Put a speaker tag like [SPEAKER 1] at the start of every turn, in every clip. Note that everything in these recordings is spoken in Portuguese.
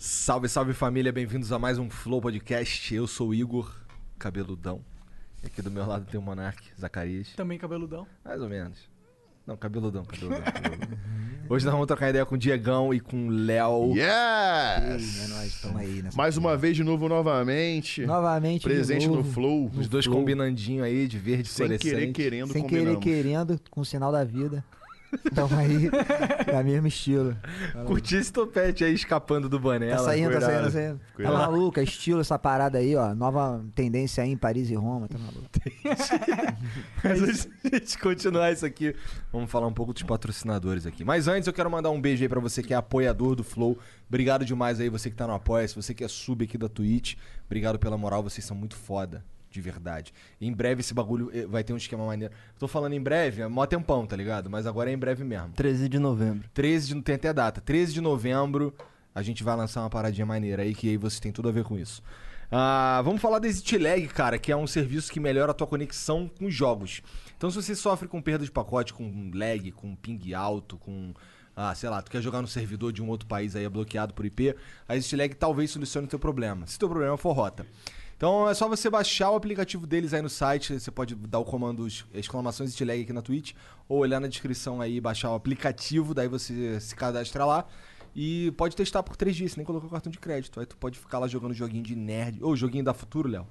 [SPEAKER 1] Salve, salve família, bem-vindos a mais um Flow Podcast. Eu sou o Igor Cabeludão. E aqui do meu lado tem o Monark, Zacarias.
[SPEAKER 2] Também cabeludão.
[SPEAKER 1] Mais ou menos. Não, cabeludão, cabeludão. cabeludão. Hoje nós vamos trocar ideia com o Diegão e com o Léo.
[SPEAKER 3] Yes!
[SPEAKER 4] É nóis, tamo aí. Nessa
[SPEAKER 3] Mais uma vez, de novo, novamente.
[SPEAKER 4] Novamente.
[SPEAKER 3] Presente
[SPEAKER 4] de
[SPEAKER 3] no
[SPEAKER 4] novo,
[SPEAKER 3] Flow.
[SPEAKER 1] Os dois combinandinho aí de verde
[SPEAKER 3] Sem querer,
[SPEAKER 1] fluorescente.
[SPEAKER 3] querendo,
[SPEAKER 4] Sem querer,
[SPEAKER 3] combinamos.
[SPEAKER 4] querendo, com o sinal da vida. Tamo aí, da mesmo estilo.
[SPEAKER 1] Curti esse topete aí escapando do
[SPEAKER 4] Tá
[SPEAKER 1] Banela.
[SPEAKER 4] saindo, tá
[SPEAKER 1] Cuidado.
[SPEAKER 4] saindo, tá saindo. Tá
[SPEAKER 3] Cuidado.
[SPEAKER 4] maluco, é estilo essa parada aí, ó. Nova tendência aí em Paris e Roma, tá maluco.
[SPEAKER 1] Mas antes de a gente continuar isso aqui, vamos falar um pouco dos patrocinadores aqui. Mas antes eu quero mandar um beijo aí pra você que é apoiador do Flow. Obrigado demais aí, você que tá no Apoia-se, você que é sub aqui da Twitch. Obrigado pela moral, vocês são muito foda. De verdade. Em breve esse bagulho eh, vai ter um esquema maneiro. Tô falando em breve, é mó tempão, tá ligado? Mas agora é em breve mesmo.
[SPEAKER 5] 13 de novembro.
[SPEAKER 1] 13 de não tem até a data. 13 de novembro a gente vai lançar uma paradinha maneira aí que aí você tem tudo a ver com isso. Ah, vamos falar da ExitLag, cara, que é um serviço que melhora a tua conexão com os jogos. Então se você sofre com perda de pacote, com lag, com ping alto, com ah, sei lá, tu quer jogar no servidor de um outro país aí é bloqueado por IP, a ExitLag talvez solucione o teu problema. Se teu problema for rota. Então é só você baixar o aplicativo deles aí no site. Você pode dar o comando ex- exclamações e lag aqui na Twitch. Ou olhar na descrição aí e baixar o aplicativo. Daí você se cadastra lá. E pode testar por três dias, você nem colocou cartão de crédito. Aí tu pode ficar lá jogando joguinho de nerd. Ou joguinho da Futuro, Léo.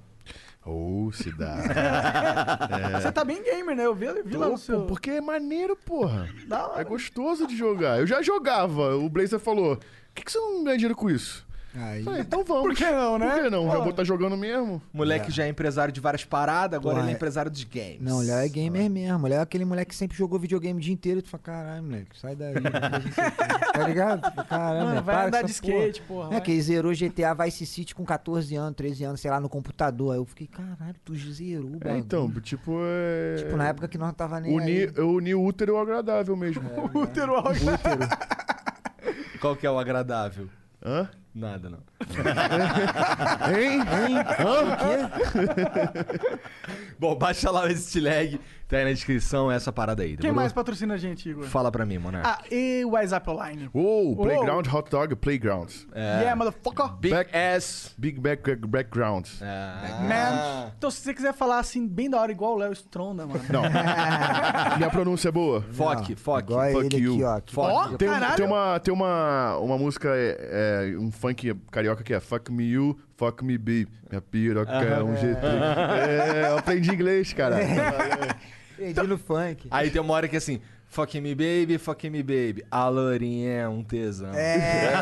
[SPEAKER 3] Ô, se dá. É.
[SPEAKER 2] Você tá bem gamer, né? Eu vi, eu vi lá
[SPEAKER 3] Pô,
[SPEAKER 2] no seu.
[SPEAKER 3] Porque é maneiro, porra.
[SPEAKER 2] Da hora.
[SPEAKER 3] É gostoso de jogar. Eu já jogava. O Blazer falou: Por que, que você não ganha dinheiro com isso?
[SPEAKER 4] Aí,
[SPEAKER 3] Eu Falei, então vamos.
[SPEAKER 2] Por que não, né?
[SPEAKER 3] Por que não? Eu
[SPEAKER 2] Porra.
[SPEAKER 3] vou estar jogando mesmo.
[SPEAKER 1] Moleque já é empresário de várias paradas, agora
[SPEAKER 4] Porra,
[SPEAKER 1] ele é
[SPEAKER 4] é-
[SPEAKER 1] empresário dos games.
[SPEAKER 4] não, o Léo é gamer mesmo. O Léo é aquele moleque que sempre jogou videogame o dia inteiro. Tu fala, caralho, moleque, sai daí. depois não sei o quê." tá ligado? Tu fala, Caralho,
[SPEAKER 2] Mano,
[SPEAKER 4] moleque,
[SPEAKER 2] vai
[SPEAKER 4] para com
[SPEAKER 2] andar
[SPEAKER 4] essa
[SPEAKER 2] de skate, porra.
[SPEAKER 4] É,
[SPEAKER 2] vai.
[SPEAKER 4] que ele zerou GTA Vice City com 14 anos, 13 anos, sei lá, no computador. Aí eu fiquei, caralho, tu zerou, o
[SPEAKER 3] É,
[SPEAKER 4] bagulho."
[SPEAKER 3] então, tipo, é.
[SPEAKER 4] Tipo, na época que nós não tava nem
[SPEAKER 3] Uni,
[SPEAKER 4] aí.
[SPEAKER 3] eu uni o útero ao agradável mesmo.
[SPEAKER 2] Útero ao-
[SPEAKER 1] Qual que é o agradável?
[SPEAKER 3] Hã?
[SPEAKER 1] Nada, não.
[SPEAKER 3] Hein?
[SPEAKER 1] Bom, baixa lá o Estilag, tá aí na descrição essa parada aí.
[SPEAKER 2] Quem
[SPEAKER 1] demorou?
[SPEAKER 2] mais patrocina a gente, Igor?
[SPEAKER 1] Fala pra mim, Monark.
[SPEAKER 2] Ah, e o WhatsApp Online.
[SPEAKER 3] Uou, Playground Hot Dog Playground.
[SPEAKER 2] Yeah, motherfucker.
[SPEAKER 1] É. Big
[SPEAKER 3] back-
[SPEAKER 1] ass.
[SPEAKER 3] Big back, Background.
[SPEAKER 1] Ah.
[SPEAKER 2] Man. Então, se você quiser falar assim, bem da hora, igual o Léo Stronda, mano.
[SPEAKER 3] Não. Minha pronúncia é boa?
[SPEAKER 1] Foque, foque.
[SPEAKER 4] Igual
[SPEAKER 3] Fuck
[SPEAKER 4] ele aqui,
[SPEAKER 3] you.
[SPEAKER 4] ó. que-
[SPEAKER 1] Foque.
[SPEAKER 3] Tem, um,
[SPEAKER 2] Caralho.
[SPEAKER 3] tem uma, tem uma, uma música, é, é, um funk carioca que é Fuck me you, fuck me be. Minha piroca é um GT. É, eu aprendi inglês, cara.
[SPEAKER 4] Perdi no
[SPEAKER 2] Ah,
[SPEAKER 4] funk.
[SPEAKER 1] Aí tem uma hora que é assim, fuck me baby, fuck me baby. A lourinha é um tesão.
[SPEAKER 4] É,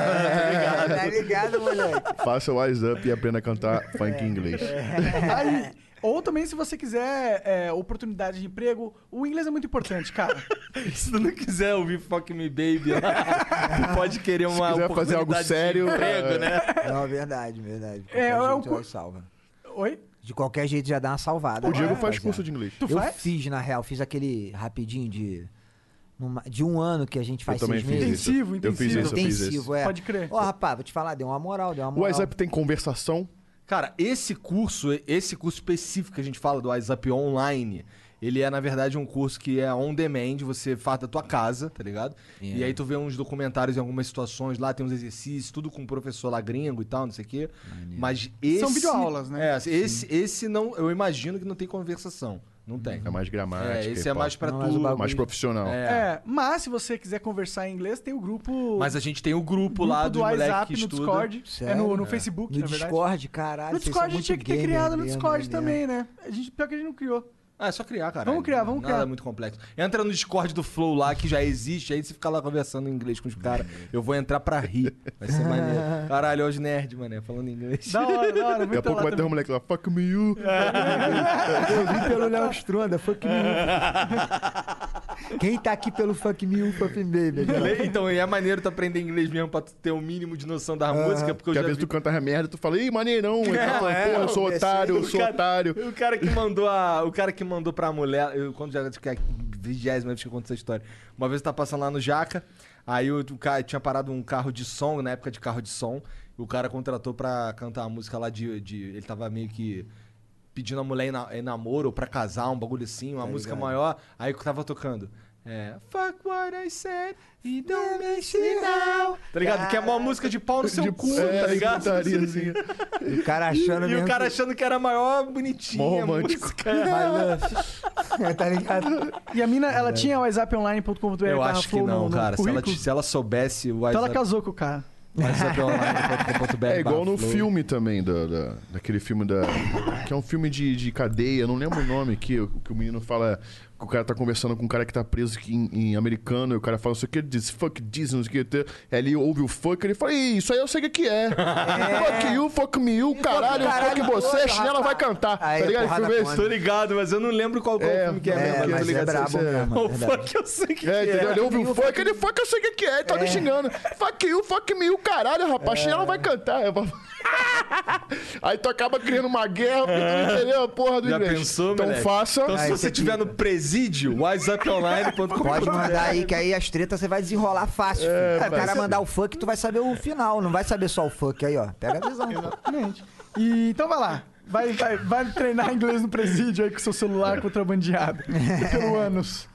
[SPEAKER 4] tá ligado, moleque.
[SPEAKER 3] Faça o Wise Up e aprenda a cantar
[SPEAKER 2] É.
[SPEAKER 3] funk em inglês.
[SPEAKER 2] Aí, ou também, se você quiser é, oportunidade de emprego, o inglês é muito importante, cara.
[SPEAKER 1] Se tu não quiser ouvir fuck me baby, tu pode querer uma
[SPEAKER 3] Se quiser fazer algo
[SPEAKER 1] oportunidade de
[SPEAKER 3] sério,
[SPEAKER 1] emprego,
[SPEAKER 3] é.
[SPEAKER 1] né?
[SPEAKER 4] Não, verdade, verdade. De
[SPEAKER 2] É,
[SPEAKER 4] qualquer
[SPEAKER 2] eu-
[SPEAKER 4] jeito, eu... salva.
[SPEAKER 2] Oi?
[SPEAKER 4] De qualquer jeito já dá uma salvada. né,
[SPEAKER 3] O Diego faz
[SPEAKER 4] rapaziada.
[SPEAKER 3] curso de inglês.
[SPEAKER 2] Tu
[SPEAKER 4] Eu
[SPEAKER 2] faz?
[SPEAKER 4] fiz, na real. Fiz aquele rapidinho de... numa- de um ano que a gente faz
[SPEAKER 3] eu também
[SPEAKER 4] seis
[SPEAKER 3] fiz
[SPEAKER 4] meses.
[SPEAKER 3] isso.
[SPEAKER 2] Intensivo,
[SPEAKER 3] Eu fiz isso, eu fiz isso.
[SPEAKER 4] Intensivo, é.
[SPEAKER 2] Pode crer.
[SPEAKER 4] Ó, rapaz, vou te falar, deu uma moral, deu uma
[SPEAKER 3] O
[SPEAKER 4] moral.
[SPEAKER 3] Wise Up tem conversação.
[SPEAKER 1] Cara, esse curso, esse curso específico que a gente fala do WhatsApp online, ele é, na verdade, um curso que é on demand, você faz da tua casa, tá ligado? E aí tu vê uns documentários em algumas situações, lá tem uns exercícios, tudo com o professor lá gringo e tal, não sei o quê. Mas esse...
[SPEAKER 2] videoaulas, né?
[SPEAKER 1] É, esse, esse não, eu imagino que não tem conversação. Não tem.
[SPEAKER 3] É mais gramática.
[SPEAKER 1] É, esse
[SPEAKER 3] e
[SPEAKER 1] é
[SPEAKER 3] pá.
[SPEAKER 1] mais pra
[SPEAKER 4] Não, mas o
[SPEAKER 1] tu.
[SPEAKER 4] bagulho-
[SPEAKER 3] mais profissional.
[SPEAKER 1] É.
[SPEAKER 2] É, mas se você quiser conversar em inglês, tem o grupo.
[SPEAKER 1] Mas a gente tem o
[SPEAKER 2] grupo
[SPEAKER 1] grupo, lá
[SPEAKER 2] do
[SPEAKER 1] dos moleques que
[SPEAKER 2] WhatsApp no
[SPEAKER 1] estuda.
[SPEAKER 2] Discord.
[SPEAKER 4] Sério?
[SPEAKER 2] É no, no
[SPEAKER 4] É.
[SPEAKER 2] Facebook,
[SPEAKER 4] No
[SPEAKER 2] na verdade.
[SPEAKER 4] Discord, caralho.
[SPEAKER 2] No
[SPEAKER 4] vocês
[SPEAKER 2] Discord a
[SPEAKER 4] são
[SPEAKER 2] gente tinha
[SPEAKER 4] muito
[SPEAKER 2] que ter
[SPEAKER 4] gamer
[SPEAKER 2] criado no
[SPEAKER 4] mesmo,
[SPEAKER 2] Discord
[SPEAKER 4] né?
[SPEAKER 2] também, né? A gente, pior que a gente não criou.
[SPEAKER 1] Ah, é só criar, cara.
[SPEAKER 2] Vamos criar, vamos
[SPEAKER 1] Nada
[SPEAKER 2] criar.
[SPEAKER 1] muito complexo. Entra no Discord do Flow lá, que já existe, aí você fica lá conversando em inglês com os caras. Eu vou entrar pra rir. Vai ser maneiro. Caralho, hoje nerd, mané, falando inglês.
[SPEAKER 2] Da hora, da hora.
[SPEAKER 3] Daqui a
[SPEAKER 2] muito
[SPEAKER 1] Então,
[SPEAKER 3] pouco
[SPEAKER 2] lá
[SPEAKER 3] vai ter um
[SPEAKER 2] também.
[SPEAKER 3] moleque lá, fuck me
[SPEAKER 1] É.
[SPEAKER 3] you.
[SPEAKER 4] Eu vi pelo Léo Stronda, foi que me... Quem tá aqui pelo Fuck Me, Fuck Me Baby? cara?
[SPEAKER 1] Então, e é maneiro tu aprender inglês mesmo pra tu ter o mínimo de noção da música, porque eu
[SPEAKER 3] Porque
[SPEAKER 1] já
[SPEAKER 3] às vezes
[SPEAKER 1] vi...
[SPEAKER 3] tu canta a merda e tu fala, ih, maneirão. Aí tu fala,
[SPEAKER 4] é,
[SPEAKER 3] Pô, eu sou
[SPEAKER 4] é
[SPEAKER 3] otário, eu
[SPEAKER 1] O
[SPEAKER 3] sou
[SPEAKER 1] cara-
[SPEAKER 3] otário.
[SPEAKER 1] O cara que mandou a. O cara que mandou pra mulher. Eu, quando já que é a vigésima vez que eu conto essa história. Uma vez eu tava passando lá no Jaca, aí o, o cara tinha parado um carro de som, na época de carro de som, e o cara contratou pra cantar a música lá de. de- ele tava meio que. Pedindo a mulher em, na- em namoro ou pra casar, um bagulho assim,
[SPEAKER 3] Tá
[SPEAKER 1] uma música maior. Aí eu tava tocando. É. Fuck what I said, you don't make me now. Tá ligado? Que é uma música de pau no seu
[SPEAKER 3] De
[SPEAKER 1] cu,
[SPEAKER 3] é,
[SPEAKER 1] tá
[SPEAKER 3] assim.
[SPEAKER 1] ligado?
[SPEAKER 3] putariazinha.
[SPEAKER 4] O cara achando
[SPEAKER 1] E
[SPEAKER 4] mesmo.
[SPEAKER 1] o cara achando que era a maior bonitinha.
[SPEAKER 3] Mó romântico.
[SPEAKER 1] música.
[SPEAKER 4] My love. tá ligado? É.
[SPEAKER 2] E a mina, ela tinha o whatsapponline.com.br
[SPEAKER 1] Eu
[SPEAKER 2] barra
[SPEAKER 1] acho que
[SPEAKER 2] flow no-
[SPEAKER 1] não,
[SPEAKER 2] no
[SPEAKER 1] cara. Se ela,
[SPEAKER 2] currículo.
[SPEAKER 1] se ela soubesse o
[SPEAKER 2] Então ela
[SPEAKER 1] WhatsApp- é
[SPEAKER 2] casou com o cara.
[SPEAKER 1] whatsapponline.com.br
[SPEAKER 3] É igual no
[SPEAKER 1] barra flow.
[SPEAKER 3] filme também, da, da- daquele filme da. Que é um filme de, de cadeia, não lembro o nome, que, o- que o menino fala. Que o cara tá conversando com um cara que tá preso aqui em, em americano, e o cara fala, isso aqui, diz fuck this, não sei o que. Aí ele ouve o fuck, ele fala, "Ih, isso aí eu sei o que que é. Fuck you, fuck me you, caralho,
[SPEAKER 4] caralho,
[SPEAKER 3] fuck você,
[SPEAKER 4] porra,
[SPEAKER 3] a chinela vai cantar.
[SPEAKER 4] Aí
[SPEAKER 3] tá
[SPEAKER 4] é
[SPEAKER 3] ligado?
[SPEAKER 4] porrada
[SPEAKER 3] Filme
[SPEAKER 4] com
[SPEAKER 3] esse?
[SPEAKER 1] Tô ligado, mas eu não lembro qual, qual
[SPEAKER 3] É,
[SPEAKER 1] filme que é,
[SPEAKER 3] é,
[SPEAKER 1] mesmo.
[SPEAKER 4] É,
[SPEAKER 1] eu tô
[SPEAKER 4] mas é
[SPEAKER 1] ligado.
[SPEAKER 4] brabo mesmo.
[SPEAKER 1] O
[SPEAKER 4] é verdade.
[SPEAKER 1] fuck eu sei que
[SPEAKER 3] É,
[SPEAKER 1] é.
[SPEAKER 3] entendeu? Ele ouve o fuck, ele fuck, eu sei o que que é, ele tá me xingando. Fuck you, fuck me, o caralho,
[SPEAKER 1] É.
[SPEAKER 3] rapaz, chinela vai cantar. Eu falo- Aí tu acaba criando uma guerra, porque tu não entendeu a porra do
[SPEAKER 1] É. Já
[SPEAKER 3] inglês.
[SPEAKER 1] pensou,
[SPEAKER 3] Então
[SPEAKER 1] moleque?
[SPEAKER 3] faça.
[SPEAKER 1] Então se
[SPEAKER 4] Ai,
[SPEAKER 1] você
[SPEAKER 4] isso
[SPEAKER 1] tiver
[SPEAKER 4] aqui.
[SPEAKER 1] no presídio, é whatsapponline.com.br
[SPEAKER 4] Pode mandar aí, que aí as tretas você vai desenrolar
[SPEAKER 2] É,
[SPEAKER 4] fácil. filho. Se o cara mandar o funk, tu vai saber o final. Não vai saber só o funk aí, ó. Pega a visão. pô.
[SPEAKER 2] Exatamente. E, então vai lá. Vai, vai, vai treinar inglês no presídio aí com seu celular contrabandeado. Pelo ânus.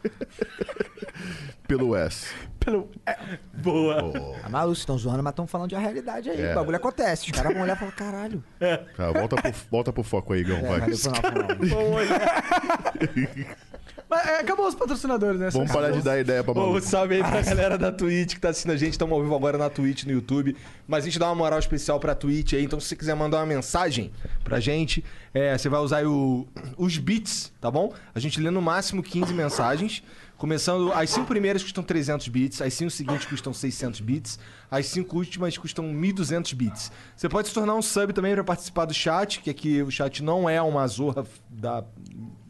[SPEAKER 3] Pelo S.
[SPEAKER 2] Pelo. é,
[SPEAKER 1] Boa.
[SPEAKER 4] Tá maluco, estão zoando, mas estão falando de uma realidade aí.
[SPEAKER 3] É.
[SPEAKER 4] O bagulho acontece. Os caras vão olhar e falar, caralho.
[SPEAKER 3] Tá, volta, pro, volta pro foco aí, Igão,
[SPEAKER 4] É,
[SPEAKER 3] vai.
[SPEAKER 4] valeu pro Ronaldo.
[SPEAKER 2] mas, é, acabou os patrocinadores, né?
[SPEAKER 3] Vamos parar de dar ideia pra
[SPEAKER 1] Bom, um
[SPEAKER 3] maluco. Ah.
[SPEAKER 1] salve aí pra galera da Twitch que tá assistindo a gente. Estamos ao vivo agora na Twitch, no YouTube. Mas a gente dá uma moral especial pra Twitch aí. Então, se você quiser mandar uma mensagem pra gente, é, você vai usar aí o- os bits, tá bom? A gente lê no máximo 15 mensagens. Começando, as cinco primeiras custam 300 bits, as cinco seguintes custam 600 bits, as cinco últimas custam 1.200 bits. Você pode se tornar um sub também pra participar do chat, que aqui o chat não é uma zorra da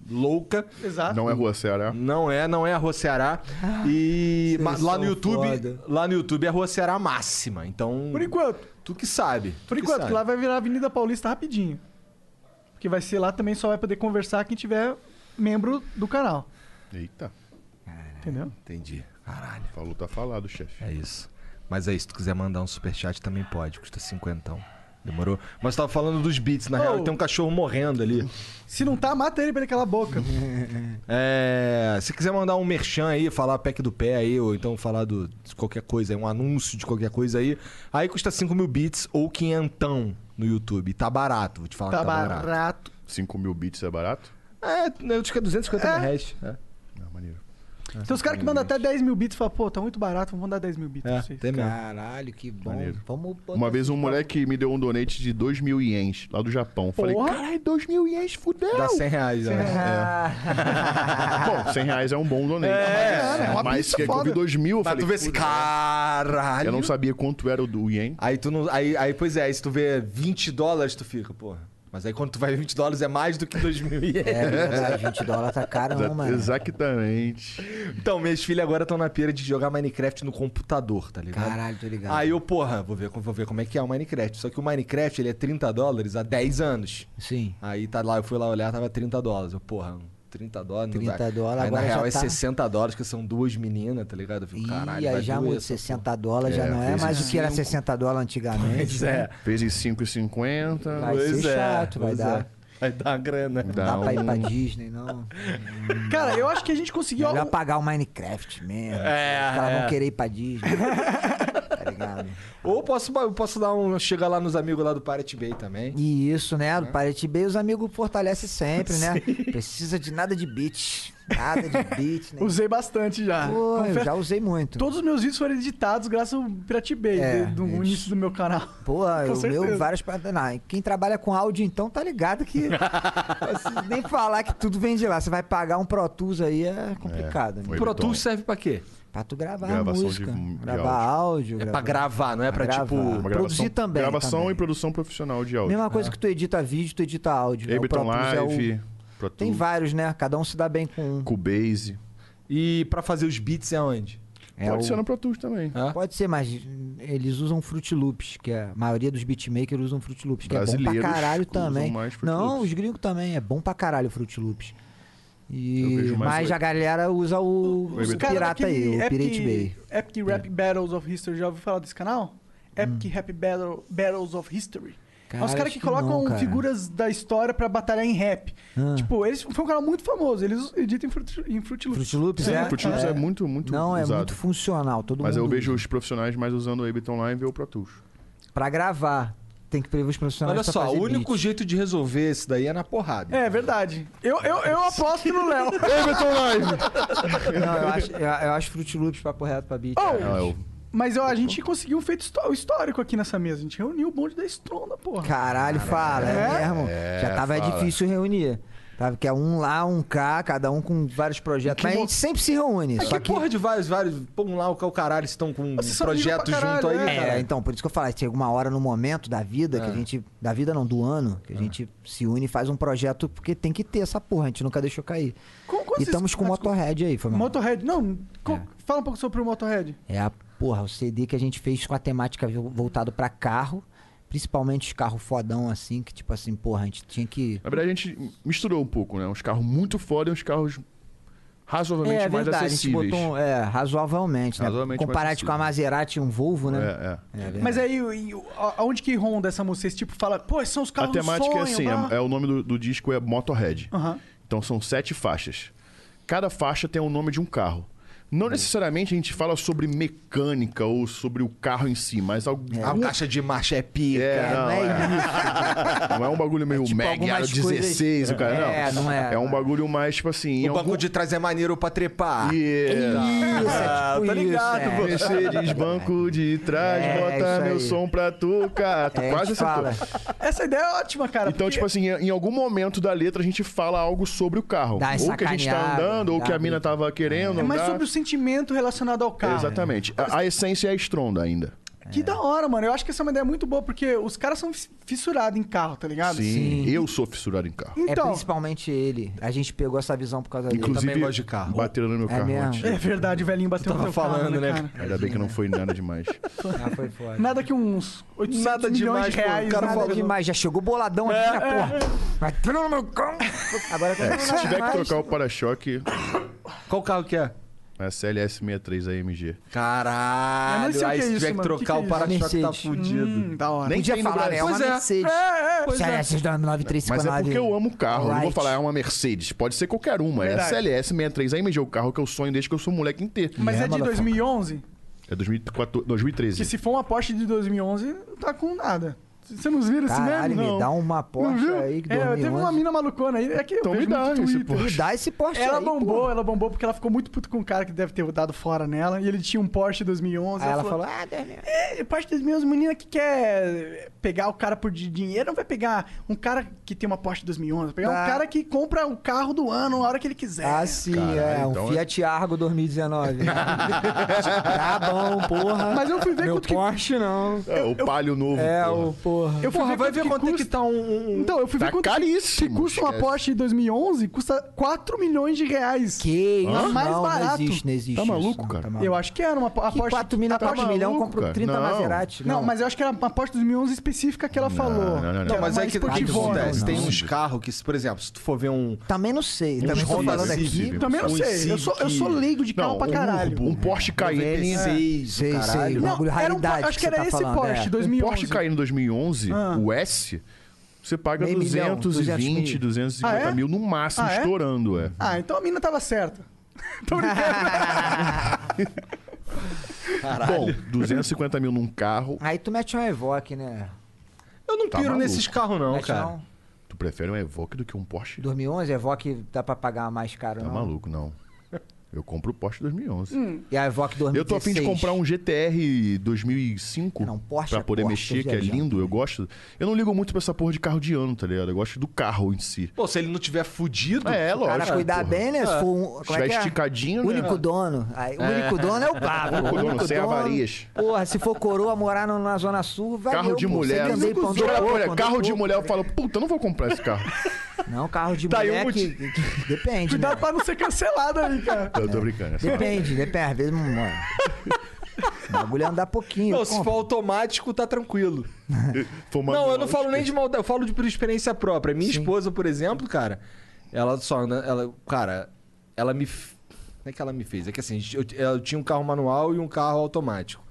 [SPEAKER 1] louca.
[SPEAKER 2] Exato.
[SPEAKER 3] Não é Rua Ceará.
[SPEAKER 1] Não é, não é a Rua Ceará.
[SPEAKER 2] Ah,
[SPEAKER 1] e
[SPEAKER 4] vocês
[SPEAKER 1] ma- lá no
[SPEAKER 4] são
[SPEAKER 1] YouTube,
[SPEAKER 4] foda.
[SPEAKER 1] lá no YouTube é a Rua Ceará máxima. Então,
[SPEAKER 2] Por enquanto.
[SPEAKER 1] tu que sabe. tu
[SPEAKER 2] Por
[SPEAKER 1] que
[SPEAKER 2] enquanto,
[SPEAKER 1] sabe.
[SPEAKER 2] que lá vai virar Avenida Paulista rapidinho. Porque vai ser lá também, só vai poder conversar quem tiver membro do canal.
[SPEAKER 3] Eita,
[SPEAKER 2] Entendeu?
[SPEAKER 1] Entendi. Caralho,
[SPEAKER 3] falou, tá falado, chefe.
[SPEAKER 1] é isso. Mas é isso, se tu quiser mandar um superchat também pode, custa cinquentão. Demorou? Mas tava falando dos beats, na real,
[SPEAKER 2] Oh.
[SPEAKER 1] tem um cachorro morrendo ali.
[SPEAKER 2] Se não tá, mata ele pra ele calar a boca.
[SPEAKER 4] Uhum.
[SPEAKER 1] É, se quiser mandar um merchan aí, falar pack do pé aí, ou então falar do, de qualquer coisa aí, um anúncio de qualquer coisa aí, aí custa 5 mil bits ou quinhentão no YouTube. Tá barato, vou te falar
[SPEAKER 2] tá
[SPEAKER 1] que tá barato.
[SPEAKER 2] barato.
[SPEAKER 3] 5 mil bits é barato?
[SPEAKER 1] É, eu acho que é 250 reais. É,
[SPEAKER 3] Ah, maneiro.
[SPEAKER 2] Tem os caras que mandam até 10 mil bits e falam, pô, tá muito barato, vou mandar 10 mil
[SPEAKER 4] É,
[SPEAKER 2] bits. pra vocês.
[SPEAKER 1] é, tem mesmo.
[SPEAKER 4] Caralho, que bom.
[SPEAKER 3] Maneiro.
[SPEAKER 4] Vamos botar
[SPEAKER 3] Uma vez
[SPEAKER 4] esse
[SPEAKER 3] um moleque me deu um donate de 2 mil ienes, lá do Japão. Falei,
[SPEAKER 2] Porra.
[SPEAKER 3] caralho, 2 mil ienes, fudeu.
[SPEAKER 1] Dá 100 reais, né?
[SPEAKER 3] Bom, 100 reais é um bom donate.
[SPEAKER 2] é uma
[SPEAKER 3] mas
[SPEAKER 2] pizza
[SPEAKER 3] que que eu vi
[SPEAKER 2] foda.
[SPEAKER 3] 2 mil, eu
[SPEAKER 1] Mas
[SPEAKER 3] falei,
[SPEAKER 1] tu vê esse
[SPEAKER 3] "Puta,
[SPEAKER 1] caralho.
[SPEAKER 3] Eu não sabia quanto era o do ien.
[SPEAKER 1] Aí tu não. Aí, aí, pois é, aí se tu vê 20 dólares, tu fica, porra. Mas aí quando tu vai ver 20 dólares é mais do que 2 mil ienes.
[SPEAKER 4] É, verdade, 20 dólares tá caro,
[SPEAKER 2] Ah,
[SPEAKER 4] não, mano.
[SPEAKER 3] Exatamente.
[SPEAKER 1] Então, minhas filhas agora estão na pira de jogar Minecraft no computador, tá ligado?
[SPEAKER 4] Caralho, tô ligado.
[SPEAKER 1] Aí eu, porra, vou ver, vou ver como é que é o Minecraft. Só que o Minecraft, ele é 30 dólares há 10 anos.
[SPEAKER 4] Sim.
[SPEAKER 1] Aí tá lá, eu fui lá olhar, tava 30 dólares. Eu, porra, 30 dólares. não
[SPEAKER 4] 30
[SPEAKER 1] vai.
[SPEAKER 4] dólares,
[SPEAKER 1] aí,
[SPEAKER 4] agora
[SPEAKER 1] na real
[SPEAKER 4] já
[SPEAKER 1] é
[SPEAKER 4] tá-
[SPEAKER 1] 60 dólares, que são duas meninas, tá ligado? Eu fico, caralho,
[SPEAKER 4] Ih, aí
[SPEAKER 1] vai
[SPEAKER 4] já
[SPEAKER 1] doer
[SPEAKER 4] mudou.
[SPEAKER 1] essa
[SPEAKER 4] 60 dólares já não é
[SPEAKER 1] vezes
[SPEAKER 4] mais o que era
[SPEAKER 1] cinco.
[SPEAKER 4] 60 dólares antigamente.
[SPEAKER 1] Pois é.
[SPEAKER 3] Fez em 5,50.
[SPEAKER 4] Vai ser
[SPEAKER 1] Pois é,
[SPEAKER 4] chato, vai
[SPEAKER 1] pois
[SPEAKER 4] dar.
[SPEAKER 1] é. Vai dar uma grana.
[SPEAKER 4] Não dá pra ir pra
[SPEAKER 3] um-
[SPEAKER 4] Disney, não.
[SPEAKER 2] Cara, eu acho que a gente conseguiu.
[SPEAKER 4] Melhor pagar o Minecraft mesmo.
[SPEAKER 1] É,
[SPEAKER 4] Os caras
[SPEAKER 1] é.
[SPEAKER 4] vão querer ir pra Disney. tá ligado?
[SPEAKER 1] Ou posso, eu posso dar um. Chegar lá nos amigos lá do Pirate Bay também.
[SPEAKER 4] E isso, né? O Pirate Bay, os amigos fortalecem sempre, né? Precisa de nada de beat. Nada de beat, né?
[SPEAKER 2] Usei bastante já.
[SPEAKER 4] Pô, eu
[SPEAKER 2] Confesso-
[SPEAKER 4] já usei muito.
[SPEAKER 2] Todos os meus vídeos foram editados graças ao Pirate Bay,
[SPEAKER 4] É,
[SPEAKER 2] de- do
[SPEAKER 4] eles-
[SPEAKER 2] início do meu canal.
[SPEAKER 4] Pô,
[SPEAKER 2] Com
[SPEAKER 4] o
[SPEAKER 2] certeza.
[SPEAKER 4] meu, várias paradas. Não, Quem trabalha com áudio, então, tá ligado que. não preciso nem falar que tudo vem de lá. Você vai pagar um Pro Tools aí é complicado, né?
[SPEAKER 3] foi.
[SPEAKER 1] Pro
[SPEAKER 3] Tom.
[SPEAKER 1] Tools serve pra quê?
[SPEAKER 4] Pra tu gravar
[SPEAKER 3] Gravação
[SPEAKER 4] música,
[SPEAKER 3] de- de
[SPEAKER 4] gravar áudio.
[SPEAKER 1] É pra gravar, não é pra,
[SPEAKER 4] Pra
[SPEAKER 1] tipo.
[SPEAKER 4] gravar.
[SPEAKER 3] Uma
[SPEAKER 4] Produzir
[SPEAKER 3] gravação,
[SPEAKER 4] também,
[SPEAKER 3] Gravação
[SPEAKER 4] também.
[SPEAKER 3] e produção profissional de áudio.
[SPEAKER 4] Mesma coisa
[SPEAKER 2] é.
[SPEAKER 4] que tu edita vídeo, tu edita áudio. né? O
[SPEAKER 3] Ableton
[SPEAKER 4] Pro Tools é o-
[SPEAKER 3] Live, Pro
[SPEAKER 4] Tem
[SPEAKER 3] Tools,
[SPEAKER 4] vários, né? Cada um se dá bem com um.
[SPEAKER 3] Cubase.
[SPEAKER 1] E pra fazer os beats é onde?
[SPEAKER 4] É
[SPEAKER 3] Pode
[SPEAKER 4] o-
[SPEAKER 3] ser no Pro Tools também.
[SPEAKER 1] Hã?
[SPEAKER 4] Pode ser, mas eles usam Fruit Loops, que é, a maioria dos beatmakers usam Fruit Loops, que é bom pra
[SPEAKER 3] Brasileiros
[SPEAKER 4] caralho
[SPEAKER 3] usam
[SPEAKER 4] também.
[SPEAKER 3] mais Fruit
[SPEAKER 4] Não,
[SPEAKER 3] Loops.
[SPEAKER 4] os gringos também, é bom pra caralho o Fruit Loops.
[SPEAKER 3] Eu
[SPEAKER 4] E...
[SPEAKER 3] vejo mais
[SPEAKER 4] Mas
[SPEAKER 3] hoje.
[SPEAKER 4] a galera usa o, o
[SPEAKER 3] Os
[SPEAKER 2] Cara, é
[SPEAKER 4] pirata aí, o Pirate Bay.
[SPEAKER 2] Epic Rap Battles of History, já ouviu falar desse canal? Epic
[SPEAKER 3] Hum.
[SPEAKER 2] Rap Battle, Battles of History. é os
[SPEAKER 4] Cara,
[SPEAKER 2] caras
[SPEAKER 4] acho
[SPEAKER 2] que
[SPEAKER 4] que não,
[SPEAKER 2] colocam
[SPEAKER 4] cara.
[SPEAKER 2] figuras da história pra batalhar em rap.
[SPEAKER 4] Ah.
[SPEAKER 2] Tipo, eles foi um canal muito famoso. Eles editam em Fruit, em Fruit Loops.
[SPEAKER 4] Fruit Loops,
[SPEAKER 3] Sim,
[SPEAKER 4] é,
[SPEAKER 3] o Fruit Loops é muito, muito
[SPEAKER 4] Não, é
[SPEAKER 3] usado.
[SPEAKER 4] muito funcional, todo
[SPEAKER 3] Mas
[SPEAKER 4] mundo
[SPEAKER 3] eu vejo
[SPEAKER 4] usa.
[SPEAKER 3] os profissionais mais usando o Ableton Live ou o Pro Tools.
[SPEAKER 4] Pra gravar, tem que prever os profissionais
[SPEAKER 1] Olha
[SPEAKER 4] pra
[SPEAKER 1] Então, é só,
[SPEAKER 4] fazer
[SPEAKER 1] o único
[SPEAKER 4] beat.
[SPEAKER 1] jeito de resolver isso daí é na porrada.
[SPEAKER 2] É verdade. Eu, eu, eu aposto no Léo.
[SPEAKER 3] Ableton Live!
[SPEAKER 4] Não, eu acho, eu, eu acho Fruit Loops papo reto pra beat.
[SPEAKER 3] É,
[SPEAKER 2] Oh,
[SPEAKER 4] cara.
[SPEAKER 2] Mas ó, a gente conseguiu um feito histó- histórico aqui nessa mesa. A gente reuniu o bonde da estronda, porra.
[SPEAKER 4] Caralho, fala, é, mesmo? Já tava
[SPEAKER 3] fala.
[SPEAKER 4] difícil reunir. Tava que é um lá, um cá, cada um com vários projetos. Mas a gente sempre se reúne.
[SPEAKER 1] É
[SPEAKER 4] só
[SPEAKER 1] que
[SPEAKER 4] que...
[SPEAKER 1] porra de vários, vários. Pô, um lá o caralho estão com um
[SPEAKER 2] Vocês são
[SPEAKER 1] projeto
[SPEAKER 2] amigos pra
[SPEAKER 1] junto aí.
[SPEAKER 2] caralho, né,
[SPEAKER 4] É,
[SPEAKER 1] cara. É.
[SPEAKER 4] então, por isso que eu falei, chega uma hora no momento da vida que a gente. Da vida não, do ano, que a gente se une e faz um projeto, porque tem que ter essa porra, a gente nunca deixou cair.
[SPEAKER 2] Como- quando
[SPEAKER 4] e
[SPEAKER 2] vocês-
[SPEAKER 4] estamos com o
[SPEAKER 2] Ah,
[SPEAKER 4] Motorhead aí, foi mal.
[SPEAKER 2] Motorhead. Não, co- fala um pouco sobre o Motorhead.
[SPEAKER 4] É a porra, o CD que a gente fez com a temática vo- voltado pra carro, principalmente os carros fodão, assim, que tipo assim, porra, a gente tinha que.
[SPEAKER 3] Na verdade, a gente misturou um pouco, né? Uns carros muito foda e uns carros razoavelmente
[SPEAKER 4] é,
[SPEAKER 3] mais
[SPEAKER 4] verdade, A
[SPEAKER 3] acessíveis.
[SPEAKER 4] gente botou um- é, razoavelmente, né?
[SPEAKER 3] Razoavelmente mais
[SPEAKER 4] Comparado com a
[SPEAKER 3] acessível.
[SPEAKER 4] Maserati e um Volvo, né?
[SPEAKER 3] É, é.
[SPEAKER 4] verdade.
[SPEAKER 2] Mas aí, e o- a- aonde que ronda essa música? Vocês, tipo, fala, pô, esses são os
[SPEAKER 3] A
[SPEAKER 2] carros do
[SPEAKER 3] temática é
[SPEAKER 2] sonho,
[SPEAKER 3] assim,
[SPEAKER 2] blá.
[SPEAKER 3] é, é
[SPEAKER 4] tá?
[SPEAKER 3] o nome do, do disco é Motorhead.
[SPEAKER 2] Aham.
[SPEAKER 3] Então são sete faixas. Cada faixa tem o nome de um carro. Não necessariamente a gente fala sobre mecânica ou sobre o carro em si, mas algum,
[SPEAKER 1] A Ah, caixa de marcha é pica.
[SPEAKER 3] É, não,
[SPEAKER 4] não é
[SPEAKER 3] é. Não é um bagulho meio
[SPEAKER 4] tipo
[SPEAKER 3] Mag
[SPEAKER 4] algumas
[SPEAKER 3] Aro 16, o cara.
[SPEAKER 4] É, não é.
[SPEAKER 3] É um bagulho mais, tipo assim.
[SPEAKER 1] O banco de trás é maneiro pra trepar.
[SPEAKER 4] Isso,
[SPEAKER 3] Ah,
[SPEAKER 4] é tipo
[SPEAKER 1] tá
[SPEAKER 4] isso,
[SPEAKER 1] ligado,
[SPEAKER 4] é.
[SPEAKER 1] pô.
[SPEAKER 3] Mercedes, banco de trás,
[SPEAKER 4] É,
[SPEAKER 3] bota
[SPEAKER 4] isso
[SPEAKER 3] meu
[SPEAKER 4] aí.
[SPEAKER 3] som pra tu, cara. Tu
[SPEAKER 4] É, a
[SPEAKER 3] quase
[SPEAKER 4] gente
[SPEAKER 3] acertou.
[SPEAKER 4] fala.
[SPEAKER 2] Essa ideia é ótima, cara.
[SPEAKER 3] Então,
[SPEAKER 2] porque
[SPEAKER 3] tipo assim, em algum momento da letra a gente fala algo sobre o carro.
[SPEAKER 4] Dá uma
[SPEAKER 3] Ou que a gente tá
[SPEAKER 4] sacaneada,
[SPEAKER 3] andando, ou
[SPEAKER 4] dá
[SPEAKER 3] que a
[SPEAKER 4] uma-
[SPEAKER 3] mina tava querendo.
[SPEAKER 2] É mais
[SPEAKER 3] andar.
[SPEAKER 2] sobre o sentimento relacionado ao carro.
[SPEAKER 3] Exatamente.
[SPEAKER 4] né?
[SPEAKER 3] A, a essência é a estronda ainda.
[SPEAKER 2] Que da hora, mano. Eu acho que essa é uma ideia muito boa, porque os caras são fis- fissurados em carro, tá ligado?
[SPEAKER 3] Sim. Eu sou fissurado em carro.
[SPEAKER 4] Ah, É
[SPEAKER 2] Então,
[SPEAKER 4] principalmente ele. A gente pegou essa visão por causa dele.
[SPEAKER 3] Inclusive,
[SPEAKER 1] gosto de carro.
[SPEAKER 3] bateram no meu
[SPEAKER 4] É
[SPEAKER 3] carro
[SPEAKER 4] mesmo?
[SPEAKER 3] antes.
[SPEAKER 2] é verdade, o velhinho bateu
[SPEAKER 1] tava
[SPEAKER 2] no teu carro,
[SPEAKER 1] falando, né,
[SPEAKER 2] cara?
[SPEAKER 3] Ainda bem que não foi nada demais.
[SPEAKER 4] Ah, foi foda.
[SPEAKER 2] Nada que uns 800
[SPEAKER 1] Nada
[SPEAKER 2] milhões
[SPEAKER 1] demais,
[SPEAKER 2] de
[SPEAKER 1] pô. O
[SPEAKER 2] reais.
[SPEAKER 1] cara
[SPEAKER 2] nada
[SPEAKER 1] falou-
[SPEAKER 4] Nada
[SPEAKER 2] demais. É,
[SPEAKER 4] demais, já chegou boladão aqui na porra. Vai entrando no meu cão. Agora que eu
[SPEAKER 3] É, se
[SPEAKER 4] não
[SPEAKER 3] tiver que
[SPEAKER 4] mais.
[SPEAKER 3] trocar o para-choque,
[SPEAKER 1] Qual carro que é?
[SPEAKER 3] é a CLS63 AMG.
[SPEAKER 1] Caralho,
[SPEAKER 2] Eu não sei o que
[SPEAKER 1] aí
[SPEAKER 2] é
[SPEAKER 1] se
[SPEAKER 2] isso,
[SPEAKER 1] tiver que
[SPEAKER 2] mano. Que que
[SPEAKER 1] trocar
[SPEAKER 2] é
[SPEAKER 1] o
[SPEAKER 2] isso?
[SPEAKER 1] para-choque tá
[SPEAKER 4] Mercedes.
[SPEAKER 1] fudido.
[SPEAKER 2] Hum, da hora.
[SPEAKER 3] Nem
[SPEAKER 4] Podia
[SPEAKER 3] tem no
[SPEAKER 4] falar, né? É
[SPEAKER 3] Brasil.
[SPEAKER 4] uma
[SPEAKER 1] Pois é.
[SPEAKER 4] Mercedes.
[SPEAKER 2] É, é, pois é.
[SPEAKER 4] CLS 935
[SPEAKER 3] Mas é porque eu amo carro. Eu não vou
[SPEAKER 4] Light.
[SPEAKER 3] falar é uma Mercedes. Pode ser qualquer uma.
[SPEAKER 2] Verdade.
[SPEAKER 3] É a CLS63 AMG, o carro que eu sonho desde que eu sou moleque inteiro.
[SPEAKER 2] Mas é de
[SPEAKER 4] motherfucker.
[SPEAKER 2] 2011?
[SPEAKER 3] É 2014,
[SPEAKER 2] Que
[SPEAKER 3] 2013.
[SPEAKER 2] se for uma Porsche de 2011, não tá com nada. Você não vira esse
[SPEAKER 4] Caralho,
[SPEAKER 2] mesmo?
[SPEAKER 4] me
[SPEAKER 2] Não.
[SPEAKER 4] dá uma
[SPEAKER 2] Não
[SPEAKER 4] Porsche
[SPEAKER 2] viu?
[SPEAKER 4] aí que
[SPEAKER 2] É, teve
[SPEAKER 4] 2011.
[SPEAKER 2] uma mina malucona aí. É que eu
[SPEAKER 3] Então
[SPEAKER 2] vejo
[SPEAKER 3] me dá
[SPEAKER 2] muito
[SPEAKER 3] esse
[SPEAKER 2] Twitter.
[SPEAKER 3] Porsche.
[SPEAKER 4] Me dá esse Porsche
[SPEAKER 2] Ela
[SPEAKER 4] aí,
[SPEAKER 2] bombou,
[SPEAKER 4] porra.
[SPEAKER 2] ela bombou porque ela ficou muito puta com um cara que deve ter dado fora nela. E ele tinha um Porsche 2011.
[SPEAKER 4] Aí ela falou, ah, Deus me-
[SPEAKER 2] É, Porsche 2011, menina que quer pegar o cara por di- dinheiro, não vai pegar um cara que tem uma Porsche 2011. Vai pegar um
[SPEAKER 4] Tá.
[SPEAKER 2] cara que compra o carro do ano a hora que ele quiser.
[SPEAKER 4] Ah, sim, é.
[SPEAKER 3] Caralho,
[SPEAKER 4] Um
[SPEAKER 3] então é-
[SPEAKER 4] Fiat Argo 2019. tá bom, porra.
[SPEAKER 2] Mas eu fui ver
[SPEAKER 4] Meu
[SPEAKER 2] quanto que-
[SPEAKER 4] Porsche, não.
[SPEAKER 3] É, o Palio novo.
[SPEAKER 4] É,
[SPEAKER 3] porra.
[SPEAKER 4] o porra.
[SPEAKER 2] Eu fui
[SPEAKER 1] Porra, vai ver quanto é que
[SPEAKER 2] custa-
[SPEAKER 1] tá um. um-
[SPEAKER 2] Então, eu fui
[SPEAKER 3] Tá
[SPEAKER 2] ver quanto que- que
[SPEAKER 3] caríssimo,
[SPEAKER 2] custa uma
[SPEAKER 3] esquece.
[SPEAKER 2] Porsche 2011, custa 4 milhões de reais.
[SPEAKER 4] Que isso?
[SPEAKER 2] Hã?
[SPEAKER 4] Não,
[SPEAKER 2] Mais
[SPEAKER 4] não
[SPEAKER 2] barato.
[SPEAKER 4] existe, não existe
[SPEAKER 3] Tá
[SPEAKER 4] isso,
[SPEAKER 3] maluco,
[SPEAKER 4] não,
[SPEAKER 3] cara?
[SPEAKER 4] maluco.
[SPEAKER 2] Eu acho que era uma a
[SPEAKER 4] que
[SPEAKER 2] Porsche...
[SPEAKER 4] 4 milhão
[SPEAKER 2] a Porsche-
[SPEAKER 4] pra milhão,
[SPEAKER 3] maluco,
[SPEAKER 4] compro
[SPEAKER 3] cara?
[SPEAKER 4] 30
[SPEAKER 3] Não.
[SPEAKER 4] Maserati.
[SPEAKER 2] Não, mas eu acho que era uma Porsche 2011 específica que ela falou.
[SPEAKER 3] não, não, não.
[SPEAKER 2] Que
[SPEAKER 3] Não,
[SPEAKER 2] era
[SPEAKER 1] Então, mas
[SPEAKER 2] uma
[SPEAKER 1] aí que, o que que
[SPEAKER 2] esportivona.
[SPEAKER 1] acontece?
[SPEAKER 4] não,
[SPEAKER 1] Tem
[SPEAKER 4] não.
[SPEAKER 1] uns carros que, se, por exemplo, se tu for ver um.
[SPEAKER 4] Também não sei. Também estou
[SPEAKER 1] Honda
[SPEAKER 4] falando
[SPEAKER 1] Civic,
[SPEAKER 4] aqui.
[SPEAKER 2] Também não
[SPEAKER 1] um
[SPEAKER 2] sei. Eu sou, eu
[SPEAKER 1] Civic,
[SPEAKER 2] sou leigo de carro
[SPEAKER 3] Não,
[SPEAKER 2] pra
[SPEAKER 3] um
[SPEAKER 2] caralho.
[SPEAKER 3] Urbo, um Porsche Cayenne.
[SPEAKER 1] N6,
[SPEAKER 4] Sei, sei.
[SPEAKER 1] caralho.
[SPEAKER 4] O
[SPEAKER 2] Não,
[SPEAKER 4] bagulho
[SPEAKER 2] era um,
[SPEAKER 4] raridade
[SPEAKER 2] acho que
[SPEAKER 4] que
[SPEAKER 2] era
[SPEAKER 4] você tá
[SPEAKER 2] esse
[SPEAKER 4] falando,
[SPEAKER 2] Porsche,
[SPEAKER 4] é.
[SPEAKER 3] Um
[SPEAKER 2] 2011.
[SPEAKER 3] Porsche Cayenne 2011, o S, você paga
[SPEAKER 4] Meio milhão,
[SPEAKER 3] 220,
[SPEAKER 4] 200 mil.
[SPEAKER 3] 250
[SPEAKER 2] Ah, é?
[SPEAKER 3] mil no máximo,
[SPEAKER 2] Ah, é?
[SPEAKER 3] estourando, é.
[SPEAKER 2] Ah, então a mina tava certa. Tô brincando.
[SPEAKER 3] Bom, 250 mil num carro,
[SPEAKER 4] Aí tu mete um Evoque, né?
[SPEAKER 1] Eu não
[SPEAKER 3] Tá
[SPEAKER 1] piro
[SPEAKER 3] maluco.
[SPEAKER 1] nesses carros, não,
[SPEAKER 4] mete
[SPEAKER 1] cara.
[SPEAKER 4] um
[SPEAKER 3] tu prefere um Evoque do que um Porsche?
[SPEAKER 4] 2011, Evoque dá pra pagar mais caro,
[SPEAKER 3] Tá
[SPEAKER 4] não.
[SPEAKER 3] maluco, não. Eu compro o Porsche 2011.
[SPEAKER 4] E a Evoque 2016.
[SPEAKER 3] Eu tô afim de comprar um GTR 2005
[SPEAKER 4] Não, Porsche
[SPEAKER 3] pra
[SPEAKER 4] é
[SPEAKER 3] poder
[SPEAKER 4] Porsche,
[SPEAKER 3] mexer, que é
[SPEAKER 4] viajando.
[SPEAKER 3] lindo, eu gosto. Eu não ligo muito pra essa porra de carro de ano, tá ligado? Eu gosto do carro em si.
[SPEAKER 1] Pô, se ele não tiver fudido. né?
[SPEAKER 3] É,
[SPEAKER 4] O cara
[SPEAKER 3] lógico.
[SPEAKER 4] cuidar
[SPEAKER 3] porra.
[SPEAKER 4] bem, né? Se for um,
[SPEAKER 3] Se
[SPEAKER 4] como é
[SPEAKER 3] tiver
[SPEAKER 4] que é?
[SPEAKER 3] esticadinho, né?
[SPEAKER 4] Único dono. Aí, o único dono é o papo.
[SPEAKER 3] Único dono, sem avarias.
[SPEAKER 4] Porra, se for coroa morar no- na Zona Sul, vai
[SPEAKER 3] Carro de mulher.
[SPEAKER 4] Andei,
[SPEAKER 3] Os
[SPEAKER 4] pra
[SPEAKER 3] caras olham
[SPEAKER 4] Andorra, pra
[SPEAKER 3] carro de
[SPEAKER 4] Andorra.
[SPEAKER 3] mulher, eu falo, puta, eu não vou comprar esse carro.
[SPEAKER 4] Não, carro de
[SPEAKER 1] Tá aí
[SPEAKER 4] mulher
[SPEAKER 1] um
[SPEAKER 4] que,
[SPEAKER 1] motivo.
[SPEAKER 4] que- Depende, né?
[SPEAKER 2] Cuidado pra não ser cancelado aí, cara.
[SPEAKER 3] Eu tô brincando. é só-
[SPEAKER 4] Depende, depende. Às vezes, mano. O bagulho é andar pouquinho.
[SPEAKER 1] Não, se for automático, tá tranquilo.
[SPEAKER 3] Foi uma-
[SPEAKER 1] Não, eu não falo nem de maldade, eu falo de por experiência própria. Minha esposa, por exemplo, cara, ela só anda. Ela, cara, ela me. f- Como é que ela me fez? É que assim, eu, eu tinha um carro manual e um carro automático.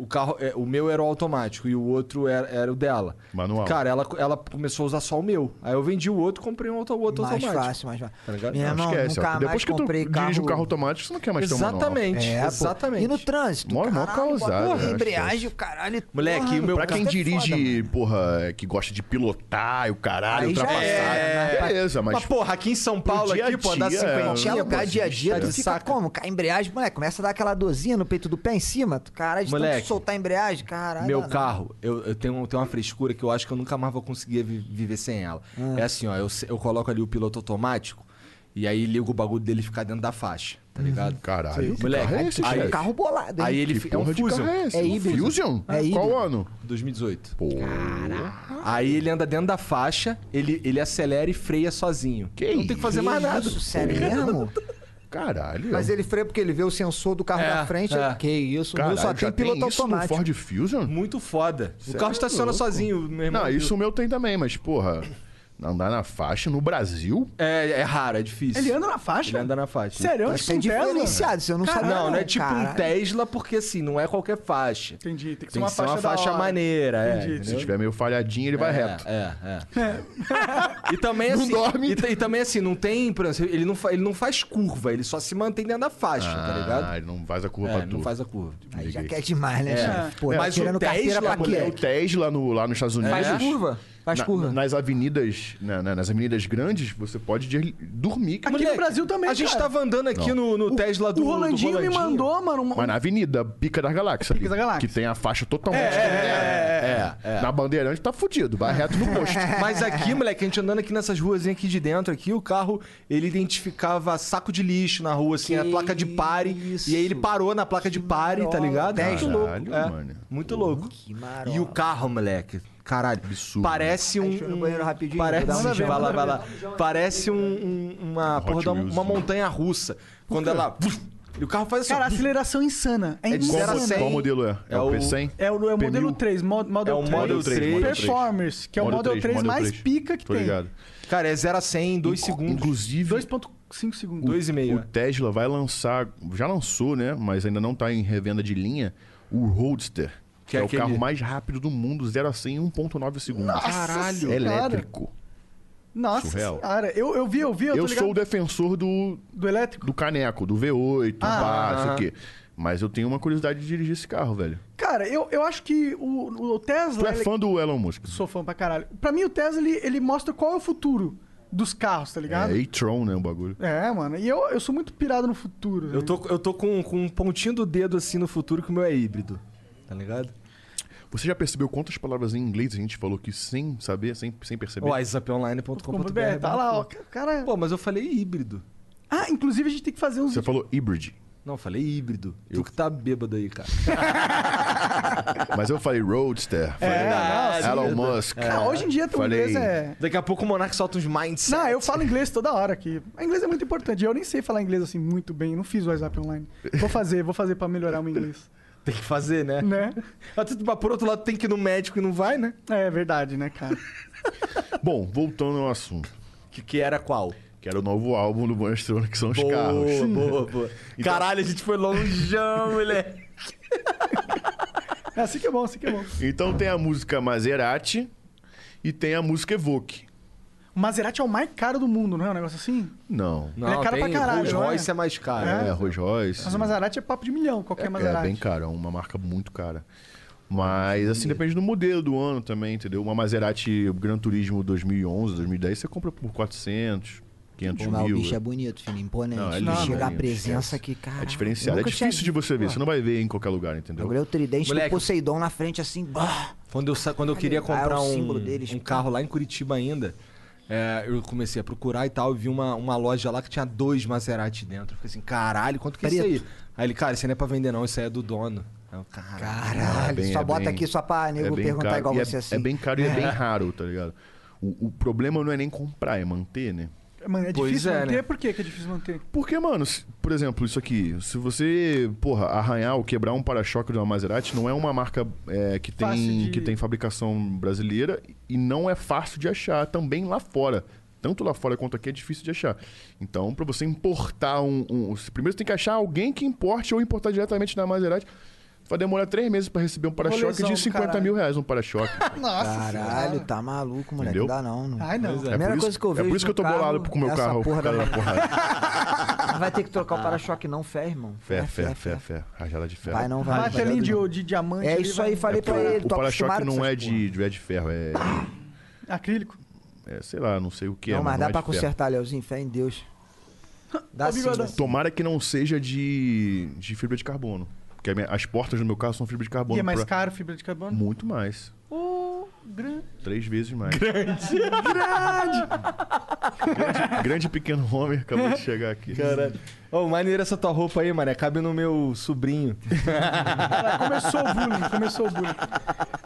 [SPEAKER 1] O, carro, é, o meu era o automático e o outro era, era o dela.
[SPEAKER 3] Manual.
[SPEAKER 1] Cara, ela, ela começou a usar só o meu. Aí eu vendi o outro e comprei um auto, o outro
[SPEAKER 4] mais
[SPEAKER 1] automático.
[SPEAKER 4] fácil, mais fácil.
[SPEAKER 1] Tá ligado?
[SPEAKER 4] Meu
[SPEAKER 3] Não,
[SPEAKER 4] irmão,
[SPEAKER 3] esquece, ó.
[SPEAKER 4] nunca mais
[SPEAKER 3] Depois que tu
[SPEAKER 4] comprei carro.
[SPEAKER 3] dirige um carro automático, você não quer mais ter um manual.
[SPEAKER 1] Exatamente,
[SPEAKER 4] É, pô.
[SPEAKER 1] exatamente.
[SPEAKER 4] E no trânsito,
[SPEAKER 3] Mó- mó
[SPEAKER 4] caralho,
[SPEAKER 3] causada,
[SPEAKER 4] porra,
[SPEAKER 3] né?
[SPEAKER 4] embreagem, o caralho.
[SPEAKER 1] Moleque,
[SPEAKER 4] porra,
[SPEAKER 1] o meu
[SPEAKER 3] Pra
[SPEAKER 1] carro-
[SPEAKER 3] quem
[SPEAKER 4] isso é foda,
[SPEAKER 3] dirige, porra, é, que gosta de pilotar e o caralho,
[SPEAKER 4] Aí já
[SPEAKER 3] ultrapassar.
[SPEAKER 4] é.
[SPEAKER 3] Beleza, mas.
[SPEAKER 1] né? Mas, porra, aqui em São Paulo,
[SPEAKER 3] dia a
[SPEAKER 1] aqui, pô, dá
[SPEAKER 3] dia, é,
[SPEAKER 1] 50
[SPEAKER 4] Qualquer lugar dia a dia, tu fica como? Cara, embreagem, moleque, começa a dar aquela dorzinha no peito do pé em cima. Tu, caralho, de tanto
[SPEAKER 1] Moleque,
[SPEAKER 4] soltar a embreagem, caralho.
[SPEAKER 1] Meu
[SPEAKER 4] não.
[SPEAKER 1] carro, eu, eu tenho, eu tenho uma frescura que eu acho que eu nunca mais vou conseguir vi- viver sem ela. É assim, ó, eu, se- eu coloco ali o piloto automático e aí ligo o bagulho dele ficar dentro da faixa, tá ligado?
[SPEAKER 3] Caralho, que
[SPEAKER 1] Moleque,
[SPEAKER 3] carro é esse,
[SPEAKER 1] aí,
[SPEAKER 3] chefe?
[SPEAKER 4] Carro bolado, hein?
[SPEAKER 1] aí ele
[SPEAKER 3] Que
[SPEAKER 1] fica. É um
[SPEAKER 3] porra de
[SPEAKER 1] Fusion,
[SPEAKER 3] carro esse?
[SPEAKER 4] É
[SPEAKER 3] Um
[SPEAKER 4] híbrido.
[SPEAKER 3] Fusion?
[SPEAKER 4] É híbrido.
[SPEAKER 3] Qual ano?
[SPEAKER 1] 2018.
[SPEAKER 3] Pô,
[SPEAKER 1] Aí ele anda dentro da faixa, ele, ele acelera e freia sozinho.
[SPEAKER 3] Que
[SPEAKER 1] Não tem que fazer
[SPEAKER 4] Que
[SPEAKER 1] mais nada.
[SPEAKER 4] Isso, sério mesmo?
[SPEAKER 3] caralho.
[SPEAKER 4] Mas ele freia porque ele vê o sensor do carro
[SPEAKER 1] É,
[SPEAKER 4] da frente.
[SPEAKER 1] é.
[SPEAKER 4] Que isso, o meu
[SPEAKER 3] Caralho,
[SPEAKER 4] só
[SPEAKER 3] já
[SPEAKER 4] tem piloto
[SPEAKER 3] isso no
[SPEAKER 4] automático.
[SPEAKER 3] Ford Fusion?
[SPEAKER 1] Muito foda. O
[SPEAKER 3] Cê
[SPEAKER 1] carro
[SPEAKER 3] é
[SPEAKER 1] estaciona
[SPEAKER 3] louco.
[SPEAKER 1] sozinho, meu irmão.
[SPEAKER 3] Não, isso o meu tem também, mas, porra, andar na faixa no Brasil?
[SPEAKER 1] É, é raro, é difícil.
[SPEAKER 2] Ele anda na faixa?
[SPEAKER 1] Ele anda na faixa.
[SPEAKER 2] Sério?
[SPEAKER 4] Mas
[SPEAKER 2] Tipo
[SPEAKER 4] tem
[SPEAKER 2] um Tesla?
[SPEAKER 4] diferenciado, se eu não
[SPEAKER 1] Cara,
[SPEAKER 4] sabia.
[SPEAKER 1] não, não, é tipo um
[SPEAKER 4] caralho.
[SPEAKER 1] Tesla, porque assim, não é qualquer faixa.
[SPEAKER 2] Entendi, tem que ser
[SPEAKER 1] Tem
[SPEAKER 2] uma
[SPEAKER 1] que ser
[SPEAKER 2] faixa,
[SPEAKER 1] uma
[SPEAKER 2] da
[SPEAKER 1] faixa
[SPEAKER 2] hora.
[SPEAKER 1] maneira, é.
[SPEAKER 2] Entendi.
[SPEAKER 3] Se tiver meio falhadinho, ele vai
[SPEAKER 1] é,
[SPEAKER 3] reto.
[SPEAKER 1] É, é. e também
[SPEAKER 3] Não
[SPEAKER 1] assim,
[SPEAKER 3] dorme.
[SPEAKER 1] E, ta- e também assim, não tem, por exemplo, ele não, fa- ele não faz curva, ele só se mantém dentro da faixa, tá
[SPEAKER 3] Ah,
[SPEAKER 1] ligado?
[SPEAKER 3] ele não faz a curva
[SPEAKER 1] É,
[SPEAKER 3] pra
[SPEAKER 1] não
[SPEAKER 3] tu.
[SPEAKER 1] faz a curva.
[SPEAKER 4] Aí já
[SPEAKER 3] Liguei.
[SPEAKER 4] quer demais, né, chefe? Pô,
[SPEAKER 1] É,
[SPEAKER 4] tá
[SPEAKER 1] mas o
[SPEAKER 4] tirando carteira
[SPEAKER 1] Tesla,
[SPEAKER 4] pra
[SPEAKER 1] moleque,
[SPEAKER 4] quê?
[SPEAKER 3] O Tesla no, lá nos Estados
[SPEAKER 2] é.
[SPEAKER 3] Unidos.
[SPEAKER 4] Faz curva. Faz
[SPEAKER 3] na-
[SPEAKER 4] curva.
[SPEAKER 3] Nas avenidas, na- na- nas avenidas grandes, você pode de- dormir.
[SPEAKER 2] Aqui no Brasil também,
[SPEAKER 1] A gente
[SPEAKER 2] cara.
[SPEAKER 1] tava andando aqui no, no Tesla do
[SPEAKER 2] o Rolandinho,
[SPEAKER 1] do
[SPEAKER 2] me mandou, mano, um- uma-
[SPEAKER 3] Mas na avenida Pica da Galáxia.
[SPEAKER 2] Pica da Galáxia.
[SPEAKER 3] Que tem a faixa totalmente. É, é, Na Bandeirante tá fudido, vai reto no posto.
[SPEAKER 1] Mas aqui, moleque, a gente andando aqui nessas ruazinhas aqui de dentro, aqui, o carro, ele identificava saco de lixo na rua, assim, a placa de pare.
[SPEAKER 4] isso.
[SPEAKER 1] E aí ele parou na placa de pare, tá ligado? Muito
[SPEAKER 3] Caralho,
[SPEAKER 1] louco. é.
[SPEAKER 3] mano.
[SPEAKER 1] Muito louco.
[SPEAKER 4] marola.
[SPEAKER 1] E o carro, moleque, caralho.
[SPEAKER 3] Absurdo.
[SPEAKER 1] Parece um.
[SPEAKER 4] Deixa eu ir no banheiro rapidinho,
[SPEAKER 1] Parece,
[SPEAKER 4] vou dar um
[SPEAKER 1] vai lá, vai lá. Parece um- um- uma, porra, da-
[SPEAKER 3] Wheels,
[SPEAKER 1] uma
[SPEAKER 3] né?
[SPEAKER 1] montanha russa. Quando ela. E o carro faz assim.
[SPEAKER 2] Cara,
[SPEAKER 1] ó,
[SPEAKER 2] aceleração insana. É,
[SPEAKER 1] É de
[SPEAKER 2] insana.
[SPEAKER 1] zero a cem.
[SPEAKER 3] Qual modelo é?
[SPEAKER 1] É o-
[SPEAKER 3] P100?
[SPEAKER 2] É o, é o modelo
[SPEAKER 3] P1000?
[SPEAKER 2] 3, mo- model
[SPEAKER 1] É o
[SPEAKER 2] 3.
[SPEAKER 1] Model 3,
[SPEAKER 3] Model
[SPEAKER 2] Performance, que é o Model 3, mais pica que
[SPEAKER 3] Tô
[SPEAKER 2] tem.
[SPEAKER 3] ligado.
[SPEAKER 1] Cara, é 0 a 100 em 2 segundos.
[SPEAKER 3] Inclusive,
[SPEAKER 2] 2.5 segundos.
[SPEAKER 1] Dois e meio.
[SPEAKER 3] o Tesla vai lançar, já lançou, né? Mas ainda não tá em revenda de linha, o Roadster.
[SPEAKER 1] Que
[SPEAKER 3] Que
[SPEAKER 1] é
[SPEAKER 3] é,
[SPEAKER 1] aquele-
[SPEAKER 3] o carro mais rápido do mundo, 0 a 100 em 1.9 segundos.
[SPEAKER 2] Caralho.
[SPEAKER 3] É elétrico.
[SPEAKER 2] Nossa
[SPEAKER 3] Surreal.
[SPEAKER 2] senhora, eu, eu vi, eu vi, eu, tô
[SPEAKER 3] Eu
[SPEAKER 2] ligado
[SPEAKER 3] sou o defensor do,
[SPEAKER 2] do elétrico.
[SPEAKER 3] do caneco, do V8, do pá,
[SPEAKER 1] ah.
[SPEAKER 3] não sei o quê. Mas eu tenho uma curiosidade de dirigir esse carro, velho.
[SPEAKER 2] Cara, eu, eu acho que o, o Tesla...
[SPEAKER 3] Tu é
[SPEAKER 2] ele-
[SPEAKER 3] fã do Elon Musk?
[SPEAKER 2] Sou fã pra caralho. Pra mim, o Tesla, ele, ele mostra qual é o futuro dos carros, tá ligado?
[SPEAKER 3] É e-tron, né, o bagulho.
[SPEAKER 2] É, mano. E eu, eu sou muito pirado no futuro.
[SPEAKER 1] Eu tô, eu tô com, com um pontinho do dedo assim no futuro que o meu é híbrido. Tá ligado?
[SPEAKER 3] Você já percebeu quantas palavras em inglês a gente falou que sem saber, sem, sem perceber?
[SPEAKER 1] O izaponline.com.br.
[SPEAKER 2] Tá lá, ó. Cara...
[SPEAKER 1] Pô, mas eu falei híbrido.
[SPEAKER 2] Ah, inclusive a gente tem que fazer uns...
[SPEAKER 3] Você falou hybrid.
[SPEAKER 1] Não, eu falei híbrido. Tu que tá bêbado aí, cara.
[SPEAKER 3] Mas eu falei
[SPEAKER 2] É
[SPEAKER 3] Roadster. Falei
[SPEAKER 1] verdade,
[SPEAKER 3] Elon
[SPEAKER 1] verdade.
[SPEAKER 3] Musk.
[SPEAKER 2] Ah, hoje em dia, teu
[SPEAKER 3] Falei-
[SPEAKER 2] inglês é...
[SPEAKER 1] Daqui a pouco o Monark solta uns mindset.
[SPEAKER 2] Não, eu falo inglês toda hora aqui. A inglês é muito importante. Eu nem sei falar inglês assim muito bem. Não fiz o WhatsApp online. Vou fazer, vou fazer pra melhorar o meu inglês.
[SPEAKER 1] Tem que fazer, né?
[SPEAKER 2] Né?
[SPEAKER 1] Mas tu- mas por outro lado, tem que ir no médico e não vai, né?
[SPEAKER 2] É verdade, né, cara?
[SPEAKER 3] Bom, voltando ao assunto.
[SPEAKER 1] Que, que era qual?
[SPEAKER 3] Que era o novo álbum do Monster, que são os
[SPEAKER 1] boa,
[SPEAKER 3] carros.
[SPEAKER 1] boa, boa. Então- Caralho, a gente foi longeão, moleque.
[SPEAKER 2] É assim que é bom, assim que é bom.
[SPEAKER 3] Então tem a música Maserati e tem a música Evoque.
[SPEAKER 2] O Maserati é o mais caro do mundo, não é um negócio assim?
[SPEAKER 3] Não.
[SPEAKER 1] Não,
[SPEAKER 2] é caro pra caralho,
[SPEAKER 1] Rolls
[SPEAKER 2] não é?
[SPEAKER 1] Royce é mais caro.
[SPEAKER 3] É, Rolls Royce.
[SPEAKER 2] Mas o Maserati é papo de milhão, qualquer
[SPEAKER 3] É
[SPEAKER 2] Maserati.
[SPEAKER 3] bem caro, é uma marca muito cara. Mas assim, depende do modelo do ano também, entendeu? Uma Maserati Gran Turismo 2011, 2010, você compra por 400, 500
[SPEAKER 4] Pô, mas
[SPEAKER 3] mil.
[SPEAKER 4] o bicho é bonito, filho, imponente.
[SPEAKER 3] Não, é
[SPEAKER 4] Ele
[SPEAKER 3] lindo,
[SPEAKER 4] chega a
[SPEAKER 3] né? Esquece.
[SPEAKER 4] presença aqui, cara.
[SPEAKER 3] É diferenciado, é
[SPEAKER 4] Nunca tinha
[SPEAKER 3] difícil de
[SPEAKER 4] visto,
[SPEAKER 3] você ver,
[SPEAKER 4] pô.
[SPEAKER 3] você não vai ver em qualquer lugar,
[SPEAKER 4] O
[SPEAKER 3] entendeu?
[SPEAKER 4] bagulho é o tridente
[SPEAKER 1] Moleque.
[SPEAKER 4] do Poseidon na frente, assim. bah.
[SPEAKER 1] Quando eu, sa- quando eu queria
[SPEAKER 4] Ah, era o
[SPEAKER 1] comprar
[SPEAKER 4] símbolo
[SPEAKER 1] um,
[SPEAKER 4] deles,
[SPEAKER 1] um
[SPEAKER 4] pô.
[SPEAKER 1] carro lá em Curitiba ainda, é, eu comecei a procurar e tal, e vi uma, uma loja lá que tinha dois Maserati dentro. Eu Fiquei assim, caralho, quanto que é isso aí?
[SPEAKER 4] Preto.
[SPEAKER 1] Aí ele, cara, isso aí não é pra vender não, isso aí é do dono. Aí eu, caralho.
[SPEAKER 4] Caralho,
[SPEAKER 3] bem-
[SPEAKER 4] Ah, só
[SPEAKER 3] é
[SPEAKER 4] bota
[SPEAKER 3] bem- é
[SPEAKER 4] aqui só pra nego
[SPEAKER 3] bem
[SPEAKER 4] perguntar
[SPEAKER 3] caro,
[SPEAKER 4] igual
[SPEAKER 3] e é-
[SPEAKER 4] você assim.
[SPEAKER 3] É bem caro e é bem raro, tá ligado? O, o problema não é nem comprar, é manter, né?
[SPEAKER 2] Mano, é
[SPEAKER 1] Pois
[SPEAKER 2] difícil
[SPEAKER 1] é,
[SPEAKER 2] manter?
[SPEAKER 1] né?
[SPEAKER 2] Por que que é difícil manter?
[SPEAKER 3] Porque, mano, se- por exemplo, isso aqui. Se você, porra, arranhar ou quebrar um para-choque de uma Maserati, não é uma marca é, que,
[SPEAKER 2] Fácil
[SPEAKER 3] tem,
[SPEAKER 2] de-
[SPEAKER 3] que tem fabricação brasileira e não é fácil de achar também lá fora. Tanto lá fora quanto aqui é difícil de achar. Então, pra você importar um, um- Primeiro você tem que achar alguém que importe ou importar diretamente na Maserati. Vai demorar três meses pra receber um para-choque
[SPEAKER 2] Rolezão
[SPEAKER 3] de
[SPEAKER 2] do
[SPEAKER 3] 50
[SPEAKER 2] caralho.
[SPEAKER 3] mil reais um para-choque.
[SPEAKER 2] Nossa
[SPEAKER 4] Caralho, tá maluco, moleque.
[SPEAKER 3] Entendeu?
[SPEAKER 4] Não dá não. não.
[SPEAKER 2] Ai, não.
[SPEAKER 3] É
[SPEAKER 4] Primeira
[SPEAKER 3] por isso-
[SPEAKER 4] coisa que eu
[SPEAKER 3] É
[SPEAKER 4] vejo
[SPEAKER 3] por isso que eu tô
[SPEAKER 4] no carro
[SPEAKER 3] bolado com o meu
[SPEAKER 4] é essa
[SPEAKER 3] carro. por
[SPEAKER 4] porra da
[SPEAKER 3] causa da porrada.
[SPEAKER 4] Mas vai ter que trocar o para-choque não, fé, irmão.
[SPEAKER 3] Fé, fé, fé, fé. Rajada de ferro.
[SPEAKER 4] Vai não, vai.
[SPEAKER 2] Uma
[SPEAKER 4] vai, vai,
[SPEAKER 2] telinha de,
[SPEAKER 4] vai.
[SPEAKER 2] de diamante.
[SPEAKER 4] É
[SPEAKER 2] ali,
[SPEAKER 4] isso
[SPEAKER 2] vai-
[SPEAKER 4] aí, falei pra
[SPEAKER 3] Porque
[SPEAKER 4] ele.
[SPEAKER 3] O
[SPEAKER 4] tô
[SPEAKER 3] para-choque
[SPEAKER 4] acostumado com
[SPEAKER 3] não é
[SPEAKER 4] essas porra.
[SPEAKER 3] de, é de ferro, é,
[SPEAKER 2] Acrílico.
[SPEAKER 3] é, Sei lá, não sei o que é.
[SPEAKER 4] Não, mas dá
[SPEAKER 3] é
[SPEAKER 4] pra
[SPEAKER 3] de ferro.
[SPEAKER 4] consertar, Leozinho, fé em Deus. Dá
[SPEAKER 2] Ô,
[SPEAKER 4] sim.
[SPEAKER 2] bigodão.
[SPEAKER 4] dá sim.
[SPEAKER 3] Tomara que não seja de, de fibra de carbono. Porque a minha- as portas do meu carro são fibra de carbono.
[SPEAKER 2] E é mais
[SPEAKER 3] pra-
[SPEAKER 2] caro fibra de carbono?
[SPEAKER 3] Muito mais.
[SPEAKER 2] Grande.
[SPEAKER 3] Três vezes mais. Grande! grande! Grande pequeno Homer acabou de chegar aqui.
[SPEAKER 1] Caralho. Ô, maneira essa tua roupa aí, mano. Cabe no meu sobrinho.
[SPEAKER 2] Começou o bullying, começou o bullying.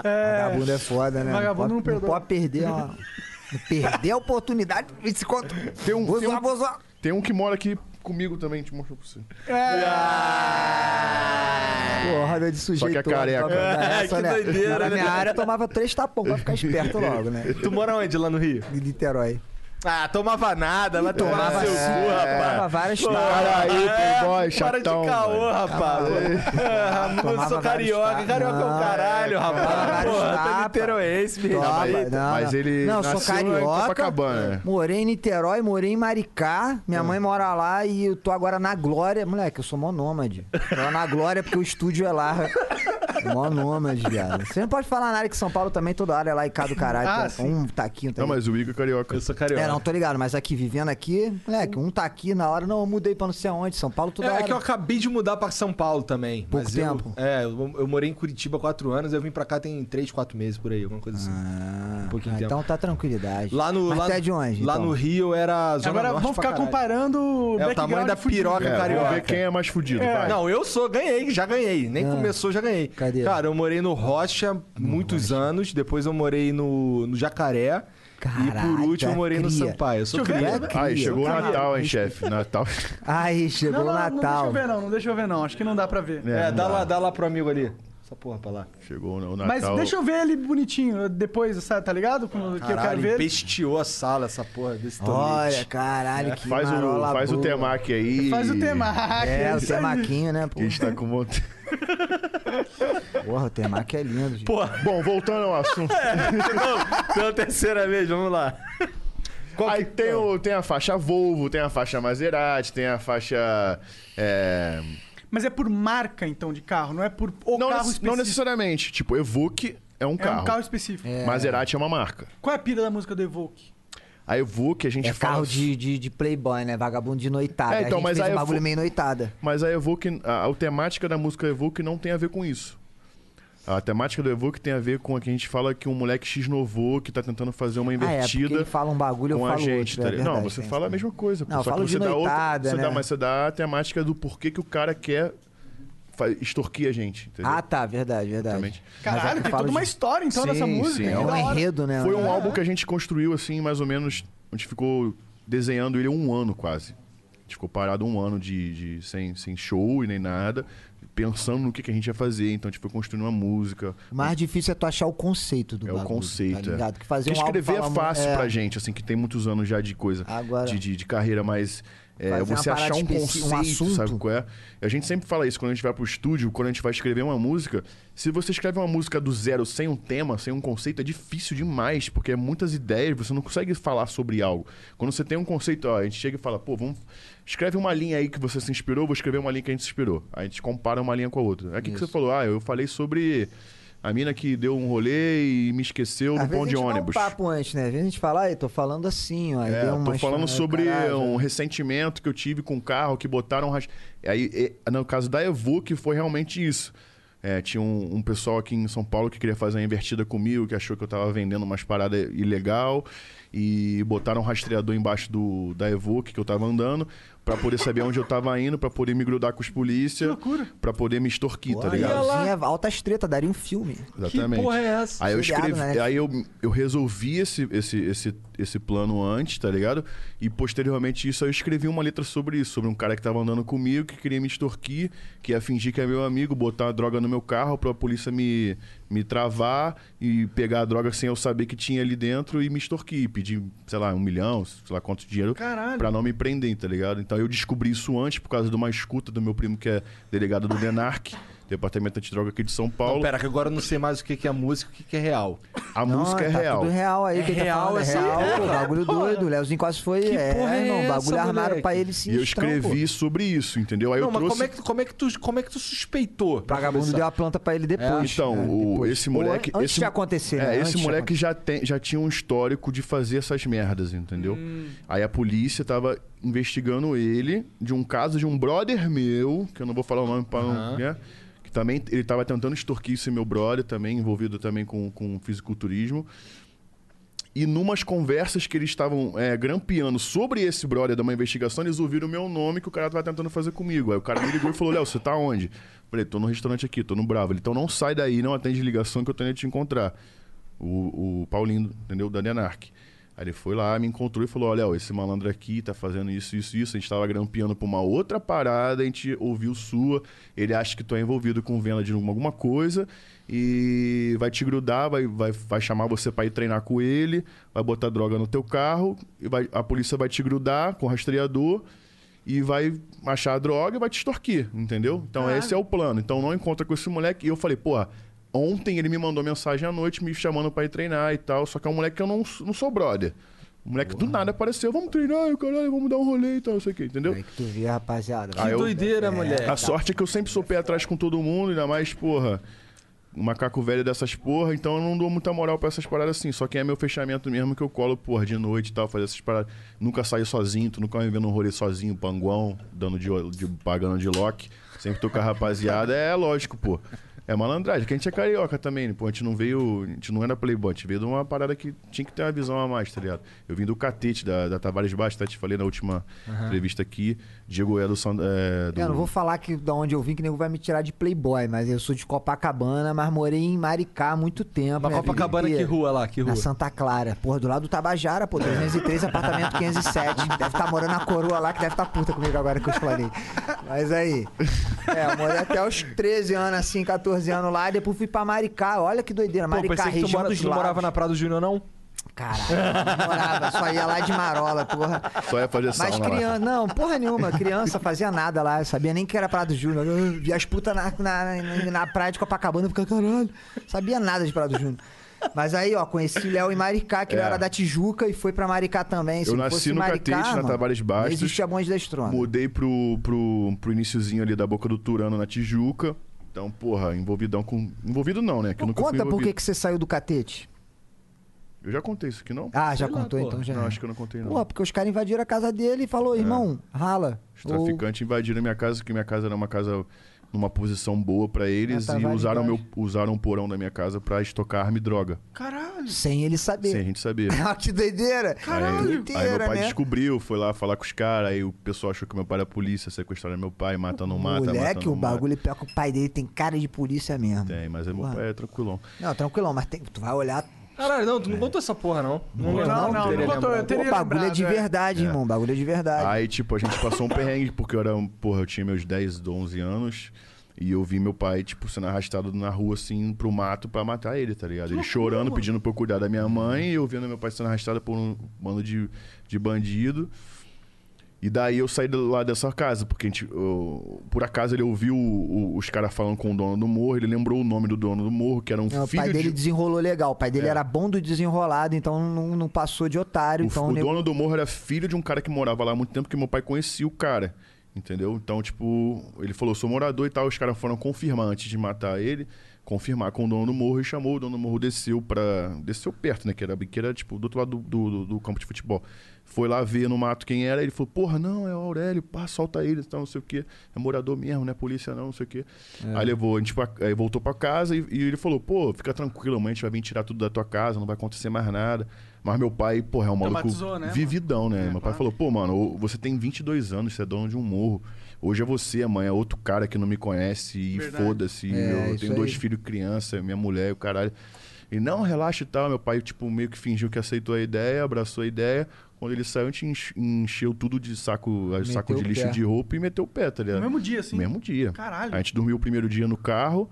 [SPEAKER 2] É,
[SPEAKER 4] Vagabundo é foda, né?
[SPEAKER 2] Vagabundo
[SPEAKER 4] pode-
[SPEAKER 2] não perdoa.
[SPEAKER 4] Pode perder a... Perder a oportunidade de se contra.
[SPEAKER 3] Tem um,
[SPEAKER 4] Vou
[SPEAKER 3] tem,
[SPEAKER 4] zoar,
[SPEAKER 3] um,
[SPEAKER 4] vou zoar.
[SPEAKER 3] tem um que mora aqui comigo também, te mostro pra você.
[SPEAKER 4] Pô, roda
[SPEAKER 2] né,
[SPEAKER 4] de sujeito.
[SPEAKER 3] Só que é careca.
[SPEAKER 4] lá,
[SPEAKER 1] É, que doideira,
[SPEAKER 4] Na minha
[SPEAKER 1] né?
[SPEAKER 4] área, eu tomava três tapão pra ficar esperto logo, né?
[SPEAKER 1] Tu mora onde lá no Rio?
[SPEAKER 4] De Niterói.
[SPEAKER 1] Ah, tomava nada, vai tomar
[SPEAKER 4] Tomava,
[SPEAKER 1] no seu cu,
[SPEAKER 4] tomava
[SPEAKER 1] rapaz.
[SPEAKER 4] várias tapas.
[SPEAKER 3] Para aí, playboy,
[SPEAKER 1] É, Para de
[SPEAKER 3] chatão.
[SPEAKER 1] caô,
[SPEAKER 3] mano.
[SPEAKER 1] rapaz. Ah, Eu
[SPEAKER 4] Tomava
[SPEAKER 1] sou
[SPEAKER 4] vários
[SPEAKER 1] carioca.
[SPEAKER 4] tapas.
[SPEAKER 1] Carioca é o
[SPEAKER 4] Não,
[SPEAKER 1] caralho,
[SPEAKER 4] tomava
[SPEAKER 1] rapaz.
[SPEAKER 4] vários
[SPEAKER 1] Porra, tá
[SPEAKER 4] tapas.
[SPEAKER 1] niteroense, me
[SPEAKER 4] Toma,
[SPEAKER 1] respeita.
[SPEAKER 4] não,
[SPEAKER 3] mas ele
[SPEAKER 4] Não, eu sou
[SPEAKER 3] nasceu em
[SPEAKER 4] carioca.
[SPEAKER 3] Copacabana.
[SPEAKER 4] Morei em Niterói, morei em Maricá. Minha mãe mora lá e eu tô agora na Glória. Moleque, eu sou monômade. Tô lá na Glória porque o estúdio é lá. Monômade, viado. Você não pode falar na área que São Paulo também, toda área é lá e cá do caralho.
[SPEAKER 2] Ah,
[SPEAKER 4] tá-
[SPEAKER 2] sim.
[SPEAKER 4] um tá aqui, um tá
[SPEAKER 3] Não,
[SPEAKER 4] aqui.
[SPEAKER 3] mas o Igor é carioca.
[SPEAKER 1] Eu sou carioca.
[SPEAKER 4] É, não, tô ligado, mas aqui, vivendo aqui, moleque, um tá aqui na hora, não, eu mudei pra não sei aonde, São Paulo, toda
[SPEAKER 1] É, é
[SPEAKER 4] hora.
[SPEAKER 1] que eu acabei de mudar pra São Paulo também.
[SPEAKER 4] Pouco
[SPEAKER 1] mas eu-
[SPEAKER 4] tempo.
[SPEAKER 1] é, eu, eu morei em Curitiba há quatro anos, eu vim pra cá tem três, quatro meses por aí, alguma coisa assim.
[SPEAKER 4] Ah,
[SPEAKER 1] um pouquinho
[SPEAKER 4] ah,
[SPEAKER 1] tempo.
[SPEAKER 4] então tá tranquilidade.
[SPEAKER 1] Lá no,
[SPEAKER 4] mas
[SPEAKER 1] lá,
[SPEAKER 4] tu é de onde?
[SPEAKER 1] Lá
[SPEAKER 4] então?
[SPEAKER 1] no Rio era zona
[SPEAKER 2] Agora
[SPEAKER 1] norte
[SPEAKER 2] vamos
[SPEAKER 1] pra
[SPEAKER 2] ficar
[SPEAKER 1] caralho.
[SPEAKER 2] comparando o
[SPEAKER 1] É o tamanho
[SPEAKER 2] background
[SPEAKER 1] da
[SPEAKER 2] fudido.
[SPEAKER 1] piroca
[SPEAKER 3] É, vamos
[SPEAKER 1] carioca.
[SPEAKER 3] ver quem é mais fudido. vai.
[SPEAKER 1] Não, eu sou, ganhei, já ganhei. Nem começou, já ganhei.
[SPEAKER 4] Ah. Cadê?
[SPEAKER 1] Cara, eu morei no Rocha muitos anos, depois eu morei no, no Jacaré. e
[SPEAKER 4] Caraca,
[SPEAKER 1] por último eu morei no
[SPEAKER 4] cria.
[SPEAKER 1] Sampaio. Eu sou
[SPEAKER 2] Deixa eu ver.
[SPEAKER 1] cria.
[SPEAKER 4] É cria.
[SPEAKER 3] Aí, chegou o Natal, hein, chefe? Natal.
[SPEAKER 4] Aí,
[SPEAKER 2] Não,
[SPEAKER 4] chegou
[SPEAKER 2] não,
[SPEAKER 4] o
[SPEAKER 2] não deixa eu
[SPEAKER 4] Natal.
[SPEAKER 2] ver não, não deixa eu ver não. Acho que não dá pra ver.
[SPEAKER 1] É,
[SPEAKER 3] não
[SPEAKER 1] dá lá, dá lá pro amigo ali. Essa porra pra lá.
[SPEAKER 3] Chegou o Natal.
[SPEAKER 4] Então-
[SPEAKER 2] Mas deixa eu ver ele bonitinho depois, sabe, tá ligado? Com- que eu quero
[SPEAKER 1] Caralho,
[SPEAKER 2] ver ele.
[SPEAKER 1] pesteou a sala, essa porra desse
[SPEAKER 4] Olha,
[SPEAKER 1] tolete.
[SPEAKER 4] caralho, que
[SPEAKER 3] É, Faz o,
[SPEAKER 4] marola
[SPEAKER 3] faz o
[SPEAKER 4] boa.
[SPEAKER 3] temaki aí.
[SPEAKER 2] Faz o tema.
[SPEAKER 4] É, o
[SPEAKER 2] isso aí.
[SPEAKER 4] temaquinho, né, pô?
[SPEAKER 3] Que está com vontade.
[SPEAKER 4] Porra, o temac é lindo, gente.
[SPEAKER 3] Bom, voltando ao assunto.
[SPEAKER 2] É,
[SPEAKER 1] Pela terceira vez, vamos lá.
[SPEAKER 3] Aí
[SPEAKER 2] então.
[SPEAKER 3] tem, o, tem a faixa Volvo, tem a faixa Maserati, tem a faixa. é,
[SPEAKER 2] Mas é por marca, então, de carro, não é por o carro
[SPEAKER 3] Não, nece-
[SPEAKER 2] específico.
[SPEAKER 3] não necessariamente. Tipo, Evoque é um
[SPEAKER 2] É
[SPEAKER 3] carro.
[SPEAKER 2] um carro específico.
[SPEAKER 3] Maserati é uma marca.
[SPEAKER 2] Qual é a pira da música do Evoque?
[SPEAKER 3] A Evoque a gente
[SPEAKER 4] É
[SPEAKER 3] fala. assim.
[SPEAKER 4] carro de, de, de playboy, né? Vagabundo de noitada.
[SPEAKER 3] É, então,
[SPEAKER 4] a gente
[SPEAKER 3] mas
[SPEAKER 4] fez
[SPEAKER 3] aí
[SPEAKER 4] um
[SPEAKER 3] eu
[SPEAKER 4] bagulho
[SPEAKER 3] fu-
[SPEAKER 4] meio noitada.
[SPEAKER 3] Mas a Evoque, a, a temática da música Evoque não tem a ver com isso. A temática do Evoque tem a ver com a que a gente fala que um moleque X novou que tá tentando fazer uma
[SPEAKER 4] Ah, é, porque
[SPEAKER 3] invertida.
[SPEAKER 4] ele fala um bagulho, eu
[SPEAKER 3] com a
[SPEAKER 4] falo
[SPEAKER 3] gente,
[SPEAKER 4] outro.
[SPEAKER 3] tá
[SPEAKER 4] é
[SPEAKER 3] ligado?
[SPEAKER 4] verdade,
[SPEAKER 3] Não, você
[SPEAKER 4] tem
[SPEAKER 3] fala a
[SPEAKER 4] isso.
[SPEAKER 3] mesma coisa. pô,
[SPEAKER 4] Não, eu
[SPEAKER 3] só
[SPEAKER 4] falo
[SPEAKER 3] que
[SPEAKER 4] de
[SPEAKER 3] você dá
[SPEAKER 4] noitada,
[SPEAKER 3] você
[SPEAKER 4] né?
[SPEAKER 3] dá, mas você dá a temática do porquê que o cara quer fa- extorquir a gente, entendeu?
[SPEAKER 4] Ah, tá, verdade, verdade.
[SPEAKER 3] Exatamente.
[SPEAKER 4] Mas é que
[SPEAKER 2] Caralho,
[SPEAKER 4] eu
[SPEAKER 2] tem
[SPEAKER 4] falo
[SPEAKER 2] toda uma
[SPEAKER 4] de-
[SPEAKER 2] história, então,
[SPEAKER 3] Sim,
[SPEAKER 2] nessa música.
[SPEAKER 3] sim,
[SPEAKER 2] que
[SPEAKER 4] É
[SPEAKER 3] da
[SPEAKER 4] um
[SPEAKER 3] hora.
[SPEAKER 4] enredo, né?
[SPEAKER 3] Foi um
[SPEAKER 4] É.
[SPEAKER 3] álbum que a gente construiu, assim, mais ou menos. A gente ficou desenhando ele um ano quase. A gente ficou parado um ano de, de- sem, sem show e nem nada, pensando no que, que a gente ia fazer. Então a gente foi construindo uma música.
[SPEAKER 4] O mais difícil é tu achar o conceito do
[SPEAKER 3] É
[SPEAKER 4] bagulho.
[SPEAKER 3] o conceito.
[SPEAKER 4] Tá
[SPEAKER 3] é.
[SPEAKER 4] ligado? Que fazer
[SPEAKER 3] Porque
[SPEAKER 4] um álbum
[SPEAKER 3] escrever
[SPEAKER 4] fala
[SPEAKER 3] é
[SPEAKER 4] mu-
[SPEAKER 3] fácil
[SPEAKER 4] é,
[SPEAKER 3] pra gente, assim, que tem muitos anos já de coisa,
[SPEAKER 4] Agora-
[SPEAKER 3] de, de, de carreira, mas é,
[SPEAKER 4] Fazer uma
[SPEAKER 3] você
[SPEAKER 4] parada
[SPEAKER 3] achar um
[SPEAKER 4] especi- um
[SPEAKER 3] conceito,
[SPEAKER 4] assunto.
[SPEAKER 3] sabe qual é? E a gente sempre fala isso quando a gente vai pro estúdio, quando a gente vai escrever uma música. Se você escreve uma música do zero, sem um tema, sem um conceito, é difícil demais, porque é muitas ideias, você não consegue falar sobre algo. Quando você tem um conceito, ó, a gente chega e fala, pô, vamos. Escreve uma linha aí que você se inspirou, vou escrever uma linha que a gente se inspirou. Aí a gente compara uma linha com a outra. Aí o que que você falou? Ah, eu falei sobre. A mina que deu um rolê e me esqueceu
[SPEAKER 4] Às
[SPEAKER 3] no
[SPEAKER 4] vezes
[SPEAKER 3] pão
[SPEAKER 4] a
[SPEAKER 3] de
[SPEAKER 4] gente dá
[SPEAKER 3] ônibus.
[SPEAKER 4] um papo antes, né? Às vezes a gente fala, ai, tô falando assim, ó. aí
[SPEAKER 3] É,
[SPEAKER 4] deu
[SPEAKER 3] eu tô
[SPEAKER 4] uma
[SPEAKER 3] falando
[SPEAKER 4] história,
[SPEAKER 3] sobre
[SPEAKER 4] caralho.
[SPEAKER 3] um ressentimento que eu tive com o carro, que botaram... ras- Aí, e- no caso da Evoque, foi realmente isso. É, tinha um, um pessoal aqui em São Paulo que queria fazer uma invertida comigo, que achou que eu tava vendendo umas paradas ilegal e botaram um rastreador embaixo do, da Evoque que eu tava andando. Pra poder saber onde eu tava indo, pra poder me grudar com os polícia.
[SPEAKER 2] loucura.
[SPEAKER 3] Pra poder me extorquir, tá
[SPEAKER 4] Olha,
[SPEAKER 3] ligado?
[SPEAKER 4] Zinha, assim é, altas tretas, daria um filme.
[SPEAKER 3] Exatamente.
[SPEAKER 1] porra é essa?
[SPEAKER 3] Aí eu
[SPEAKER 4] Seriado,
[SPEAKER 3] escrevi,
[SPEAKER 4] né?
[SPEAKER 3] aí eu, eu resolvi esse, esse, esse, esse plano antes, tá ligado? E posteriormente isso eu escrevi uma letra sobre isso, sobre um cara que tava andando comigo, que queria me extorquir, que ia fingir que é meu amigo, botar a droga no meu carro pra polícia me, me travar e pegar a droga sem eu saber que tinha ali dentro e me extorquir, pedir, sei lá, um milhão, sei lá quanto dinheiro
[SPEAKER 1] Caralho.
[SPEAKER 3] pra não me prender, tá ligado? Então eu descobri isso antes por causa de uma escuta do meu primo que é delegado do DENARC, Departamento Antidroga aqui de São Paulo.
[SPEAKER 1] Não, pera, que agora eu não sei mais o que que é música e o que que é real.
[SPEAKER 3] A
[SPEAKER 4] Não,
[SPEAKER 3] música é
[SPEAKER 4] tá
[SPEAKER 3] real.
[SPEAKER 4] Tudo real aí,
[SPEAKER 1] É
[SPEAKER 4] que ele
[SPEAKER 1] real
[SPEAKER 4] tá falando, é
[SPEAKER 1] essa
[SPEAKER 4] real,
[SPEAKER 1] merda,
[SPEAKER 4] pô, bagulho doido. O Leozinho quase foi. é,
[SPEAKER 1] porra é
[SPEAKER 4] irmão,
[SPEAKER 1] essa,
[SPEAKER 4] bagulho armado
[SPEAKER 1] moleque?
[SPEAKER 4] pra ele se
[SPEAKER 3] E eu
[SPEAKER 4] estrão, pô.
[SPEAKER 3] escrevi sobre isso, entendeu? Aí
[SPEAKER 1] não,
[SPEAKER 3] eu
[SPEAKER 1] mas
[SPEAKER 3] trouxe.
[SPEAKER 1] como, é que, como, é que tu, como é que tu suspeitou? pra
[SPEAKER 4] Vagabundo
[SPEAKER 1] começar?
[SPEAKER 4] deu a planta pra
[SPEAKER 1] É.
[SPEAKER 4] ele depois.
[SPEAKER 3] Então,
[SPEAKER 4] né,
[SPEAKER 3] o-
[SPEAKER 4] depois.
[SPEAKER 3] esse
[SPEAKER 4] Ou an-
[SPEAKER 3] moleque.
[SPEAKER 4] Antes
[SPEAKER 3] esse,
[SPEAKER 4] de acontecer,
[SPEAKER 3] É,
[SPEAKER 4] né?
[SPEAKER 3] esse
[SPEAKER 4] antes de
[SPEAKER 3] moleque já, tem, já tinha um histórico de fazer essas merdas, entendeu?
[SPEAKER 4] Hum.
[SPEAKER 3] Aí a polícia tava investigando ele de um caso de um brother meu, que eu não vou falar o nome pra não. Né? Que também. Ele tava tentando extorquir esse meu brother, também, envolvido também com, com fisiculturismo. E numas conversas que eles estavam é, grampeando sobre esse brother de uma investigação, eles ouviram o meu nome que o cara tava tentando fazer comigo. Aí o cara me ligou e falou: Léo, você tá onde? Falei, tô no restaurante aqui, tô no Bravo. Ele, então não sai daí, não atende ligação que eu tenho de te encontrar. O, o Paulinho, entendeu? Da Denarc. Aí ele foi lá, me encontrou e falou: Olha, ó, esse malandro aqui tá fazendo isso, isso, isso. A gente tava grampeando pra uma outra parada, a gente ouviu sua. Ele acha que tu é envolvido com venda de alguma coisa e vai te grudar, vai, vai, vai chamar você pra ir treinar com ele, vai botar droga no teu carro, e vai, a polícia vai te grudar com rastreador e vai achar a droga e vai te extorquir, entendeu? Então esse é o plano. Então não encontra com esse moleque. E eu falei, porra, ontem ele me mandou mensagem à noite me chamando pra ir treinar e tal, só que é um moleque que eu não, não sou brother. O moleque do nada apareceu, vamos treinar, e o caralho, vamos dar um rolê e tal, não sei o que, entendeu?
[SPEAKER 4] É que tu vê, rapaziada.
[SPEAKER 3] Aí
[SPEAKER 1] Que
[SPEAKER 3] eu-
[SPEAKER 1] doideira, moleque.
[SPEAKER 3] A sorte é que eu sempre sou pé atrás com todo mundo, ainda mais, porra, um macaco velho dessas porra, então eu não dou muita moral pra essas paradas assim. Só que é meu fechamento mesmo que eu colo, porra, de noite e tal, fazer essas paradas. Nunca saio sozinho, tu nunca vai me ver num rolê sozinho, panguão, dando de, de pagando de lock. Sempre tô com a rapaziada, é lógico, pô. É malandragem, que a gente é carioca também, né? pô. A gente não veio. A gente não era playboy, a gente veio de uma parada que tinha que ter uma visão a mais, tá ligado? Eu vim do catete da, da Tavares Baixo, tá? Te falei na última entrevista aqui. Diego é do. Sand- É, do
[SPEAKER 4] Eu não vou falar que da onde eu vim, que nego vai me tirar de playboy, mas eu sou de Copacabana, mas morei em Maricá há muito tempo.
[SPEAKER 1] Mas
[SPEAKER 4] minha vida
[SPEAKER 1] Copacabana, que
[SPEAKER 4] inteira.
[SPEAKER 1] rua lá? Que rua?
[SPEAKER 4] Na Santa Clara. Porra, do lado do Tabajara, pô. 303, apartamento 507. Deve estar tá morando na coroa lá, que deve estar puta comigo agora que eu falei. Mas aí. É, eu morei até os 13 anos, assim, 14 anos lá. E depois fui pra Maricá. Olha que doideira.
[SPEAKER 1] Pô,
[SPEAKER 4] Maricá,
[SPEAKER 1] pensei que tu,
[SPEAKER 4] região
[SPEAKER 1] mora-
[SPEAKER 4] dos
[SPEAKER 1] tu não
[SPEAKER 4] lagos.
[SPEAKER 1] morava na Praia do Júnior, não?
[SPEAKER 4] Caralho, não morava. Só ia lá de marola, porra.
[SPEAKER 3] Só ia fazer
[SPEAKER 4] Mas
[SPEAKER 3] sauna lá.
[SPEAKER 4] criança, não, porra nenhuma. Criança fazia nada lá, eu sabia nem que era Prado Júnior. Eu via as putas na, na, na- na praia de Copacabana, eu ficava, caralho, sabia nada de Prado Júnior. Mas aí, ó, conheci Léo em Maricá, que ele
[SPEAKER 3] É.
[SPEAKER 4] era da Tijuca e foi pra Maricá também. Se
[SPEAKER 3] Eu
[SPEAKER 4] não
[SPEAKER 3] nasci
[SPEAKER 4] fosse
[SPEAKER 3] no
[SPEAKER 4] Maricá,
[SPEAKER 3] Catete, na
[SPEAKER 4] mano,
[SPEAKER 3] Tabares Bastos.
[SPEAKER 4] Não existia Bons da Estrona.
[SPEAKER 3] Mudei pro, pro, pro iniciozinho ali da Boca do Turano, na Tijuca. Então, porra, envolvidão com... Envolvido não, né? Que eu nunca fui
[SPEAKER 4] Conta por que
[SPEAKER 3] envolvido.
[SPEAKER 4] que você saiu do Catete.
[SPEAKER 3] Eu já contei isso aqui, não?
[SPEAKER 4] Ah, já
[SPEAKER 1] Sei lá,
[SPEAKER 4] contou
[SPEAKER 1] porra.
[SPEAKER 4] então, já.
[SPEAKER 3] Não, acho que eu não contei, não. É.
[SPEAKER 4] Pô, porque os caras invadiram a casa dele e falou, irmão, rala.
[SPEAKER 3] Os
[SPEAKER 4] Ou-
[SPEAKER 3] traficantes invadiram minha casa, porque minha casa era uma casa numa posição boa pra eles
[SPEAKER 4] Ah, tá,
[SPEAKER 3] e
[SPEAKER 4] vale
[SPEAKER 3] usaram, meu,
[SPEAKER 4] demais.
[SPEAKER 3] usaram o porão da minha casa pra estocar arma e droga.
[SPEAKER 4] Sem ele
[SPEAKER 3] Sem a
[SPEAKER 4] saber.
[SPEAKER 3] gente saber.
[SPEAKER 4] Ah, que doideira.
[SPEAKER 3] Aí, aí meu
[SPEAKER 4] Doideira,
[SPEAKER 3] pai
[SPEAKER 4] né?
[SPEAKER 3] descobriu, foi lá falar com os caras, aí o pessoal achou que meu pai era polícia, sequestraram meu pai, mata, não mata, mata,
[SPEAKER 4] Moleque,
[SPEAKER 3] não
[SPEAKER 4] o bagulho é pior que o pai dele tem cara de polícia mesmo.
[SPEAKER 3] mata. Tem, mas é meu
[SPEAKER 4] Porra.
[SPEAKER 3] pai é tranquilão.
[SPEAKER 4] Não, tranquilão, mas tem- tu vai olhar.
[SPEAKER 1] Caralho, não, tu não contou essa porra, não. Não,
[SPEAKER 2] não, não,
[SPEAKER 1] teria
[SPEAKER 2] não contou,
[SPEAKER 1] lembrado.
[SPEAKER 2] eu teria
[SPEAKER 4] o bagulho é de
[SPEAKER 2] lembrado, é.
[SPEAKER 4] verdade, irmão. Bagulho é de verdade.
[SPEAKER 3] Aí, tipo, a gente passou um perrengue, porque eu era, um- porra, eu tinha meus 10, 11 anos. E eu vi meu pai, tipo, sendo arrastado na rua, assim, pro mato pra matar ele, tá ligado? Ele chorando, pedindo pra eu cuidar da minha mãe, e eu vendo meu pai sendo arrastado por um bando de, de bandido. E daí eu saí de lá dessa casa, porque a gente, eu- por acaso ele ouviu o- o- os caras falando com o dono do morro, ele lembrou o nome do dono do morro, que era um
[SPEAKER 4] Não, É, o
[SPEAKER 3] filho
[SPEAKER 4] pai dele
[SPEAKER 3] de... É.
[SPEAKER 4] desenrolou legal. O pai dele era bom do desenrolado, então não, não passou de otário.
[SPEAKER 3] O,
[SPEAKER 4] então
[SPEAKER 3] o
[SPEAKER 4] nego-
[SPEAKER 3] dono do morro era filho de um cara que morava lá há muito tempo, que meu pai conhecia o cara. Entendeu? Então, tipo, ele falou, sou morador e tal. Os caras foram confirmar antes de matar ele, confirmar com o dono do morro e chamou. O dono do morro desceu pra. Desceu perto, né? Que era, que era tipo, do outro lado do, do- do campo de futebol. Foi lá ver no mato quem era, ele falou, porra, não, é o Aurélio, pá, solta ele, então, não sei o quê. É morador mesmo, não é polícia não, não sei o quê.
[SPEAKER 4] É.
[SPEAKER 3] Aí levou, a gente pra- aí voltou pra casa e, e ele falou, pô, fica tranquilo, mãe, a gente vai vir tirar tudo da tua casa, não vai acontecer mais nada. Mas meu pai, porra, é um maluco
[SPEAKER 2] Traumatizou, né,
[SPEAKER 3] vividão, né? meu pai falou, pô, mano, o- você tem 22 anos, você é dono de um morro. Hoje é você, amanhã é outro cara que não me conhece e
[SPEAKER 2] Verdade.
[SPEAKER 3] foda-se.
[SPEAKER 4] É,
[SPEAKER 3] eu
[SPEAKER 4] isso
[SPEAKER 3] tenho dois
[SPEAKER 4] aí.
[SPEAKER 3] filhos, criança, minha mulher, e o caralho. E não, relaxa e tal. Meu pai, tipo, meio que fingiu que aceitou a ideia, abraçou a ideia. Quando ele saiu, a gente enche- encheu tudo de saco, saco
[SPEAKER 4] o
[SPEAKER 3] de lixo
[SPEAKER 4] pé.
[SPEAKER 3] de roupa e meteu o pé, tá ligado?
[SPEAKER 2] No mesmo dia, assim?
[SPEAKER 3] Mesmo dia.
[SPEAKER 2] Caralho.
[SPEAKER 3] A gente dormiu o primeiro dia no carro,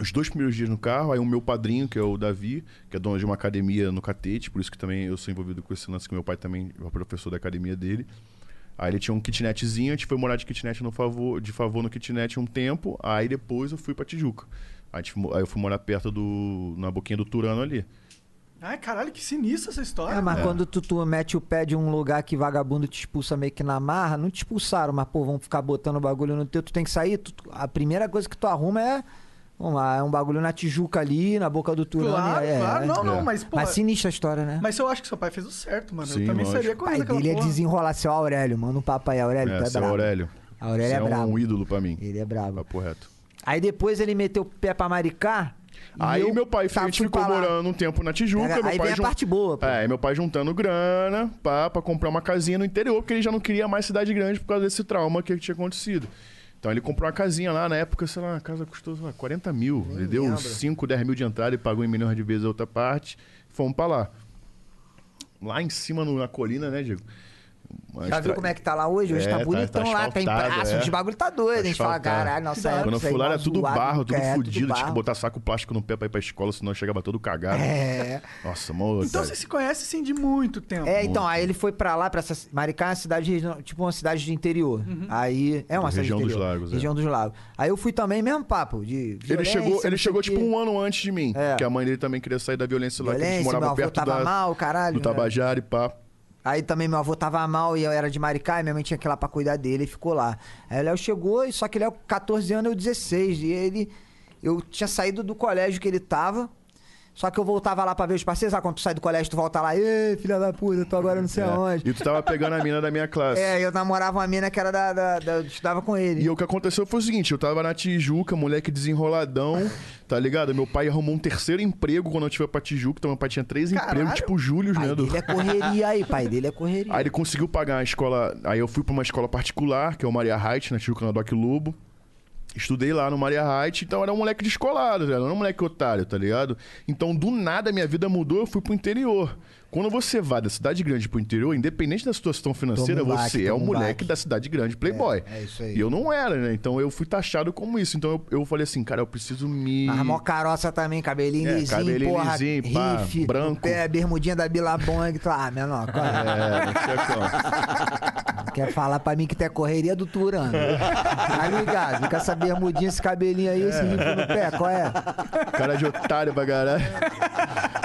[SPEAKER 3] os dois primeiros dias no carro, aí o meu padrinho, que é o Davi, que é dono de uma academia no Catete, por isso que também eu sou envolvido com esse lance, que meu pai também é professor da academia dele. Aí ele tinha um kitnetzinho, a gente foi morar de kitnet no favor, de favor no kitnet um tempo, aí depois eu fui pra Tijuca. A gente mo- Aí eu fui morar perto do. na boquinha do Turano ali.
[SPEAKER 2] Ai, caralho, que sinistra essa história.
[SPEAKER 1] Ah,
[SPEAKER 4] É, mas
[SPEAKER 2] mano.
[SPEAKER 4] quando tu, tu mete o pé de um lugar que vagabundo te expulsa meio que na marra, não te expulsaram, mas pô, vão ficar botando o bagulho no teu, tu tem que sair. tu- tu- a primeira coisa que tu arruma é. Vamos lá, é um bagulho na Tijuca ali, na boca do Turano.
[SPEAKER 2] Claro,
[SPEAKER 4] é,
[SPEAKER 2] claro.
[SPEAKER 4] é.
[SPEAKER 2] Não, não,
[SPEAKER 3] É.
[SPEAKER 2] mas, pô...
[SPEAKER 4] Mas sinistra a história, né?
[SPEAKER 2] Mas eu acho que seu pai fez o certo, mano.
[SPEAKER 3] Sim,
[SPEAKER 2] eu também
[SPEAKER 3] lógico.
[SPEAKER 2] seria
[SPEAKER 4] o
[SPEAKER 2] correndo
[SPEAKER 4] pai
[SPEAKER 2] aquela
[SPEAKER 4] dele é
[SPEAKER 2] porra.
[SPEAKER 4] desenrolar, seu Aurélio, manda um papo aí, Aurélio, tu
[SPEAKER 3] É,
[SPEAKER 4] é
[SPEAKER 3] seu
[SPEAKER 4] brabo.
[SPEAKER 3] Aurélio.
[SPEAKER 4] Aurélio
[SPEAKER 3] Você
[SPEAKER 4] é brabo.
[SPEAKER 3] um ídolo pra mim.
[SPEAKER 4] Ele é brabo.
[SPEAKER 3] Papo reto.
[SPEAKER 4] Aí depois ele meteu o pé pra Maricá. e
[SPEAKER 3] Aí
[SPEAKER 4] eu
[SPEAKER 3] meu pai
[SPEAKER 4] tá,
[SPEAKER 3] a gente
[SPEAKER 4] fui
[SPEAKER 3] ficou
[SPEAKER 4] pra lá.
[SPEAKER 3] morando um tempo na Tijuca.
[SPEAKER 4] Pega-
[SPEAKER 3] meu
[SPEAKER 4] aí
[SPEAKER 3] pai
[SPEAKER 4] vem a parte boa, pô. Tá
[SPEAKER 3] É, aí meu pai juntando grana pá, pra comprar uma casinha no interior, porque ele já não queria mais cidade grande por causa desse trauma que tinha acontecido. Então ele comprou uma casinha lá, na época, sei lá, a casa custou sei lá, 40 mil. ele deu uns 5, 10 mil de entrada e pagou em milhões de vezes a outra parte. Fomos pra lá. Lá em cima, no- na colina, né, Diego? Uma
[SPEAKER 4] Já
[SPEAKER 3] estra-
[SPEAKER 4] viu como é que tá lá hoje? Hoje
[SPEAKER 3] É,
[SPEAKER 4] tá bonitão lá, tem
[SPEAKER 3] asfaltado,
[SPEAKER 4] praça,
[SPEAKER 3] é.
[SPEAKER 4] os bagulho tá doido. A gente fala,
[SPEAKER 3] Asfaltado.
[SPEAKER 4] caralho, nossa época.
[SPEAKER 3] Quando eu
[SPEAKER 4] isso aí
[SPEAKER 3] fui lá
[SPEAKER 4] mal
[SPEAKER 3] era tudo
[SPEAKER 4] zoado,
[SPEAKER 3] barro, tudo
[SPEAKER 4] é, tudo
[SPEAKER 3] fudido. Tinha que
[SPEAKER 4] barro.
[SPEAKER 3] botar saco plástico no pé pra ir pra escola, senão eu chegava todo cagado.
[SPEAKER 4] É.
[SPEAKER 3] Nossa, mano.
[SPEAKER 2] Então você se conhece, sim, de muito tempo.
[SPEAKER 4] É, então, aí ele foi pra lá, pra essa. Maricá é uma cidade, regi- tipo uma cidade de interior. Aí. É uma
[SPEAKER 3] Da
[SPEAKER 4] cidade
[SPEAKER 3] região
[SPEAKER 4] de
[SPEAKER 3] dos
[SPEAKER 4] interior.
[SPEAKER 3] lagos, é.
[SPEAKER 4] Região dos lagos. Aí eu fui também, mesmo papo, de.
[SPEAKER 3] Ele
[SPEAKER 4] violência,
[SPEAKER 3] chegou,
[SPEAKER 4] não
[SPEAKER 3] ele
[SPEAKER 4] sei
[SPEAKER 3] chegou
[SPEAKER 4] o quê.
[SPEAKER 3] tipo um ano antes de mim.
[SPEAKER 4] É.
[SPEAKER 3] Que a mãe dele também queria sair da violência lá, que a gente
[SPEAKER 4] Violência, meu
[SPEAKER 3] morava
[SPEAKER 4] avô
[SPEAKER 3] perto
[SPEAKER 4] tava
[SPEAKER 3] da,
[SPEAKER 4] mal, caralho,
[SPEAKER 3] do
[SPEAKER 4] né?
[SPEAKER 3] Tabajara e pá.
[SPEAKER 4] Aí também meu avô tava mal e eu era de Maricá e minha mãe tinha que ir lá pra cuidar dele e ficou lá. Aí o Léo chegou, e só que o Léo, 14 anos, eu 16. E ele. Eu tinha saído do colégio que ele tava. Só que eu voltava lá pra ver os parceiros. Ah, quando tu sai do colégio, tu volta lá. Ê, filha da puta, tu agora não sei
[SPEAKER 3] É.
[SPEAKER 4] aonde.
[SPEAKER 3] E tu tava pegando a mina da minha classe.
[SPEAKER 4] É, eu namorava uma mina que era da. da, da- eu estudava com ele.
[SPEAKER 3] E o que aconteceu foi o seguinte, eu tava na Tijuca, moleque desenroladão, tá ligado? Meu pai arrumou um terceiro emprego quando eu tive pra Tijuca, então meu pai tinha três empregos, tipo Júlio,
[SPEAKER 4] pai
[SPEAKER 3] né? do-
[SPEAKER 4] dele é correria aí, pai dele é correria.
[SPEAKER 3] Aí ele conseguiu pagar a escola. Aí eu fui pra uma escola particular, que é o Maria Height, na Tijuca, na Doc Lobo. Estudei lá no Maria Height, então era um moleque descolado, velho. Era um moleque otário, tá ligado? Então, do nada, minha vida mudou, eu fui pro interior. Quando você vai da cidade grande pro interior, independente da situação financeira,
[SPEAKER 4] Toma um
[SPEAKER 3] você
[SPEAKER 4] baque,
[SPEAKER 3] é o
[SPEAKER 4] toma um
[SPEAKER 3] moleque
[SPEAKER 4] baque.
[SPEAKER 3] da cidade grande, playboy.
[SPEAKER 4] É, é isso aí.
[SPEAKER 3] E eu não era, né? Então eu fui taxado como isso. Então eu, eu falei assim, cara, eu preciso me.
[SPEAKER 4] Mas mó caroça também, cabelinho
[SPEAKER 3] É,
[SPEAKER 4] lisinho,
[SPEAKER 3] cabelinho
[SPEAKER 4] porra,
[SPEAKER 3] lisinho, pá,
[SPEAKER 4] rife,
[SPEAKER 3] branco.
[SPEAKER 4] pé, bermudinha da Bilabong, tu, ah, menor, qual é?
[SPEAKER 3] É, não sei como.
[SPEAKER 4] quer falar pra mim que tu é correria do Turano.
[SPEAKER 3] É.
[SPEAKER 4] Tá ligado? Com essa bermudinha, esse cabelinho aí, esse rife no pé, qual é?
[SPEAKER 3] Cara de otário pra caralho.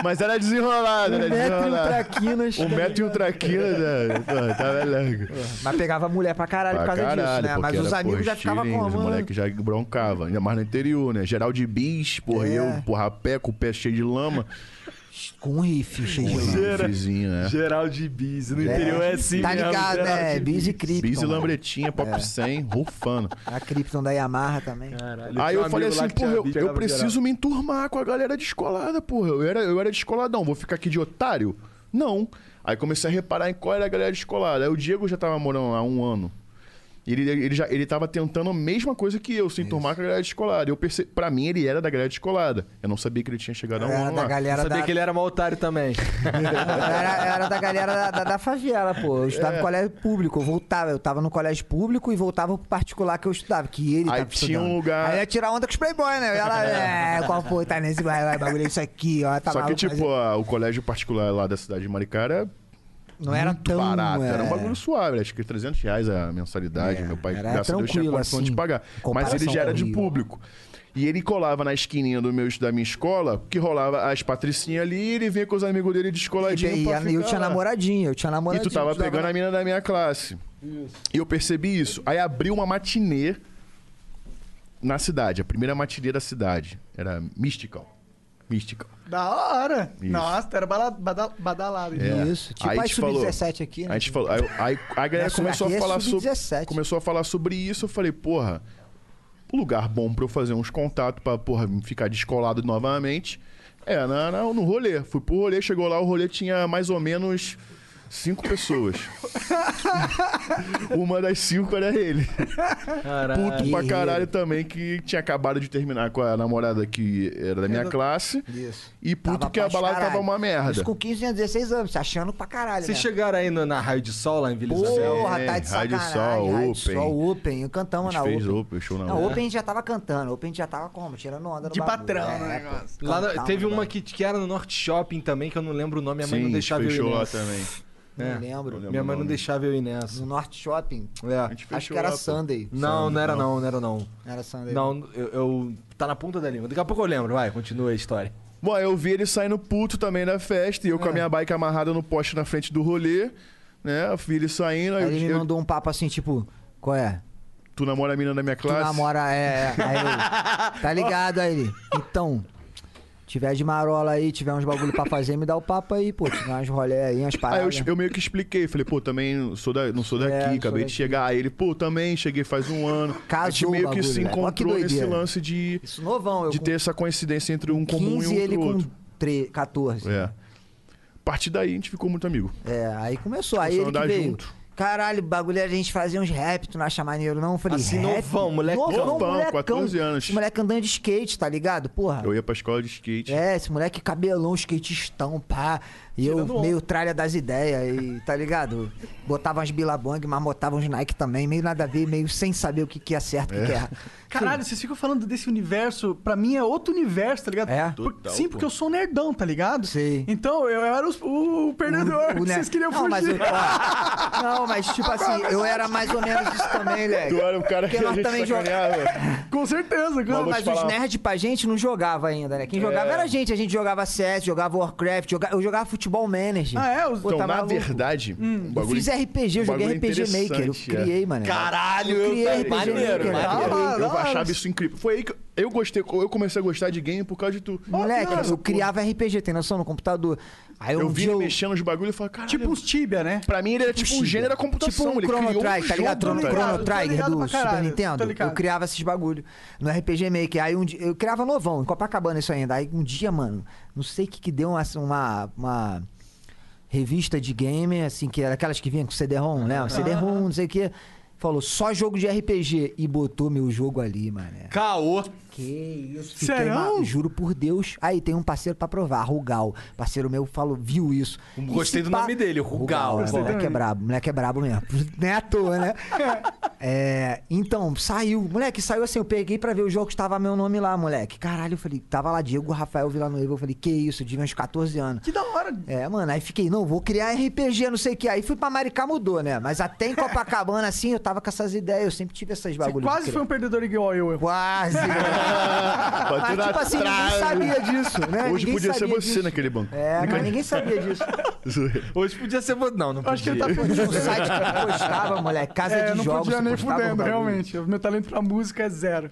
[SPEAKER 3] Mas era desenrolado,
[SPEAKER 4] Um
[SPEAKER 3] era
[SPEAKER 4] metro e um
[SPEAKER 3] desenrolado.
[SPEAKER 4] traquinas,
[SPEAKER 3] É, Um
[SPEAKER 4] tá
[SPEAKER 3] metro e um traquinas, né? Pô, Tava largo.
[SPEAKER 4] Mas pegava mulher pra caralho por
[SPEAKER 3] Pra
[SPEAKER 4] causa
[SPEAKER 3] caralho,
[SPEAKER 4] disso, né?
[SPEAKER 3] porque
[SPEAKER 4] Mas os
[SPEAKER 3] era,
[SPEAKER 4] amigos
[SPEAKER 3] porra,
[SPEAKER 4] já ficavam
[SPEAKER 3] estilingue,
[SPEAKER 4] com a
[SPEAKER 3] Os moleques já broncavam, ainda mais no interior, né? Geral de bis, porra,
[SPEAKER 4] É.
[SPEAKER 3] eu, porra, a pé, com o pé cheio de lama.
[SPEAKER 4] Com um rife, cheio de
[SPEAKER 3] Um
[SPEAKER 4] lama.
[SPEAKER 3] rifezinho, né?
[SPEAKER 1] Geral de bis. No interior é assim
[SPEAKER 4] Tá
[SPEAKER 1] mesmo,
[SPEAKER 4] ligado,
[SPEAKER 1] geral
[SPEAKER 4] né?
[SPEAKER 1] de
[SPEAKER 4] Bis e cripto. É.
[SPEAKER 3] Bis e lambretinha, pop 100, rufando.
[SPEAKER 4] A Krypton da Yamaha também.
[SPEAKER 3] É,
[SPEAKER 4] É,
[SPEAKER 1] Caralho,
[SPEAKER 3] Aí
[SPEAKER 1] tinha
[SPEAKER 3] eu
[SPEAKER 1] um
[SPEAKER 3] falei
[SPEAKER 1] amigo lá
[SPEAKER 3] assim,
[SPEAKER 1] que tinha
[SPEAKER 3] porra, eu,
[SPEAKER 1] bis,
[SPEAKER 3] eu
[SPEAKER 1] pegava
[SPEAKER 3] preciso
[SPEAKER 1] geral.
[SPEAKER 3] me enturmar com a galera descolada, porra. Eu era, eu era descoladão, vou ficar aqui de otário? Não. Aí comecei a reparar em qual era a galera descolada. Aí o Diego já tava morando lá há um ano. Ele, ele, já, ele tava tentando a mesma coisa que eu, se enturmar com a galera descolada. Eu perce... Pra mim, ele era da galera descolada. Eu não sabia que ele tinha chegado há um
[SPEAKER 4] Era
[SPEAKER 3] ano
[SPEAKER 4] da
[SPEAKER 3] lá.
[SPEAKER 4] galera
[SPEAKER 1] Sabia
[SPEAKER 4] da...
[SPEAKER 1] que ele era mau otário também.
[SPEAKER 4] Era, era da galera da, da, da favela, pô. Eu
[SPEAKER 3] É.
[SPEAKER 4] estudava em colégio público, eu voltava. Eu tava no colégio público e voltava pro particular que eu estudava, que ele
[SPEAKER 3] Aí
[SPEAKER 4] tava
[SPEAKER 3] tinha
[SPEAKER 4] estudando.
[SPEAKER 3] um lugar-
[SPEAKER 4] Aí eu ia tirar onda com os playboy, né? Eu ia lá, é, qual foi? Tá nesse vai, vai, bagulho é isso aqui, ó. Tá
[SPEAKER 3] Só que,
[SPEAKER 4] maluco,
[SPEAKER 3] tipo,
[SPEAKER 4] mas
[SPEAKER 3] a- o colégio particular lá da cidade de Maricá era
[SPEAKER 4] não era tão...
[SPEAKER 3] barato.
[SPEAKER 4] é,
[SPEAKER 3] Era um bagulho suave, acho que 300 reais a mensalidade.
[SPEAKER 4] É,
[SPEAKER 3] meu pai,
[SPEAKER 4] era
[SPEAKER 3] graças a Deus, tinha
[SPEAKER 4] tranquilo,
[SPEAKER 3] condição de
[SPEAKER 4] assim,
[SPEAKER 3] pagar.
[SPEAKER 4] em
[SPEAKER 3] Mas ele já era
[SPEAKER 4] comparação
[SPEAKER 3] de
[SPEAKER 4] ao Rio.
[SPEAKER 3] público. E ele colava na esquininha do meu, da minha escola, que rolava as patricinhas ali, e ele vinha com os amigos dele
[SPEAKER 4] E,
[SPEAKER 3] descoladinho.
[SPEAKER 4] e,
[SPEAKER 3] pra
[SPEAKER 4] e eu
[SPEAKER 3] ficar
[SPEAKER 4] tinha
[SPEAKER 3] lá.
[SPEAKER 4] namoradinha, eu tinha
[SPEAKER 3] E
[SPEAKER 4] namoradinha.
[SPEAKER 3] tu tava
[SPEAKER 4] eu estudava
[SPEAKER 3] pegando
[SPEAKER 4] na-
[SPEAKER 3] a mina da minha classe. E eu percebi isso. Aí abriu uma matinê na cidade, a primeira matinê da cidade. Era Mystical. Mística.
[SPEAKER 2] Da hora!
[SPEAKER 3] Isso.
[SPEAKER 2] Nossa, era bala- bada- badalado. então.
[SPEAKER 3] É.
[SPEAKER 4] Isso, tipo
[SPEAKER 3] Aí
[SPEAKER 4] as
[SPEAKER 3] te falou-
[SPEAKER 4] sub-17 aqui, né?
[SPEAKER 3] Aí, a gente falou, aí, aí a galera
[SPEAKER 4] Nossa,
[SPEAKER 3] começou a
[SPEAKER 4] aqui é
[SPEAKER 3] falar sobre
[SPEAKER 4] sub-17.
[SPEAKER 3] começou a falar sobre isso, eu falei, porra, o lugar bom pra eu fazer uns contatos pra, porra, ficar descolado novamente é na, na- no rolê. Fui pro rolê, chegou lá, o rolê tinha mais ou menos cinco pessoas. Uma das cinco era ele. Puto pra
[SPEAKER 4] Guerreiro.
[SPEAKER 3] caralho também, que tinha acabado de terminar com a namorada que era da minha classe.
[SPEAKER 4] Isso.
[SPEAKER 3] E puto
[SPEAKER 4] Tava
[SPEAKER 3] que a
[SPEAKER 4] pra
[SPEAKER 3] balada
[SPEAKER 4] caralho.
[SPEAKER 3] tava uma merda.
[SPEAKER 4] Isso com 15 anos, 16 anos, se achando pra caralho,
[SPEAKER 1] Vocês
[SPEAKER 4] né?
[SPEAKER 1] chegaram aí no- na Raio de Sol, lá em Vila Isabel?
[SPEAKER 4] Porra,
[SPEAKER 3] É,
[SPEAKER 4] tá de
[SPEAKER 3] Rádio
[SPEAKER 4] sacanagem.
[SPEAKER 3] Sol,
[SPEAKER 4] Rádio
[SPEAKER 3] Open.
[SPEAKER 4] Sol, Open. Cantamos na
[SPEAKER 3] a gente
[SPEAKER 4] Open.
[SPEAKER 3] fez open, show na
[SPEAKER 4] Na
[SPEAKER 3] Open.
[SPEAKER 4] Open a gente já tava cantando. Open a gente já tava como? Tirando onda do
[SPEAKER 2] De
[SPEAKER 4] bagulho. É,
[SPEAKER 2] patrão, né,
[SPEAKER 4] pô.
[SPEAKER 2] negócio?
[SPEAKER 1] Lá na-
[SPEAKER 4] Cantava
[SPEAKER 1] teve
[SPEAKER 4] no
[SPEAKER 1] uma
[SPEAKER 4] bagulho.
[SPEAKER 1] que, que era no Norte Shopping também, que eu não lembro o nome, minha mãe
[SPEAKER 3] Sim,
[SPEAKER 1] não deixava eu ir
[SPEAKER 3] fechou lá
[SPEAKER 1] nessa.
[SPEAKER 3] também.
[SPEAKER 4] Não lembro.
[SPEAKER 3] É, Não
[SPEAKER 1] Minha mãe não
[SPEAKER 3] nome.
[SPEAKER 1] deixava eu ir nessa.
[SPEAKER 4] No Norte Shopping.
[SPEAKER 1] É.
[SPEAKER 3] gente
[SPEAKER 4] Acho
[SPEAKER 3] fechou
[SPEAKER 4] que era
[SPEAKER 3] lá, pô.
[SPEAKER 4] Sunday.
[SPEAKER 1] Não, não era
[SPEAKER 3] não.
[SPEAKER 1] não, não era não.
[SPEAKER 4] Não era Sunday.
[SPEAKER 1] Não, eu, eu- Tá na ponta da língua. Daqui a pouco eu lembro, vai, continua a história.
[SPEAKER 3] Bom, aí eu vi ele saindo puto também da festa e
[SPEAKER 4] É.
[SPEAKER 3] eu com a minha bike amarrada no poste na frente do rolê, né? Eu vi ele saindo, aí,
[SPEAKER 4] Aí ele me
[SPEAKER 3] eu,
[SPEAKER 4] mandou um papo assim, tipo, qual é?
[SPEAKER 3] tu namora a menina da minha
[SPEAKER 4] Tu
[SPEAKER 3] classe?
[SPEAKER 4] namora, é. é. Aí eu, tá ligado aí? ele, Então, tiver de marola aí, tiver uns bagulho pra fazer, me dá o papo aí, pô. Tiver uns rolé aí,
[SPEAKER 3] Aí
[SPEAKER 4] umas
[SPEAKER 3] eu,
[SPEAKER 4] paradas.
[SPEAKER 3] eu meio que expliquei, falei, pô, também sou da, não sou daqui,
[SPEAKER 4] não É, sou
[SPEAKER 3] acabei
[SPEAKER 4] daqui.
[SPEAKER 3] de chegar. Aí ele, pô, também cheguei faz um ano. a gente
[SPEAKER 4] Casou o
[SPEAKER 3] meio que
[SPEAKER 4] bagulho,
[SPEAKER 3] se
[SPEAKER 4] né? Ó, que
[SPEAKER 3] encontrou nesse
[SPEAKER 4] doideira.
[SPEAKER 3] lance de,
[SPEAKER 4] Isso novão, eu
[SPEAKER 3] de ter essa coincidência entre um
[SPEAKER 4] com
[SPEAKER 3] comum e
[SPEAKER 4] 15
[SPEAKER 3] um
[SPEAKER 4] e ele
[SPEAKER 3] outro.
[SPEAKER 4] com
[SPEAKER 3] outro.
[SPEAKER 4] 13, 14.
[SPEAKER 3] É. A partir daí a gente ficou muito amigo.
[SPEAKER 4] É, aí começou. Aí ele
[SPEAKER 3] Começou a andar
[SPEAKER 4] que veio.
[SPEAKER 3] junto.
[SPEAKER 4] Caralho, bagulho a gente fazia uns rap, tu não acha maneiro, não? Eu falei,
[SPEAKER 1] Assim,
[SPEAKER 4] rap?
[SPEAKER 1] novão, molecão.
[SPEAKER 3] Novão, 14 anos.
[SPEAKER 4] Esse moleque andando de skate, tá ligado? Porra.
[SPEAKER 3] Eu ia pra escola de skate.
[SPEAKER 4] É, esse moleque cabelão, skatistão, pá. E eu meio tralha das ideias, e tá ligado? Botava umas bilabong, mas botava uns Nike também, meio nada a ver, meio sem saber o que, que é certo e o que é errado.
[SPEAKER 2] Caralho, vocês ficam falando desse universo, pra mim é outro universo, tá ligado?
[SPEAKER 4] É.
[SPEAKER 2] Por- sim, porque eu sou nerdão, tá ligado?
[SPEAKER 4] Sim.
[SPEAKER 2] Então eu era os- o, perdedor
[SPEAKER 4] O- o
[SPEAKER 2] que vocês
[SPEAKER 4] ne-
[SPEAKER 2] queriam
[SPEAKER 4] não,
[SPEAKER 2] fugir.
[SPEAKER 4] mas eu- ó, não, mas tipo assim, eu era mais ou menos isso também, né?
[SPEAKER 3] Tu era o cara
[SPEAKER 4] Porque
[SPEAKER 3] que a
[SPEAKER 4] nós
[SPEAKER 3] gente
[SPEAKER 4] também jogamos.
[SPEAKER 3] sacaneava.
[SPEAKER 2] Com certeza, cara.
[SPEAKER 3] vou te
[SPEAKER 4] mas os
[SPEAKER 3] falar. É.
[SPEAKER 4] nerds pra gente não jogava ainda, né? Quem jogava era a gente. A gente jogava CS, jogava Warcraft, joga- eu jogava Futebol Manager.
[SPEAKER 2] Ah, é? Os-
[SPEAKER 4] Pô,
[SPEAKER 3] Então,
[SPEAKER 4] tá
[SPEAKER 3] na
[SPEAKER 4] maluco?
[SPEAKER 3] verdade, um
[SPEAKER 4] Eu
[SPEAKER 3] bagulho-
[SPEAKER 4] fiz RPG, eu joguei
[SPEAKER 3] bagulho
[SPEAKER 4] RPG Maker. Eu
[SPEAKER 3] interessante, é.
[SPEAKER 4] criei, mano.
[SPEAKER 1] Caralho,
[SPEAKER 4] eu
[SPEAKER 1] eu
[SPEAKER 4] criei
[SPEAKER 1] tá-
[SPEAKER 4] RPG
[SPEAKER 1] maneiro,
[SPEAKER 4] Maker.
[SPEAKER 1] maneiro.
[SPEAKER 4] cara.
[SPEAKER 2] Ah,
[SPEAKER 3] eu
[SPEAKER 2] da hora.
[SPEAKER 3] achava isso incrível. Foi aí que eu gostei, eu comecei a gostar de game por causa de tu.
[SPEAKER 4] Moleque,
[SPEAKER 3] Olha,
[SPEAKER 4] eu criava RPG, tem noção, no computador. Aí um
[SPEAKER 3] Eu vi
[SPEAKER 4] dia
[SPEAKER 3] ele
[SPEAKER 4] eu...
[SPEAKER 3] mexendo nos bagulhos e falei, caralho.
[SPEAKER 2] Tipo uns Tibia, né?
[SPEAKER 3] pra mim ele era tipo um
[SPEAKER 4] Shiba.
[SPEAKER 3] gênero da computação.
[SPEAKER 4] Tipo um
[SPEAKER 3] ele
[SPEAKER 4] Chrono
[SPEAKER 3] criou um
[SPEAKER 4] Trigger, tá
[SPEAKER 3] jogo,
[SPEAKER 4] ligado? Chrono,
[SPEAKER 2] tô
[SPEAKER 3] velho.
[SPEAKER 2] ligado,
[SPEAKER 4] Chrono
[SPEAKER 2] tô
[SPEAKER 4] Trigger
[SPEAKER 2] ligado
[SPEAKER 4] do
[SPEAKER 2] pra
[SPEAKER 4] Super
[SPEAKER 2] caralho,
[SPEAKER 4] Nintendo.
[SPEAKER 2] tô ligado.
[SPEAKER 4] Eu criava esses bagulho no RPG Maker. Aí um dia, eu criava novão, em Copacabana isso ainda. Aí um dia, mano, não sei o que que deu uma, uma, uma revista de game, assim, que era aquelas que vinha com CD-ROM, né? CD-ROM, não sei o que. Falou, só jogo de RPG. E botou meu jogo ali, mano.
[SPEAKER 1] Caô.
[SPEAKER 4] Que isso,
[SPEAKER 2] Sério?
[SPEAKER 4] mal- Juro por Deus. Aí tem um parceiro pra provar, Rugal. Parceiro meu falou, viu isso.
[SPEAKER 1] Gostei
[SPEAKER 4] E
[SPEAKER 1] do
[SPEAKER 4] se
[SPEAKER 1] nome dele, Rugal.
[SPEAKER 4] né?
[SPEAKER 1] Gostei
[SPEAKER 4] moleque é brabo, moleque é brabo mesmo. Não é à toa, né? É, então, saiu. Moleque, saiu assim, eu peguei pra ver o jogo que estava meu nome lá, moleque. Caralho, eu falei, tava lá Diego Rafael Villanueva. Eu falei, que isso, eu tive uns 14 anos.
[SPEAKER 2] Que da hora.
[SPEAKER 4] É, mano, aí fiquei, não, vou criar RPG, não sei o que. Aí fui pra Maricá, mudou, né? Mas até em Copacabana, assim, eu tava com essas ideias, eu sempre tive essas
[SPEAKER 2] Você
[SPEAKER 4] bagulhos. de
[SPEAKER 2] quase
[SPEAKER 4] criar.
[SPEAKER 2] foi um perdedor igual eu. eu.
[SPEAKER 4] Quase. Mas,
[SPEAKER 3] Bateu na
[SPEAKER 4] tipo assim, ninguém
[SPEAKER 3] trave.
[SPEAKER 4] sabia disso, né?
[SPEAKER 3] Hoje
[SPEAKER 4] Ninguém
[SPEAKER 3] podia ser
[SPEAKER 4] sabia
[SPEAKER 3] você
[SPEAKER 4] disso.
[SPEAKER 3] naquele banco.
[SPEAKER 4] É, mas ninguém sabia disso.
[SPEAKER 1] Hoje podia ser... vo- Não, não podia.
[SPEAKER 2] Acho que ele tá fudido.
[SPEAKER 4] Tinha um site que postava, moleque, casa
[SPEAKER 2] É, eu
[SPEAKER 4] de
[SPEAKER 2] não
[SPEAKER 4] jogos.
[SPEAKER 2] podia nem
[SPEAKER 4] postava um
[SPEAKER 2] fudendo,
[SPEAKER 4] bagulho.
[SPEAKER 2] realmente. Meu talento pra música é zero.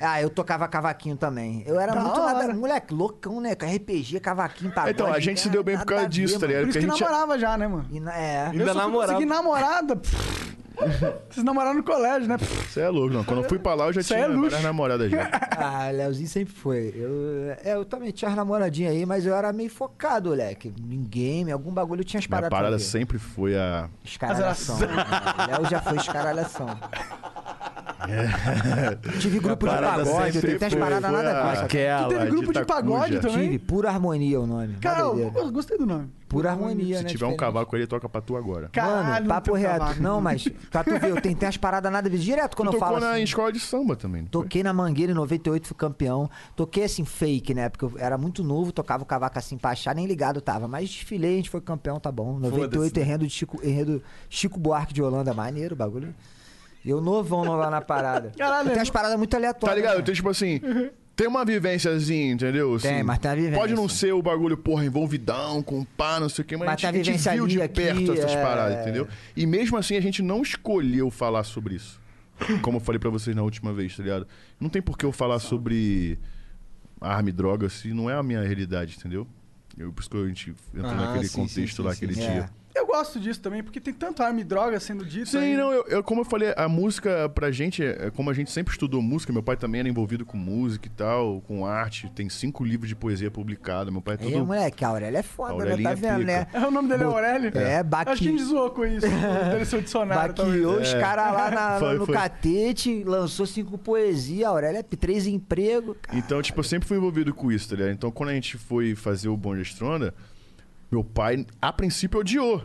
[SPEAKER 4] Ah, eu tocava cavaquinho também. Eu era
[SPEAKER 2] Da
[SPEAKER 4] muito nada.
[SPEAKER 2] hora.
[SPEAKER 4] Moleque, loucão, né? Com RPG, cavaquinho, pagode.
[SPEAKER 3] Então, a gente se deu bem por
[SPEAKER 4] nada
[SPEAKER 3] causa
[SPEAKER 4] a ver,
[SPEAKER 3] disso, tá
[SPEAKER 4] mano.
[SPEAKER 3] ligado?
[SPEAKER 2] Por isso
[SPEAKER 3] Porque
[SPEAKER 2] que
[SPEAKER 3] a gente.
[SPEAKER 2] namorava já, né, mano?
[SPEAKER 4] E, na- é.
[SPEAKER 1] Ainda
[SPEAKER 2] eu só fui
[SPEAKER 1] namorava.
[SPEAKER 2] conseguir namorada. pff, Vocês namoraram no colégio, né? Pff,
[SPEAKER 3] Você é louco, não. Quando eu fui pra lá, eu já
[SPEAKER 2] Isso
[SPEAKER 3] tinha
[SPEAKER 2] é luxo.
[SPEAKER 3] várias namoradas já.
[SPEAKER 4] Ah, Leozinho sempre foi. Eu, é, eu também tinha as namoradinhas aí, mas eu era meio focado, moleque. Em game, algum bagulho eu tinha as
[SPEAKER 3] Minha
[SPEAKER 4] paradas. pra
[SPEAKER 3] parada
[SPEAKER 4] ver.
[SPEAKER 3] sempre foi a.
[SPEAKER 4] Escaralhação. né? Léo já foi escaralhação. Tive grupo de
[SPEAKER 3] parada
[SPEAKER 4] pagode,
[SPEAKER 3] sempre
[SPEAKER 4] eu tenho até as
[SPEAKER 3] foi-
[SPEAKER 4] paradas
[SPEAKER 3] foi
[SPEAKER 4] nada
[SPEAKER 3] a-
[SPEAKER 4] contra.
[SPEAKER 1] Aquela.
[SPEAKER 2] teve grupo de
[SPEAKER 3] tacuja.
[SPEAKER 2] pagode também?
[SPEAKER 4] Tive pura harmonia o nome. uma
[SPEAKER 2] Cara, eu,
[SPEAKER 4] doideira.
[SPEAKER 2] eu gostei do nome.
[SPEAKER 4] Pura harmonia,
[SPEAKER 3] Se
[SPEAKER 4] né?
[SPEAKER 3] tiver um
[SPEAKER 4] diferente.
[SPEAKER 3] cavaco, ele toca pra tu agora.
[SPEAKER 2] Caralho,
[SPEAKER 4] Mano,
[SPEAKER 2] não
[SPEAKER 4] papo
[SPEAKER 2] tem
[SPEAKER 4] reto.
[SPEAKER 2] cavaco.
[SPEAKER 4] Não, mas pra tu ver, eu tenho, tenho as paradas nada a ver. Direto quando eu
[SPEAKER 3] Tocou
[SPEAKER 4] falo
[SPEAKER 3] na
[SPEAKER 4] assim,
[SPEAKER 3] escola de samba também. não foi?
[SPEAKER 4] Toquei na Mangueira em 98, fui campeão. Toquei assim, fake, né? Porque eu era muito novo, tocava o cavaco assim pra achar, nem ligado tava. Mas desfilei, a gente foi campeão, tá bom. 98,
[SPEAKER 1] né?
[SPEAKER 4] enredo de Chico, enredo Chico Buarque de Holanda, maneiro o bagulho. E eu novão lá na parada.
[SPEAKER 2] Caralho,
[SPEAKER 4] tem umas paradas muito aleatórias.
[SPEAKER 3] Tá ligado?
[SPEAKER 4] né?
[SPEAKER 3] Tem tipo assim. Tem uma vivênciazinha, entendeu?
[SPEAKER 4] Tem,
[SPEAKER 3] Assim,
[SPEAKER 4] mas tem uma vivência.
[SPEAKER 3] Pode não ser o bagulho, porra, envolvidão, com pá, não sei o quê, mas,
[SPEAKER 4] Mas
[SPEAKER 3] a
[SPEAKER 4] tem a
[SPEAKER 3] gente, a gente
[SPEAKER 4] vivência
[SPEAKER 3] viu de
[SPEAKER 4] ali, aqui,
[SPEAKER 3] perto essas
[SPEAKER 4] é.
[SPEAKER 3] paradas, entendeu? E mesmo assim, a gente não escolheu falar sobre isso. Como eu falei pra vocês na última vez, tá ligado? Não tem por que eu falar sobre arma e droga, assim, não é a minha realidade, entendeu? Eu, por isso que a gente entrou
[SPEAKER 1] Ah,
[SPEAKER 3] naquele
[SPEAKER 1] sim, sim,
[SPEAKER 3] contexto lá,
[SPEAKER 1] sim,
[SPEAKER 3] aquele
[SPEAKER 1] sim.
[SPEAKER 4] É.
[SPEAKER 3] dia.
[SPEAKER 2] Eu gosto disso também, porque tem tanta arma e droga sendo dito.
[SPEAKER 3] Sim,
[SPEAKER 2] aí.
[SPEAKER 3] não, eu, eu- como eu falei, a música pra gente, é, é como a gente sempre estudou música, meu pai também era envolvido com música e tal, com arte, tem cinco livros de poesia publicados, meu pai é
[SPEAKER 4] Aí,
[SPEAKER 3] todo...
[SPEAKER 4] moleque, a Aurélia é foda, né?
[SPEAKER 3] Aurelinha
[SPEAKER 4] Tá vendo,
[SPEAKER 3] pica.
[SPEAKER 4] né?
[SPEAKER 2] É, o nome dele é
[SPEAKER 4] Bo-
[SPEAKER 2] Aurélio?
[SPEAKER 4] É, baqui-
[SPEAKER 2] Acho que a gente zoou com isso, pelo seu dicionário. talvez.
[SPEAKER 4] Baqueou os caras lá na-
[SPEAKER 3] É. Foi,
[SPEAKER 4] no
[SPEAKER 3] foi.
[SPEAKER 4] catete, lançou cinco poesias, a Aurélia é três empregos. cara.
[SPEAKER 3] Então, tipo, eu sempre fui envolvido com isso, tá ligado? Então, quando a gente foi fazer o Bonde Estronda, meu pai, a princípio, odiou.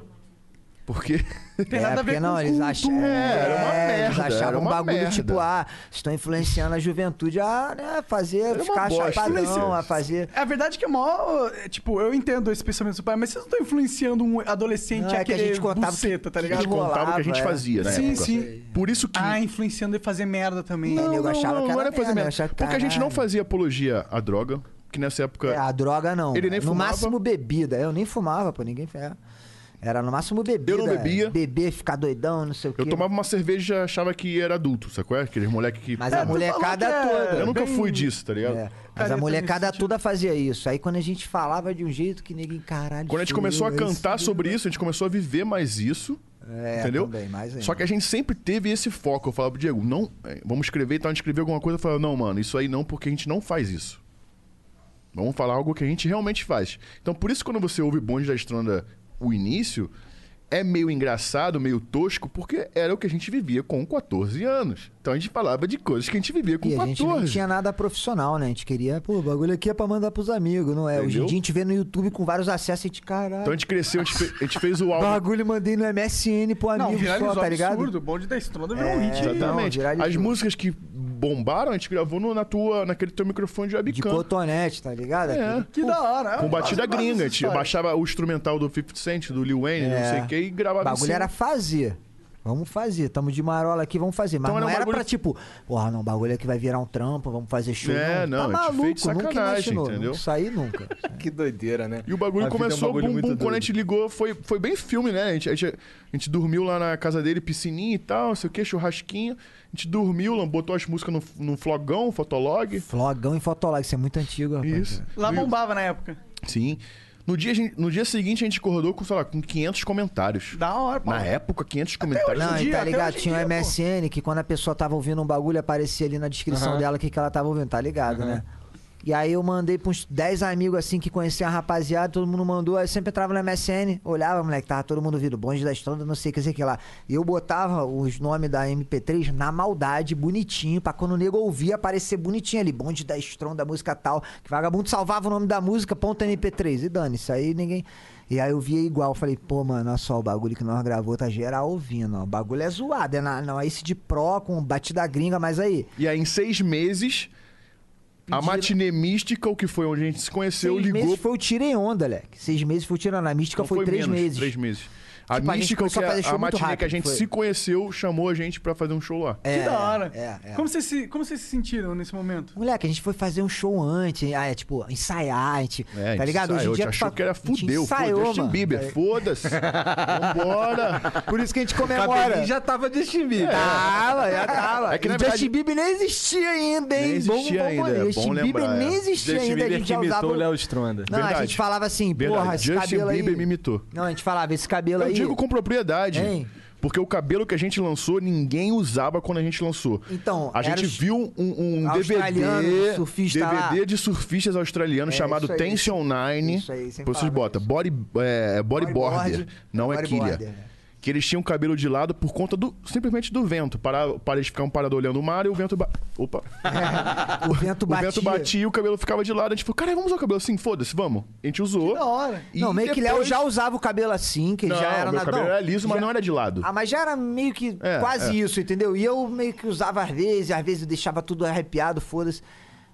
[SPEAKER 3] Porque...
[SPEAKER 2] Tem nada a ver
[SPEAKER 4] É, porque
[SPEAKER 2] com
[SPEAKER 4] não, eles
[SPEAKER 2] culto.
[SPEAKER 4] achavam,
[SPEAKER 3] É, era uma
[SPEAKER 4] eles
[SPEAKER 3] merda, era
[SPEAKER 4] achavam um
[SPEAKER 3] uma
[SPEAKER 4] bagulho
[SPEAKER 3] merda.
[SPEAKER 4] tipo, ah, estão influenciando a juventude a né, fazer,
[SPEAKER 3] uma
[SPEAKER 4] ficar
[SPEAKER 3] bosta.
[SPEAKER 4] chapadão,
[SPEAKER 3] Influencia.
[SPEAKER 4] a fazer...
[SPEAKER 2] A verdade é que é mó. é, Tipo, eu entendo esse pensamento do seu pai, mas vocês não estão influenciando um adolescente
[SPEAKER 4] Não,
[SPEAKER 2] a
[SPEAKER 4] é que a
[SPEAKER 2] querer
[SPEAKER 4] gente contava
[SPEAKER 2] buceta,
[SPEAKER 4] que-
[SPEAKER 2] tá
[SPEAKER 4] que
[SPEAKER 2] ligado?
[SPEAKER 4] rolava,
[SPEAKER 3] contava o que a gente
[SPEAKER 4] é.
[SPEAKER 3] fazia, né?
[SPEAKER 2] Sim, sim.
[SPEAKER 3] Por isso que...
[SPEAKER 2] Ah, influenciando e fazer merda também.
[SPEAKER 4] Não, nego achava que
[SPEAKER 3] não
[SPEAKER 4] era
[SPEAKER 3] era fazer
[SPEAKER 4] merda,
[SPEAKER 3] merda.
[SPEAKER 4] achava que
[SPEAKER 3] Porque a gente não
[SPEAKER 4] caralho.
[SPEAKER 3] fazia apologia à droga, que nessa época...
[SPEAKER 4] É, a droga não.
[SPEAKER 3] Ele nem
[SPEAKER 4] no
[SPEAKER 3] fumava.
[SPEAKER 4] máximo bebida. Eu nem fumava, pô, ninguém é. Era no máximo bebida.
[SPEAKER 3] Eu não bebia.
[SPEAKER 4] Beber, ficar doidão, não sei o quê.
[SPEAKER 3] Eu tomava uma cerveja e já achava que era adulto, sacou? É? Aqueles moleque que...
[SPEAKER 4] Mas
[SPEAKER 3] É,
[SPEAKER 4] a molecada
[SPEAKER 2] falou que é-
[SPEAKER 4] toda.
[SPEAKER 3] Eu nunca
[SPEAKER 2] bem-
[SPEAKER 3] fui disso, tá ligado?
[SPEAKER 4] É, Mas
[SPEAKER 2] Careta
[SPEAKER 4] a molecada
[SPEAKER 2] nesse sentido.
[SPEAKER 4] toda fazia isso. Aí quando a gente falava de um jeito que ninguém, caralho.
[SPEAKER 3] Quando a gente
[SPEAKER 4] sou
[SPEAKER 3] começou a
[SPEAKER 4] eu, é isso
[SPEAKER 3] cantar
[SPEAKER 4] mesmo.
[SPEAKER 3] sobre isso, a gente começou a viver mais isso.
[SPEAKER 4] É,
[SPEAKER 3] entendeu?
[SPEAKER 4] também, mais ainda.
[SPEAKER 3] Só que a gente sempre teve esse foco. Eu falava, Diego, não, é, vamos escrever, então a gente escreveu alguma coisa, eu falava, não, mano, isso aí não, porque a gente não faz isso. Vamos falar algo que a gente realmente faz. Então, por isso, quando você ouve Bonde da Estronda, o início, é meio engraçado, meio tosco, porque era o que a gente vivia com 14 anos. Então, a gente falava de coisas que a gente vivia com
[SPEAKER 4] E a
[SPEAKER 3] 14.
[SPEAKER 4] gente não tinha nada profissional, né? A gente queria, pô, o bagulho aqui é pra mandar pros amigos, não é? Hoje em
[SPEAKER 3] Entendeu?
[SPEAKER 4] dia a gente vê no YouTube com vários acessos e a gente, caralho.
[SPEAKER 3] Então, a gente cresceu, a gente fe- a gente fez o álbum.
[SPEAKER 4] Bagulho, mandei no MSN pro
[SPEAKER 2] Não,
[SPEAKER 4] amigo
[SPEAKER 2] viralizou
[SPEAKER 4] só, tá ligado?
[SPEAKER 2] absurdo. O bonde da estronda virou um
[SPEAKER 4] É,
[SPEAKER 2] hit.
[SPEAKER 4] então-
[SPEAKER 3] Exatamente.
[SPEAKER 4] viralizou.
[SPEAKER 3] As músicas que bombaram, a gente gravou no, na tua, naquele teu microfone de
[SPEAKER 4] De
[SPEAKER 3] webcam.
[SPEAKER 4] cotonete, tá ligado?
[SPEAKER 3] É.
[SPEAKER 2] Que da hora.
[SPEAKER 3] Com batida
[SPEAKER 2] Nossa,
[SPEAKER 3] gringa. A gente
[SPEAKER 2] história.
[SPEAKER 3] baixava o instrumental do 50 Cent, do Lil Wayne,
[SPEAKER 4] É.
[SPEAKER 3] não sei o que, e
[SPEAKER 4] O
[SPEAKER 3] gravava assim. em
[SPEAKER 4] bagulho
[SPEAKER 3] cima.
[SPEAKER 4] era fazer. Vamos fazer, tamo de marola aqui, vamos fazer. Mas
[SPEAKER 3] Então era
[SPEAKER 4] não
[SPEAKER 3] um
[SPEAKER 4] era
[SPEAKER 3] bagulho-
[SPEAKER 4] pra tipo, porra, não, o bagulho aqui vai virar um trampo, vamos fazer show.
[SPEAKER 3] É,
[SPEAKER 4] tá
[SPEAKER 3] não, a gente
[SPEAKER 4] maluco,
[SPEAKER 3] fez de
[SPEAKER 4] nunca
[SPEAKER 3] sacanagem,
[SPEAKER 4] imaginou.
[SPEAKER 3] entendeu?
[SPEAKER 4] Isso aí nunca.
[SPEAKER 1] Que doideira, né?
[SPEAKER 3] E o bagulho
[SPEAKER 1] A vida é um
[SPEAKER 3] começou,
[SPEAKER 1] bagulho
[SPEAKER 3] bum,
[SPEAKER 1] muito
[SPEAKER 3] bum, quando a
[SPEAKER 1] doido.
[SPEAKER 3] gente ligou, foi, foi bem filme, né? A gente, a, gente, a gente dormiu lá na casa dele, piscininha e tal, não sei o que, churrasquinho. A gente dormiu, lá, botou as músicas no, no flogão, fotolog.
[SPEAKER 4] Flogão e fotolog, isso é muito antigo, rapaz.
[SPEAKER 3] Isso.
[SPEAKER 2] Lá bombava na época.
[SPEAKER 3] Sim. No dia, a gente- no dia seguinte, a gente acordou com, sei lá, com 500 comentários.
[SPEAKER 2] Da hora, pô.
[SPEAKER 3] Na época, 500 comentários.
[SPEAKER 2] hoje
[SPEAKER 4] Não,
[SPEAKER 2] em
[SPEAKER 4] e
[SPEAKER 2] dia,
[SPEAKER 4] tá
[SPEAKER 2] até
[SPEAKER 4] ligado?
[SPEAKER 2] hoje em
[SPEAKER 4] Tinha
[SPEAKER 2] dia,
[SPEAKER 4] o
[SPEAKER 2] pô.
[SPEAKER 4] MSN que quando a pessoa tava ouvindo um bagulho aparecia ali na descrição dela o que, que ela tava ouvindo, tá ligado, né? E aí eu mandei pra uns 10 amigos assim que conheciam a rapaziada, todo mundo mandou, aí eu sempre entrava no MSN, olhava, moleque, tava todo mundo vindo, bonde da estrada, não sei o que, sei o que lá. E eu botava os nomes da MP3 na maldade, bonitinho, pra quando o nego ouvia aparecer bonitinho ali, bonde da estronda, música tal, que vagabundo salvava o nome da música, ponto MP3. E dane, isso aí ninguém. E aí eu via igual, falei, pô, mano, olha só, o bagulho que nós gravou tá geral ouvindo, ó. O bagulho é zoado, é na, não é esse de pró com batida gringa, mas aí.
[SPEAKER 3] E aí, em seis meses, a matinê mística, o que foi onde a gente se conheceu,
[SPEAKER 4] Um seis
[SPEAKER 3] ligou.
[SPEAKER 4] meses foi o Tirei Onda, leque. Seis meses foi o Tirei Onda. A mística
[SPEAKER 3] Não,
[SPEAKER 4] foi, três
[SPEAKER 3] menos,
[SPEAKER 4] meses.
[SPEAKER 3] Três meses. A
[SPEAKER 4] Tipo, a gente
[SPEAKER 3] mística,
[SPEAKER 4] começou
[SPEAKER 3] que
[SPEAKER 4] a
[SPEAKER 3] é
[SPEAKER 4] fazer show
[SPEAKER 3] a
[SPEAKER 4] muito
[SPEAKER 3] matinê que a
[SPEAKER 4] rápido,
[SPEAKER 3] gente
[SPEAKER 4] foi.
[SPEAKER 3] se conheceu, chamou a gente pra fazer um show lá.
[SPEAKER 2] Que da hora.
[SPEAKER 4] é, é.
[SPEAKER 2] Como vocês se, como vocês se sentiram nesse momento?
[SPEAKER 4] Moleque, a gente foi fazer um show antes, ah, é, tipo, ensaiar, a gente,
[SPEAKER 3] É, a gente
[SPEAKER 4] tá ligado?
[SPEAKER 3] Ensaiou,
[SPEAKER 4] Hoje em dia
[SPEAKER 3] a gente
[SPEAKER 4] fa-
[SPEAKER 3] achou que era
[SPEAKER 4] a gente
[SPEAKER 3] fudeu,
[SPEAKER 4] ensaiou,
[SPEAKER 3] foda Justin
[SPEAKER 4] mano. É.
[SPEAKER 3] Bieber, foda-se. Vambora.
[SPEAKER 4] Por isso que a gente
[SPEAKER 1] O cabelinho
[SPEAKER 4] comemora.
[SPEAKER 1] já tava de Ah, Bieber.
[SPEAKER 4] Tava, já tava.
[SPEAKER 3] É que,
[SPEAKER 4] E
[SPEAKER 3] na
[SPEAKER 4] o
[SPEAKER 3] verdade,
[SPEAKER 4] Justin Bieber nem existia ainda, hein?
[SPEAKER 3] nem existia
[SPEAKER 4] bom, bom,
[SPEAKER 3] ainda, é
[SPEAKER 4] bom,
[SPEAKER 3] bom
[SPEAKER 4] Justin Bieber
[SPEAKER 3] lembrar, é.
[SPEAKER 4] nem existia
[SPEAKER 1] Justin
[SPEAKER 4] ainda, a
[SPEAKER 1] Bieber
[SPEAKER 4] gente
[SPEAKER 1] que
[SPEAKER 4] já
[SPEAKER 1] imitou
[SPEAKER 4] usava...
[SPEAKER 1] o Léo Stronda.
[SPEAKER 4] Não, a
[SPEAKER 3] Verdade.
[SPEAKER 4] gente falava assim,
[SPEAKER 3] Verdade,
[SPEAKER 4] porra, esse
[SPEAKER 3] Justin
[SPEAKER 4] cabelo aí...
[SPEAKER 3] Bieber me imitou.
[SPEAKER 4] Não, a gente falava, esse cabelo
[SPEAKER 3] Eu
[SPEAKER 4] aí...
[SPEAKER 3] digo com propriedade.
[SPEAKER 4] Hein?
[SPEAKER 3] Porque o cabelo que a gente lançou, ninguém usava quando a gente lançou.
[SPEAKER 4] Então,
[SPEAKER 3] a
[SPEAKER 4] era
[SPEAKER 3] gente
[SPEAKER 4] os-
[SPEAKER 3] viu um, um
[SPEAKER 4] australiano,
[SPEAKER 3] DVD,
[SPEAKER 4] surfista
[SPEAKER 3] DVD
[SPEAKER 4] lá.
[SPEAKER 3] de surfistas australianos
[SPEAKER 4] É,
[SPEAKER 3] chamado
[SPEAKER 4] isso aí.
[SPEAKER 3] Tension 9.
[SPEAKER 4] Isso aí, sem
[SPEAKER 3] Vocês botam
[SPEAKER 4] palavras.
[SPEAKER 3] body, é, bodyboarder,
[SPEAKER 4] Bodyboard,
[SPEAKER 3] não é
[SPEAKER 4] bodyboarder,
[SPEAKER 3] quilha.
[SPEAKER 4] né?
[SPEAKER 3] Que eles tinham o cabelo de lado por conta do simplesmente do vento. Para, para eles ficavam parados olhando o mar e o vento. ba- Opa!
[SPEAKER 4] tá, O vento
[SPEAKER 3] O
[SPEAKER 4] batia.
[SPEAKER 3] vento batia e o cabelo ficava de lado. A gente falou, caralho, vamos usar o cabelo assim? Foda-se, vamos. A gente usou.
[SPEAKER 2] Da hora.
[SPEAKER 3] E
[SPEAKER 4] Não, meio que Léo
[SPEAKER 3] depois-
[SPEAKER 4] já usava o cabelo assim, que ele
[SPEAKER 3] Não,
[SPEAKER 4] já era
[SPEAKER 3] meu
[SPEAKER 4] na-
[SPEAKER 3] cabelo
[SPEAKER 4] não,
[SPEAKER 3] era liso, mas
[SPEAKER 4] já-
[SPEAKER 3] não era de lado.
[SPEAKER 4] Ah, mas já era meio que
[SPEAKER 3] É,
[SPEAKER 4] quase
[SPEAKER 3] é.
[SPEAKER 4] isso, entendeu? E eu meio que usava às vezes, às vezes eu deixava tudo arrepiado, foda-se.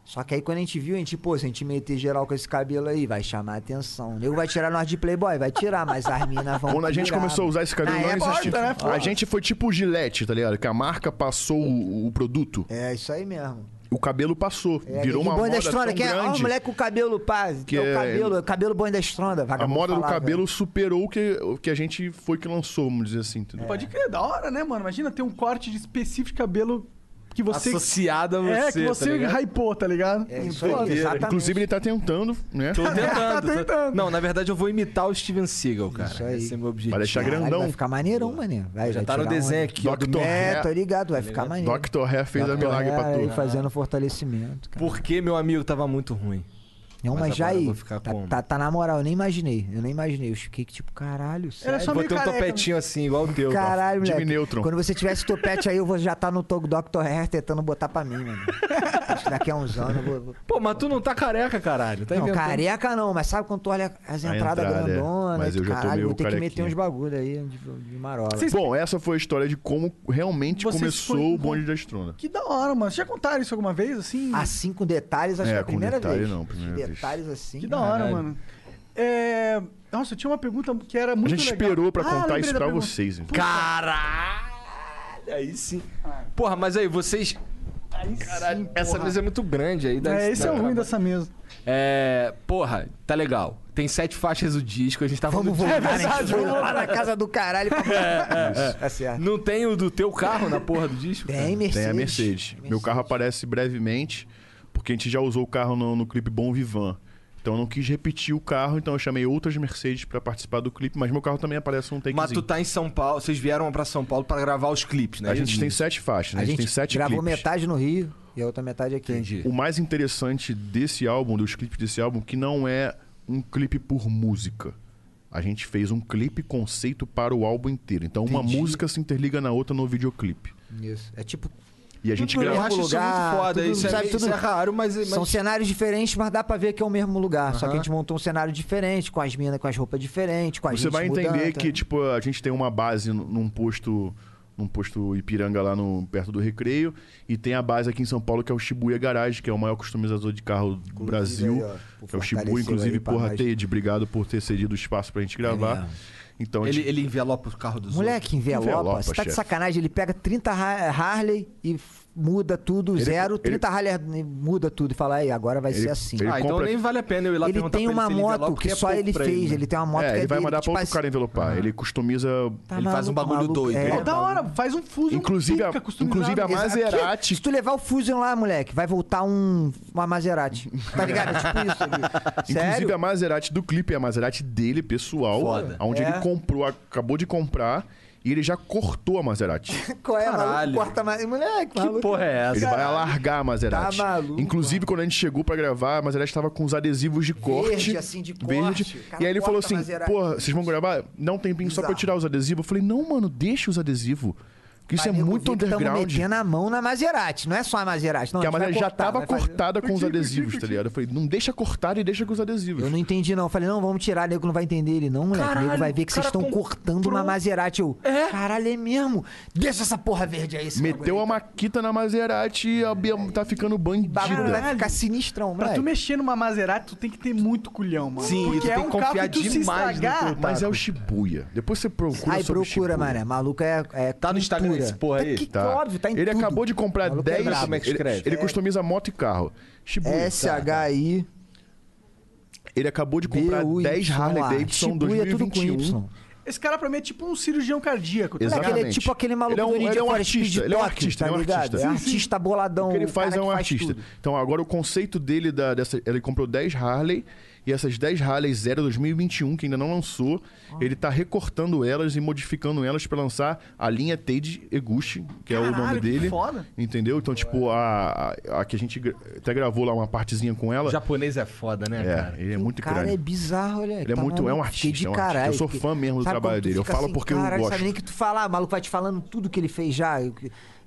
[SPEAKER 4] Só que aí quando a gente viu, a gente, pô, se a gente meter geral com esse cabelo aí, vai chamar atenção. O nego vai tirar nós de playboy, vai tirar, mas as minas vão
[SPEAKER 3] Quando a gente
[SPEAKER 4] pirar,
[SPEAKER 3] começou a usar esse cabelo,
[SPEAKER 4] Na
[SPEAKER 3] não
[SPEAKER 4] época-
[SPEAKER 3] existia.
[SPEAKER 2] né,
[SPEAKER 3] a gente foi tipo o Gillette, tá ligado? Que a marca passou o, o produto,
[SPEAKER 4] É, isso aí mesmo.
[SPEAKER 3] o cabelo passou.
[SPEAKER 4] É,
[SPEAKER 3] virou
[SPEAKER 4] e
[SPEAKER 3] uma
[SPEAKER 4] boi
[SPEAKER 3] moda
[SPEAKER 4] da estronda,
[SPEAKER 3] tão
[SPEAKER 4] que é, ó,
[SPEAKER 3] grande.
[SPEAKER 4] o moleque com o cabelo, pá,
[SPEAKER 3] Que
[SPEAKER 4] é o
[SPEAKER 3] é-
[SPEAKER 4] cabelo, é o cabelo boi da estronda,
[SPEAKER 3] a
[SPEAKER 4] vagabundo
[SPEAKER 3] moda do
[SPEAKER 4] falava. né?
[SPEAKER 3] cabelo superou o que, o que a gente
[SPEAKER 4] É.
[SPEAKER 3] foi que lançou, vamos dizer assim. Entendeu?
[SPEAKER 2] Pode crer, da hora, né, mano? Imagina ter um corte de específico de cabelo que que você.
[SPEAKER 1] Associada a
[SPEAKER 2] é,
[SPEAKER 1] você,
[SPEAKER 2] que você
[SPEAKER 1] tá ligado?
[SPEAKER 2] hypou, tá ligado?
[SPEAKER 4] É isso aí,
[SPEAKER 2] né?
[SPEAKER 4] exatamente.
[SPEAKER 3] Inclusive, ele tá tentando, né?
[SPEAKER 1] Tô Tá tentando. tô-
[SPEAKER 2] tentando.
[SPEAKER 1] Não, na verdade eu vou imitar o Steven Seagal, cara.
[SPEAKER 4] Isso aí.
[SPEAKER 1] Esse é meu objetivo.
[SPEAKER 3] Vai deixar
[SPEAKER 4] Caralho,
[SPEAKER 3] grandão.
[SPEAKER 4] Vai ficar maneirão, mané. Vai,
[SPEAKER 1] Já
[SPEAKER 4] vai
[SPEAKER 1] tá no
[SPEAKER 4] tirar
[SPEAKER 1] desenho
[SPEAKER 4] onda.
[SPEAKER 1] aqui, ó, do tá
[SPEAKER 3] Dr.
[SPEAKER 4] É,
[SPEAKER 3] Hair.
[SPEAKER 4] tô ligado, vai ficar maneiro.
[SPEAKER 3] Dr. Hair fez a
[SPEAKER 4] Dr.
[SPEAKER 3] milagre pra
[SPEAKER 4] Hair aí
[SPEAKER 3] tu.
[SPEAKER 4] fazendo fortalecimento, cara.
[SPEAKER 1] Porque meu amigo tava muito ruim.
[SPEAKER 4] Não,
[SPEAKER 1] Mas
[SPEAKER 4] mas, já
[SPEAKER 1] agora eu
[SPEAKER 4] aí,
[SPEAKER 1] vou ficar
[SPEAKER 4] tá,
[SPEAKER 1] como?
[SPEAKER 4] tá, tá na moral, eu nem imaginei, eu nem imaginei. Eu fiquei que tipo, caralho, sério?
[SPEAKER 2] só
[SPEAKER 1] Vou
[SPEAKER 2] meio
[SPEAKER 1] ter um
[SPEAKER 2] careca,
[SPEAKER 1] topetinho assim, igual o teu. cara.
[SPEAKER 4] Caralho,
[SPEAKER 3] tá? Jimmy
[SPEAKER 4] moleque.
[SPEAKER 3] Neutron.
[SPEAKER 4] Quando você tiver esse topete aí, eu vou já tá no togo Dr. Hair tentando botar pra mim, mano. Acho que daqui a uns anos eu vou... vou-
[SPEAKER 1] Pô, mas tu não tá careca, caralho. Tá
[SPEAKER 4] não,
[SPEAKER 1] inventando.
[SPEAKER 4] careca não, mas sabe quando tu olha as
[SPEAKER 3] A
[SPEAKER 4] entradas
[SPEAKER 3] entrada, é.
[SPEAKER 4] grandonas,
[SPEAKER 3] Mas eu já tô
[SPEAKER 4] caralho,
[SPEAKER 3] meio
[SPEAKER 4] vou ter que meter
[SPEAKER 3] carequinha.
[SPEAKER 4] uns bagulho aí de, de marola.
[SPEAKER 3] Bom, essa foi a história de como realmente
[SPEAKER 2] Vocês um
[SPEAKER 3] começou
[SPEAKER 2] foram-
[SPEAKER 3] o bonde da estrona.
[SPEAKER 2] Que da hora, mano. Vocês já contaram isso alguma vez, assim?
[SPEAKER 4] Assim, com detalhes, acho
[SPEAKER 3] É,
[SPEAKER 4] que é a
[SPEAKER 3] com
[SPEAKER 4] primeira
[SPEAKER 3] detalhe
[SPEAKER 4] vez.
[SPEAKER 3] não, primeira vez.
[SPEAKER 4] detalhes assim.
[SPEAKER 2] Que da hora,
[SPEAKER 1] Caralho.
[SPEAKER 2] mano. É... Nossa, eu tinha uma pergunta que era
[SPEAKER 3] A
[SPEAKER 2] muito
[SPEAKER 3] gente
[SPEAKER 2] legal.
[SPEAKER 3] esperou pra
[SPEAKER 2] Ah,
[SPEAKER 3] contar
[SPEAKER 2] lembrei
[SPEAKER 3] isso
[SPEAKER 2] da
[SPEAKER 3] pra
[SPEAKER 2] pergunta.
[SPEAKER 3] vocês. então. hein?
[SPEAKER 1] Caralho! Aí sim. Porra, mas aí vocês. Aí Caralho, essa mesa é muito grande aí. dá-
[SPEAKER 2] É, esse é
[SPEAKER 1] dá
[SPEAKER 2] o ruim
[SPEAKER 1] trabalho.
[SPEAKER 2] dessa mesa.
[SPEAKER 1] É. Porra, tá legal. Tem sete faixas do disco, a gente tá
[SPEAKER 4] Vamos
[SPEAKER 1] falando de-
[SPEAKER 4] voltar, é verdade, vamos lá na casa do caralho pra é, Tá certo.
[SPEAKER 1] Não tem o do teu carro na porra do disco?
[SPEAKER 4] Tem Mercedes.
[SPEAKER 3] Tem a Mercedes. Meu carro é aparece brevemente, porque a gente já usou o carro no, no clipe Bom Vivan. Então eu não quis repetir o carro, então eu chamei outras Mercedes pra participar do clipe, mas meu carro também aparece um takezinho.
[SPEAKER 1] Mas tu tá em São Paulo, vocês vieram pra São Paulo pra gravar os clipes, né?
[SPEAKER 3] A gente
[SPEAKER 1] Isso.
[SPEAKER 3] tem sete faixas, né?
[SPEAKER 4] A gente
[SPEAKER 3] tem sete
[SPEAKER 4] gravou
[SPEAKER 3] clipes.
[SPEAKER 4] metade no Rio e a outra metade aqui.
[SPEAKER 1] Entendi.
[SPEAKER 3] O mais interessante desse álbum, dos clipes desse álbum, que não é um clipe por música. A gente fez um clipe conceito para o álbum inteiro. Então uma música se interliga na outra no videoclipe.
[SPEAKER 4] Isso. É tipo.
[SPEAKER 3] E a gente
[SPEAKER 4] no
[SPEAKER 1] Eu
[SPEAKER 3] gravou.
[SPEAKER 4] mesmo
[SPEAKER 1] acho isso
[SPEAKER 4] lugar,
[SPEAKER 1] muito foda.
[SPEAKER 4] tudo-
[SPEAKER 1] isso, é,
[SPEAKER 4] sabe,
[SPEAKER 1] isso
[SPEAKER 4] tudo-
[SPEAKER 1] é raro, mas. mas-
[SPEAKER 4] São cenários diferentes, mas dá pra ver que é o mesmo lugar. Só que a gente montou um cenário diferente, com as minas, com as roupas diferentes, com as
[SPEAKER 3] Você vai
[SPEAKER 4] gente
[SPEAKER 3] entender
[SPEAKER 4] mudando,
[SPEAKER 3] que, tipo, a gente tem uma base n- num posto. Num posto Ipiranga lá no, perto do Recreio. E tem a base aqui em São Paulo, que é o Shibuya Garage, que é o maior customizador de carro do Brasil.
[SPEAKER 4] aí, ó, pô,
[SPEAKER 3] que é o
[SPEAKER 4] fortaleceu
[SPEAKER 3] Shibuya,
[SPEAKER 4] aí
[SPEAKER 3] inclusive,
[SPEAKER 4] pra
[SPEAKER 3] porra,
[SPEAKER 4] nós. É
[SPEAKER 3] Teide, obrigado por ter cedido o espaço pra gente gravar. então, a
[SPEAKER 1] Ele,
[SPEAKER 3] gente-
[SPEAKER 1] ele envelopa o carro dos
[SPEAKER 4] Moleque, envelopa.
[SPEAKER 3] Envelopa,
[SPEAKER 4] você tá
[SPEAKER 3] chefe.
[SPEAKER 4] de sacanagem. Ele pega 30 Har- Harley e f- muda tudo, zero. 30 Harley e muda tudo e fala, aí, agora vai ser assim.
[SPEAKER 3] ele
[SPEAKER 1] outros. Ah, então
[SPEAKER 3] compra-
[SPEAKER 1] nem vale a pena eu ir lá
[SPEAKER 4] ele
[SPEAKER 1] perguntar
[SPEAKER 4] tem
[SPEAKER 1] pra
[SPEAKER 4] uma
[SPEAKER 1] ele se ele
[SPEAKER 4] moto
[SPEAKER 1] envelopa,
[SPEAKER 4] que
[SPEAKER 1] porque é
[SPEAKER 4] só
[SPEAKER 1] pouco
[SPEAKER 4] ele
[SPEAKER 1] pra
[SPEAKER 4] fez. Ele,
[SPEAKER 1] né?
[SPEAKER 4] tem uma moto
[SPEAKER 3] É,
[SPEAKER 4] que é
[SPEAKER 3] ele vai
[SPEAKER 4] dele,
[SPEAKER 3] mandar pra
[SPEAKER 4] tipo
[SPEAKER 3] outro
[SPEAKER 4] assim,
[SPEAKER 3] cara envelopar. Ele customiza.
[SPEAKER 4] tá
[SPEAKER 1] Ele faz um bagulho doido,
[SPEAKER 4] é.
[SPEAKER 1] né?
[SPEAKER 2] Pô, da hora, faz um fuso.
[SPEAKER 3] Inclusive,
[SPEAKER 2] um
[SPEAKER 3] a-
[SPEAKER 2] pica customizado.
[SPEAKER 3] inclusive a
[SPEAKER 2] Exato.
[SPEAKER 3] Maserati.
[SPEAKER 4] Se tu levar o Fusion lá, moleque, vai voltar um uma Maserati. Tá ligado? É tipo isso. Ali.
[SPEAKER 3] Inclusive,
[SPEAKER 4] Sério?
[SPEAKER 3] a Maserati do clipe é a Maserati dele, pessoal.
[SPEAKER 1] Foda.
[SPEAKER 3] Onde
[SPEAKER 4] É.
[SPEAKER 3] ele comprou, acabou de comprar. E ele já cortou a Maserati.
[SPEAKER 4] Qual é,
[SPEAKER 1] Caralho.
[SPEAKER 4] maluco? Corta mais. Moleque,
[SPEAKER 1] Que
[SPEAKER 4] maluco.
[SPEAKER 1] porra é essa?
[SPEAKER 3] Ele vai alargar a Maserati.
[SPEAKER 4] Tá maluco,
[SPEAKER 3] Inclusive, quando a gente chegou pra gravar, a Maserati tava com os adesivos de corte.
[SPEAKER 4] assim, de corte. O cara
[SPEAKER 3] E aí ele
[SPEAKER 4] corta
[SPEAKER 3] falou
[SPEAKER 4] a
[SPEAKER 3] assim:
[SPEAKER 4] Maserati.
[SPEAKER 3] porra, vocês vão gravar? Dá um tempinho só pra eu
[SPEAKER 4] Bizarro.
[SPEAKER 3] tirar os adesivos. Eu falei: não, mano, deixa os adesivos. Porque isso
[SPEAKER 4] Pra
[SPEAKER 3] é
[SPEAKER 4] Tá nego
[SPEAKER 3] muito
[SPEAKER 4] ver que tamo
[SPEAKER 3] underground.
[SPEAKER 4] metendo a mão na Maserati. Não é só a Maserati. Não,
[SPEAKER 3] Porque a
[SPEAKER 4] gente vai
[SPEAKER 3] madeira já
[SPEAKER 4] cortar,
[SPEAKER 3] tava
[SPEAKER 4] vai fazer-
[SPEAKER 3] cortada com os adesivos, tá ligado? Eu falei, não deixa cortada e deixa com os adesivos.
[SPEAKER 4] Eu não entendi, não. Eu Falei, não, vamos tirar, nego não vai entender ele, não, moleque.
[SPEAKER 1] Caralho,
[SPEAKER 4] nego vai ver que
[SPEAKER 1] o
[SPEAKER 4] vocês
[SPEAKER 1] cara
[SPEAKER 4] estão
[SPEAKER 1] comprou-
[SPEAKER 4] cortando uma Maserati. Eu, caralho, é mesmo? Deixa essa porra verde aí, esse
[SPEAKER 3] Meteu a
[SPEAKER 4] bagulho aí.
[SPEAKER 3] maquita na Maserati e a Bia tá ficando
[SPEAKER 4] bagulho
[SPEAKER 3] bandida.
[SPEAKER 4] vai ficar sinistrão,
[SPEAKER 2] Pra tu
[SPEAKER 4] moleque.
[SPEAKER 2] mexer numa Maserati, tu tem que ter muito culhão, mano.
[SPEAKER 1] Sim,
[SPEAKER 2] Porque
[SPEAKER 1] tu
[SPEAKER 2] é
[SPEAKER 1] tem que
[SPEAKER 2] um carro
[SPEAKER 1] confiar
[SPEAKER 2] que tu se
[SPEAKER 1] demais no teu
[SPEAKER 2] estragar.
[SPEAKER 1] carro.
[SPEAKER 3] Mas é o Shibuya. Depois você procura
[SPEAKER 4] Aí
[SPEAKER 3] sobre
[SPEAKER 4] procura,
[SPEAKER 3] Shibuya.
[SPEAKER 4] mané. Maluco é, é.
[SPEAKER 1] Tá no Instagram
[SPEAKER 4] cultura.
[SPEAKER 1] esse porra aí?
[SPEAKER 4] Que, que
[SPEAKER 3] Tá.
[SPEAKER 4] óbvio, tá em
[SPEAKER 3] ele
[SPEAKER 4] tudo.
[SPEAKER 3] acabou de comprar
[SPEAKER 4] Maluco é
[SPEAKER 3] 10.
[SPEAKER 4] brabo.
[SPEAKER 1] Como é que
[SPEAKER 3] ele
[SPEAKER 1] escreve?
[SPEAKER 3] ele customiza moto e carro. Shibuya.
[SPEAKER 4] SHI.
[SPEAKER 3] Ele acabou de Tá. comprar
[SPEAKER 4] BUY,
[SPEAKER 3] 10 Harley
[SPEAKER 4] Shibuya, é
[SPEAKER 3] Davidson
[SPEAKER 4] tudo com
[SPEAKER 3] 2021.
[SPEAKER 4] Y.
[SPEAKER 2] Esse cara, pra mim, é tipo um cirurgião cardíaco. tá
[SPEAKER 3] Exato.
[SPEAKER 2] ligado?
[SPEAKER 4] Moleque, ele é
[SPEAKER 3] um. Exatamente.
[SPEAKER 4] tipo aquele maluco
[SPEAKER 3] Ele é um-
[SPEAKER 4] do Need
[SPEAKER 3] ele é um
[SPEAKER 4] for
[SPEAKER 3] artista,
[SPEAKER 4] Speed
[SPEAKER 3] ele é um
[SPEAKER 4] Tóquio,
[SPEAKER 3] artista,
[SPEAKER 4] tá
[SPEAKER 3] ele é um
[SPEAKER 4] ligado?
[SPEAKER 3] artista.
[SPEAKER 4] É um
[SPEAKER 3] Sim, sim.
[SPEAKER 4] artista boladão.
[SPEAKER 3] O que ele
[SPEAKER 4] um
[SPEAKER 3] faz
[SPEAKER 4] cara
[SPEAKER 3] é um
[SPEAKER 4] que
[SPEAKER 3] artista.
[SPEAKER 4] tudo.
[SPEAKER 3] Então, agora o conceito dele, da, dessa, ele comprou 10 Harley e essas 10 Harley Zero 2021, que ainda não lançou,
[SPEAKER 4] Ah.
[SPEAKER 3] ele tá recortando elas e modificando elas pra lançar a linha Teide Eguchi, que é o nome
[SPEAKER 2] Caralho, que
[SPEAKER 3] dele.
[SPEAKER 2] foda.
[SPEAKER 3] Entendeu? Então, tipo, a, a, a que a gente gra- até gravou lá uma partezinha com
[SPEAKER 1] O
[SPEAKER 3] ela.
[SPEAKER 1] japonês é foda, né,
[SPEAKER 3] É,
[SPEAKER 1] cara?
[SPEAKER 3] ele é
[SPEAKER 4] O
[SPEAKER 3] muito
[SPEAKER 4] cara
[SPEAKER 3] grande.
[SPEAKER 4] é bizarro, olha. tá
[SPEAKER 3] Ele é muito- é um artista, é um artista. Eu sou fã mesmo do trabalho dele, eu falo porque eu gosto.
[SPEAKER 4] assim, Sabe nem que tu falar, o maluco vai te falando tudo que ele fez já. eu-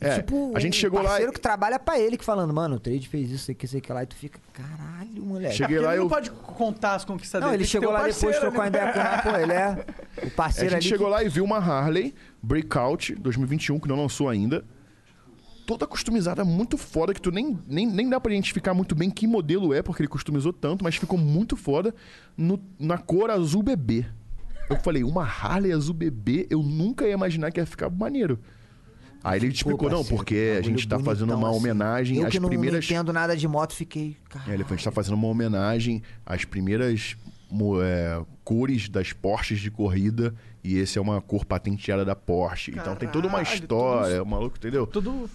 [SPEAKER 3] É,
[SPEAKER 4] tipo,
[SPEAKER 3] a gente chegou lá
[SPEAKER 4] O parceiro
[SPEAKER 3] e-
[SPEAKER 4] que trabalha pra ele que falando, mano, o trade fez isso, sei que, sei que lá, e tu fica, caralho, moleque.
[SPEAKER 3] Cheguei
[SPEAKER 2] Porque
[SPEAKER 3] lá,
[SPEAKER 2] ele
[SPEAKER 3] eu-
[SPEAKER 2] não pode contar as conquistas
[SPEAKER 4] Não,
[SPEAKER 2] dele.
[SPEAKER 4] ele
[SPEAKER 2] tem que ter
[SPEAKER 4] chegou
[SPEAKER 2] um
[SPEAKER 4] lá depois,
[SPEAKER 2] parceiro,
[SPEAKER 4] trocou a
[SPEAKER 2] né?
[SPEAKER 4] ideia com ele, pô, ele é o
[SPEAKER 3] A
[SPEAKER 4] parceiro
[SPEAKER 3] gente
[SPEAKER 4] ali.
[SPEAKER 3] chegou
[SPEAKER 4] que-
[SPEAKER 3] lá e viu uma Harley Breakout 2021, que não lançou ainda. Toda customizada, muito foda, que tu nem, nem, nem dá pra identificar muito bem que modelo é, porque ele customizou tanto, mas ficou muito foda no- na cor azul bebê. Eu falei, uma Harley azul bebê, eu nunca ia imaginar que ia ficar maneiro. Aí ele explicou, não,
[SPEAKER 4] parceiro, um
[SPEAKER 3] porque a
[SPEAKER 4] bagulho
[SPEAKER 3] gente tá
[SPEAKER 4] bonitão,
[SPEAKER 3] fazendo uma
[SPEAKER 4] assim.
[SPEAKER 3] homenagem
[SPEAKER 4] Eu
[SPEAKER 3] às
[SPEAKER 4] que não,
[SPEAKER 3] primeiras.
[SPEAKER 4] não entendo nada de moto, fiquei, cara.
[SPEAKER 3] É, ele falou, a gente tá fazendo uma homenagem às primeiras mo- é, cores das Porsches de corrida. E esse é uma cor patenteada da Porsche. então tem toda uma
[SPEAKER 2] Caralho,
[SPEAKER 3] história. O maluco, entendeu?
[SPEAKER 2] Tudo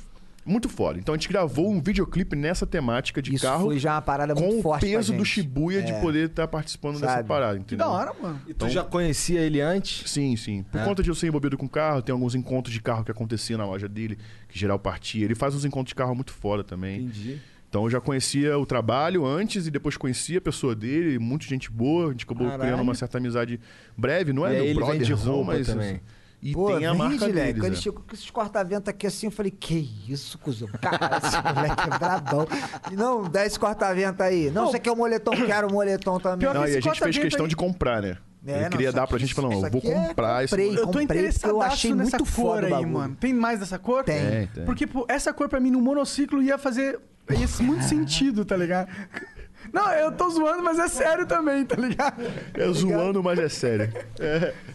[SPEAKER 3] Muito foda. Então a gente gravou um videoclipe nessa temática de
[SPEAKER 4] Isso
[SPEAKER 3] carro.
[SPEAKER 4] foi já uma parada
[SPEAKER 3] com
[SPEAKER 4] muito forte
[SPEAKER 3] o
[SPEAKER 4] pra
[SPEAKER 3] peso do
[SPEAKER 4] gente.
[SPEAKER 3] Shibuya de
[SPEAKER 4] É.
[SPEAKER 3] poder estar participando dessa
[SPEAKER 4] Sabe?
[SPEAKER 3] parada, entendeu?
[SPEAKER 2] Que da hora, mano.
[SPEAKER 1] E tu já conhecia ele antes?
[SPEAKER 3] Sim, sim.
[SPEAKER 4] É.
[SPEAKER 3] Por conta de eu ser envolvido com carro, tem alguns encontros de carro que aconteciam na loja dele, que geral partia. Ele faz uns encontros de carro muito foda também.
[SPEAKER 1] Entendi.
[SPEAKER 3] Então eu já conhecia o trabalho antes e depois conhecia a pessoa dele, muita gente boa, a gente acabou
[SPEAKER 1] Caralho.
[SPEAKER 3] criando uma certa amizade breve, não
[SPEAKER 1] E
[SPEAKER 3] é
[SPEAKER 1] aí
[SPEAKER 3] meu
[SPEAKER 1] ele
[SPEAKER 3] brother,
[SPEAKER 1] vende
[SPEAKER 3] não,
[SPEAKER 1] roupa
[SPEAKER 3] mas
[SPEAKER 1] também.
[SPEAKER 3] e
[SPEAKER 4] Pô,
[SPEAKER 3] tem a marca
[SPEAKER 4] vende,
[SPEAKER 3] deles,
[SPEAKER 4] Quando ele
[SPEAKER 3] é.
[SPEAKER 4] chegou com esses corta-vento aqui assim, eu falei, que isso, cuzão? Cara, esse moleque é brabão. E Não, dá esse corta-vento aí. Não, você quer o moletom? Quero o moletom também.
[SPEAKER 2] Pior que
[SPEAKER 3] Não,
[SPEAKER 2] esse
[SPEAKER 3] e a gente fez
[SPEAKER 2] corta-vento
[SPEAKER 3] questão
[SPEAKER 2] aí-
[SPEAKER 3] de comprar, né?
[SPEAKER 4] É,
[SPEAKER 3] ele
[SPEAKER 4] não,
[SPEAKER 3] queria
[SPEAKER 4] isso
[SPEAKER 3] dar pra
[SPEAKER 4] aqui-
[SPEAKER 3] gente falar, não,
[SPEAKER 4] isso
[SPEAKER 3] eu vou
[SPEAKER 4] aqui é-
[SPEAKER 3] comprar esse
[SPEAKER 4] comprei.
[SPEAKER 3] moletom.
[SPEAKER 2] Eu tô
[SPEAKER 4] Comprei porque
[SPEAKER 2] interessado
[SPEAKER 4] eu achei
[SPEAKER 2] nessa
[SPEAKER 4] muito
[SPEAKER 2] cor
[SPEAKER 4] foda o
[SPEAKER 2] aí,
[SPEAKER 4] bagulho.
[SPEAKER 2] mano. Tem mais dessa cor?
[SPEAKER 4] Tem.
[SPEAKER 3] Tem, tem.
[SPEAKER 2] Porque, pô, essa cor pra mim no monociclo ia fazer esse muito sentido, tá ligado? Não, eu tô zoando, mas é sério também, tá ligado?
[SPEAKER 3] É zoando, mas é sério.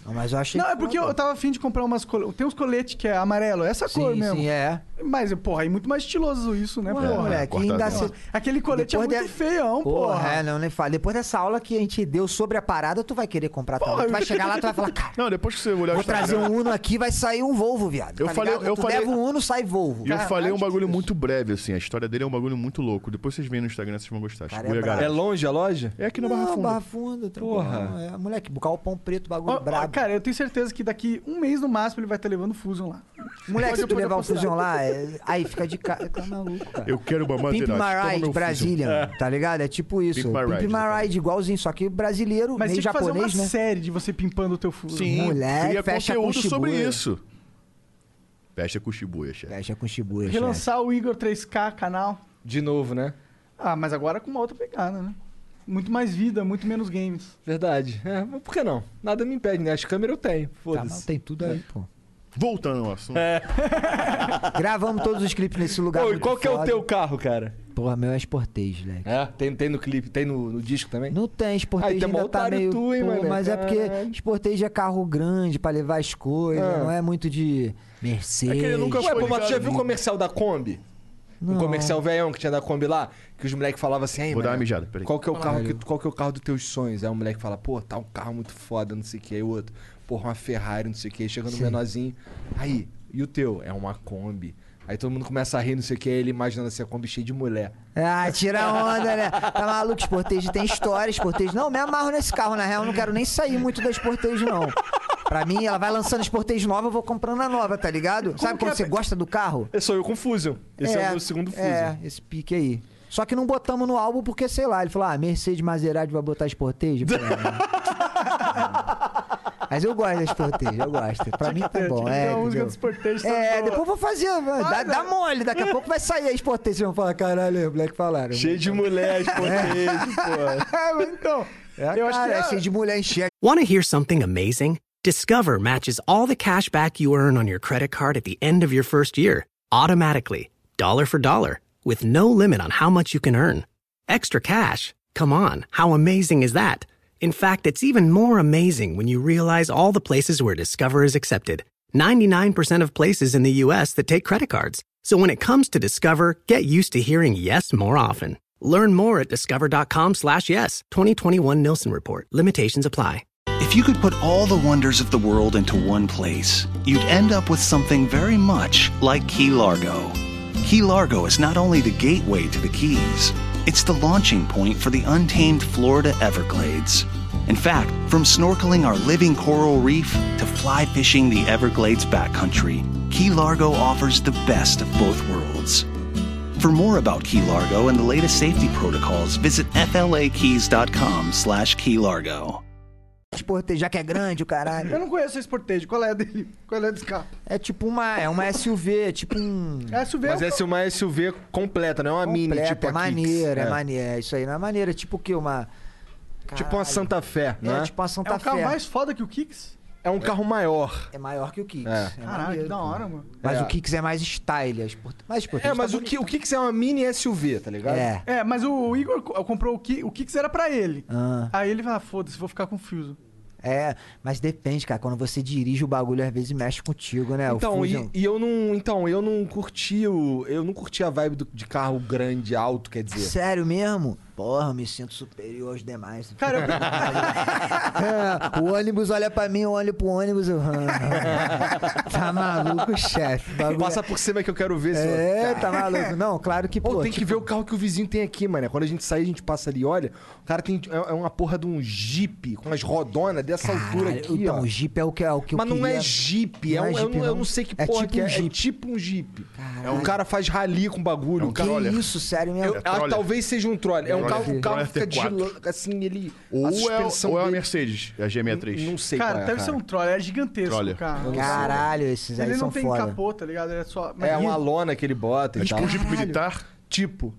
[SPEAKER 4] Não, mas eu achei...
[SPEAKER 2] Não, é porque eu tava afim de comprar umas coletes. Tem uns coletes que é amarelo, essa cor
[SPEAKER 4] Sim,
[SPEAKER 2] mesmo.
[SPEAKER 4] sim, é.
[SPEAKER 2] Mas, porra, é muito mais estiloso isso, né,
[SPEAKER 4] Ué,
[SPEAKER 2] porra?
[SPEAKER 4] moleque, ainda
[SPEAKER 3] corta-vento.
[SPEAKER 4] assim...
[SPEAKER 2] Aquele colete é muito feião, porra.
[SPEAKER 4] é, não, nem fala. Depois dessa aula que a gente deu sobre a parada, tu vai querer comprar também. Tu vai chegar lá, tu vai falar, cara,
[SPEAKER 3] Não, depois que você olhar o
[SPEAKER 4] vou trazer
[SPEAKER 3] Instagram...
[SPEAKER 4] um Uno aqui, vai sair um Volvo, viado.
[SPEAKER 3] né? Eu
[SPEAKER 4] tá
[SPEAKER 3] falei-
[SPEAKER 4] ligado?
[SPEAKER 3] eu
[SPEAKER 4] tu
[SPEAKER 3] falei-
[SPEAKER 4] leva um Uno, sai Volvo.
[SPEAKER 3] E eu falei um bagulho muito breve, assim. A história dele é um bagulho muito louco. Depois vocês veem no Instagram, vocês vão gostar.
[SPEAKER 4] Cara, é
[SPEAKER 3] Shibuya
[SPEAKER 4] brabo.
[SPEAKER 1] É
[SPEAKER 3] Garage.
[SPEAKER 1] longe a loja?
[SPEAKER 3] É aqui na
[SPEAKER 4] Não,
[SPEAKER 3] Barra Funda.
[SPEAKER 4] Barra Funda,
[SPEAKER 1] Porra.
[SPEAKER 4] Porra. É, moleque, galpão preto, bagulho
[SPEAKER 2] Ó, ó,
[SPEAKER 4] brabo.
[SPEAKER 2] Cara, eu tenho certeza que daqui um mês no máximo ele vai estar levando o Fusion lá.
[SPEAKER 4] Moleque, se tu
[SPEAKER 2] Pode
[SPEAKER 4] levar o
[SPEAKER 2] apostar.
[SPEAKER 4] Fusion lá, é- aí fica de cara. Tá maluco, cara.
[SPEAKER 3] Eu quero uma Maserati.
[SPEAKER 4] Pimp
[SPEAKER 3] Toma
[SPEAKER 4] My
[SPEAKER 3] meu
[SPEAKER 4] Ride,
[SPEAKER 3] Fusion.
[SPEAKER 4] Brasília, mano, tá ligado? É tipo isso.
[SPEAKER 3] Pimp
[SPEAKER 4] Pimp
[SPEAKER 3] My
[SPEAKER 4] My
[SPEAKER 3] Ride, né?
[SPEAKER 4] Ride,
[SPEAKER 3] exatamente.
[SPEAKER 4] igualzinho, só que brasileiro,
[SPEAKER 2] Mas
[SPEAKER 4] meio
[SPEAKER 2] tinha que fazer uma
[SPEAKER 4] japonês, né?
[SPEAKER 2] série de você pimpando o teu Fusion.
[SPEAKER 3] Sim,
[SPEAKER 4] Moleque,
[SPEAKER 3] cria
[SPEAKER 4] É, fecha
[SPEAKER 3] conteúdo
[SPEAKER 4] com
[SPEAKER 3] sobre
[SPEAKER 4] Shibuya.
[SPEAKER 3] isso. Fecha com Shibuya, chefe.
[SPEAKER 4] Fecha com Shibuya, chefe. Tá
[SPEAKER 2] Relançar o Igor 3K canal.
[SPEAKER 1] De novo, né?
[SPEAKER 2] Ah, mas agora com uma outra pegada, né? Muito mais vida, muito menos games.
[SPEAKER 1] Verdade. É, mas por que não? Nada me impede, né? As câmeras eu tenho.
[SPEAKER 4] Tá, mas
[SPEAKER 1] Foda-se.
[SPEAKER 4] tem tudo aí, pô.
[SPEAKER 3] Voltando ao assunto.
[SPEAKER 5] É.
[SPEAKER 4] Gravamos todos os clipes nesse lugar.
[SPEAKER 1] Pô, e
[SPEAKER 4] muito
[SPEAKER 1] qual que é o
[SPEAKER 4] foda.
[SPEAKER 1] teu carro, cara?
[SPEAKER 4] Porra, meu é Sportage, moleque.
[SPEAKER 1] É? Tem, tem no clipe, tem no, no disco também?
[SPEAKER 4] Não tem, Sportage
[SPEAKER 1] Aí tem
[SPEAKER 4] ainda
[SPEAKER 1] mó
[SPEAKER 4] tá
[SPEAKER 1] otário
[SPEAKER 4] meio...
[SPEAKER 1] tu, hein,
[SPEAKER 4] pô,
[SPEAKER 1] mané?
[SPEAKER 4] mas é porque
[SPEAKER 1] Caralho.
[SPEAKER 4] Sportage é carro grande pra levar as coisas,
[SPEAKER 1] Ah.
[SPEAKER 4] não é muito de Mercedes.
[SPEAKER 3] É que ele nunca
[SPEAKER 1] Ué, pô,
[SPEAKER 3] foi
[SPEAKER 1] mas tu já
[SPEAKER 3] ligado.
[SPEAKER 1] viu o comercial da Kombi? Um
[SPEAKER 4] Não.
[SPEAKER 1] comercial velhão que tinha da Kombi lá, que os moleques falavam assim, "Ei,
[SPEAKER 3] Vou dar
[SPEAKER 1] mano,
[SPEAKER 3] uma mijada, peraí."
[SPEAKER 1] Qual que, é o carro que, qual que é o carro dos teus sonhos? Aí o moleque fala, pô, tá um carro muito foda, não sei o que. Aí o outro, porra, uma Ferrari, não sei o que. Chegando no menorzinho, aí, e o teu? É uma Kombi. Aí todo mundo começa a rir, não sei o que, aí ele imaginando assim, a Kombi cheia de mulher.
[SPEAKER 4] Ah, tira onda, né? Tá maluco, Sportage tem história, Sportage. Não, me amarro nesse carro, na real, eu não quero nem sair muito da Sportage, não. Pra mim, ela vai lançando Sportage nova, eu vou comprando a nova, tá ligado? Sabe quando você gosta do carro?
[SPEAKER 1] Eu sou eu com Fusion. é Esse é, o meu segundo Fusion.
[SPEAKER 4] É, esse pique aí. Só que não botamos no álbum porque, sei lá, ele falou, ah, Mercedes Maserati vai botar Sportage? Pô, é. "Ah, Mas eu gosto da Sportage, eu gosto. Pra mim tá bom,
[SPEAKER 2] Tem
[SPEAKER 4] é.
[SPEAKER 2] uma música
[SPEAKER 4] entendeu?
[SPEAKER 2] do
[SPEAKER 1] tá
[SPEAKER 2] Sportage.
[SPEAKER 4] É,
[SPEAKER 2] sabe?
[SPEAKER 4] depois eu vou fazer, mano. Dá, dá mole, daqui a pouco vai sair a Sportage. Vocês vão falar, caralho, os moleque falaram.
[SPEAKER 1] Cheio de mulher, espontâneo, pô.
[SPEAKER 2] É, mas então.
[SPEAKER 4] É,
[SPEAKER 2] eu acho
[SPEAKER 4] cara,
[SPEAKER 2] que
[SPEAKER 4] é
[SPEAKER 2] é-
[SPEAKER 4] cheio de mulher enxerga.
[SPEAKER 5] Want to hear something amazing? Discover matches all the cash back you earn on your credit card at the end of your first year automatically, dollar for dollar, with no limit on how much you can earn. Extra cash? Come on, how amazing is that? In fact, it's even more amazing when you realize all the places where Discover is accepted 99% of places in the US that take credit cards. So when it comes to Discover, get used to hearing yes more often. Learn more at discover.com slash yes. 2021 Nielsen Report. Limitations apply.
[SPEAKER 6] If you could put all the wonders of the world into one place, you'd end up with something very much like Key Largo. Key Largo is not only the gateway to the Keys, it's the launching point for the untamed Florida Everglades. In fact, from snorkeling our living coral reef to fly fishing the Everglades backcountry, Key Largo offers the best of both worlds. For more about Key Largo and the latest safety protocols, visit flakeys.com slash key largo.
[SPEAKER 4] Sportage, já que é grande, o caralho.
[SPEAKER 2] Eu não conheço o Sportage. Qual é a dele? Qual é a desse carro?
[SPEAKER 4] É tipo uma, é uma SUV, é tipo um...
[SPEAKER 2] É, um SUV
[SPEAKER 1] Mas
[SPEAKER 2] é o-
[SPEAKER 1] essa é uma SUV completa, não é uma mini,
[SPEAKER 4] completa,
[SPEAKER 1] tipo
[SPEAKER 4] é
[SPEAKER 1] a Kicks.
[SPEAKER 4] maneira, é,
[SPEAKER 1] É.
[SPEAKER 4] maneira. É isso aí, não é maneira. É tipo o quê? Uma...
[SPEAKER 1] Tipo uma
[SPEAKER 4] Caralho.
[SPEAKER 1] Santa Fé,
[SPEAKER 4] É,
[SPEAKER 1] né? É,
[SPEAKER 4] tipo uma Santa
[SPEAKER 2] é o carro
[SPEAKER 4] Fé.
[SPEAKER 2] mais foda que o Kicks?
[SPEAKER 1] um carro maior.
[SPEAKER 4] É maior que o Kicks.
[SPEAKER 1] É.
[SPEAKER 4] É
[SPEAKER 2] Caralho,
[SPEAKER 4] maneiro,
[SPEAKER 2] que da
[SPEAKER 4] pô.
[SPEAKER 2] hora, mano.
[SPEAKER 4] Mas
[SPEAKER 1] É.
[SPEAKER 4] o Kicks é mais style. as port- Mas, pô,
[SPEAKER 1] É, mas o que, o que que é uma mini SUV, tá ligado?
[SPEAKER 4] tá É.
[SPEAKER 2] É, mas o Igor co- comprou o Kicks, o Kicks era pra ele.
[SPEAKER 4] Ah.
[SPEAKER 2] Aí ele fala, foda-se, vou ficar confuso.
[SPEAKER 4] É, mas depende, cara. Quando você dirige o bagulho, às vezes mexe contigo, né? o
[SPEAKER 1] Então,
[SPEAKER 4] Fusion.
[SPEAKER 1] e, e eu não, então, eu não curti o, eu não curti a vibe do- de carro grande, alto, quer dizer.
[SPEAKER 4] Sério mesmo? porra, eu me sinto superior aos demais. É, o ônibus olha pra mim, eu olho pro ônibus. Eu... tá maluco, chefe. bagulho
[SPEAKER 1] Passa por cima que eu quero ver. senhor.
[SPEAKER 4] É, tá maluco. Não, claro que,
[SPEAKER 1] Pô,
[SPEAKER 4] pô, tipo,
[SPEAKER 1] tem que ver o carro que o vizinho tem aqui, mano. Quando a gente sair, a gente passa ali, olha. O cara tem. É é uma porra de um Jeep com as rodonas dessa altura
[SPEAKER 4] Caralho,
[SPEAKER 1] aqui.
[SPEAKER 4] então,
[SPEAKER 1] ó.
[SPEAKER 4] o Jeep é o que, é o que
[SPEAKER 1] Mas
[SPEAKER 4] eu
[SPEAKER 1] não é
[SPEAKER 4] queria.
[SPEAKER 1] Jeep, é
[SPEAKER 4] Não
[SPEAKER 1] um- eu,
[SPEAKER 4] Jeep,
[SPEAKER 1] não, eu
[SPEAKER 4] não.
[SPEAKER 1] não sei que
[SPEAKER 4] é
[SPEAKER 1] porra
[SPEAKER 4] tipo
[SPEAKER 1] que
[SPEAKER 4] um
[SPEAKER 1] é.
[SPEAKER 4] Jeep.
[SPEAKER 1] É tipo um Jeep.
[SPEAKER 4] Caralho.
[SPEAKER 1] É um cara faz rali com bagulho. o cara
[SPEAKER 4] que
[SPEAKER 1] olha.
[SPEAKER 4] isso, né? sério mesmo?
[SPEAKER 1] É um Eu- ah, talvez seja um troller. É um
[SPEAKER 3] Troller.
[SPEAKER 1] carro, o carro
[SPEAKER 3] Troller
[SPEAKER 1] fica de
[SPEAKER 3] T4.
[SPEAKER 1] lo- assim, ele.
[SPEAKER 3] Ou,
[SPEAKER 1] a
[SPEAKER 3] é,
[SPEAKER 1] suspensão
[SPEAKER 3] ou é uma
[SPEAKER 1] dele-
[SPEAKER 3] Mercedes, a G63.
[SPEAKER 1] Não sei
[SPEAKER 2] Cara,
[SPEAKER 1] qual é,
[SPEAKER 2] deve ser um troller, é gigantesco,
[SPEAKER 3] Troller.
[SPEAKER 2] cara.
[SPEAKER 4] Caralho, esses aí
[SPEAKER 2] Ele
[SPEAKER 4] são
[SPEAKER 2] não tem
[SPEAKER 4] foda.
[SPEAKER 2] capô, tá ligado? Ele é só.
[SPEAKER 1] É uma lona que ele bota e
[SPEAKER 3] Tipo
[SPEAKER 1] tal.
[SPEAKER 3] um Jeep militar?
[SPEAKER 1] Tipo.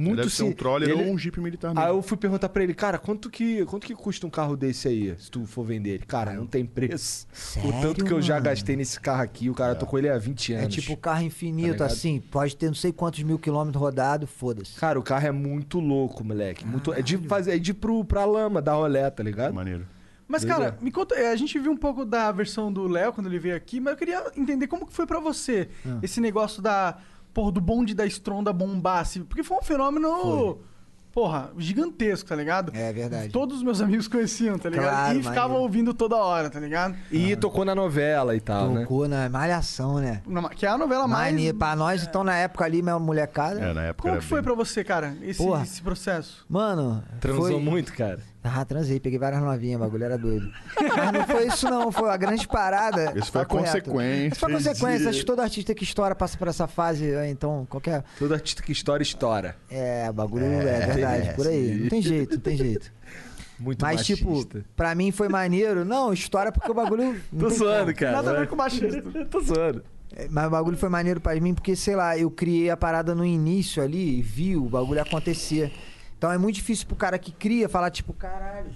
[SPEAKER 1] Muito
[SPEAKER 3] deve ser
[SPEAKER 1] se-
[SPEAKER 3] um troller
[SPEAKER 1] ele-
[SPEAKER 3] ou um Jeep militar
[SPEAKER 1] Aí
[SPEAKER 4] Ah,
[SPEAKER 3] mesmo.
[SPEAKER 1] eu fui perguntar pra ele, cara, quanto que, quanto que custa um carro desse aí, se tu for vender ele? Cara, não tem preço.
[SPEAKER 4] Sério,
[SPEAKER 1] o tanto que eu já
[SPEAKER 4] mano?
[SPEAKER 1] gastei nesse carro aqui, o cara tô com ele há 20 anos.
[SPEAKER 4] É tipo carro infinito,
[SPEAKER 1] Tá ligado?
[SPEAKER 4] assim. Pode ter não sei quantos mil quilômetros rodado, foda-se.
[SPEAKER 1] Cara, o carro é muito louco, moleque. Muito... É de fazer, é de ir pro, pra lama, dar rolé, tá ligado?
[SPEAKER 3] Maneiro.
[SPEAKER 2] Mas,
[SPEAKER 1] Doido,
[SPEAKER 2] cara, me conta. é, A gente viu um pouco da versão do Léo quando ele veio aqui, mas eu queria entender como que foi pra você
[SPEAKER 4] Ah.
[SPEAKER 2] esse negócio da. Porra, do bonde da estronda bombar, assim. Porque foi um fenômeno. Porra, gigantesco, tá ligado?
[SPEAKER 4] É verdade.
[SPEAKER 2] Todos os meus amigos conheciam, tá ligado?
[SPEAKER 4] Claro,
[SPEAKER 2] e ficavam
[SPEAKER 4] maneiro.
[SPEAKER 2] ouvindo toda hora, tá ligado?
[SPEAKER 1] E tocou na novela e tal, né?
[SPEAKER 4] Tocou na malhação, né?
[SPEAKER 2] Na- Que é a novela mais.
[SPEAKER 4] Mania, pra nós, então, na época ali, minha molecada.
[SPEAKER 1] né?
[SPEAKER 3] É, na época
[SPEAKER 2] Como
[SPEAKER 3] era
[SPEAKER 2] que foi
[SPEAKER 3] bem-
[SPEAKER 2] pra você, cara, esse,
[SPEAKER 4] Porra.
[SPEAKER 2] esse processo?
[SPEAKER 4] Mano,
[SPEAKER 1] Transou
[SPEAKER 4] foi...
[SPEAKER 1] muito, cara.
[SPEAKER 4] Ah, transei, peguei várias novinhas, o bagulho era doido. Mas não foi isso, não, foi a grande parada.
[SPEAKER 3] Isso foi a
[SPEAKER 4] Tá correto.
[SPEAKER 3] consequência
[SPEAKER 4] Isso foi a
[SPEAKER 3] de-
[SPEAKER 4] consequência. Acho que todo artista que estoura passa por essa fase, é, então, qualquer.
[SPEAKER 1] Todo artista que estoura, estoura.
[SPEAKER 4] É, bagulho é, verdade,
[SPEAKER 1] é,
[SPEAKER 4] por aí.
[SPEAKER 1] sim.
[SPEAKER 4] Não tem jeito, não tem jeito.
[SPEAKER 1] Muito
[SPEAKER 4] Mas,
[SPEAKER 1] machista.
[SPEAKER 4] tipo, pra mim foi maneiro. Não, estoura porque o bagulho. não
[SPEAKER 1] Tô
[SPEAKER 4] tem
[SPEAKER 1] zoando, cara.
[SPEAKER 2] Nada a
[SPEAKER 1] vai.
[SPEAKER 2] ver com machismo.
[SPEAKER 1] Tô zoando.
[SPEAKER 4] É, Mas o bagulho foi maneiro pra mim porque, sei lá, eu criei a parada no início ali e vi o bagulho acontecer. Então é muito difícil pro cara que cria falar, tipo, caralho.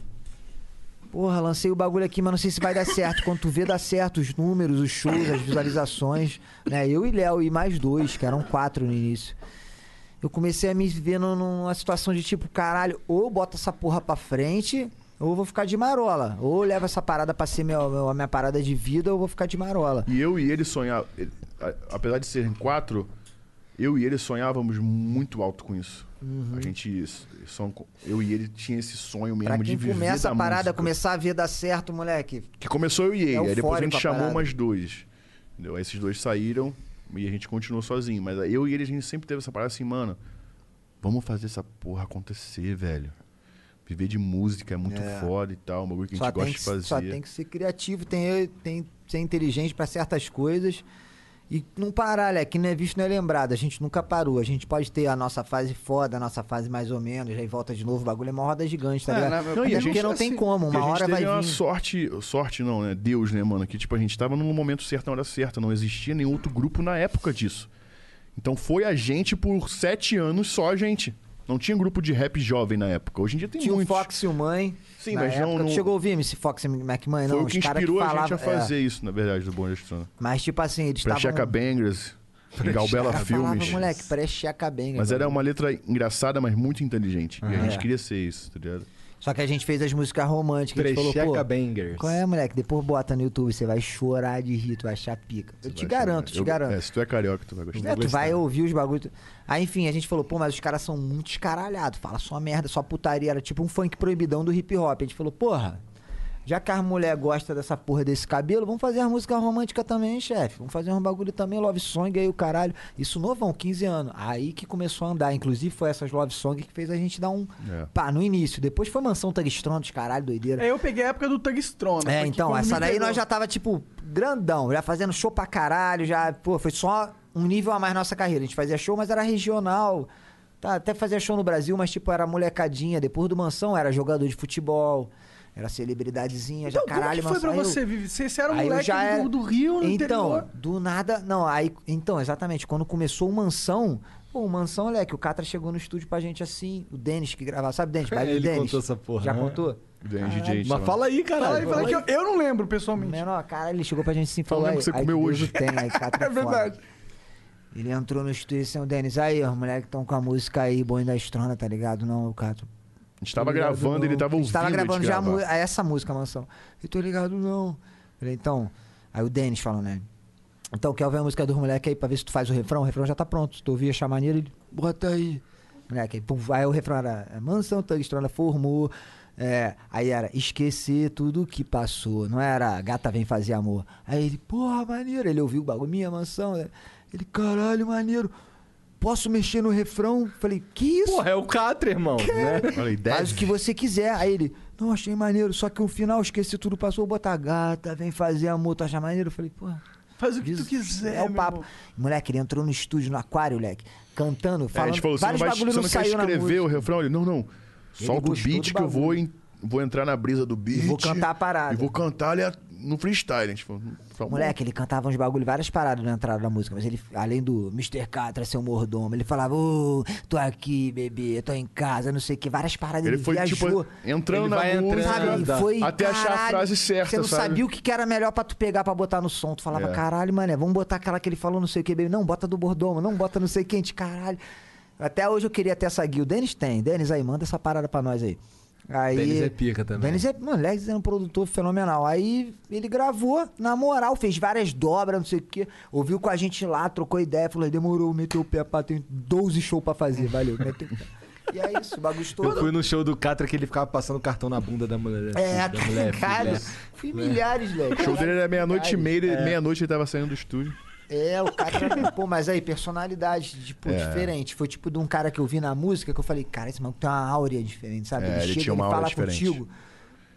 [SPEAKER 4] Porra, lancei o bagulho aqui, mas não sei se vai dar certo. Quando tu vê, dá certo os números, os shows, as visualizações. Né? Eu e Léo e mais dois, que eram quatro no início. Eu comecei a me ver num- numa situação de tipo, caralho, ou bota essa porra pra frente, ou eu vou ficar de marola. Ou leva essa parada pra ser meu- meu- a minha parada de vida, ou eu vou ficar de marola.
[SPEAKER 3] E eu e ele sonhava, ele- a- apesar de serem quatro, eu e ele sonhávamos muito alto com isso. A gente, são, eu e ele tinha esse sonho mesmo
[SPEAKER 4] Uhum. Pra
[SPEAKER 3] de
[SPEAKER 4] quem
[SPEAKER 3] viver
[SPEAKER 4] começa
[SPEAKER 3] da
[SPEAKER 4] a parada,
[SPEAKER 3] música.
[SPEAKER 4] começar a ver dar certo, moleque.
[SPEAKER 3] Que começou eu e ele, aí depois a
[SPEAKER 4] eufórico
[SPEAKER 3] gente
[SPEAKER 4] a
[SPEAKER 3] chamou
[SPEAKER 4] parada.
[SPEAKER 3] mais dois. Entendeu? Aí esses dois saíram e a gente continuou sozinho. Mas aí eu e ele, a gente sempre teve essa parada assim, mano, vamos fazer essa porra acontecer, velho. Viver de música é muito foda e tal, um bagulho que a
[SPEAKER 4] Só
[SPEAKER 3] gente
[SPEAKER 4] tem
[SPEAKER 3] gosta
[SPEAKER 4] que,
[SPEAKER 3] de fazer.
[SPEAKER 4] só tem que ser criativo, tem, tem que ser inteligente pra certas coisas. E não parar, né? Que não é visto, não é lembrado. A gente nunca parou. A gente pode ter a nossa fase foda, a nossa fase mais ou menos, aí volta de novo. O bagulho é uma roda gigante, tá
[SPEAKER 2] É,
[SPEAKER 4] ligado?
[SPEAKER 2] né?
[SPEAKER 4] Até
[SPEAKER 2] Não,
[SPEAKER 3] e a
[SPEAKER 4] porque
[SPEAKER 3] gente-
[SPEAKER 4] não tem como,
[SPEAKER 3] E
[SPEAKER 4] uma
[SPEAKER 3] a gente
[SPEAKER 4] hora
[SPEAKER 3] teve
[SPEAKER 4] vai
[SPEAKER 3] uma
[SPEAKER 4] vir. um
[SPEAKER 3] sorte, sorte não, né? Deus, né, mano? Que tipo, a gente tava num momento certo, na hora certa. Não existia nenhum outro grupo na época disso. Então foi a gente por sete anos só a gente. Não tinha grupo de rap jovem na época. Hoje em dia tem
[SPEAKER 4] Tinha o
[SPEAKER 3] muitos.
[SPEAKER 4] Fox e o Mãe.
[SPEAKER 3] Sim,
[SPEAKER 4] na
[SPEAKER 3] mas não-
[SPEAKER 4] época, tu
[SPEAKER 3] não-
[SPEAKER 4] chegou a ouvir esse Fox e McMahon,
[SPEAKER 3] Foi
[SPEAKER 4] né, não?
[SPEAKER 3] o que
[SPEAKER 4] os cara
[SPEAKER 3] inspirou a gente a
[SPEAKER 4] falava- é.
[SPEAKER 3] fazer isso, na verdade, do Bom Gestor.
[SPEAKER 4] Mas tipo assim, eles
[SPEAKER 3] Pra
[SPEAKER 4] estavam...
[SPEAKER 3] Checa Bangers, Galbela
[SPEAKER 4] Cara, falava,
[SPEAKER 3] Filmes.
[SPEAKER 4] moleque, parece Checa Bang.
[SPEAKER 3] Mas
[SPEAKER 4] mano.
[SPEAKER 3] era uma letra engraçada, mas muito inteligente.
[SPEAKER 4] É.
[SPEAKER 3] E a gente queria ser isso, tá ligado?
[SPEAKER 4] Só que a gente fez as músicas românticas. A gente falou, pô,
[SPEAKER 1] Trecheca Bangers.
[SPEAKER 4] Qual é, moleque? Depois bota no YouTube, você vai chorar de rir, tu vai achar pica. Eu te
[SPEAKER 3] Vai
[SPEAKER 4] garanto,
[SPEAKER 3] achar-
[SPEAKER 4] te
[SPEAKER 3] eu-
[SPEAKER 4] garanto.
[SPEAKER 3] É, se tu é carioca, tu vai gostar.
[SPEAKER 4] É, tu vai ouvir os bagulhos. Aí, enfim, a gente falou, pô, mas os caras são muito escaralhados. Fala só merda, só putaria. Era tipo um funk proibidão do hip hop. A gente falou, porra, já que as mulher gosta dessa porra desse cabelo, vamos fazer as músicas românticas também, hein, chefe. Vamos fazer um bagulho também, love song aí, o caralho. Isso novão, 15 anos. Aí que começou a andar. Inclusive, foi essas love song que fez a gente dar um
[SPEAKER 3] É.
[SPEAKER 4] pá no início. Depois foi Mansão Tangstrona dos caralho, doideira.
[SPEAKER 2] É, eu peguei a época do Tangstrona.
[SPEAKER 4] É,
[SPEAKER 2] porque
[SPEAKER 4] então,
[SPEAKER 2] quando
[SPEAKER 4] essa
[SPEAKER 2] me
[SPEAKER 4] daí
[SPEAKER 2] pegou-
[SPEAKER 4] nós já tava, tipo, grandão, já fazendo show pra caralho, já, pô, foi só um nível a mais na nossa carreira. A gente fazia show, mas era regional. Tá, até fazia show no Brasil, mas, tipo, era molecadinha. Depois do Mansão, era jogador de futebol, era celebridadezinha,
[SPEAKER 2] Então,
[SPEAKER 4] tá, já caralho,
[SPEAKER 2] como que foi pra
[SPEAKER 4] Mansão. Aí
[SPEAKER 2] você,
[SPEAKER 4] eu-
[SPEAKER 2] Vivi? Você, você era um
[SPEAKER 4] Aí eu
[SPEAKER 2] moleque
[SPEAKER 4] já era-
[SPEAKER 2] do, do Rio, no
[SPEAKER 4] então,
[SPEAKER 2] interior?
[SPEAKER 4] do nada, não, aí, então, exatamente, quando começou o Mansão, pô, o Mansão, moleque, o Catra chegou no estúdio pra gente assim, o Denis que gravava, sabe, Denis? Vai,
[SPEAKER 1] Ele
[SPEAKER 4] Denis.
[SPEAKER 1] contou essa porra,
[SPEAKER 4] Já
[SPEAKER 1] né?
[SPEAKER 4] contou?
[SPEAKER 3] Denis DJ, sei lá.
[SPEAKER 1] Mas fala aí,
[SPEAKER 2] Fala
[SPEAKER 1] caralho.
[SPEAKER 2] aí, fala que eu, eu não lembro, pessoalmente.
[SPEAKER 4] Menor, cara, ele chegou pra gente assim e falou.
[SPEAKER 3] lembro que você
[SPEAKER 4] "Ai,
[SPEAKER 3] comeu
[SPEAKER 4] Deus
[SPEAKER 3] hoje."
[SPEAKER 4] o Tem, aí, cara,
[SPEAKER 2] É verdade.
[SPEAKER 4] Ele entrou no estúdio assim, o Denis, aí, os moleques estão com a música aí, boi da estrona, tá ligado? Não, o Cato.
[SPEAKER 3] A gente tava
[SPEAKER 4] tô ligado,
[SPEAKER 3] gravando, ele
[SPEAKER 4] não.
[SPEAKER 3] tava
[SPEAKER 4] A
[SPEAKER 3] ouvindo.
[SPEAKER 4] gente tava
[SPEAKER 3] ele
[SPEAKER 4] gravando já a
[SPEAKER 3] gravar.
[SPEAKER 4] mu- a essa música, mansão. Eu tô ligado, não. Falei, então. Aí o Denis falando, né? Então, quer ouvir a música dos moleques aí pra ver se tu faz o refrão? O refrão já tá pronto. Se tu ouvir, achar maneiro, ele. Bota aí. Moleque, aí, pum, aí o refrão era é, Mansão Tangstrana formou. É, aí era esquecer tudo que passou. Não era gata vem fazer amor. Aí ele, porra, maneiro. Ele ouviu o bagulho, minha mansão. né? Ele, caralho, maneiro. Posso mexer no refrão? Falei, que isso?
[SPEAKER 1] Porra, é o Catra, irmão. Né? Falei,
[SPEAKER 4] Faz o que você quiser. Aí ele, não, achei maneiro, só que o final, esqueci tudo, passou, bota a gata, vem fazer amor, tu acha maneiro? Eu falei, pô.
[SPEAKER 2] Faz o que tu quiser,
[SPEAKER 4] É o papo. Moleque, ele entrou no estúdio, no aquário, moleque, cantando,
[SPEAKER 3] É, a
[SPEAKER 4] falando.
[SPEAKER 3] gente falou, você não,
[SPEAKER 4] vários
[SPEAKER 3] vai, você
[SPEAKER 4] bagulho
[SPEAKER 3] não
[SPEAKER 4] não
[SPEAKER 3] quer
[SPEAKER 4] saiu na
[SPEAKER 3] escrever
[SPEAKER 4] música.
[SPEAKER 3] o refrão? Ele, não, não. Solta o
[SPEAKER 4] gostou
[SPEAKER 3] beat
[SPEAKER 4] do
[SPEAKER 3] que eu vou,
[SPEAKER 4] bagulho.
[SPEAKER 3] en- vou entrar na brisa do beat.
[SPEAKER 4] vou cantar a parada.
[SPEAKER 3] E vou cantar ali a- no freestyle. A gente falou, tá bom.
[SPEAKER 4] Moleque, ele cantava uns bagulho, várias paradas na entrada da música, mas ele, além do Mr. Catra ser um mordomo, ele falava, ô, tô aqui, bebê, tô em casa, não sei o que, várias paradas,
[SPEAKER 3] Ele
[SPEAKER 4] ele,
[SPEAKER 3] foi, tipo,
[SPEAKER 4] viajou.
[SPEAKER 3] entrando Ele na vai música, entrando.
[SPEAKER 4] sabe? E foi,
[SPEAKER 3] até achar a
[SPEAKER 4] caralho,
[SPEAKER 3] frase certa,
[SPEAKER 4] Você não
[SPEAKER 3] sabe?
[SPEAKER 4] sabia o que que era melhor pra tu pegar pra botar no som, tu falava,
[SPEAKER 3] É.
[SPEAKER 4] caralho, mané, vamos botar aquela que ele falou não sei o que, bebê, não, bota do mordomo, não, bota não sei quem, de caralho. Até hoje eu queria ter essa guia, o Denis tem, Denis aí, manda essa parada pra nós aí. Aí,
[SPEAKER 1] Denis é pica também.
[SPEAKER 4] Denis é, mano, Lex é um produtor fenomenal. Aí ele gravou, na moral, fez várias dobras, não sei o quê. Ouviu com a gente lá, trocou ideia, falou: demorou, meteu o pé, pá, tem 12 shows pra fazer, valeu. meteu o pé. E é isso, o bagulho
[SPEAKER 1] Eu
[SPEAKER 4] estourou.
[SPEAKER 1] fui no show do Catra que ele ficava passando cartão na bunda da mulher.
[SPEAKER 4] É,
[SPEAKER 1] da mulher, né?
[SPEAKER 4] caralho,
[SPEAKER 1] mulher.
[SPEAKER 4] fui milhares,
[SPEAKER 3] O
[SPEAKER 4] moleque.
[SPEAKER 3] show dele era meia-noite e meia, ele-
[SPEAKER 4] É.
[SPEAKER 3] meia-noite ele tava saindo do estúdio.
[SPEAKER 4] É, o cara. Pô, mas aí, personalidade, tipo,
[SPEAKER 3] É.
[SPEAKER 4] diferente. Foi tipo de um cara que eu vi na música que eu falei, cara, esse maluco tem uma áurea diferente, sabe?
[SPEAKER 3] É, ele tinha uma
[SPEAKER 4] ele
[SPEAKER 3] áurea
[SPEAKER 4] fala
[SPEAKER 3] diferente.
[SPEAKER 4] contigo.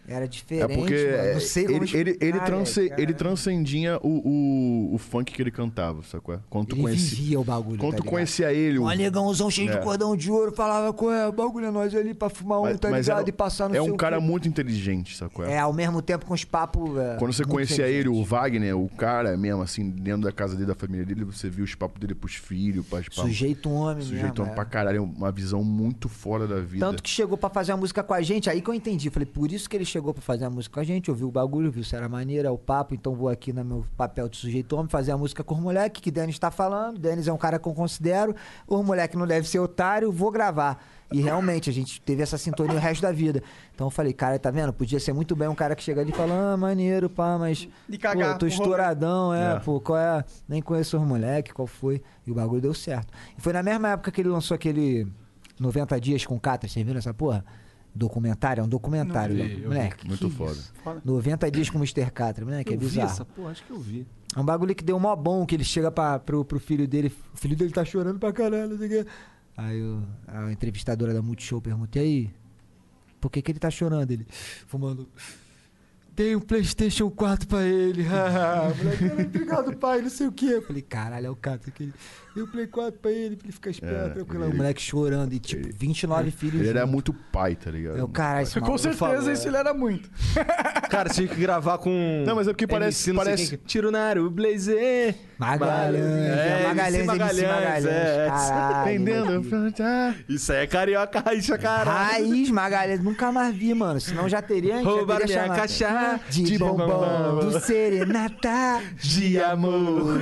[SPEAKER 4] Era
[SPEAKER 3] É
[SPEAKER 4] diferente,
[SPEAKER 3] porque
[SPEAKER 4] mano, não sei como
[SPEAKER 3] ele, ele, ele,
[SPEAKER 4] explicar,
[SPEAKER 3] transe-
[SPEAKER 4] velho, cara.
[SPEAKER 3] ele transcendia o, o, o funk que ele cantava, sacou? Quando tu
[SPEAKER 4] Ele
[SPEAKER 3] conhecia,
[SPEAKER 4] vivia o bagulho,
[SPEAKER 3] Quando
[SPEAKER 4] tá
[SPEAKER 3] tu
[SPEAKER 4] ligado?
[SPEAKER 3] conhecia ele...
[SPEAKER 4] Um negãozão cheio
[SPEAKER 3] É.
[SPEAKER 4] de cordão de ouro, falava, qual é, o bagulho é nós ali pra fumar um,
[SPEAKER 3] Mas-
[SPEAKER 4] tá
[SPEAKER 3] mas
[SPEAKER 4] ligado?
[SPEAKER 3] era-
[SPEAKER 4] e passar no
[SPEAKER 3] É
[SPEAKER 4] seu
[SPEAKER 3] um cara muito inteligente, sacou?
[SPEAKER 4] É, ao mesmo tempo com os papos... é,
[SPEAKER 3] Quando você
[SPEAKER 4] muito
[SPEAKER 3] conhecia
[SPEAKER 4] inteligente.
[SPEAKER 3] ele, o Wagner, o cara mesmo, assim, dentro da casa dele, da família dele, você viu os papos dele pros filhos, pras pras-
[SPEAKER 4] Sujeito homem
[SPEAKER 3] Sujeito
[SPEAKER 4] mesmo,
[SPEAKER 3] homem
[SPEAKER 4] é.
[SPEAKER 3] pra caralho, uma visão muito fora da vida.
[SPEAKER 4] Tanto que chegou pra fazer uma música com a gente, aí que eu entendi. Falei, por isso que ele chegou pra fazer a música com a gente, ouviu o bagulho, viu se era maneira, o papo, então vou aqui no meu papel de sujeito homem fazer a música com o moleque, que Denis tá falando. Denis é um cara que eu considero, o moleque não deve ser otário, vou gravar. E realmente, a gente teve essa sintonia o resto da vida. Então eu falei, cara, tá vendo? Podia ser muito bem um cara que chega ali e fala, ah, maneiro, pá, mas.
[SPEAKER 2] De cagar
[SPEAKER 4] pô, eu tô
[SPEAKER 2] pro rolê.
[SPEAKER 4] estouradão, é,
[SPEAKER 2] É.
[SPEAKER 4] pô, qual é? Nem conheço os moleque, qual foi? E o bagulho deu certo. E foi na mesma época que ele lançou aquele 90 dias com Catra, vocês viram essa porra? Documentário, é um documentário,
[SPEAKER 1] Não vi,
[SPEAKER 4] né?
[SPEAKER 1] eu vi.
[SPEAKER 4] moleque.
[SPEAKER 1] Muito
[SPEAKER 4] que
[SPEAKER 1] foda.
[SPEAKER 4] isso? 90 dias com o Mr. Catra, moleque, é
[SPEAKER 1] eu vi
[SPEAKER 4] bizarro.
[SPEAKER 1] essa porra, acho que eu vi.
[SPEAKER 4] É um bagulho que deu mó bom, que ele chega pra, pro, pro filho dele, o filho dele tá chorando pra caralho, não sei o quê. Aí eu- a entrevistadora da Multishow pergunta, e aí, por que que ele tá chorando? Ele, fumando... Tem um Playstation 4 pra ele. haha." Moleque, "Ah, obrigado, pai, não sei o quê. Eu falei, caralho, é o cara. Que ele... Deu um Play 4 pra ele, pra ele ficar esperto,
[SPEAKER 3] É,
[SPEAKER 4] tranquilo.
[SPEAKER 3] ele-
[SPEAKER 4] O moleque chorando e, tipo, 29 filhos.
[SPEAKER 3] Ele era
[SPEAKER 4] junto.
[SPEAKER 3] muito pai, tá ligado?
[SPEAKER 4] É o caralho, esse
[SPEAKER 2] Com
[SPEAKER 4] maluco falou, é.
[SPEAKER 2] certeza, isso ele era muito.
[SPEAKER 1] Cara, tinha que gravar com.
[SPEAKER 3] Não, mas é porque parece-
[SPEAKER 1] MC, não sei
[SPEAKER 3] parece-
[SPEAKER 1] quem que- Tiro na área, o Blazer.
[SPEAKER 4] Magalhães,
[SPEAKER 1] é,
[SPEAKER 4] Magalhães,
[SPEAKER 1] MC
[SPEAKER 4] MC
[SPEAKER 1] Magalhães,
[SPEAKER 4] Magalhães,
[SPEAKER 1] é.
[SPEAKER 4] caralho,
[SPEAKER 3] Entendendo? "Ah,
[SPEAKER 1] Isso aí é carioca raixa, caralho.
[SPEAKER 4] Raiz Magalhães, nunca mais vi, mano. Senão já teria. a gente já
[SPEAKER 1] Roubaram
[SPEAKER 4] teria
[SPEAKER 1] minha
[SPEAKER 4] chamado.
[SPEAKER 1] caixa
[SPEAKER 4] de,
[SPEAKER 1] de
[SPEAKER 4] bombom,
[SPEAKER 1] bombom.
[SPEAKER 4] do Serenata.
[SPEAKER 1] De amor.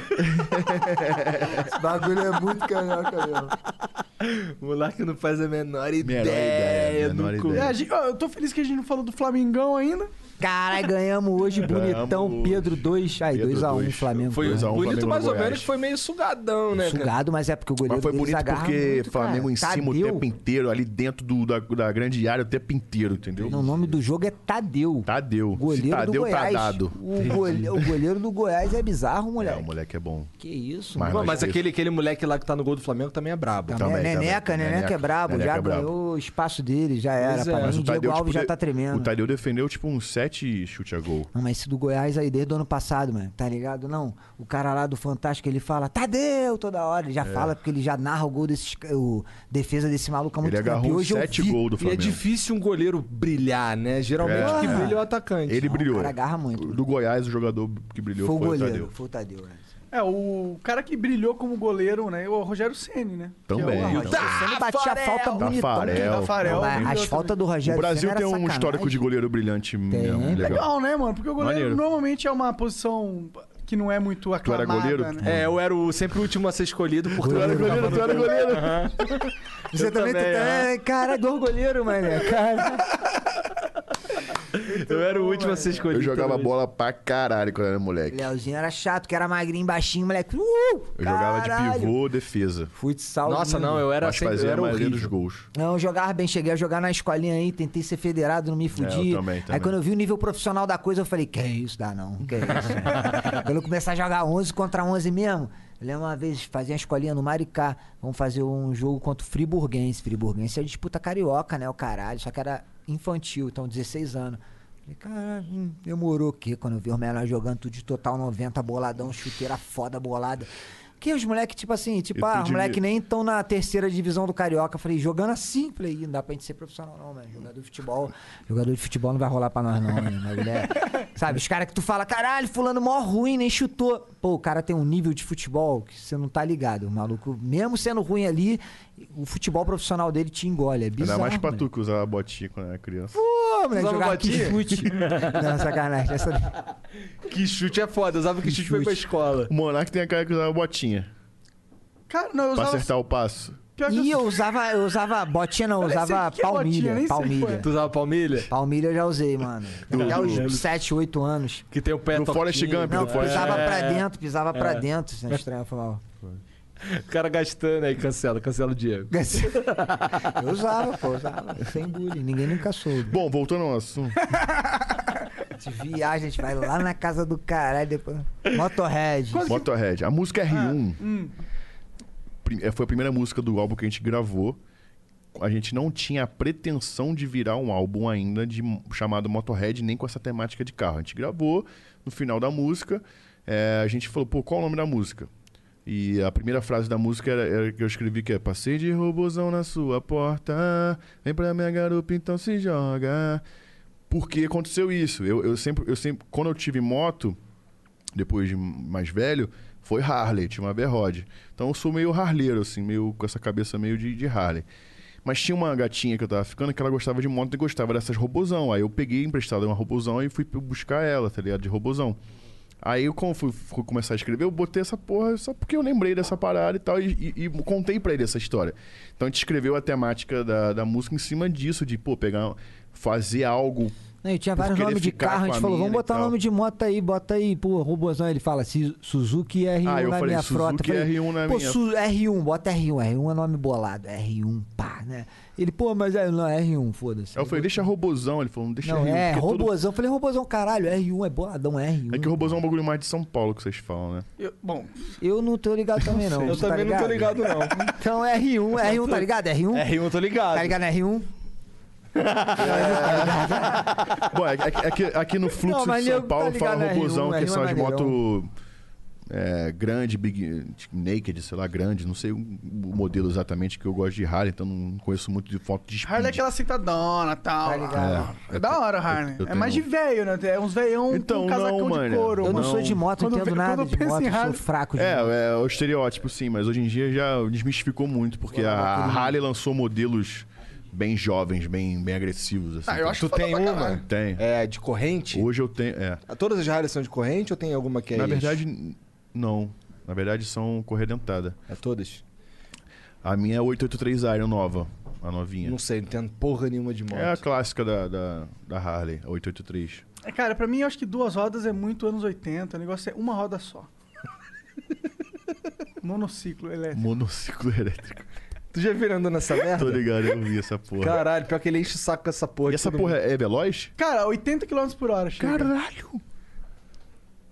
[SPEAKER 4] Esse bagulho é muito carioca, mesmo.
[SPEAKER 1] Moleque não faz a menor ideia.
[SPEAKER 3] ideia,
[SPEAKER 1] do
[SPEAKER 3] menor
[SPEAKER 1] cu.
[SPEAKER 3] ideia.
[SPEAKER 2] É, a gente- ó, eu tô feliz que a gente não falou do Flamengão ainda.
[SPEAKER 4] Caralho, ganhamos hoje,
[SPEAKER 3] Ganhamos
[SPEAKER 4] bonitão.
[SPEAKER 3] hoje.
[SPEAKER 4] Pedro 2. Aí,
[SPEAKER 3] Pedro
[SPEAKER 4] 2x1,
[SPEAKER 3] dois.
[SPEAKER 4] Flamengo.
[SPEAKER 1] Foi
[SPEAKER 4] ganhou.
[SPEAKER 3] 2 a 1
[SPEAKER 1] bonito,
[SPEAKER 3] Flamengo
[SPEAKER 1] mais
[SPEAKER 3] no
[SPEAKER 1] ou menos,
[SPEAKER 3] Goiás.
[SPEAKER 1] que foi meio sugadão, né, cara?
[SPEAKER 4] Sugado, mas é porque o goleiro
[SPEAKER 3] Mas foi
[SPEAKER 4] deles
[SPEAKER 3] bonito
[SPEAKER 4] agarra
[SPEAKER 3] porque
[SPEAKER 4] muito, cara.
[SPEAKER 3] Flamengo em cima o
[SPEAKER 4] Tadeu.
[SPEAKER 3] tempo inteiro, ali dentro do- da, da grande área o tempo inteiro, entendeu?
[SPEAKER 4] Não, o nome do jogo é Tadeu.
[SPEAKER 3] Tadeu.
[SPEAKER 4] Goleiro
[SPEAKER 3] Se Tadeu
[SPEAKER 4] do Goiás.
[SPEAKER 3] tá dado.
[SPEAKER 4] O, gole- o goleiro do Goiás é bizarro,
[SPEAKER 3] É,
[SPEAKER 4] moleque.
[SPEAKER 3] o moleque é bom.
[SPEAKER 4] Que isso, Tá.
[SPEAKER 3] Mas
[SPEAKER 4] mano.
[SPEAKER 1] Pô,
[SPEAKER 3] nós
[SPEAKER 1] mas
[SPEAKER 3] temos.
[SPEAKER 1] aquele, aquele moleque lá que tá no gol do Flamengo também é brabo.
[SPEAKER 4] Também,
[SPEAKER 3] também,
[SPEAKER 4] Neneca,
[SPEAKER 3] também.
[SPEAKER 4] Neneca,
[SPEAKER 3] Neneca.
[SPEAKER 4] é brabo,
[SPEAKER 3] Neneca
[SPEAKER 4] já
[SPEAKER 3] é brabo.
[SPEAKER 4] ganhou o espaço dele, já era.
[SPEAKER 1] Pois é.
[SPEAKER 4] Pra
[SPEAKER 1] Mas
[SPEAKER 4] mim,
[SPEAKER 3] o
[SPEAKER 4] Diego Alves já
[SPEAKER 3] tipo, de-
[SPEAKER 4] tá tremendo.
[SPEAKER 3] O Tadeu defendeu, tipo, uns sete chute a gol.
[SPEAKER 4] Não, mas esse do Goiás aí desde o ano passado, mano, tá ligado? Não, o cara lá do Fantástico, ele fala, Tadeu, toda hora.
[SPEAKER 3] É.
[SPEAKER 4] Ele já fala, porque ele já narra o gol desses. O defesa desse maluco há muito
[SPEAKER 3] Ele
[SPEAKER 4] tempo. E
[SPEAKER 3] agarrou uns
[SPEAKER 4] hoje eu
[SPEAKER 3] sete
[SPEAKER 4] vi-
[SPEAKER 3] gols
[SPEAKER 1] E
[SPEAKER 3] do
[SPEAKER 1] é
[SPEAKER 3] Flamengo.
[SPEAKER 1] difícil um goleiro brilhar, né? Geralmente
[SPEAKER 3] É.
[SPEAKER 1] o que brilha é o atacante.
[SPEAKER 3] Ele
[SPEAKER 4] Não, o
[SPEAKER 3] brilhou.
[SPEAKER 4] cara agarra muito. né?
[SPEAKER 3] Do Goiás, o jogador que brilhou
[SPEAKER 4] Foi
[SPEAKER 3] foi,
[SPEAKER 4] o
[SPEAKER 3] o
[SPEAKER 4] goleiro,
[SPEAKER 3] Tadeu.
[SPEAKER 4] foi o Tadeu. né?
[SPEAKER 2] É, o cara que brilhou como goleiro, né? O Rogério Ceni, né? Que
[SPEAKER 3] Também.
[SPEAKER 2] É o
[SPEAKER 3] também.
[SPEAKER 2] Arroz.
[SPEAKER 4] Ele Tá, batia a falta bonitão. né?
[SPEAKER 3] Tafarel.
[SPEAKER 2] Tafarel.
[SPEAKER 4] Não,
[SPEAKER 2] brilhou
[SPEAKER 4] As
[SPEAKER 2] também.
[SPEAKER 4] faltas do
[SPEAKER 3] O
[SPEAKER 4] Rogério
[SPEAKER 3] Brasil
[SPEAKER 4] Senna
[SPEAKER 3] tem
[SPEAKER 4] era
[SPEAKER 3] um
[SPEAKER 4] sacanagem.
[SPEAKER 3] histórico de goleiro brilhante mesmo.
[SPEAKER 4] Tem.
[SPEAKER 3] Legal.
[SPEAKER 2] Legal, né, mano? Porque o goleiro
[SPEAKER 3] Maneiro.
[SPEAKER 2] normalmente é uma posição que não é muito
[SPEAKER 3] era
[SPEAKER 2] aclamada,
[SPEAKER 3] goleiro?
[SPEAKER 2] né?
[SPEAKER 1] É, eu era o, sempre o último a ser escolhido por
[SPEAKER 3] Tu era goleiro, tu era um goleiro.
[SPEAKER 4] Você
[SPEAKER 1] Eu
[SPEAKER 4] também,
[SPEAKER 3] é.
[SPEAKER 4] é,
[SPEAKER 1] também,
[SPEAKER 4] Ah,
[SPEAKER 1] é.
[SPEAKER 4] né, tá. Cara, dois goleiros, mano. Cara.
[SPEAKER 1] Eu era o último a ser escolhido.
[SPEAKER 3] Eu jogava
[SPEAKER 1] também.
[SPEAKER 3] bola pra caralho quando era moleque.
[SPEAKER 4] Leozinho era chato, que era magrinho, baixinho, moleque. Uh,
[SPEAKER 3] Eu jogava de
[SPEAKER 4] caralho.
[SPEAKER 3] pivô, defesa.
[SPEAKER 4] Futsal.
[SPEAKER 1] Nossa, não, eu era
[SPEAKER 3] Mas
[SPEAKER 1] sempre- eu
[SPEAKER 3] fazia
[SPEAKER 1] era
[SPEAKER 3] a maioria
[SPEAKER 1] horrível.
[SPEAKER 3] dos gols.
[SPEAKER 4] Não, eu jogava bem, cheguei a jogar na escolinha aí, tentei ser federado, não me fudi.
[SPEAKER 3] É, eu também, também.
[SPEAKER 4] Aí quando eu vi o nível profissional da coisa, eu falei, que isso, dá não, que isso. quando eu começar a jogar 11 contra 11 mesmo, eu lembro uma vez, fazia a escolinha no Maricá, vamos fazer um jogo contra o Friburguense. Friburguense é disputa carioca, né, o caralho, só que era infantil, então 16 anos. Falei, Caralho, hum, demorou o quê? Quando eu vi os menores jogando tudo de total 90, boladão, chuteira foda, bolada. Que os moleques, tipo assim, tipo,
[SPEAKER 3] E
[SPEAKER 4] ah,
[SPEAKER 3] tu
[SPEAKER 4] os
[SPEAKER 3] de-
[SPEAKER 4] moleque nem estão na terceira divisão do Carioca. Falei, jogando assim, falei, "Ih, não dá pra gente ser profissional, não, mano. Jogador de futebol. Jogador de futebol não vai rolar pra nós, não, mano. Bagulho é- Sabe, os caras que tu fala, caralho, fulano mó ruim, nem chutou. Pô, o cara tem um nível de futebol que você não tá ligado. O maluco, mesmo sendo ruim ali, o futebol profissional dele te engole. É bizarro.
[SPEAKER 3] Ainda mais pra
[SPEAKER 4] moleque.
[SPEAKER 3] tu que usava botinha quando era criança.
[SPEAKER 4] Pô, moleque,
[SPEAKER 1] Usava
[SPEAKER 4] jogava
[SPEAKER 1] botinha?
[SPEAKER 4] chute. não, sacanagem. Essa...
[SPEAKER 1] Que chute é foda, eu usava que chute foi pra escola.
[SPEAKER 3] O Monark tem a cara que usava botinha.
[SPEAKER 2] Cara, não, eu
[SPEAKER 3] Pra
[SPEAKER 2] usava.
[SPEAKER 3] acertar o passo.
[SPEAKER 2] Pior que
[SPEAKER 4] E
[SPEAKER 2] eu...
[SPEAKER 4] eu usava, eu usava botinha, não, eu
[SPEAKER 2] nem sei o
[SPEAKER 4] usava
[SPEAKER 2] que que é botinha,
[SPEAKER 4] palmilha.
[SPEAKER 2] nem sei qual é.
[SPEAKER 4] palmilha.
[SPEAKER 1] Tu usava palmilha?
[SPEAKER 4] Palmilha eu já usei, mano. Até os 7, 8 anos.
[SPEAKER 1] Que tem o pé
[SPEAKER 3] No
[SPEAKER 1] tortinho. É,
[SPEAKER 3] Forrest Gump,
[SPEAKER 4] Não,
[SPEAKER 3] no Forrest
[SPEAKER 4] pisava
[SPEAKER 3] Gump.
[SPEAKER 4] pra dentro, pisava pra dentro. Isso é estranho, foi mal.
[SPEAKER 1] O cara gastando aí, cancela, cancela o Diego.
[SPEAKER 4] Eu usava, pô, usava. Sem bullying, ninguém nunca soube.
[SPEAKER 3] Bom, voltando ao assunto.
[SPEAKER 4] A gente viaja, a gente vai lá na casa do caralho, depois... Motorhead.
[SPEAKER 3] Motorhead. A música é R1. Prim- é, Foi a primeira música do álbum que a gente gravou. A gente não tinha a pretensão de virar um álbum ainda de, chamado Motorhead, nem com essa temática de carro. A gente gravou, no final da música, é, a gente falou, pô, qual o nome da música? E a primeira frase da música era, era que eu escrevi que é Passei de robozão na sua porta, vem pra minha garupa, então se joga. Porque aconteceu isso. Eu, eu sempre, eu sempre, quando eu tive moto, depois de mais velho, foi Harley, tinha uma Verrod. Então eu sou meio harleiro, assim, meio com essa cabeça meio de, de Harley. Mas tinha uma gatinha que eu tava ficando que ela gostava de moto e gostava dessas robozão. Aí eu peguei emprestada uma robozão e fui buscar ela, tá ligado? De robozão. Aí eu como fui, fui começar a escrever, eu botei essa porra só porque eu lembrei dessa parada e tal, e, e- e contei pra ele essa história. Então a gente escreveu a temática da, da música em cima disso, de, pô, pegar, fazer algo.
[SPEAKER 4] Não, e tinha
[SPEAKER 3] por
[SPEAKER 4] vários
[SPEAKER 3] querer
[SPEAKER 4] nomes de
[SPEAKER 3] ficar
[SPEAKER 4] carro, a
[SPEAKER 3] com
[SPEAKER 4] gente
[SPEAKER 3] a
[SPEAKER 4] falou, vamos
[SPEAKER 3] mina e
[SPEAKER 4] botar o
[SPEAKER 3] tal.
[SPEAKER 4] nome de moto aí, bota aí, pô, robozão. Ele fala, "Su- Suzuki R1
[SPEAKER 3] Ah, eu
[SPEAKER 4] na
[SPEAKER 3] falei,
[SPEAKER 4] minha
[SPEAKER 3] Suzuki
[SPEAKER 4] frota. Eu falei,
[SPEAKER 3] R1 na
[SPEAKER 4] pô,
[SPEAKER 3] minha.
[SPEAKER 4] Su- R1, bota R1, R1 é nome bolado, R1, pá, né? Ele, pô, mas é, não, R1, foda-se.
[SPEAKER 3] Aí eu falei, deixa robozão. Ele falou, não deixa
[SPEAKER 4] Não,
[SPEAKER 3] Rio,
[SPEAKER 4] é,
[SPEAKER 3] porque todo-
[SPEAKER 4] robozão. Falei, robozão, caralho, R1 é boladão, R1.
[SPEAKER 3] É que o robôzão é um bagulho mais de São Paulo que vocês falam, né?
[SPEAKER 2] eu- Bom,
[SPEAKER 4] Eu não tô ligado também, não.
[SPEAKER 1] Eu
[SPEAKER 4] Você tá
[SPEAKER 1] também não tô ligado, não.
[SPEAKER 4] Então R1, R1, tá ligado? R1?
[SPEAKER 1] R1 eu É, um, tô ligado.
[SPEAKER 4] Tá ligado, R1?
[SPEAKER 3] Bom, é, é- é que aqui no fluxo
[SPEAKER 4] Não, mas
[SPEAKER 3] de São
[SPEAKER 4] nego tá
[SPEAKER 3] Paulo
[SPEAKER 4] ligado
[SPEAKER 3] fala
[SPEAKER 4] na
[SPEAKER 3] robôzão,
[SPEAKER 4] R1,
[SPEAKER 3] que são
[SPEAKER 4] R1 é
[SPEAKER 3] as motos é, grande, big, tipo, naked, sei lá, grande. Não sei o o modelo exatamente que eu gosto de Harley, então não conheço muito de foto de speed.
[SPEAKER 2] Harley é aquela sentadona e tal.
[SPEAKER 4] Tá ligado.
[SPEAKER 2] É da hora, Harley.
[SPEAKER 3] eu
[SPEAKER 2] é mais de
[SPEAKER 3] tenho-
[SPEAKER 2] velho, né? É uns velhão
[SPEAKER 3] Então,
[SPEAKER 2] com casacão
[SPEAKER 3] não,
[SPEAKER 2] de
[SPEAKER 3] mano.
[SPEAKER 2] couro.
[SPEAKER 4] Eu não,
[SPEAKER 2] mano.
[SPEAKER 4] sou de moto,
[SPEAKER 2] Quando
[SPEAKER 4] não entendo
[SPEAKER 2] eu- quando
[SPEAKER 4] nada
[SPEAKER 2] eu
[SPEAKER 4] de
[SPEAKER 2] penso
[SPEAKER 4] moto,
[SPEAKER 2] em
[SPEAKER 4] eu sou
[SPEAKER 2] Harley-
[SPEAKER 4] fraco de moto.
[SPEAKER 3] É, é o estereótipo, sim, mas hoje em dia já desmistificou muito, porque a Harley lançou modelos bem jovens, bem, bem agressivos, assim.
[SPEAKER 2] Ah, eu acho
[SPEAKER 1] Tu
[SPEAKER 2] foda
[SPEAKER 1] tem
[SPEAKER 2] pra
[SPEAKER 1] uma?
[SPEAKER 2] caralho.
[SPEAKER 3] Tem.
[SPEAKER 1] É, de corrente?
[SPEAKER 3] Hoje eu tenho. É.
[SPEAKER 1] Todas as raras são de corrente ou tem alguma que é
[SPEAKER 3] Na
[SPEAKER 1] isso?
[SPEAKER 3] verdade, n- não. Na verdade, são corredentada.
[SPEAKER 1] É todas?
[SPEAKER 3] A minha é 883 Iron nova, a novinha.
[SPEAKER 1] Não sei, não tem porra nenhuma de moto.
[SPEAKER 3] É a clássica da, da, da Harley, a 883.
[SPEAKER 2] É, Cara, pra mim, eu acho que duas rodas é muito anos 80. O negócio é uma roda só. Monociclo elétrico.
[SPEAKER 3] Monociclo elétrico.
[SPEAKER 1] Tu já viu ele andando nessa merda?
[SPEAKER 3] Tô ligado, eu vi essa porra.
[SPEAKER 1] Caralho, pior que ele enche o saco com essa porra.
[SPEAKER 3] e
[SPEAKER 1] de
[SPEAKER 3] essa
[SPEAKER 1] todo
[SPEAKER 3] porra
[SPEAKER 1] mundo.
[SPEAKER 3] é veloz?
[SPEAKER 2] Cara, 80 km por hora, chega.
[SPEAKER 3] Caralho!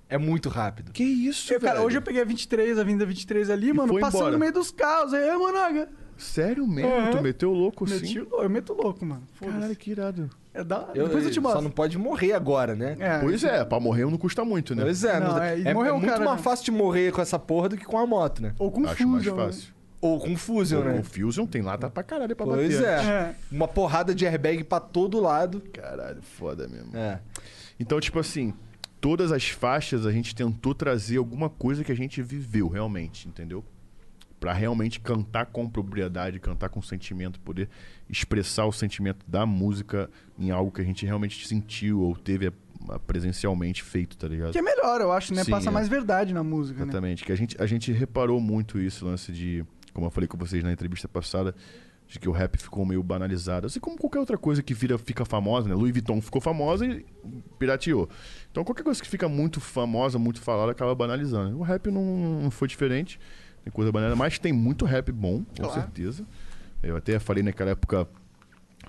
[SPEAKER 1] é... muito rápido.
[SPEAKER 3] Que isso,
[SPEAKER 2] Eu, cara,
[SPEAKER 3] velho?
[SPEAKER 2] hoje eu peguei a 23, a vinda 23 ali, mano,
[SPEAKER 3] foi
[SPEAKER 2] passando
[SPEAKER 3] embora.
[SPEAKER 2] no meio dos carros. Aí, "Ei, Monaga,
[SPEAKER 3] Sério mesmo?
[SPEAKER 2] Aham.
[SPEAKER 3] Tu meteu o louco
[SPEAKER 2] meu
[SPEAKER 3] assim?
[SPEAKER 2] tio, eu meto louco, mano. Foda-se.
[SPEAKER 3] Caralho, que irado.
[SPEAKER 2] É da hora.
[SPEAKER 1] Eu,
[SPEAKER 2] Depois eu te
[SPEAKER 1] Só
[SPEAKER 2] mostro.
[SPEAKER 1] não pode morrer agora, né?
[SPEAKER 2] É.
[SPEAKER 3] Pois é, pra morrer não custa muito, né?
[SPEAKER 1] Pois é,
[SPEAKER 2] Não,
[SPEAKER 1] não,
[SPEAKER 2] é,
[SPEAKER 1] é,
[SPEAKER 2] e
[SPEAKER 1] é
[SPEAKER 2] morreu um
[SPEAKER 1] muito
[SPEAKER 2] cara,
[SPEAKER 1] mais
[SPEAKER 2] né?
[SPEAKER 1] fácil de morrer com essa porra do que com a moto, né?
[SPEAKER 2] Ou confuso.
[SPEAKER 3] Acho mais fácil.
[SPEAKER 1] Ou com Fusion,
[SPEAKER 3] O
[SPEAKER 1] né?
[SPEAKER 3] Fusion tem lata pra caralho pra
[SPEAKER 1] Pois
[SPEAKER 3] bater.
[SPEAKER 1] é.
[SPEAKER 2] É.
[SPEAKER 1] Uma porrada de airbag pra todo lado.
[SPEAKER 3] Caralho, foda mesmo.
[SPEAKER 1] É.
[SPEAKER 3] Então, tipo assim, todas as faixas a gente tentou trazer alguma coisa que a gente viveu realmente, entendeu? Pra realmente cantar com propriedade, cantar com sentimento, poder expressar o sentimento da música em algo que a gente realmente sentiu ou teve eh, presencialmente feito, tá ligado?
[SPEAKER 2] Que é melhor, eu acho, né?
[SPEAKER 3] Sim,
[SPEAKER 2] Passa
[SPEAKER 3] é.
[SPEAKER 2] mais verdade na música, né?
[SPEAKER 3] Exatamente. Que a gente, a gente reparou muito isso, lance de. Como eu falei com vocês na entrevista passada, de que o rap ficou meio banalizado. Assim como qualquer outra coisa que vira, fica famosa, né? Louis Vuitton ficou famosa e pirateou. Então qualquer coisa que fica muito famosa, muito falada, acaba banalizando. O rap não, não foi diferente. Tem coisa banalizada, mas tem muito rap bom, com
[SPEAKER 7] Claro.
[SPEAKER 3] certeza. Eu até falei naquela época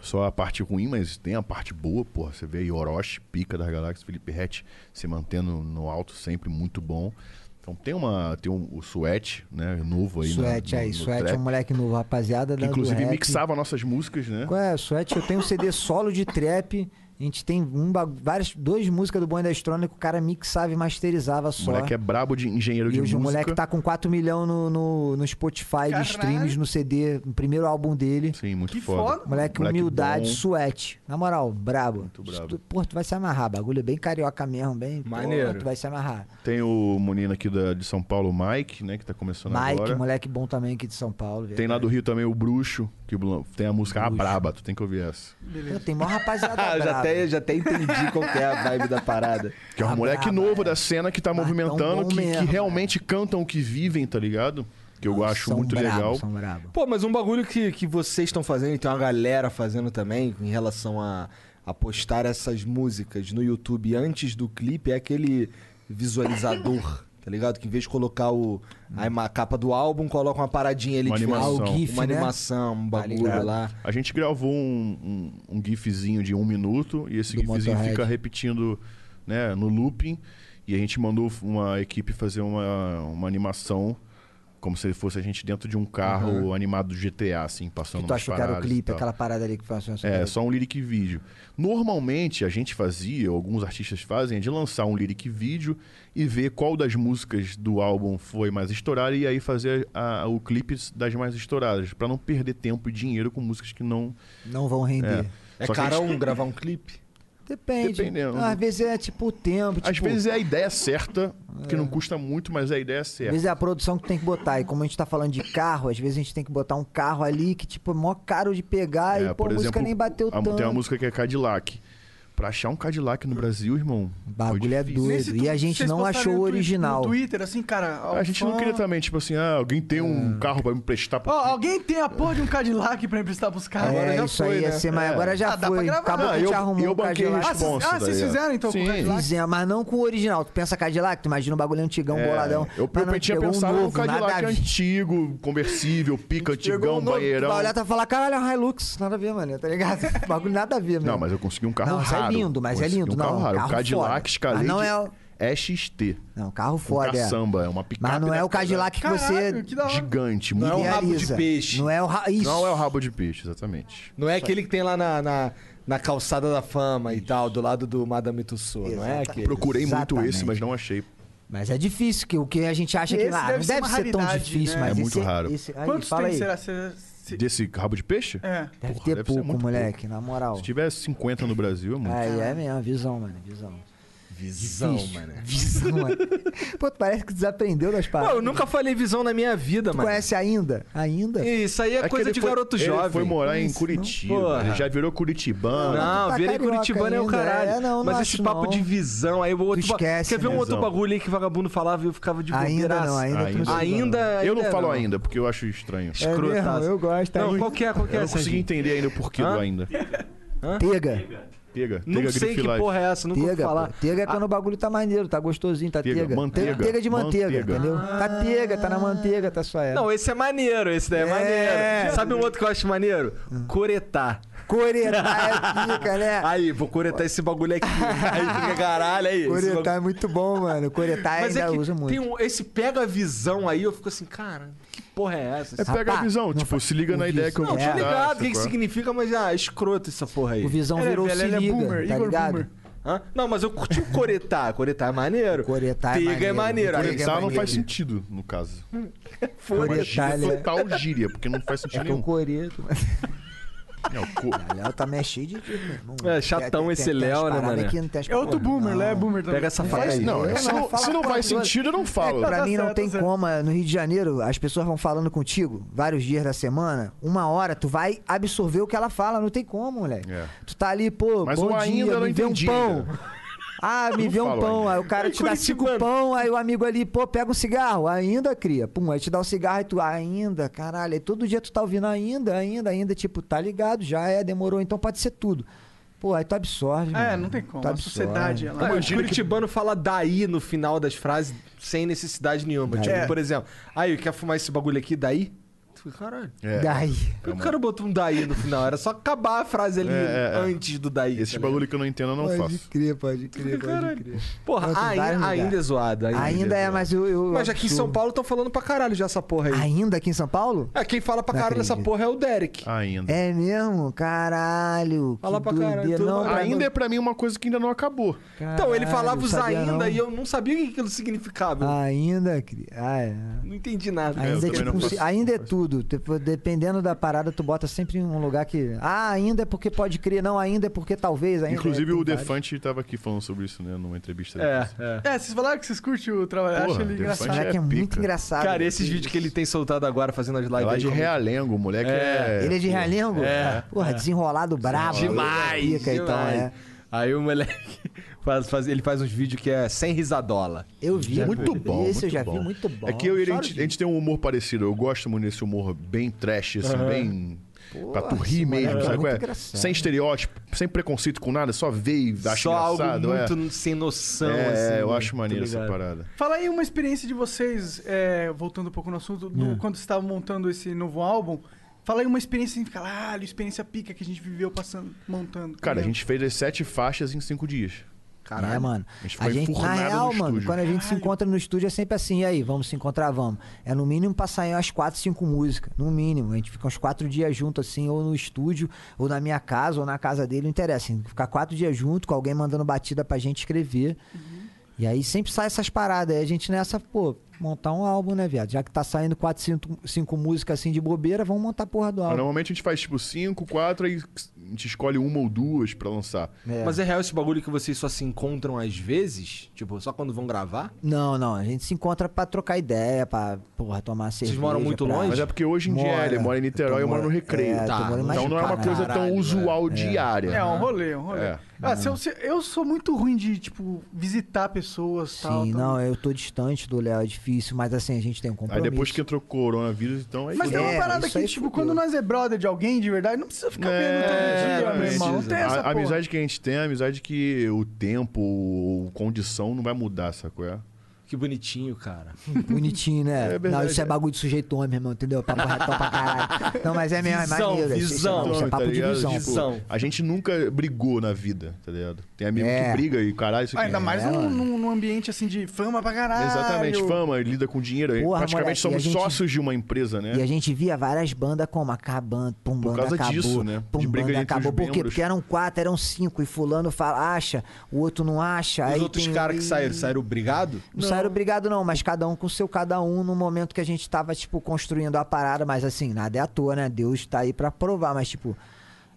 [SPEAKER 3] só a parte ruim, mas tem a parte boa, porra. Você vê aí Orochi, pica das galáxias, Felipe Rett se mantendo no alto sempre, muito bom. Então tem uma. Tem um, o Suete, né? Novo aí. na-
[SPEAKER 4] Suete,
[SPEAKER 3] no-
[SPEAKER 4] aí,
[SPEAKER 3] no
[SPEAKER 4] Suete
[SPEAKER 3] trap,
[SPEAKER 4] é um moleque novo, rapaziada
[SPEAKER 3] que
[SPEAKER 4] da do
[SPEAKER 3] Inclusive
[SPEAKER 4] rap.
[SPEAKER 3] mixava nossas músicas, né?
[SPEAKER 4] Qual é, Suete? Eu tenho um CD solo de trap. A gente tem um, ba- várias, duas músicas do Bonho da Estrônica que o cara mixava e masterizava
[SPEAKER 3] O
[SPEAKER 4] só.
[SPEAKER 3] moleque é brabo de engenheiro
[SPEAKER 4] E
[SPEAKER 3] de
[SPEAKER 4] hoje
[SPEAKER 3] música.
[SPEAKER 4] o moleque tá com 4 milhões no, no, no Spotify de streams, no CD, no primeiro álbum dele.
[SPEAKER 3] Sim, muito Que foda. foda.
[SPEAKER 4] Moleque,
[SPEAKER 3] Moleque
[SPEAKER 4] humildade,
[SPEAKER 3] bom.
[SPEAKER 4] suete. Na moral, brabo. Muito
[SPEAKER 3] brabo.
[SPEAKER 4] Pô, tu vai se amarrar, bagulho bem carioca mesmo, bem. pô,
[SPEAKER 3] Maneiro.
[SPEAKER 4] tu vai se amarrar.
[SPEAKER 3] Tem o menino aqui da, de São Paulo, o Mike, né? Que tá começando
[SPEAKER 4] Mike,
[SPEAKER 3] agora.
[SPEAKER 4] moleque bom também aqui de São Paulo.
[SPEAKER 3] Tem lá do Rio também o Bruxo, que tem a música A Braba, tu tem que ouvir essa.
[SPEAKER 4] Pô, tem mó rapaziada.
[SPEAKER 1] Ah, eu já
[SPEAKER 4] braba.
[SPEAKER 1] até, já até entendi qual que é a vibe da parada.
[SPEAKER 3] Que é
[SPEAKER 4] Ah,
[SPEAKER 3] um moleque novo da cena que tá movimentando,
[SPEAKER 1] bom
[SPEAKER 3] que,
[SPEAKER 1] mesmo,
[SPEAKER 3] que realmente cantam o que vivem, tá ligado? Que eu acho muito legal.
[SPEAKER 1] Pô, mas um bagulho que, que vocês estão fazendo, e tem uma galera fazendo também, em relação a, a postar essas músicas no YouTube antes do clipe, é aquele visualizador. Tá ligado? Que em vez de colocar o, a, ima- a capa do álbum, coloca uma paradinha ali tipo, de
[SPEAKER 3] Uma animação.
[SPEAKER 1] uma
[SPEAKER 3] Ah, o GIF,
[SPEAKER 1] uma
[SPEAKER 3] né?
[SPEAKER 1] animação, um bagulho lá.
[SPEAKER 3] A gente gravou um, um, um gifzinho de um minuto e esse
[SPEAKER 1] Do
[SPEAKER 3] gifzinho
[SPEAKER 1] Motorhead.
[SPEAKER 3] fica repetindo né, no looping. E a gente mandou uma equipe fazer uma, uma animação como se fosse a gente dentro de um carro
[SPEAKER 4] Aham.
[SPEAKER 3] animado do GTA, assim, passando
[SPEAKER 4] Que tu
[SPEAKER 3] umas
[SPEAKER 4] achou que era o
[SPEAKER 3] paradas e
[SPEAKER 4] clipe,
[SPEAKER 3] tal.
[SPEAKER 4] aquela parada ali que faz assim,
[SPEAKER 3] É, só um lyric vídeo. Normalmente a gente fazia, alguns artistas fazem, é de lançar um lyric vídeo e ver qual das músicas do álbum foi mais estourada e aí fazer a- o clipe das mais estouradas, pra não perder tempo e dinheiro com músicas que não.
[SPEAKER 4] Não vão render.
[SPEAKER 1] É carão gravar um clipe?
[SPEAKER 4] Depende.
[SPEAKER 3] Dependendo.
[SPEAKER 4] Às vezes é tipo o tempo.
[SPEAKER 3] Às
[SPEAKER 4] tipo-
[SPEAKER 3] vezes é a ideia certa, que não custa muito, mas é a ideia
[SPEAKER 4] Às
[SPEAKER 3] certa.
[SPEAKER 4] vezes é a produção que tem que botar. E como a gente tá falando de carro, às vezes a gente tem que botar um carro ali que, tipo, é mó caro de pegar
[SPEAKER 3] É,
[SPEAKER 4] e, pô, a música nem bateu
[SPEAKER 3] a-
[SPEAKER 4] tanto.
[SPEAKER 3] Tem uma música que é Cadillac. Pra achar um Cadillac no Brasil, irmão. Bagulho é
[SPEAKER 2] Nesse tu- vocês postaram no Twi- No Twitter, assim, cara.
[SPEAKER 3] A gente não queria também, tipo assim, ah, alguém tem
[SPEAKER 4] É.
[SPEAKER 3] um carro pra me emprestar
[SPEAKER 2] Ó, alguém tem a porra de um Cadillac pra emprestar pros caras?
[SPEAKER 3] Agora É, já isso foi, aí ia né? ser, mas É. agora já
[SPEAKER 2] ah, Dá pra
[SPEAKER 3] foi.
[SPEAKER 2] gravar.
[SPEAKER 3] Acabou Não, que eu- te arrumou eu um banquei Cadillac.
[SPEAKER 2] Ah, vocês-
[SPEAKER 3] responsa
[SPEAKER 2] Ah, vocês
[SPEAKER 3] daí, ó.
[SPEAKER 2] fizeram então com o
[SPEAKER 3] Sim.
[SPEAKER 2] Cadillac?
[SPEAKER 4] Fizemos, mas não com o original. Tu pensa Cadillac, tu imagina um bagulho antigão,
[SPEAKER 3] É,
[SPEAKER 4] boladão.
[SPEAKER 3] Eu,
[SPEAKER 4] Mas
[SPEAKER 3] eu
[SPEAKER 4] não,
[SPEAKER 3] tinha
[SPEAKER 4] pegou um
[SPEAKER 3] pensado num
[SPEAKER 4] novo, nada
[SPEAKER 3] Cadillac
[SPEAKER 4] a ver.
[SPEAKER 3] é antigo, conversível, pica
[SPEAKER 4] Pegou
[SPEAKER 3] antigão,
[SPEAKER 4] um novo, tu
[SPEAKER 3] banheirão.
[SPEAKER 4] Vai olhar e falar, caralho, é um Hilux. Nada a ver, mano, tá ligado? bagulho nada a ver, mano.
[SPEAKER 3] Não, mas eu consegui um carro
[SPEAKER 4] Não, mas é
[SPEAKER 3] raro.
[SPEAKER 4] lindo, mas é
[SPEAKER 3] Consegui
[SPEAKER 4] lindo,
[SPEAKER 3] Um carro
[SPEAKER 4] não,
[SPEAKER 3] raro.
[SPEAKER 4] carro
[SPEAKER 3] o Cadillac
[SPEAKER 4] foda.
[SPEAKER 3] Escalade
[SPEAKER 4] Mas não é o-
[SPEAKER 3] é XT.
[SPEAKER 4] Não, carro foda,
[SPEAKER 3] Um
[SPEAKER 4] é.
[SPEAKER 3] caçamba, é uma picape.
[SPEAKER 4] Mas não é o
[SPEAKER 3] daquela.
[SPEAKER 4] Cadillac que você
[SPEAKER 2] Caralho, que da hora.
[SPEAKER 3] Gigante,
[SPEAKER 1] Não é
[SPEAKER 3] muito
[SPEAKER 1] um rabo de
[SPEAKER 4] idealiza.
[SPEAKER 1] peixe.
[SPEAKER 4] Não é o ra... Isso.
[SPEAKER 3] Não é o rabo de peixe, exatamente.
[SPEAKER 1] Não é aquele que tem lá na, na, na calçada da fama e tal, do lado do Madame Tussauds, não é aquele?
[SPEAKER 3] Procurei muito esse, mas não achei.
[SPEAKER 4] Mas é difícil, que o que a gente acha que
[SPEAKER 2] Esse
[SPEAKER 4] lá
[SPEAKER 2] deve
[SPEAKER 4] não
[SPEAKER 2] ser
[SPEAKER 4] deve
[SPEAKER 2] uma
[SPEAKER 4] ser tão
[SPEAKER 2] raridade,
[SPEAKER 4] difícil,
[SPEAKER 2] né?
[SPEAKER 4] mas
[SPEAKER 3] É
[SPEAKER 4] esse-
[SPEAKER 3] muito raro.
[SPEAKER 4] esse- aí,
[SPEAKER 2] Quantos
[SPEAKER 4] fala
[SPEAKER 2] tem,
[SPEAKER 4] aí.
[SPEAKER 2] será? Se- se-
[SPEAKER 3] Desse rabo de peixe?
[SPEAKER 2] É.
[SPEAKER 4] Deve
[SPEAKER 3] Porra,
[SPEAKER 4] ter
[SPEAKER 3] deve ser
[SPEAKER 4] pouco,
[SPEAKER 3] muito
[SPEAKER 4] moleque, na moral.
[SPEAKER 3] Se tiver 50 no Brasil, é muito.
[SPEAKER 4] Aí é mesmo, visão, mano, visão.
[SPEAKER 1] Visão,
[SPEAKER 4] Difícil.
[SPEAKER 1] mano.
[SPEAKER 4] Visão, mano. Pô, tu parece que desaprendeu das
[SPEAKER 1] Pô,
[SPEAKER 4] paradas.
[SPEAKER 1] eu nunca falei visão na minha vida,
[SPEAKER 4] Tu
[SPEAKER 1] mano.
[SPEAKER 4] conhece ainda? Ainda?
[SPEAKER 1] Isso aí é,
[SPEAKER 4] É que
[SPEAKER 1] coisa
[SPEAKER 4] ele
[SPEAKER 1] de
[SPEAKER 4] foi-
[SPEAKER 1] garoto
[SPEAKER 3] Ele
[SPEAKER 1] jovem.
[SPEAKER 3] foi morar em
[SPEAKER 4] Isso, não?
[SPEAKER 3] Curitiba.
[SPEAKER 1] Porra.
[SPEAKER 3] Ele já virou curitibano.
[SPEAKER 1] Não,
[SPEAKER 4] tá
[SPEAKER 1] virei
[SPEAKER 4] carioca
[SPEAKER 1] Curitibano é o
[SPEAKER 4] ainda,
[SPEAKER 1] caralho.
[SPEAKER 4] é, não,
[SPEAKER 1] Mas
[SPEAKER 4] não
[SPEAKER 1] esse
[SPEAKER 4] acho
[SPEAKER 1] papo
[SPEAKER 4] não.
[SPEAKER 1] de visão, aí o outro. ba-
[SPEAKER 4] esquece,
[SPEAKER 1] Quer ver um
[SPEAKER 4] né?
[SPEAKER 1] outro
[SPEAKER 3] Visão.
[SPEAKER 1] bagulho aí que vagabundo falava e eu ficava de bobeiraça.
[SPEAKER 3] ainda.
[SPEAKER 4] É,
[SPEAKER 1] ainda. É
[SPEAKER 3] Eu não falo
[SPEAKER 1] ainda.
[SPEAKER 3] ainda, porque eu acho estranho.
[SPEAKER 1] Escrotaço.
[SPEAKER 4] eu gosto
[SPEAKER 1] Não,
[SPEAKER 4] ainda.
[SPEAKER 1] qual que é, qual que é
[SPEAKER 3] Eu não
[SPEAKER 1] essa,
[SPEAKER 3] consegui
[SPEAKER 1] gente?
[SPEAKER 3] entender ainda o porquê
[SPEAKER 1] Hã?
[SPEAKER 3] do ainda.
[SPEAKER 4] Tega.
[SPEAKER 3] Tega, tega
[SPEAKER 1] Não sei que
[SPEAKER 3] Grifilage.
[SPEAKER 1] porra é essa, nunca ouvi
[SPEAKER 4] Tega,
[SPEAKER 1] falar.
[SPEAKER 4] pô. Tega é
[SPEAKER 2] Ah.
[SPEAKER 4] quando o bagulho tá maneiro, tá gostosinho, tá
[SPEAKER 3] Tega,
[SPEAKER 4] tega.
[SPEAKER 3] manteiga.
[SPEAKER 4] Tega de manteiga,
[SPEAKER 3] Manteiga.
[SPEAKER 4] entendeu? Tá
[SPEAKER 2] Ah.
[SPEAKER 4] tega, tá na manteiga, tá só ela.
[SPEAKER 1] Não, esse é maneiro, esse daí é, Ah. maneiro. Sabe um outro que eu acho maneiro? Coretar.
[SPEAKER 4] Coretar é pica, né?
[SPEAKER 1] Aí, vou coretar esse bagulho aqui. Aí fica caralho aí. esse bagulho-
[SPEAKER 4] Coretar é muito bom, mano. Coretar
[SPEAKER 1] Mas
[SPEAKER 4] ainda
[SPEAKER 1] é que
[SPEAKER 4] usa muito.
[SPEAKER 1] tem um, esse pega a visão aí, eu fico assim, cara, que porra é essa?
[SPEAKER 3] É pega a visão, tipo, se liga na ideia que eu
[SPEAKER 1] Não,
[SPEAKER 3] vou te
[SPEAKER 1] tô
[SPEAKER 3] dar.
[SPEAKER 1] ligado, o que, que
[SPEAKER 3] sacou?
[SPEAKER 1] significa, mas ah, escroto essa porra aí.
[SPEAKER 4] O Visão Ele é virou velho, se ele é liga, boomer, tá Igor ligado? boomer.
[SPEAKER 1] Hã? Não, mas eu curti o coretar. Coretar é maneiro.
[SPEAKER 4] Coretar
[SPEAKER 1] Tega é maneiro. Aí
[SPEAKER 3] Coretar não
[SPEAKER 1] maneiro.
[SPEAKER 3] faz sentido, no caso.
[SPEAKER 4] Um
[SPEAKER 3] Foi
[SPEAKER 4] Coretar,
[SPEAKER 3] uma gíria
[SPEAKER 4] né?
[SPEAKER 3] total gíria, porque não faz sentido
[SPEAKER 4] É que eu
[SPEAKER 3] nenhum.
[SPEAKER 4] coreto, mano.
[SPEAKER 3] Não, co-
[SPEAKER 4] Léo também é cheio de. meu irmão.
[SPEAKER 1] É, chatão esse Léo, né, mano?
[SPEAKER 2] É outro boomer, né? É boomer também.
[SPEAKER 1] Pega
[SPEAKER 4] Tá
[SPEAKER 1] essa faca
[SPEAKER 3] faz-
[SPEAKER 1] aí.
[SPEAKER 3] Não, é- se não- se não faz sentido, eu não falo.
[SPEAKER 4] é Pra
[SPEAKER 3] Tá
[SPEAKER 4] mim não
[SPEAKER 3] certo,
[SPEAKER 4] tem
[SPEAKER 3] tá
[SPEAKER 4] como. é, No Rio de Janeiro, as pessoas vão falando contigo vários dias da semana, uma hora, tu vai absorver o que ela fala, não tem como, moleque.
[SPEAKER 3] É.
[SPEAKER 4] Tu tá ali, pô,
[SPEAKER 3] Mas
[SPEAKER 4] bom
[SPEAKER 3] o
[SPEAKER 4] dia,
[SPEAKER 3] ainda eu não
[SPEAKER 4] me vê um
[SPEAKER 3] entendi
[SPEAKER 4] pão.
[SPEAKER 3] ainda.
[SPEAKER 4] Ah, me
[SPEAKER 3] Não
[SPEAKER 4] vê um
[SPEAKER 3] falo
[SPEAKER 4] pão.
[SPEAKER 3] ainda.
[SPEAKER 4] Aí o cara
[SPEAKER 3] É
[SPEAKER 4] te dá cinco pão, aí o amigo ali, pô, pega um cigarro. Ainda, cria. Pum, aí te dá um cigarro e tu, ainda, caralho. Aí todo dia tu tá ouvindo ainda, ainda, ainda. Tipo, tá ligado, já é, demorou, então pode ser tudo. Pô, aí tu absorve.
[SPEAKER 2] É,
[SPEAKER 4] mano.
[SPEAKER 2] não tem como.
[SPEAKER 4] Tu
[SPEAKER 2] A
[SPEAKER 4] absorve.
[SPEAKER 2] sociedade, ela- é
[SPEAKER 1] Não, o
[SPEAKER 2] Imagina que-
[SPEAKER 1] curitibano fala daí no final das frases sem necessidade nenhuma.
[SPEAKER 2] Daí.
[SPEAKER 1] Tipo,
[SPEAKER 2] É.
[SPEAKER 1] por exemplo, aí, quer fumar esse bagulho aqui daí? Tu, Caralho.
[SPEAKER 3] É.
[SPEAKER 4] Daí.
[SPEAKER 1] Por que o cara botou um daí no final? Era só acabar a frase ali
[SPEAKER 3] É, é, é.
[SPEAKER 1] antes do daí.
[SPEAKER 3] Esse
[SPEAKER 1] tá ligado?
[SPEAKER 3] bagulho que eu não entendo, eu não
[SPEAKER 4] pode
[SPEAKER 3] faço.
[SPEAKER 4] crer, pode crer, pode crer.
[SPEAKER 1] Porra,
[SPEAKER 4] Não, tu
[SPEAKER 1] ainda,
[SPEAKER 4] vai mudar.
[SPEAKER 1] ainda é zoado. Ainda,
[SPEAKER 4] Ainda é, mas eu. eu
[SPEAKER 1] Mas aqui em São
[SPEAKER 4] absurdo.
[SPEAKER 1] Paulo estão falando pra caralho já essa porra aí.
[SPEAKER 4] Ainda aqui em São Paulo?
[SPEAKER 1] É, quem fala pra
[SPEAKER 4] Não
[SPEAKER 1] caralho essa
[SPEAKER 4] acredito.
[SPEAKER 1] porra é o Derek.
[SPEAKER 3] Ainda.
[SPEAKER 4] É mesmo? Caralho.
[SPEAKER 1] Fala
[SPEAKER 4] que
[SPEAKER 1] pra caralho,
[SPEAKER 4] doideira.
[SPEAKER 1] tudo
[SPEAKER 4] Não,
[SPEAKER 1] bem.
[SPEAKER 4] mas-
[SPEAKER 3] Ainda é pra mim uma coisa que ainda não acabou.
[SPEAKER 1] Então, ele
[SPEAKER 4] Caralho,
[SPEAKER 1] falava os
[SPEAKER 4] sabia
[SPEAKER 1] ainda
[SPEAKER 4] não.
[SPEAKER 1] e eu não sabia o que aquilo significava.
[SPEAKER 4] Ainda, cri- ah, é.
[SPEAKER 1] Não entendi nada.
[SPEAKER 3] eu
[SPEAKER 4] Ainda, é
[SPEAKER 3] também
[SPEAKER 4] tipo,
[SPEAKER 3] não
[SPEAKER 4] um
[SPEAKER 3] faço-
[SPEAKER 4] ci- ainda é tudo. Tipo, Dependendo da parada, tu bota sempre em um lugar que. Ah, ainda é porque pode crer. Não, ainda é porque talvez. Ainda
[SPEAKER 3] Inclusive
[SPEAKER 4] é,
[SPEAKER 3] o
[SPEAKER 4] tem vários.
[SPEAKER 3] Defante tava aqui falando sobre isso, né? Numa entrevista.
[SPEAKER 1] É,
[SPEAKER 3] depois.
[SPEAKER 1] é.
[SPEAKER 2] É, vocês falaram que vocês curtem o trabalho.
[SPEAKER 3] Porra,
[SPEAKER 2] Acho ele
[SPEAKER 3] Defante
[SPEAKER 2] engraçado.
[SPEAKER 4] Moleque, é,
[SPEAKER 3] é
[SPEAKER 4] muito
[SPEAKER 3] pica.
[SPEAKER 4] engraçado. né?
[SPEAKER 1] Cara, esses vídeos que ele tem soltado agora fazendo as lives.
[SPEAKER 3] Lá
[SPEAKER 1] aí
[SPEAKER 3] de
[SPEAKER 1] como-
[SPEAKER 3] Realengo, o moleque é.
[SPEAKER 4] Ele é de
[SPEAKER 3] pô,
[SPEAKER 4] Realengo?
[SPEAKER 1] É.
[SPEAKER 4] Porra, desenrolado
[SPEAKER 1] Ah,
[SPEAKER 4] brabo.
[SPEAKER 1] Demais!
[SPEAKER 4] Pica, então,
[SPEAKER 1] demais.
[SPEAKER 4] é.
[SPEAKER 1] Aí o moleque faz, faz- ele faz uns vídeos que é sem risadola.
[SPEAKER 4] Eu vi.
[SPEAKER 3] Muito bom.
[SPEAKER 4] Esse
[SPEAKER 3] muito
[SPEAKER 4] eu já
[SPEAKER 3] bom.
[SPEAKER 4] vi, muito bom.
[SPEAKER 3] É que eu e ele, a
[SPEAKER 4] Choro
[SPEAKER 3] gente,
[SPEAKER 4] de
[SPEAKER 3] a gente tem um humor parecido. Eu gosto muito desse humor bem trash, assim, bem. pra tu
[SPEAKER 4] esse
[SPEAKER 3] rir
[SPEAKER 4] moleque
[SPEAKER 3] mesmo,
[SPEAKER 4] é
[SPEAKER 3] sabe
[SPEAKER 4] muito
[SPEAKER 3] qual é?
[SPEAKER 4] engraçado.
[SPEAKER 3] Sem estereótipo, sem preconceito com nada, só ver e achar
[SPEAKER 1] Só algo
[SPEAKER 3] engraçado.
[SPEAKER 1] muito sem noção,
[SPEAKER 3] é,
[SPEAKER 1] assim.
[SPEAKER 3] é, eu
[SPEAKER 1] né?
[SPEAKER 3] acho maneiro
[SPEAKER 1] Tá
[SPEAKER 3] essa
[SPEAKER 1] ligado?
[SPEAKER 3] parada.
[SPEAKER 2] Fala aí uma experiência de vocês, é, voltando um pouco no assunto, do,
[SPEAKER 3] É.
[SPEAKER 2] quando vocês estavam montando esse novo álbum. Fala aí uma experiência assim, caralho, experiência pica que a gente viveu passando, montando.
[SPEAKER 3] Cara, a gente fez as sete faixas em cinco dias.
[SPEAKER 4] É, mano.
[SPEAKER 3] A gente
[SPEAKER 4] A
[SPEAKER 3] foi
[SPEAKER 4] gente, na
[SPEAKER 3] enfurnado
[SPEAKER 4] real,
[SPEAKER 3] no
[SPEAKER 4] mano,
[SPEAKER 3] estúdio.
[SPEAKER 4] quando a gente se encontra no estúdio é sempre assim, e aí, vamos se encontrar, vamos. É no mínimo pra sair umas 4, 5 músicas, no mínimo. A gente fica uns 4 dias junto, assim, ou no estúdio, ou na minha casa, ou na casa dele, não interessa. Assim, ficar 4 dias junto, com alguém mandando batida pra gente escrever. E aí sempre sai essas paradas. Aí a gente nessa, pô, montar um álbum, né, viado? Já que tá saindo 4, 5, músicas assim de bobeira, vamos montar a porra
[SPEAKER 1] Ah.
[SPEAKER 4] do
[SPEAKER 3] Mas
[SPEAKER 4] álbum.
[SPEAKER 3] Normalmente a gente faz tipo cinco, quatro, aí a gente escolhe uma ou duas pra lançar.
[SPEAKER 1] Mas é real esse bagulho que vocês só se encontram às vezes? Tipo, só quando vão gravar?
[SPEAKER 4] Não, não, a gente se encontra pra trocar ideia, pra, porra, tomar cerveja.
[SPEAKER 1] moram muito
[SPEAKER 4] pra-
[SPEAKER 1] longe?
[SPEAKER 3] Mas é porque hoje em dia
[SPEAKER 4] Mora.
[SPEAKER 3] ele mora em Niterói e eu moro no
[SPEAKER 4] moro-
[SPEAKER 3] Recreio.
[SPEAKER 4] é,
[SPEAKER 1] Tá. tu mora em
[SPEAKER 3] Então não é uma
[SPEAKER 1] Machucado.
[SPEAKER 3] coisa tão
[SPEAKER 1] Caralho,
[SPEAKER 3] usual diária.
[SPEAKER 2] É, um rolê, um rolê.
[SPEAKER 3] É.
[SPEAKER 2] Ah, se eu, se- eu sou muito ruim de, tipo, visitar pessoas e tal. tá.
[SPEAKER 4] Sim,
[SPEAKER 2] tal.
[SPEAKER 4] não, é, eu tô distante do Léo, é difícil, mas assim, a gente tem um
[SPEAKER 3] Aí
[SPEAKER 4] compromisso.
[SPEAKER 3] depois que entrou o coronavírus, então aí
[SPEAKER 2] Mas tem uma
[SPEAKER 4] É,
[SPEAKER 2] parada
[SPEAKER 4] isso
[SPEAKER 2] que,
[SPEAKER 4] aí
[SPEAKER 2] tipo,
[SPEAKER 4] fudeu.
[SPEAKER 2] quando nós é brother de alguém de verdade, não precisa ficar vendo
[SPEAKER 3] É,
[SPEAKER 2] todo dia, meu
[SPEAKER 3] exatamente.
[SPEAKER 2] irmão. Não tem essa
[SPEAKER 3] a, a
[SPEAKER 2] porra.
[SPEAKER 3] amizade que a gente tem é a amizade que o tempo, o- condição não vai mudar, sacou? É?
[SPEAKER 1] Que bonitinho, cara.
[SPEAKER 4] Bonitinho, né?
[SPEAKER 3] É
[SPEAKER 4] não,
[SPEAKER 3] verdade,
[SPEAKER 4] isso é
[SPEAKER 3] é.
[SPEAKER 4] bagulho de sujeito homem, irmão, entendeu? Papo retão pra caralho. Não, mas é mesmo, é
[SPEAKER 1] Visão,
[SPEAKER 4] maneiro. isso- isso é
[SPEAKER 1] visão,
[SPEAKER 4] bagulho, Isso é
[SPEAKER 3] tá
[SPEAKER 4] papo de
[SPEAKER 3] ligado?
[SPEAKER 4] visão.
[SPEAKER 3] Tipo,
[SPEAKER 1] Visão.
[SPEAKER 3] a gente nunca brigou na vida, tá ligado? Tem amigo
[SPEAKER 4] É.
[SPEAKER 3] que briga e caralho, isso
[SPEAKER 2] Ah,
[SPEAKER 3] aqui. É.
[SPEAKER 2] ainda mais
[SPEAKER 4] É,
[SPEAKER 2] num,
[SPEAKER 4] mano.
[SPEAKER 2] num- num ambiente, assim, de fama pra caralho.
[SPEAKER 3] Exatamente, fama, lida com dinheiro.
[SPEAKER 4] Porra, moleque,
[SPEAKER 3] Praticamente
[SPEAKER 4] e a
[SPEAKER 3] somos
[SPEAKER 4] gente-
[SPEAKER 3] sócios de uma empresa, né?
[SPEAKER 4] E a gente via várias bandas como acabando, pum,
[SPEAKER 3] Por
[SPEAKER 4] banda
[SPEAKER 3] causa
[SPEAKER 4] acabou,
[SPEAKER 3] disso, né?
[SPEAKER 4] pum,
[SPEAKER 3] De briga
[SPEAKER 4] banda
[SPEAKER 3] entre os
[SPEAKER 4] acabou. Por quê?
[SPEAKER 3] membros.
[SPEAKER 4] Porque eram quatro, eram cinco, e fulano fala, acha, o outro não acha.
[SPEAKER 1] Os
[SPEAKER 4] aí
[SPEAKER 1] outros
[SPEAKER 4] tem- um
[SPEAKER 1] caras que saíram, saíram obrigado?
[SPEAKER 4] Não, saíram obrigado não, mas cada um com o seu cada um no momento que a gente tava, tipo, construindo a parada, mas assim, nada é à toa, né? Deus tá aí pra provar, mas tipo,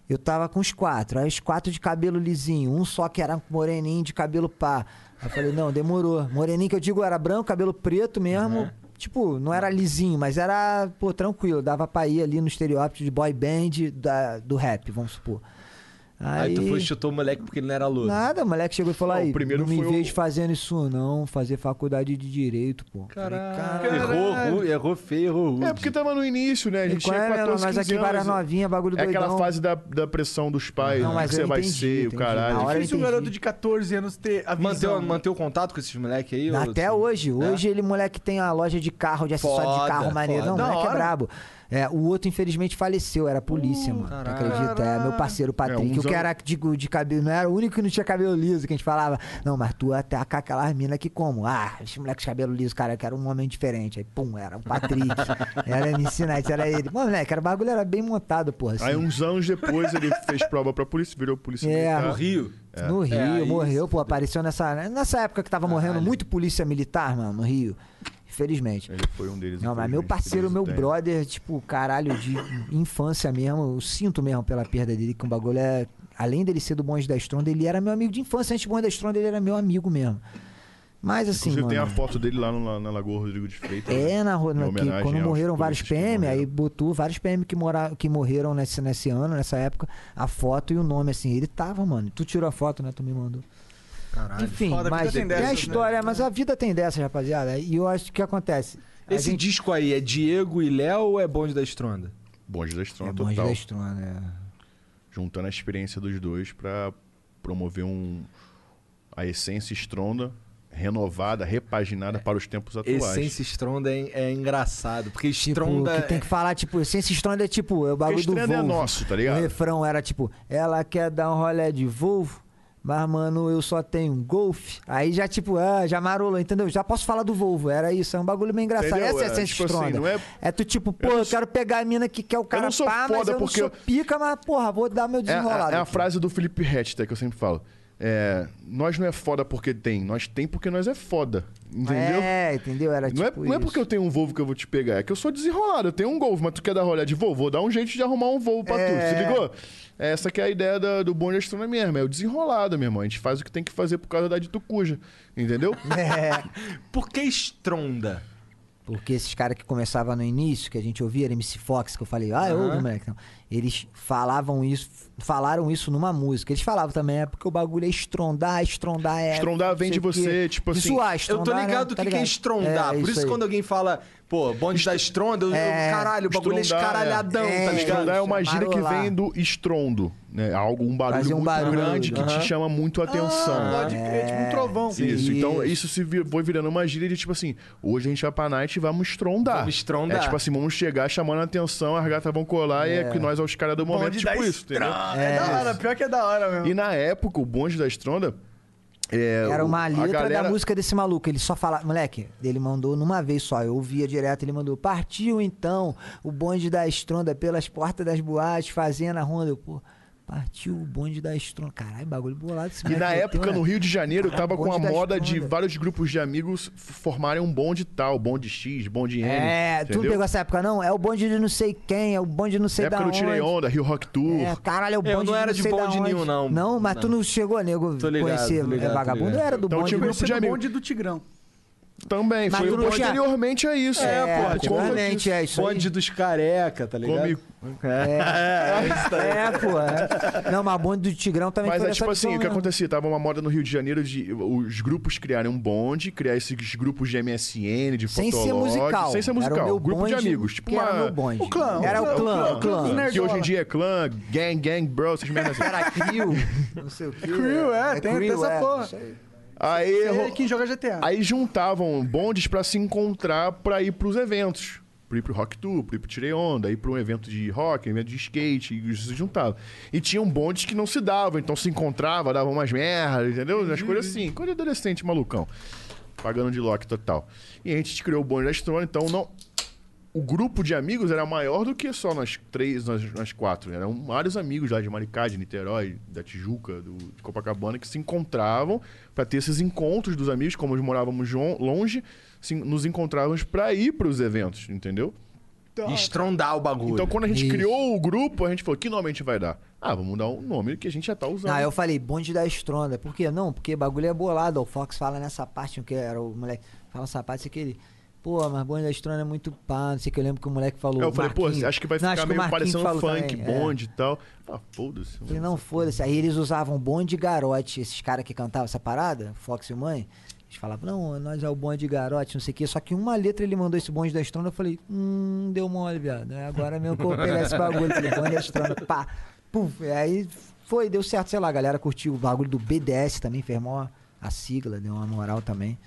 [SPEAKER 4] eu tava com os quatro, aí os quatro de cabelo lisinho, um só que era moreninho de cabelo pá. Aí eu falei, não, demorou. Moreninho que eu digo era branco, cabelo preto mesmo. Tipo, não era lisinho, mas era, pô, tranquilo. Dava pra ir ali no estereótipo de boy band da- do rap, vamos supor.
[SPEAKER 1] Aí,
[SPEAKER 4] Aí,
[SPEAKER 1] tu foi e chutou o moleque porque ele não era louco.
[SPEAKER 4] Nada, o moleque chegou e falou
[SPEAKER 3] Não,
[SPEAKER 4] aí,
[SPEAKER 3] o primeiro
[SPEAKER 4] não me
[SPEAKER 3] foi o-
[SPEAKER 4] vejo fazendo isso não, fazer faculdade de direito, pô.
[SPEAKER 1] Errou, errou, errou feio, errou rude.
[SPEAKER 3] É porque tava no início, né? A gente
[SPEAKER 4] E qual
[SPEAKER 3] tinha
[SPEAKER 4] é, meu?
[SPEAKER 3] 14,
[SPEAKER 4] Nós
[SPEAKER 3] 15
[SPEAKER 4] aqui, várias
[SPEAKER 3] anos.
[SPEAKER 4] novinhas, bagulho
[SPEAKER 3] É aquela
[SPEAKER 4] doidão.
[SPEAKER 3] fase da, da pressão dos pais,
[SPEAKER 4] Não,
[SPEAKER 3] né? o
[SPEAKER 4] mas
[SPEAKER 3] que você
[SPEAKER 4] eu
[SPEAKER 3] vai
[SPEAKER 4] entendi,
[SPEAKER 3] ser,
[SPEAKER 4] entendi.
[SPEAKER 3] o caralho.
[SPEAKER 4] Na hora-
[SPEAKER 2] Difícil um
[SPEAKER 4] entendi.
[SPEAKER 2] garoto de 14 anos ter a visão.
[SPEAKER 1] Manter, o-
[SPEAKER 2] né?
[SPEAKER 1] manter o contato com esses moleques aí? ô,
[SPEAKER 4] um- Até
[SPEAKER 1] assim,
[SPEAKER 4] hoje.
[SPEAKER 1] né?
[SPEAKER 4] Hoje ele, moleque, tem a loja de carro, de acessório
[SPEAKER 1] Foda,
[SPEAKER 4] de carro maneiro.
[SPEAKER 1] foda.
[SPEAKER 4] Não,
[SPEAKER 2] Da
[SPEAKER 4] o moleque é
[SPEAKER 2] hora.
[SPEAKER 4] brabo. É, o outro, infelizmente, faleceu. Era polícia, mano. Tu
[SPEAKER 1] caralho.
[SPEAKER 4] acredita? É, meu parceiro
[SPEAKER 3] Hum, É,
[SPEAKER 4] Patrick.
[SPEAKER 3] uns
[SPEAKER 4] o que
[SPEAKER 3] anos-
[SPEAKER 4] era de, de cabelo... Não era o único que não tinha cabelo liso, que a gente falava. Não, mas tu é até com aquelas minas que como? Ah, esse moleque de cabelo liso, cara, eu quero um homem diferente. Aí, pum, era o Patrick. era MC Night, era ele. Mano, moleque, era, o bagulho era bem montado, porra. assim.
[SPEAKER 3] Aí um uns anos depois ele fez prova pra polícia, virou polícia
[SPEAKER 4] É.
[SPEAKER 3] militar.
[SPEAKER 1] No Rio?
[SPEAKER 4] No Rio,
[SPEAKER 1] É, aí
[SPEAKER 4] morreu, pô, apareceu nessa, nessa época que tava morrendo muito polícia militar, mano, no Rio. Infelizmente.
[SPEAKER 3] Ele foi um deles.
[SPEAKER 4] Não, mas meu
[SPEAKER 3] infelizmente,
[SPEAKER 4] parceiro, meu
[SPEAKER 3] presidente.
[SPEAKER 4] brother, tipo, caralho, de infância mesmo, eu sinto mesmo pela perda dele, que um bagulho é. Além dele ser do Bonde da Estronda, ele era meu amigo de infância. Antes do Bonde da Estronda, ele era meu amigo mesmo. Mas assim,
[SPEAKER 3] Inclusive
[SPEAKER 4] mano.
[SPEAKER 3] tem a foto dele lá no- na, na Lagoa Rodrigo de Freitas. né?
[SPEAKER 4] É, na
[SPEAKER 3] Em
[SPEAKER 4] roda.
[SPEAKER 3] homenagem
[SPEAKER 4] Quando
[SPEAKER 3] aos
[SPEAKER 4] morreram vários
[SPEAKER 3] polícias que
[SPEAKER 4] PM, aí
[SPEAKER 3] morreram.
[SPEAKER 4] botou vários PM que, mora, que morreram nesse, nesse ano, nessa época, a foto e o nome, assim. Ele tava, mano. Tu tirou a foto, né? Tu me mandou.
[SPEAKER 1] Caralho.
[SPEAKER 4] Enfim,
[SPEAKER 2] Foda, a vida
[SPEAKER 4] mas
[SPEAKER 2] tem
[SPEAKER 4] é
[SPEAKER 2] dessas,
[SPEAKER 4] a
[SPEAKER 2] né?
[SPEAKER 4] história, mas a vida tem dessas, rapaziada. E eu acho que acontece. A
[SPEAKER 1] Esse
[SPEAKER 4] gente-
[SPEAKER 1] disco aí é Diego e Léo ou é Bonde da Estronda?
[SPEAKER 3] Bonde da Estrona
[SPEAKER 4] É
[SPEAKER 3] total.
[SPEAKER 4] Bonde da Estrona, é.
[SPEAKER 3] Juntando a experiência dos dois pra promover um a essência Estronda renovada,
[SPEAKER 4] É.
[SPEAKER 3] repaginada para os tempos atuais.
[SPEAKER 1] Essência Estronda é, é engraçado, porque Estronda...
[SPEAKER 4] Tipo, que tem
[SPEAKER 1] é-
[SPEAKER 4] que falar, tipo, essência Stronda é tipo, é o bagulho do
[SPEAKER 3] Estronda
[SPEAKER 4] Volvo.
[SPEAKER 3] é nosso, tá ligado?
[SPEAKER 4] O refrão era tipo, ela quer dar um rolé de Volvo, mas mano, eu só tenho um Golf. Aí já tipo, ah, já marolou, entendeu? Já posso falar do Volvo, era isso, é um bagulho meio engraçado.
[SPEAKER 3] Entendeu?
[SPEAKER 4] Essa é
[SPEAKER 3] É,
[SPEAKER 4] a essência
[SPEAKER 3] tipo assim,
[SPEAKER 4] Stronda.
[SPEAKER 3] não é-
[SPEAKER 4] tu tipo, pô, eu, quero pegar a mina que quer o cara
[SPEAKER 3] não sou
[SPEAKER 4] pá, mas
[SPEAKER 3] foda
[SPEAKER 4] eu
[SPEAKER 3] porque
[SPEAKER 4] não sou pica, mas porra, vou dar meu
[SPEAKER 3] É, a-
[SPEAKER 4] desenrolado.
[SPEAKER 3] é a
[SPEAKER 4] aqui.
[SPEAKER 3] frase do Felipe Hatchter que eu sempre falo. É, nós não é foda porque tem, nós tem porque nós é foda. Entendeu?
[SPEAKER 4] É, entendeu? Era
[SPEAKER 3] Não,
[SPEAKER 4] tipo
[SPEAKER 3] é, não é
[SPEAKER 4] isso.
[SPEAKER 3] porque eu tenho um Volvo que eu vou te pegar, é que eu sou desenrolado, eu tenho um Golf, mas tu quer dar rolé de Volvo? Vou dar um jeito de arrumar um Volvo pra
[SPEAKER 4] É.
[SPEAKER 3] tu, se ligou? Essa que é a ideia da- do bonde astrônomo mesmo, é o desenrolado, meu irmão. A gente faz o que tem que fazer por causa da ditucuja, entendeu?
[SPEAKER 4] É,
[SPEAKER 1] Por que Estronda?
[SPEAKER 4] Porque esses caras que começavam no início, que a gente ouvia, era MC Fox, que eu falei, ah, eu
[SPEAKER 1] Aham.
[SPEAKER 4] ouvi, moleque. Então, eles falavam isso, falaram isso numa música. Eles falavam também, é porque o bagulho é estrondar, estrondar é.
[SPEAKER 3] Estrondar
[SPEAKER 4] não
[SPEAKER 3] vem
[SPEAKER 4] sei
[SPEAKER 3] de
[SPEAKER 4] o quê.
[SPEAKER 3] você, tipo
[SPEAKER 4] De
[SPEAKER 3] assim,
[SPEAKER 4] Zoar,
[SPEAKER 1] Eu tô
[SPEAKER 4] estrondar, né?
[SPEAKER 1] ligado
[SPEAKER 4] Tá
[SPEAKER 1] que quem estrondar. Por isso,
[SPEAKER 4] aí.
[SPEAKER 1] quando alguém fala, pô, bonde da estronda, eu, eu, caralho, o bagulho é
[SPEAKER 3] Estrondar,
[SPEAKER 1] escaralhadão, tá ligado?
[SPEAKER 3] Estrondar é uma gíria que
[SPEAKER 4] Marolar.
[SPEAKER 3] vem do estrondo, né? Algo, um barulho
[SPEAKER 4] Fazer um
[SPEAKER 3] muito
[SPEAKER 4] barulho, Ah,
[SPEAKER 3] grande que
[SPEAKER 1] aham.
[SPEAKER 3] te chama muito a atenção.
[SPEAKER 1] É,
[SPEAKER 2] Pode crer, tipo um trovão.
[SPEAKER 3] Isso. Então, isso se vir- foi virando uma gíria de tipo assim: hoje a gente vai pra night e vamos estrondar.
[SPEAKER 1] Vamos estrondar.
[SPEAKER 3] É tipo assim: vamos chegar chamando a atenção, as gatas vão colar e é que nós é os caras do momento.
[SPEAKER 2] Bonde
[SPEAKER 3] Tipo
[SPEAKER 2] da
[SPEAKER 3] isso, entendeu?
[SPEAKER 2] Ah, é, da hora, pior que é da hora mesmo.
[SPEAKER 3] E na época, o bonde da estronda. é,
[SPEAKER 4] Era
[SPEAKER 3] o-
[SPEAKER 4] uma
[SPEAKER 3] a
[SPEAKER 4] letra
[SPEAKER 3] galera-
[SPEAKER 4] da música desse maluco. Ele só falava. Moleque, ele mandou numa vez só. Eu ouvia direto, ele mandou. Partiu então o bonde da estronda pelas portas das boates, fazendo a ronda. Eu, pô, partiu o bonde da estronda. Caralho, bagulho bolado esse
[SPEAKER 3] E
[SPEAKER 4] moleque
[SPEAKER 3] na
[SPEAKER 4] meteu,
[SPEAKER 3] época,
[SPEAKER 4] né?
[SPEAKER 3] no Rio de Janeiro,
[SPEAKER 4] Caralho,
[SPEAKER 3] tava com a
[SPEAKER 4] bonde da
[SPEAKER 3] moda de
[SPEAKER 4] estronda.
[SPEAKER 3] vários grupos de amigos f- formarem um bonde tal, bonde X, bonde N.
[SPEAKER 4] É, tu não
[SPEAKER 3] entendeu?
[SPEAKER 4] pegou essa época, não? É o bonde de não sei quem, é o bonde de não sei
[SPEAKER 3] época
[SPEAKER 4] da
[SPEAKER 3] do
[SPEAKER 4] onde.
[SPEAKER 3] Tirei Onda, Rio Rock Tour.
[SPEAKER 4] É, caralho, é o bonde
[SPEAKER 1] Eu não era de
[SPEAKER 4] sei da
[SPEAKER 1] bonde
[SPEAKER 4] onde.
[SPEAKER 1] nenhum, não.
[SPEAKER 4] Não, mas tu
[SPEAKER 1] Não.
[SPEAKER 4] não chegou, nego,
[SPEAKER 1] Tô ligado,
[SPEAKER 4] conhecer
[SPEAKER 1] tô ligado,
[SPEAKER 4] é
[SPEAKER 1] tô
[SPEAKER 4] vagabundo.
[SPEAKER 1] ligado.
[SPEAKER 4] Eu era do
[SPEAKER 3] Então,
[SPEAKER 4] bonde.
[SPEAKER 3] tinha um
[SPEAKER 4] do-
[SPEAKER 3] grupo de
[SPEAKER 2] Esse é do
[SPEAKER 3] amigo.
[SPEAKER 2] bonde do Tigrão.
[SPEAKER 3] Também,
[SPEAKER 4] Mas
[SPEAKER 3] foi
[SPEAKER 4] tu não tinha-
[SPEAKER 3] posteriormente a isso.
[SPEAKER 4] É,
[SPEAKER 3] porra, tipo,
[SPEAKER 4] anteriormente, é isso aí.
[SPEAKER 1] Bonde dos careca, tá ligado?
[SPEAKER 3] Come-
[SPEAKER 4] É, pô. é. Não, mas bonde do Tigrão também
[SPEAKER 3] Mas
[SPEAKER 4] foi né?
[SPEAKER 3] é
[SPEAKER 4] dessa
[SPEAKER 3] tipo assim,
[SPEAKER 4] visão
[SPEAKER 3] o que
[SPEAKER 4] mesmo.
[SPEAKER 3] acontecia? Tava uma moda no Rio de Janeiro de os grupos criarem um bonde, criar esses grupos de MSN, de
[SPEAKER 4] Sem ser
[SPEAKER 3] fotolog,
[SPEAKER 4] musical.
[SPEAKER 3] Sem ser
[SPEAKER 4] Era o
[SPEAKER 3] musical.
[SPEAKER 4] meu
[SPEAKER 3] grupo
[SPEAKER 4] bonde,
[SPEAKER 3] de amigos. Tipo
[SPEAKER 4] que
[SPEAKER 3] uma...
[SPEAKER 4] era o meu bonde.
[SPEAKER 2] O clã,
[SPEAKER 4] Era
[SPEAKER 2] o
[SPEAKER 4] o
[SPEAKER 2] clã,
[SPEAKER 4] clã,
[SPEAKER 2] clã.
[SPEAKER 4] o clã.
[SPEAKER 3] Que
[SPEAKER 2] Nerdola.
[SPEAKER 3] hoje em dia é clã, gang, gang, bro, essas merdas assim.
[SPEAKER 4] Era crew, não sei o quê.
[SPEAKER 2] Crew, é, tem- tem
[SPEAKER 4] crew,
[SPEAKER 2] essa
[SPEAKER 4] é,
[SPEAKER 2] porra.
[SPEAKER 4] isso aí.
[SPEAKER 3] Aí,
[SPEAKER 2] É
[SPEAKER 3] ro-
[SPEAKER 2] quem joga GTA.
[SPEAKER 3] aí juntavam bondes pra se encontrar pra ir pros eventos. Pra ir pro Rock Tour, pra ir pro Tirei Onda, ir pra um evento de rock, um evento de skate, e se juntavam. E tinham bondes que não se davam, então se encontrava, davam umas merdas, entendeu? Umas coisas assim. Coisa de adolescente malucão. Pagando de lock total. E a gente criou o bonde da Estrona, então não. O grupo de amigos era maior do que só nós três, nós, nós quatro. Eram vários amigos lá de Maricá, de Niterói, da Tijuca, do, de Copacabana, que se encontravam pra ter esses encontros dos amigos, como nós morávamos jo- longe, se- nos encontrávamos pra ir pros eventos, entendeu?
[SPEAKER 1] E estrondar o bagulho.
[SPEAKER 3] Então, quando a gente
[SPEAKER 4] Isso.
[SPEAKER 3] criou o grupo, a gente falou: que nome a gente vai dar? Ah, vamos dar um nome que a gente já tá usando.
[SPEAKER 4] Não, Ah, eu falei, bonde da estronda. Por quê? Não, porque bagulho é bolado. O Fox fala nessa parte, que era o moleque. Fala nessa parte, sei que ele. Pô, mas bonde da estronda é muito pá, não sei o que eu lembro que o moleque falou.
[SPEAKER 3] eu falei, pô,
[SPEAKER 4] Marquinho.
[SPEAKER 3] acho que vai
[SPEAKER 4] Não,
[SPEAKER 3] ficar
[SPEAKER 4] o
[SPEAKER 3] meio
[SPEAKER 4] Marquinho
[SPEAKER 3] parecendo
[SPEAKER 4] falou
[SPEAKER 3] funk,
[SPEAKER 4] também, é.
[SPEAKER 3] bonde e tal. Ah, foda-se.
[SPEAKER 4] Falei, não, foda-se. Aí eles usavam bonde garote, esses caras que cantavam essa parada, Fox e o Mãe. Eles falavam, não, nós é o bonde garote, não sei o quê. Só que uma letra ele mandou esse bonde da estronda, eu falei, hum, deu mole, viado. É agora mesmo que eu vou pegar esse bagulho. Falei, bonde da estronda, pá. Pum. E aí foi, deu certo, sei lá, a galera curtiu o bagulho do BDS também, fez mó a sigla, deu uma moral também.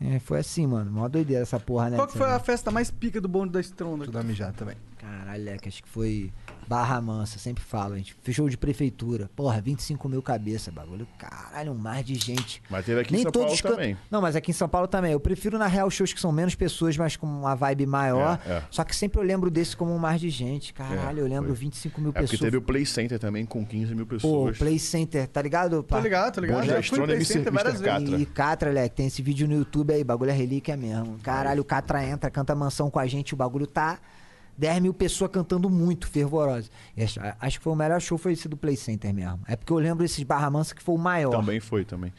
[SPEAKER 4] É, foi assim, mano, mó doideira essa porra, né?
[SPEAKER 2] Qual que foi a festa mais pica do bonde da Tá Estronda?
[SPEAKER 1] Vou dar uma mijada também.
[SPEAKER 4] Caralho, é que acho que foi Barra Mansa, sempre falo, a gente fechou de prefeitura. Porra, 25 mil cabeça, bagulho. Caralho, um mar de gente.
[SPEAKER 3] Mas teve aqui em São
[SPEAKER 4] todos
[SPEAKER 3] Paulo também.
[SPEAKER 4] Não, mas aqui em São Paulo também. Eu prefiro, na real, shows que são menos pessoas, mas com uma vibe maior.
[SPEAKER 3] É, é.
[SPEAKER 4] Só que sempre eu lembro desse como um mar de gente. Caralho,
[SPEAKER 3] É,
[SPEAKER 4] eu lembro
[SPEAKER 3] foi.
[SPEAKER 4] 25 um mil
[SPEAKER 3] É porque
[SPEAKER 4] pessoas.
[SPEAKER 3] teve o Play Center também com 15 mil
[SPEAKER 4] Pô,
[SPEAKER 3] pessoas.
[SPEAKER 4] Play Center, tá ligado?
[SPEAKER 2] Tô
[SPEAKER 4] pá?
[SPEAKER 2] ligado, tô ligado.
[SPEAKER 3] Bonde da
[SPEAKER 2] Já fui
[SPEAKER 3] Estronda,
[SPEAKER 2] no
[SPEAKER 3] Mr.
[SPEAKER 2] Center várias vezes.
[SPEAKER 3] Catra.
[SPEAKER 4] E Catra, moleque, tem esse vídeo no YouTube aí, bagulho é relíquia mesmo. Caralho, o Catra entra, canta mansão com a gente, o bagulho tá. 10 mil pessoas cantando muito, fervorosa. E acho- Acho que foi o melhor show, foi esse do Play Center mesmo. É porque eu lembro esses Barra Mansa que foi o maior.
[SPEAKER 3] Também foi, também.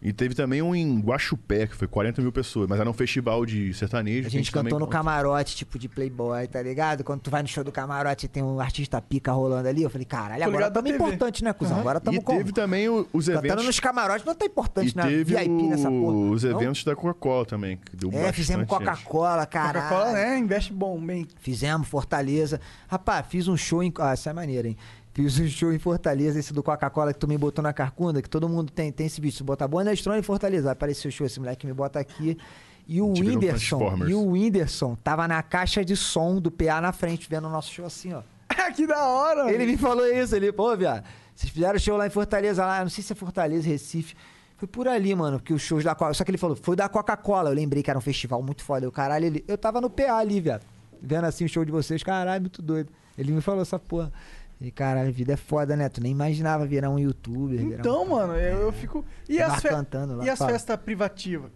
[SPEAKER 3] E teve também um em Guachupé, que foi 40 mil pessoas, mas era um festival de sertanejo. que
[SPEAKER 4] A gente
[SPEAKER 3] também
[SPEAKER 4] cantou no
[SPEAKER 3] conta.
[SPEAKER 4] camarote, tipo de Playboy, tá ligado? Quando tu vai no show do camarote e tem um artista pica rolando ali, eu falei, caralho,
[SPEAKER 3] Tô
[SPEAKER 4] agora
[SPEAKER 3] ligado
[SPEAKER 4] tamo
[SPEAKER 3] na TV.
[SPEAKER 4] importante, né, cuzão?
[SPEAKER 3] Aham.
[SPEAKER 4] Agora tamo
[SPEAKER 3] E teve também os
[SPEAKER 4] Cantando
[SPEAKER 3] eventos-
[SPEAKER 4] nos camarotes não tá importante,
[SPEAKER 3] E
[SPEAKER 4] né?
[SPEAKER 3] teve
[SPEAKER 4] VIP nessa porra.
[SPEAKER 3] o- os
[SPEAKER 4] não?
[SPEAKER 3] eventos da Coca-Cola também. Que deu
[SPEAKER 4] É, fizemos
[SPEAKER 3] bastante gente.
[SPEAKER 4] Coca-Cola, caralho.
[SPEAKER 3] Coca-Cola,
[SPEAKER 4] né? Investe bom, bem. Fizemos Fortaleza. Rapaz, fiz um show em. Ah, essa é maneira, hein? Fiz um show em Fortaleza, esse do Coca-Cola que tu me botou na carcunda, que todo mundo tem, tem esse bicho. Se botar boa na estrona em Fortaleza, apareceu o show, esse moleque me bota aqui. E o
[SPEAKER 3] Te virou
[SPEAKER 4] Whindersson,
[SPEAKER 3] Transformers.
[SPEAKER 4] e o Whindersson tava na caixa de som do PA na frente, vendo o nosso show assim, ó.
[SPEAKER 2] Ah, que da hora!
[SPEAKER 4] Ele me falou isso, ele, pô, viado, vocês fizeram show lá em Fortaleza, lá, não sei se é Fortaleza, Recife. Foi por ali, mano, porque os shows da Coca-Cola. Só que ele falou, foi da Coca-Cola. Eu lembrei que era um festival muito foda. Eu, caralho, ele. Eu tava no PA ali, viado. Vendo assim o show de vocês, caralho, muito doido. Ele me falou essa porra. E caralho, a vida é foda, né? Tu nem imaginava virar um youtuber. virar
[SPEAKER 2] Então,
[SPEAKER 4] um...
[SPEAKER 2] mano, eu, eu fico. E
[SPEAKER 4] Tava
[SPEAKER 2] as, fe...
[SPEAKER 4] cantando lá,
[SPEAKER 2] e as
[SPEAKER 4] fala. Tá
[SPEAKER 2] festas privativas?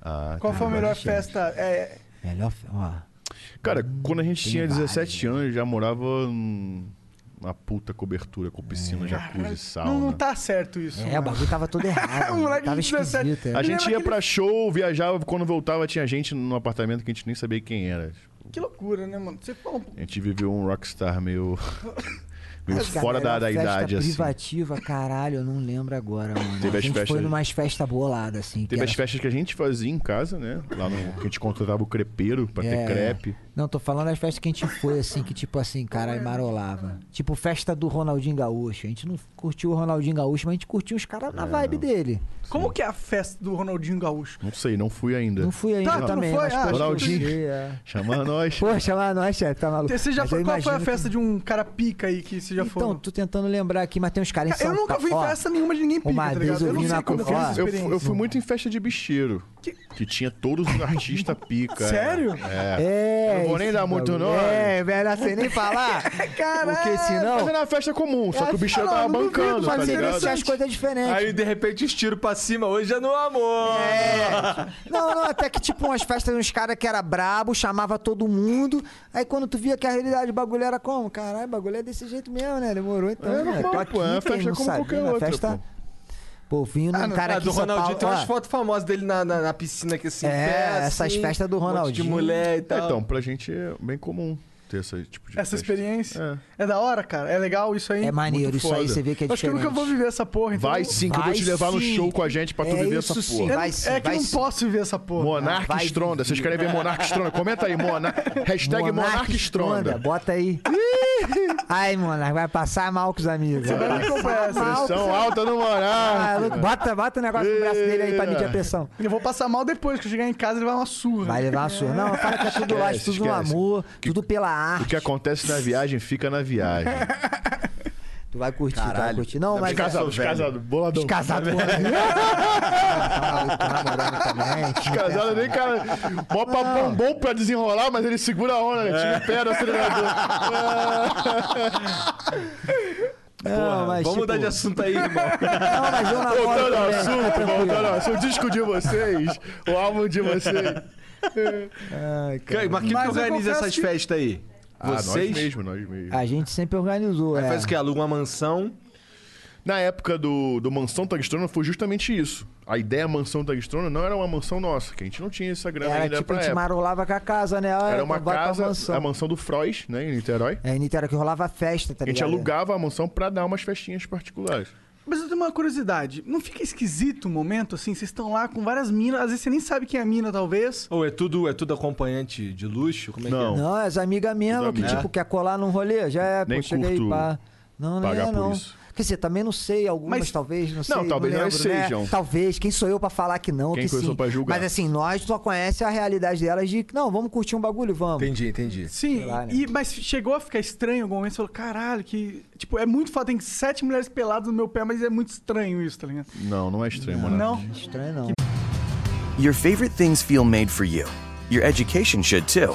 [SPEAKER 3] Ah,
[SPEAKER 2] Qual
[SPEAKER 3] teve
[SPEAKER 2] foi a melhor
[SPEAKER 3] várias festas.
[SPEAKER 2] festa? É,
[SPEAKER 4] Melhor fe- ó.
[SPEAKER 3] Cara, quando a gente
[SPEAKER 4] tem né?
[SPEAKER 3] tinha
[SPEAKER 4] várias,
[SPEAKER 3] 17 anos, já morava num- numa puta cobertura com piscina, jacuzzi, sauna.
[SPEAKER 2] não, não tá certo isso.
[SPEAKER 4] É, o bagulho tava todo errado.
[SPEAKER 2] o moleque
[SPEAKER 4] tava
[SPEAKER 2] de 17.
[SPEAKER 4] esquisito. é.
[SPEAKER 3] A gente ia
[SPEAKER 2] aquele-
[SPEAKER 3] pra show, viajava, quando voltava tinha gente no apartamento que a gente nem sabia quem era.
[SPEAKER 2] Que loucura, né, mano? Você falou um pouco.
[SPEAKER 3] A gente viveu um rockstar meio, meio
[SPEAKER 4] Acho que a
[SPEAKER 3] fora da,
[SPEAKER 4] melhor
[SPEAKER 3] da
[SPEAKER 4] festa
[SPEAKER 3] idade, assim.
[SPEAKER 4] privativa, caralho, eu não lembro agora, mano.
[SPEAKER 3] Teve
[SPEAKER 4] a
[SPEAKER 3] as
[SPEAKER 4] gente
[SPEAKER 3] festas-
[SPEAKER 4] foi numas festas boladas, assim. que
[SPEAKER 3] Teve
[SPEAKER 4] era
[SPEAKER 3] as festas que a gente fazia em casa, né? Lá no, que a gente contratava o crepeiro pra
[SPEAKER 4] É.
[SPEAKER 3] ter crepe.
[SPEAKER 4] Não, tô falando das festas que a gente foi, assim, que tipo assim, caralho, marolava. Tipo, festa do Ronaldinho Gaúcho. A gente não curtiu o Ronaldinho Gaúcho, mas a gente curtiu os caras na vibe dele.
[SPEAKER 2] Como que é a festa do Ronaldinho Gaúcho?
[SPEAKER 3] Não sei, não fui ainda.
[SPEAKER 4] Não fui ainda
[SPEAKER 2] Tá, tu não
[SPEAKER 4] também,
[SPEAKER 2] foi?
[SPEAKER 4] mas
[SPEAKER 2] Ah,
[SPEAKER 4] pode
[SPEAKER 3] Ronaldinho.
[SPEAKER 4] curtir, é.
[SPEAKER 3] Chama nós.
[SPEAKER 4] Pô, chamar nós, chefe, tá maluco.
[SPEAKER 2] Você já
[SPEAKER 4] Mas
[SPEAKER 2] foi,
[SPEAKER 4] eu
[SPEAKER 2] qual foi a
[SPEAKER 4] imagino que-
[SPEAKER 2] festa de um cara pica aí que você já foi?
[SPEAKER 4] Então, tô tentando lembrar aqui, mas tem uns caras em São
[SPEAKER 2] eu nunca fui em
[SPEAKER 4] Paulo. Ó,
[SPEAKER 2] festa nenhuma de ninguém pica,
[SPEAKER 4] uma
[SPEAKER 2] tá
[SPEAKER 4] vez
[SPEAKER 2] ligado?
[SPEAKER 4] eu
[SPEAKER 2] Eu não
[SPEAKER 4] vi
[SPEAKER 2] sei
[SPEAKER 4] na
[SPEAKER 2] como que é essa
[SPEAKER 4] Coca-Cola.
[SPEAKER 3] Eu, fui- eu
[SPEAKER 4] né?
[SPEAKER 3] fui muito em festa de bicheiro. Que, tinha todos os artistas pica.
[SPEAKER 4] Sério?
[SPEAKER 3] É.
[SPEAKER 4] É,
[SPEAKER 3] Eu não vou nem
[SPEAKER 4] esse
[SPEAKER 3] dar muito
[SPEAKER 4] bagulho.
[SPEAKER 3] nome.
[SPEAKER 4] É, melhor você nem falar.
[SPEAKER 3] Caralho.
[SPEAKER 4] Porque senão.
[SPEAKER 3] Mas era uma festa comum,
[SPEAKER 4] É,
[SPEAKER 3] só que o bicho tava bancando, tá
[SPEAKER 4] Mas
[SPEAKER 3] ligado?
[SPEAKER 4] as coisas diferentes.
[SPEAKER 1] Aí de repente os tiros pra cima, hoje tipo- é no amor.
[SPEAKER 4] É. Não, não, até que tipo umas festas de uns caras que era brabo, chamava todo mundo. Aí quando tu via que a realidade do bagulho era como? Caralho, o bagulho é desse jeito mesmo, né? Demorou então.
[SPEAKER 3] É
[SPEAKER 4] né?
[SPEAKER 3] normal,
[SPEAKER 4] Tô
[SPEAKER 3] pô, é uma
[SPEAKER 4] quem
[SPEAKER 3] festa
[SPEAKER 4] não
[SPEAKER 3] como
[SPEAKER 4] sabia,
[SPEAKER 3] qualquer
[SPEAKER 4] né?
[SPEAKER 3] outra,
[SPEAKER 4] Festa... Pô, vinho num
[SPEAKER 1] não,
[SPEAKER 4] cara
[SPEAKER 1] ah,
[SPEAKER 4] aqui
[SPEAKER 1] do
[SPEAKER 4] em São
[SPEAKER 1] Ronaldinho
[SPEAKER 4] Paulo,
[SPEAKER 1] tem umas
[SPEAKER 4] ó.
[SPEAKER 1] fotos famosas dele na, na, na piscina que assim.
[SPEAKER 4] É,
[SPEAKER 1] pé,
[SPEAKER 4] essas
[SPEAKER 1] assim,
[SPEAKER 4] festas do
[SPEAKER 1] um monte
[SPEAKER 4] Ronaldinho.
[SPEAKER 1] De mulher e
[SPEAKER 3] É,
[SPEAKER 1] tal.
[SPEAKER 3] então, pra gente é bem comum ter esse tipo de
[SPEAKER 2] Essa
[SPEAKER 3] festa.
[SPEAKER 2] experiência é. da hora, cara. É legal isso aí.
[SPEAKER 4] É maneiro,
[SPEAKER 3] Muito isso aí foda. você vê
[SPEAKER 4] que é
[SPEAKER 2] Acho que eu nunca
[SPEAKER 4] diferente.
[SPEAKER 2] vou viver essa porra. Então
[SPEAKER 3] Vai sim, que eu vou te levar no show com a gente pra tu viver essa porra.
[SPEAKER 2] Eu não- é que eu não posso viver essa porra.
[SPEAKER 3] Monarca
[SPEAKER 2] Vai
[SPEAKER 3] Estronda. Vocês querem ver Monarca Estronda? Comenta aí, Monar... hashtag Monarca, Estronda.
[SPEAKER 4] Bota aí. Ai, Monarca, vai passar mal com os amigos.
[SPEAKER 3] Você vai me acompanhar,
[SPEAKER 4] Passar mal
[SPEAKER 3] pressão
[SPEAKER 4] com os-
[SPEAKER 3] alta no Monarca.
[SPEAKER 4] Maluco, Bota, bota o negócio no braço dele aí pra medir a pressão.
[SPEAKER 2] Eu vou passar mal depois, que eu chegar em casa ele vai uma surra.
[SPEAKER 4] Vai levar uma surra. Não, fala que é tudo lá,
[SPEAKER 3] Esquece,
[SPEAKER 4] tudo no
[SPEAKER 3] esquece.
[SPEAKER 4] amor, tudo pela arte.
[SPEAKER 3] O que acontece na viagem fica na viagem.
[SPEAKER 4] Tu vai curtir, tu vai
[SPEAKER 3] Caralho.
[SPEAKER 4] curtir. Não,
[SPEAKER 3] Os
[SPEAKER 4] mas. é
[SPEAKER 3] casados, os casados, boladão.
[SPEAKER 4] Os casados, boladão. tá
[SPEAKER 3] Casado nem
[SPEAKER 4] né?
[SPEAKER 3] cara. Mó papão bom pra desenrolar, mas ele segura a onda, né? Tira o pé do acelerador.
[SPEAKER 4] Não, mas,
[SPEAKER 1] Vamos
[SPEAKER 4] tipo,
[SPEAKER 1] mudar de assunto aí, irmão.
[SPEAKER 4] Não, mas eu namoro
[SPEAKER 3] Voltando ao
[SPEAKER 4] também, fica
[SPEAKER 3] assunto,
[SPEAKER 4] Tá tranquilo.
[SPEAKER 3] voltando ao assunto. é O disco de vocês, o álbum de vocês.
[SPEAKER 4] Ai, cara.
[SPEAKER 1] Mas quem que organiza essas festas aí?
[SPEAKER 3] Ah, nós
[SPEAKER 1] Vocês?
[SPEAKER 3] mesmo, nós mesmo.
[SPEAKER 4] A gente sempre organizou, é.
[SPEAKER 1] Faz o que? Aluga uma mansão.
[SPEAKER 3] Na época do, do Mansão Tagstrona foi justamente isso. A ideia Mansão Tagstrona não era uma mansão nossa, que a gente não tinha essa grana
[SPEAKER 4] Era
[SPEAKER 3] ainda é
[SPEAKER 4] tipo, a
[SPEAKER 3] pra
[SPEAKER 4] gente
[SPEAKER 3] época.
[SPEAKER 4] marolava com a casa, né? Ah,
[SPEAKER 3] Era uma
[SPEAKER 4] então vai pra
[SPEAKER 3] casa,
[SPEAKER 4] mansão.
[SPEAKER 3] a mansão do Frois, né, em Niterói.
[SPEAKER 4] É, em Niterói que rolava festa, tá
[SPEAKER 3] a gente
[SPEAKER 4] ligado?
[SPEAKER 3] alugava a mansão pra dar umas festinhas particulares.
[SPEAKER 2] Mas eu tenho uma curiosidade. Não fica esquisito um momento, assim? Vocês estão lá com várias minas, às vezes você nem sabe quem é a mina, talvez.
[SPEAKER 1] Ou é tudo, é tudo acompanhante de luxo? Como é que é?
[SPEAKER 4] Não, as amigas mesmo, que
[SPEAKER 1] amiga.
[SPEAKER 4] tipo, quer colar num rolê, já é,
[SPEAKER 1] Nem
[SPEAKER 4] pô, chega aí,
[SPEAKER 1] curto
[SPEAKER 4] pá. Não, não
[SPEAKER 1] pagar por
[SPEAKER 4] é, não.
[SPEAKER 1] isso.
[SPEAKER 4] Quer dizer, também não sei, algumas
[SPEAKER 3] Mas-
[SPEAKER 4] talvez, não
[SPEAKER 3] Não,
[SPEAKER 4] sei.
[SPEAKER 3] talvez
[SPEAKER 4] não
[SPEAKER 3] elas
[SPEAKER 4] lembro, né?
[SPEAKER 3] sejam.
[SPEAKER 4] Talvez, quem sou eu pra falar que não,
[SPEAKER 3] Quem
[SPEAKER 4] que
[SPEAKER 3] sou eu
[SPEAKER 4] sim.
[SPEAKER 3] pra julgar?
[SPEAKER 4] Mas assim, nós só conhece a realidade delas de, não, vamos curtir um bagulho, vamos.
[SPEAKER 1] Entendi, entendi.
[SPEAKER 2] Sim,
[SPEAKER 4] né?
[SPEAKER 2] e, mas chegou a ficar estranho em algum momento. Você falou, caralho, que. Tipo, é muito foda. Tem sete mulheres peladas no meu pé, mas é muito estranho isso, tá ligado?
[SPEAKER 3] Não, não é estranho,
[SPEAKER 2] Não.
[SPEAKER 3] mano.
[SPEAKER 4] Estranho não.
[SPEAKER 7] Your favorite things feel made for you. Your education should too.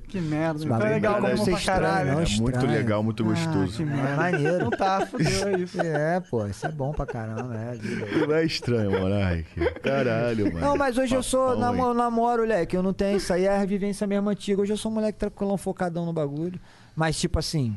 [SPEAKER 2] que merda, então é legal como pra caralho. Ah,
[SPEAKER 3] É muito legal, muito gostoso.
[SPEAKER 4] que merda. É maneiro.
[SPEAKER 2] Então tá, fudeu, é isso.
[SPEAKER 4] É, pô, isso é bom pra caramba, é.
[SPEAKER 3] Não é estranho, Monark. Caralho, mano.
[SPEAKER 4] Não, mas hoje eu sou
[SPEAKER 3] Papão,
[SPEAKER 4] namo,
[SPEAKER 3] hein?
[SPEAKER 4] namoro, moleque. Eu não tenho isso aí, é a vivência mesmo antiga. Hoje eu sou um moleque tranquilão, focadão no bagulho. Mas, tipo assim.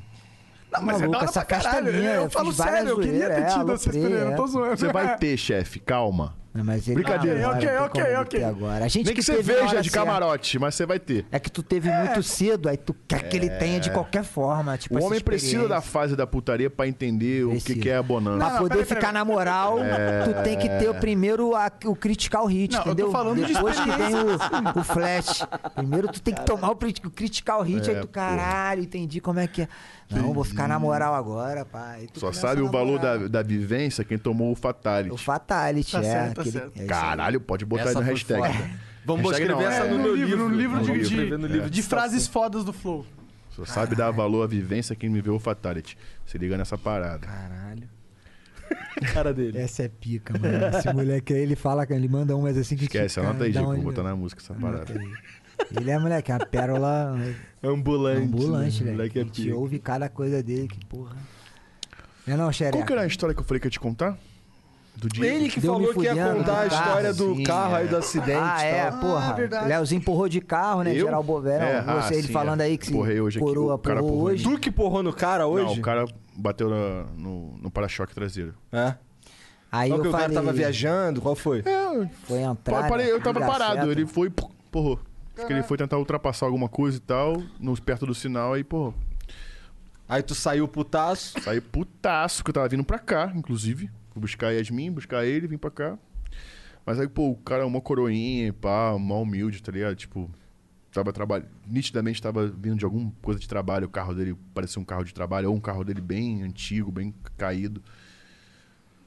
[SPEAKER 2] Não, mas é da hora
[SPEAKER 4] essa
[SPEAKER 2] pra
[SPEAKER 4] caixa tá
[SPEAKER 2] caralho,
[SPEAKER 4] minha.
[SPEAKER 2] eu
[SPEAKER 4] fiz
[SPEAKER 2] falo
[SPEAKER 4] várias
[SPEAKER 2] sério, eu queria
[SPEAKER 4] zoeiras,
[SPEAKER 2] ter
[SPEAKER 4] é,
[SPEAKER 2] tido essa
[SPEAKER 4] aloprei,
[SPEAKER 2] experiência, eu tô
[SPEAKER 4] é.
[SPEAKER 2] zoando.
[SPEAKER 3] Você vai ter, chefe, calma.
[SPEAKER 4] mas ele-
[SPEAKER 3] Brincadeira.
[SPEAKER 4] Ah, ok,
[SPEAKER 3] Não
[SPEAKER 4] ok,
[SPEAKER 3] tem como
[SPEAKER 4] ok.
[SPEAKER 3] ter
[SPEAKER 4] agora. A gente
[SPEAKER 3] Nem
[SPEAKER 4] que
[SPEAKER 3] que você
[SPEAKER 4] teve na hora
[SPEAKER 3] veja de
[SPEAKER 4] certa.
[SPEAKER 3] camarote, mas você vai ter.
[SPEAKER 4] É que tu teve muito cedo, aí tu quer que ele
[SPEAKER 3] É.
[SPEAKER 4] tenha de qualquer forma. Tipo,
[SPEAKER 3] o
[SPEAKER 4] essa
[SPEAKER 3] homem precisa da fase da putaria pra entender o que que é a bonança.
[SPEAKER 4] Pra poder ficar na moral,
[SPEAKER 3] É.
[SPEAKER 4] tu tem que ter o primeiro a- o critical hit,
[SPEAKER 2] Não, eu tô
[SPEAKER 4] entendeu?
[SPEAKER 2] falando de
[SPEAKER 4] Depois que vem
[SPEAKER 2] experiência.
[SPEAKER 4] o, o flash. Primeiro tu tem que tomar o, crit- o critical hit,
[SPEAKER 3] É,
[SPEAKER 4] aí tu,
[SPEAKER 3] pô.
[SPEAKER 4] caralho, entendi como é que é. Não, vou ficar na moral agora, pai.
[SPEAKER 3] Só sabe o valor da, da vivência quem tomou o fatality.
[SPEAKER 4] é O fatality,
[SPEAKER 2] Tá
[SPEAKER 4] é.
[SPEAKER 2] certo, tá
[SPEAKER 4] aquele-
[SPEAKER 2] certo.
[SPEAKER 4] é isso aí.
[SPEAKER 3] Caralho, pode botar aí
[SPEAKER 1] Essa
[SPEAKER 3] no
[SPEAKER 1] foi
[SPEAKER 3] hashtag.
[SPEAKER 1] foda.
[SPEAKER 3] né?
[SPEAKER 1] Vamos
[SPEAKER 3] Hashtag
[SPEAKER 1] escrever essa
[SPEAKER 3] é-
[SPEAKER 1] no
[SPEAKER 2] No
[SPEAKER 1] meu
[SPEAKER 2] Um livro, no livro
[SPEAKER 3] No
[SPEAKER 2] de,
[SPEAKER 3] livro.
[SPEAKER 2] de,
[SPEAKER 1] Escrever no livro
[SPEAKER 2] de frases fodas do Flow.
[SPEAKER 3] Só sabe dar valor à vivência quem me vê o fatality. Se liga nessa parada.
[SPEAKER 4] Caralho.
[SPEAKER 1] Cara dele.
[SPEAKER 4] Essa é pica, mano. Esse moleque aí, ele fala, ele manda umas assim que
[SPEAKER 3] Esquece,
[SPEAKER 4] cara,
[SPEAKER 3] anota aí,
[SPEAKER 4] dá
[SPEAKER 3] Diego.
[SPEAKER 4] uma-
[SPEAKER 3] Vou botar na música essa parada.
[SPEAKER 4] Ele é, moleque, uma pérola
[SPEAKER 1] Ambulante.
[SPEAKER 4] ambulante,
[SPEAKER 1] né?
[SPEAKER 4] velho.
[SPEAKER 1] Moleque
[SPEAKER 4] a
[SPEAKER 1] é
[SPEAKER 4] gente
[SPEAKER 1] pica.
[SPEAKER 4] ouve cada coisa dele, que porra. Não é não,
[SPEAKER 3] Qual que
[SPEAKER 4] xereca?
[SPEAKER 3] era a história que eu falei que eu ia te contar? Do Diego?
[SPEAKER 1] Ele que
[SPEAKER 4] Deu me
[SPEAKER 1] falou que ia
[SPEAKER 4] fudendo
[SPEAKER 1] contar a
[SPEAKER 4] no carro,
[SPEAKER 1] história do
[SPEAKER 3] sim,
[SPEAKER 1] carro aí
[SPEAKER 3] é.
[SPEAKER 1] do acidente.
[SPEAKER 4] Ah,
[SPEAKER 1] e
[SPEAKER 4] é,
[SPEAKER 1] tal.
[SPEAKER 4] porra.
[SPEAKER 2] verdade.
[SPEAKER 4] Leozinho porrou de carro, né?
[SPEAKER 3] Eu?
[SPEAKER 4] Geral Bovera.
[SPEAKER 3] É, ah,
[SPEAKER 4] você, ele
[SPEAKER 3] sim,
[SPEAKER 4] falando
[SPEAKER 3] é.
[SPEAKER 4] aí que se
[SPEAKER 3] Porrei hoje aqui,
[SPEAKER 4] coroa
[SPEAKER 3] o cara
[SPEAKER 4] porrou
[SPEAKER 3] porrou em
[SPEAKER 4] hoje.
[SPEAKER 1] Tu que porrou no cara
[SPEAKER 3] Não,
[SPEAKER 1] hoje?
[SPEAKER 3] o cara bateu na- no, no para-choque traseiro.
[SPEAKER 1] É.
[SPEAKER 4] Aí
[SPEAKER 1] Qual
[SPEAKER 4] eu
[SPEAKER 1] que o cara
[SPEAKER 4] falei, É.
[SPEAKER 1] tava viajando? Qual foi?
[SPEAKER 4] foi entrar,
[SPEAKER 3] Pa- parei,
[SPEAKER 4] né?
[SPEAKER 3] eu tava
[SPEAKER 4] Lugar
[SPEAKER 3] parado,
[SPEAKER 4] certo.
[SPEAKER 3] ele foi, pô, porrou. Diz que ele foi tentar ultrapassar alguma coisa e tal, nos perto do sinal, aí, porra.
[SPEAKER 1] Aí tu saiu putaço.
[SPEAKER 3] Saí putaço, que eu tava vindo pra cá, inclusive. Fui buscar a Yasmin, buscar ele, vim pra cá. Mas aí, pô, o cara é uma coroinha, pá, mó humilde, tá ligado? Tipo, tava trabalhando. Nitidamente tava vindo de alguma coisa de trabalho, o carro dele parecia um carro de trabalho, ou um carro dele bem antigo, bem caído.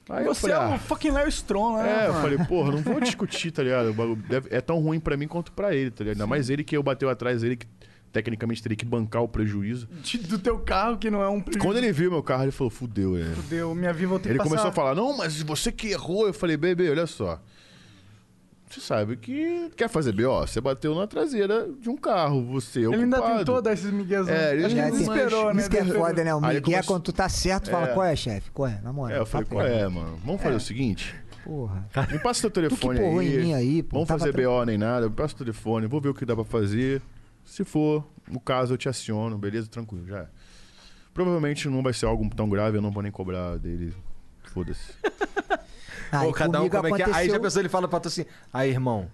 [SPEAKER 3] Aí eu
[SPEAKER 2] Você
[SPEAKER 3] falei,
[SPEAKER 2] é
[SPEAKER 3] ah,
[SPEAKER 2] o fucking Léo Stron, né?
[SPEAKER 3] É, eu
[SPEAKER 2] mano?
[SPEAKER 3] falei, porra, não vou discutir, tá ligado? O bagulho deve- é tão ruim pra mim quanto pra ele, tá ligado? Ainda mais ele que eu bateu atrás, ele que tecnicamente teria que bancar o prejuízo.
[SPEAKER 2] De- Do teu carro que não é um prejuízo.
[SPEAKER 3] Quando ele viu meu carro, ele falou, fudeu, é.
[SPEAKER 2] Deu, minha vida, vou ter
[SPEAKER 4] Tipo,
[SPEAKER 3] Ele
[SPEAKER 2] que
[SPEAKER 3] começou
[SPEAKER 2] passar...
[SPEAKER 3] a falar, não, mas você que errou. Eu falei, bebê, olha só. Você sabe que quer fazer B.O. Você bateu na traseira de um carro, você é
[SPEAKER 2] Ele
[SPEAKER 3] ocupado.
[SPEAKER 2] ainda tentou dar esses miguezão.
[SPEAKER 3] É, ele-
[SPEAKER 2] Acho que ele
[SPEAKER 4] Né, tem-
[SPEAKER 2] desesperou, né?
[SPEAKER 4] Isso que é
[SPEAKER 2] Desesperou.
[SPEAKER 4] foda, né? O
[SPEAKER 3] Aí
[SPEAKER 4] Miguel,
[SPEAKER 3] ele começou-
[SPEAKER 4] quando tu tá certo, tu fala,
[SPEAKER 3] É.
[SPEAKER 4] qual é, chefe? Qual é? Na moral.
[SPEAKER 3] É, eu falei,
[SPEAKER 4] papo
[SPEAKER 3] qual é,
[SPEAKER 4] reto.
[SPEAKER 3] mano? Vamos fazer o seguinte.
[SPEAKER 4] Porra.
[SPEAKER 3] Me passa teu
[SPEAKER 4] que
[SPEAKER 3] telefone
[SPEAKER 4] porrou
[SPEAKER 3] aí.
[SPEAKER 4] em mim aí, pô,
[SPEAKER 3] Vamos
[SPEAKER 4] tava
[SPEAKER 3] fazer
[SPEAKER 4] tra-
[SPEAKER 3] BO nem nada. Me passa o telefone, vou ver o que dá pra fazer. Se for, no caso, eu te aciono, beleza? Tranquilo, já. é. Provavelmente não vai ser algo tão grave, eu não vou nem cobrar dele. Foda-se.
[SPEAKER 4] Aí
[SPEAKER 1] Pô, cada um
[SPEAKER 4] comigo
[SPEAKER 1] como é que é. Aí
[SPEAKER 4] aconteceu-
[SPEAKER 1] já pensou, ele fala pra tu assim, aí, irmão,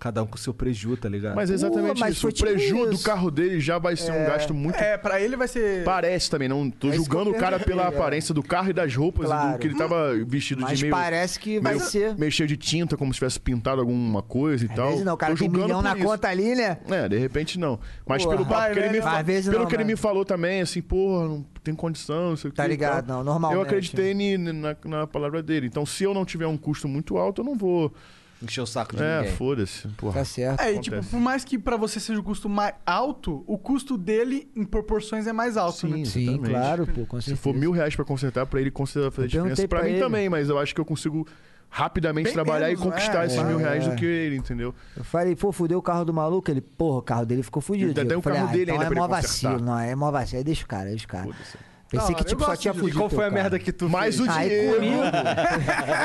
[SPEAKER 1] cada um com seu preju, tá ligado?
[SPEAKER 3] Mas é exatamente
[SPEAKER 4] Pô, mas
[SPEAKER 3] isso.
[SPEAKER 4] foi
[SPEAKER 3] O prejuízo
[SPEAKER 4] tipo
[SPEAKER 3] do
[SPEAKER 4] isso.
[SPEAKER 3] carro dele já vai ser um gasto muito.
[SPEAKER 2] É, pra ele vai ser...
[SPEAKER 3] Parece também, não tô
[SPEAKER 4] É isso
[SPEAKER 3] julgando
[SPEAKER 4] que
[SPEAKER 3] o
[SPEAKER 4] eu
[SPEAKER 3] cara
[SPEAKER 4] pensei,
[SPEAKER 3] pela
[SPEAKER 4] é.
[SPEAKER 3] aparência do carro e das roupas e
[SPEAKER 4] Claro.
[SPEAKER 3] do que ele tava vestido
[SPEAKER 4] Mas
[SPEAKER 3] de meio.
[SPEAKER 4] parece que vai
[SPEAKER 3] meio,
[SPEAKER 4] ser.
[SPEAKER 3] meio cheio de tinta, como se tivesse pintado alguma coisa e
[SPEAKER 4] Às
[SPEAKER 3] tal.
[SPEAKER 4] vezes não, o cara
[SPEAKER 3] tô
[SPEAKER 4] tem
[SPEAKER 3] julgando
[SPEAKER 4] milhão
[SPEAKER 3] por
[SPEAKER 4] na
[SPEAKER 3] isso.
[SPEAKER 4] conta ali, né?
[SPEAKER 3] É, de repente não. Mas
[SPEAKER 4] Porra.
[SPEAKER 3] pelo papo que ele me,
[SPEAKER 4] Às
[SPEAKER 3] fa-
[SPEAKER 4] vezes
[SPEAKER 3] pelo
[SPEAKER 4] não,
[SPEAKER 3] que ele
[SPEAKER 4] né?
[SPEAKER 3] me falou também, assim, porra, não tem condição, não sei o
[SPEAKER 4] Tá
[SPEAKER 3] que e
[SPEAKER 4] ligado,
[SPEAKER 3] tal.
[SPEAKER 4] não, normalmente.
[SPEAKER 3] Eu acreditei ni- na, na palavra dele. Então, se eu não tiver um custo muito alto, eu não vou.
[SPEAKER 1] Encheu o saco de
[SPEAKER 3] É,
[SPEAKER 1] ninguém.
[SPEAKER 3] foda-se. Porra.
[SPEAKER 4] Tá certo.
[SPEAKER 2] É, e tipo,
[SPEAKER 3] Acontece.
[SPEAKER 2] por mais que pra você seja o custo mais alto, o custo dele em proporções é mais alto, né?
[SPEAKER 4] Sim,
[SPEAKER 3] exatamente.
[SPEAKER 4] claro, pô, com certeza.
[SPEAKER 3] Se for mil reais pra consertar, pra ele considerar fazer
[SPEAKER 4] Eu
[SPEAKER 3] diferença.
[SPEAKER 4] perguntei
[SPEAKER 3] Pra
[SPEAKER 4] pra
[SPEAKER 3] mim
[SPEAKER 4] ele.
[SPEAKER 3] também, mas eu acho que eu consigo rapidamente
[SPEAKER 2] Bem
[SPEAKER 3] trabalhar
[SPEAKER 2] menos,
[SPEAKER 3] e conquistar
[SPEAKER 2] é,
[SPEAKER 3] esses
[SPEAKER 4] é,
[SPEAKER 3] mil reais
[SPEAKER 4] é.
[SPEAKER 3] do que ele, entendeu?
[SPEAKER 4] Eu falei, pô, fudeu o carro do maluco. Ele, porra, o carro dele ficou fudido.
[SPEAKER 3] Ainda tem
[SPEAKER 4] Eu
[SPEAKER 3] o
[SPEAKER 4] falei,
[SPEAKER 3] carro dele
[SPEAKER 4] então
[SPEAKER 3] ainda
[SPEAKER 4] é
[SPEAKER 3] pra
[SPEAKER 4] mó
[SPEAKER 3] ele consertar.
[SPEAKER 4] vacilo, não, é mó vacilo. Aí deixa o cara, deixa o cara.
[SPEAKER 3] Foda-se.
[SPEAKER 4] Pensei
[SPEAKER 2] Não,
[SPEAKER 4] que
[SPEAKER 2] eu
[SPEAKER 4] tipo, só
[SPEAKER 2] gosto
[SPEAKER 4] tinha
[SPEAKER 2] disso.
[SPEAKER 1] é
[SPEAKER 4] fudido.
[SPEAKER 1] E qual foi a merda que tu
[SPEAKER 3] Mas
[SPEAKER 1] fez?
[SPEAKER 3] o
[SPEAKER 4] Aí
[SPEAKER 3] dinheiro.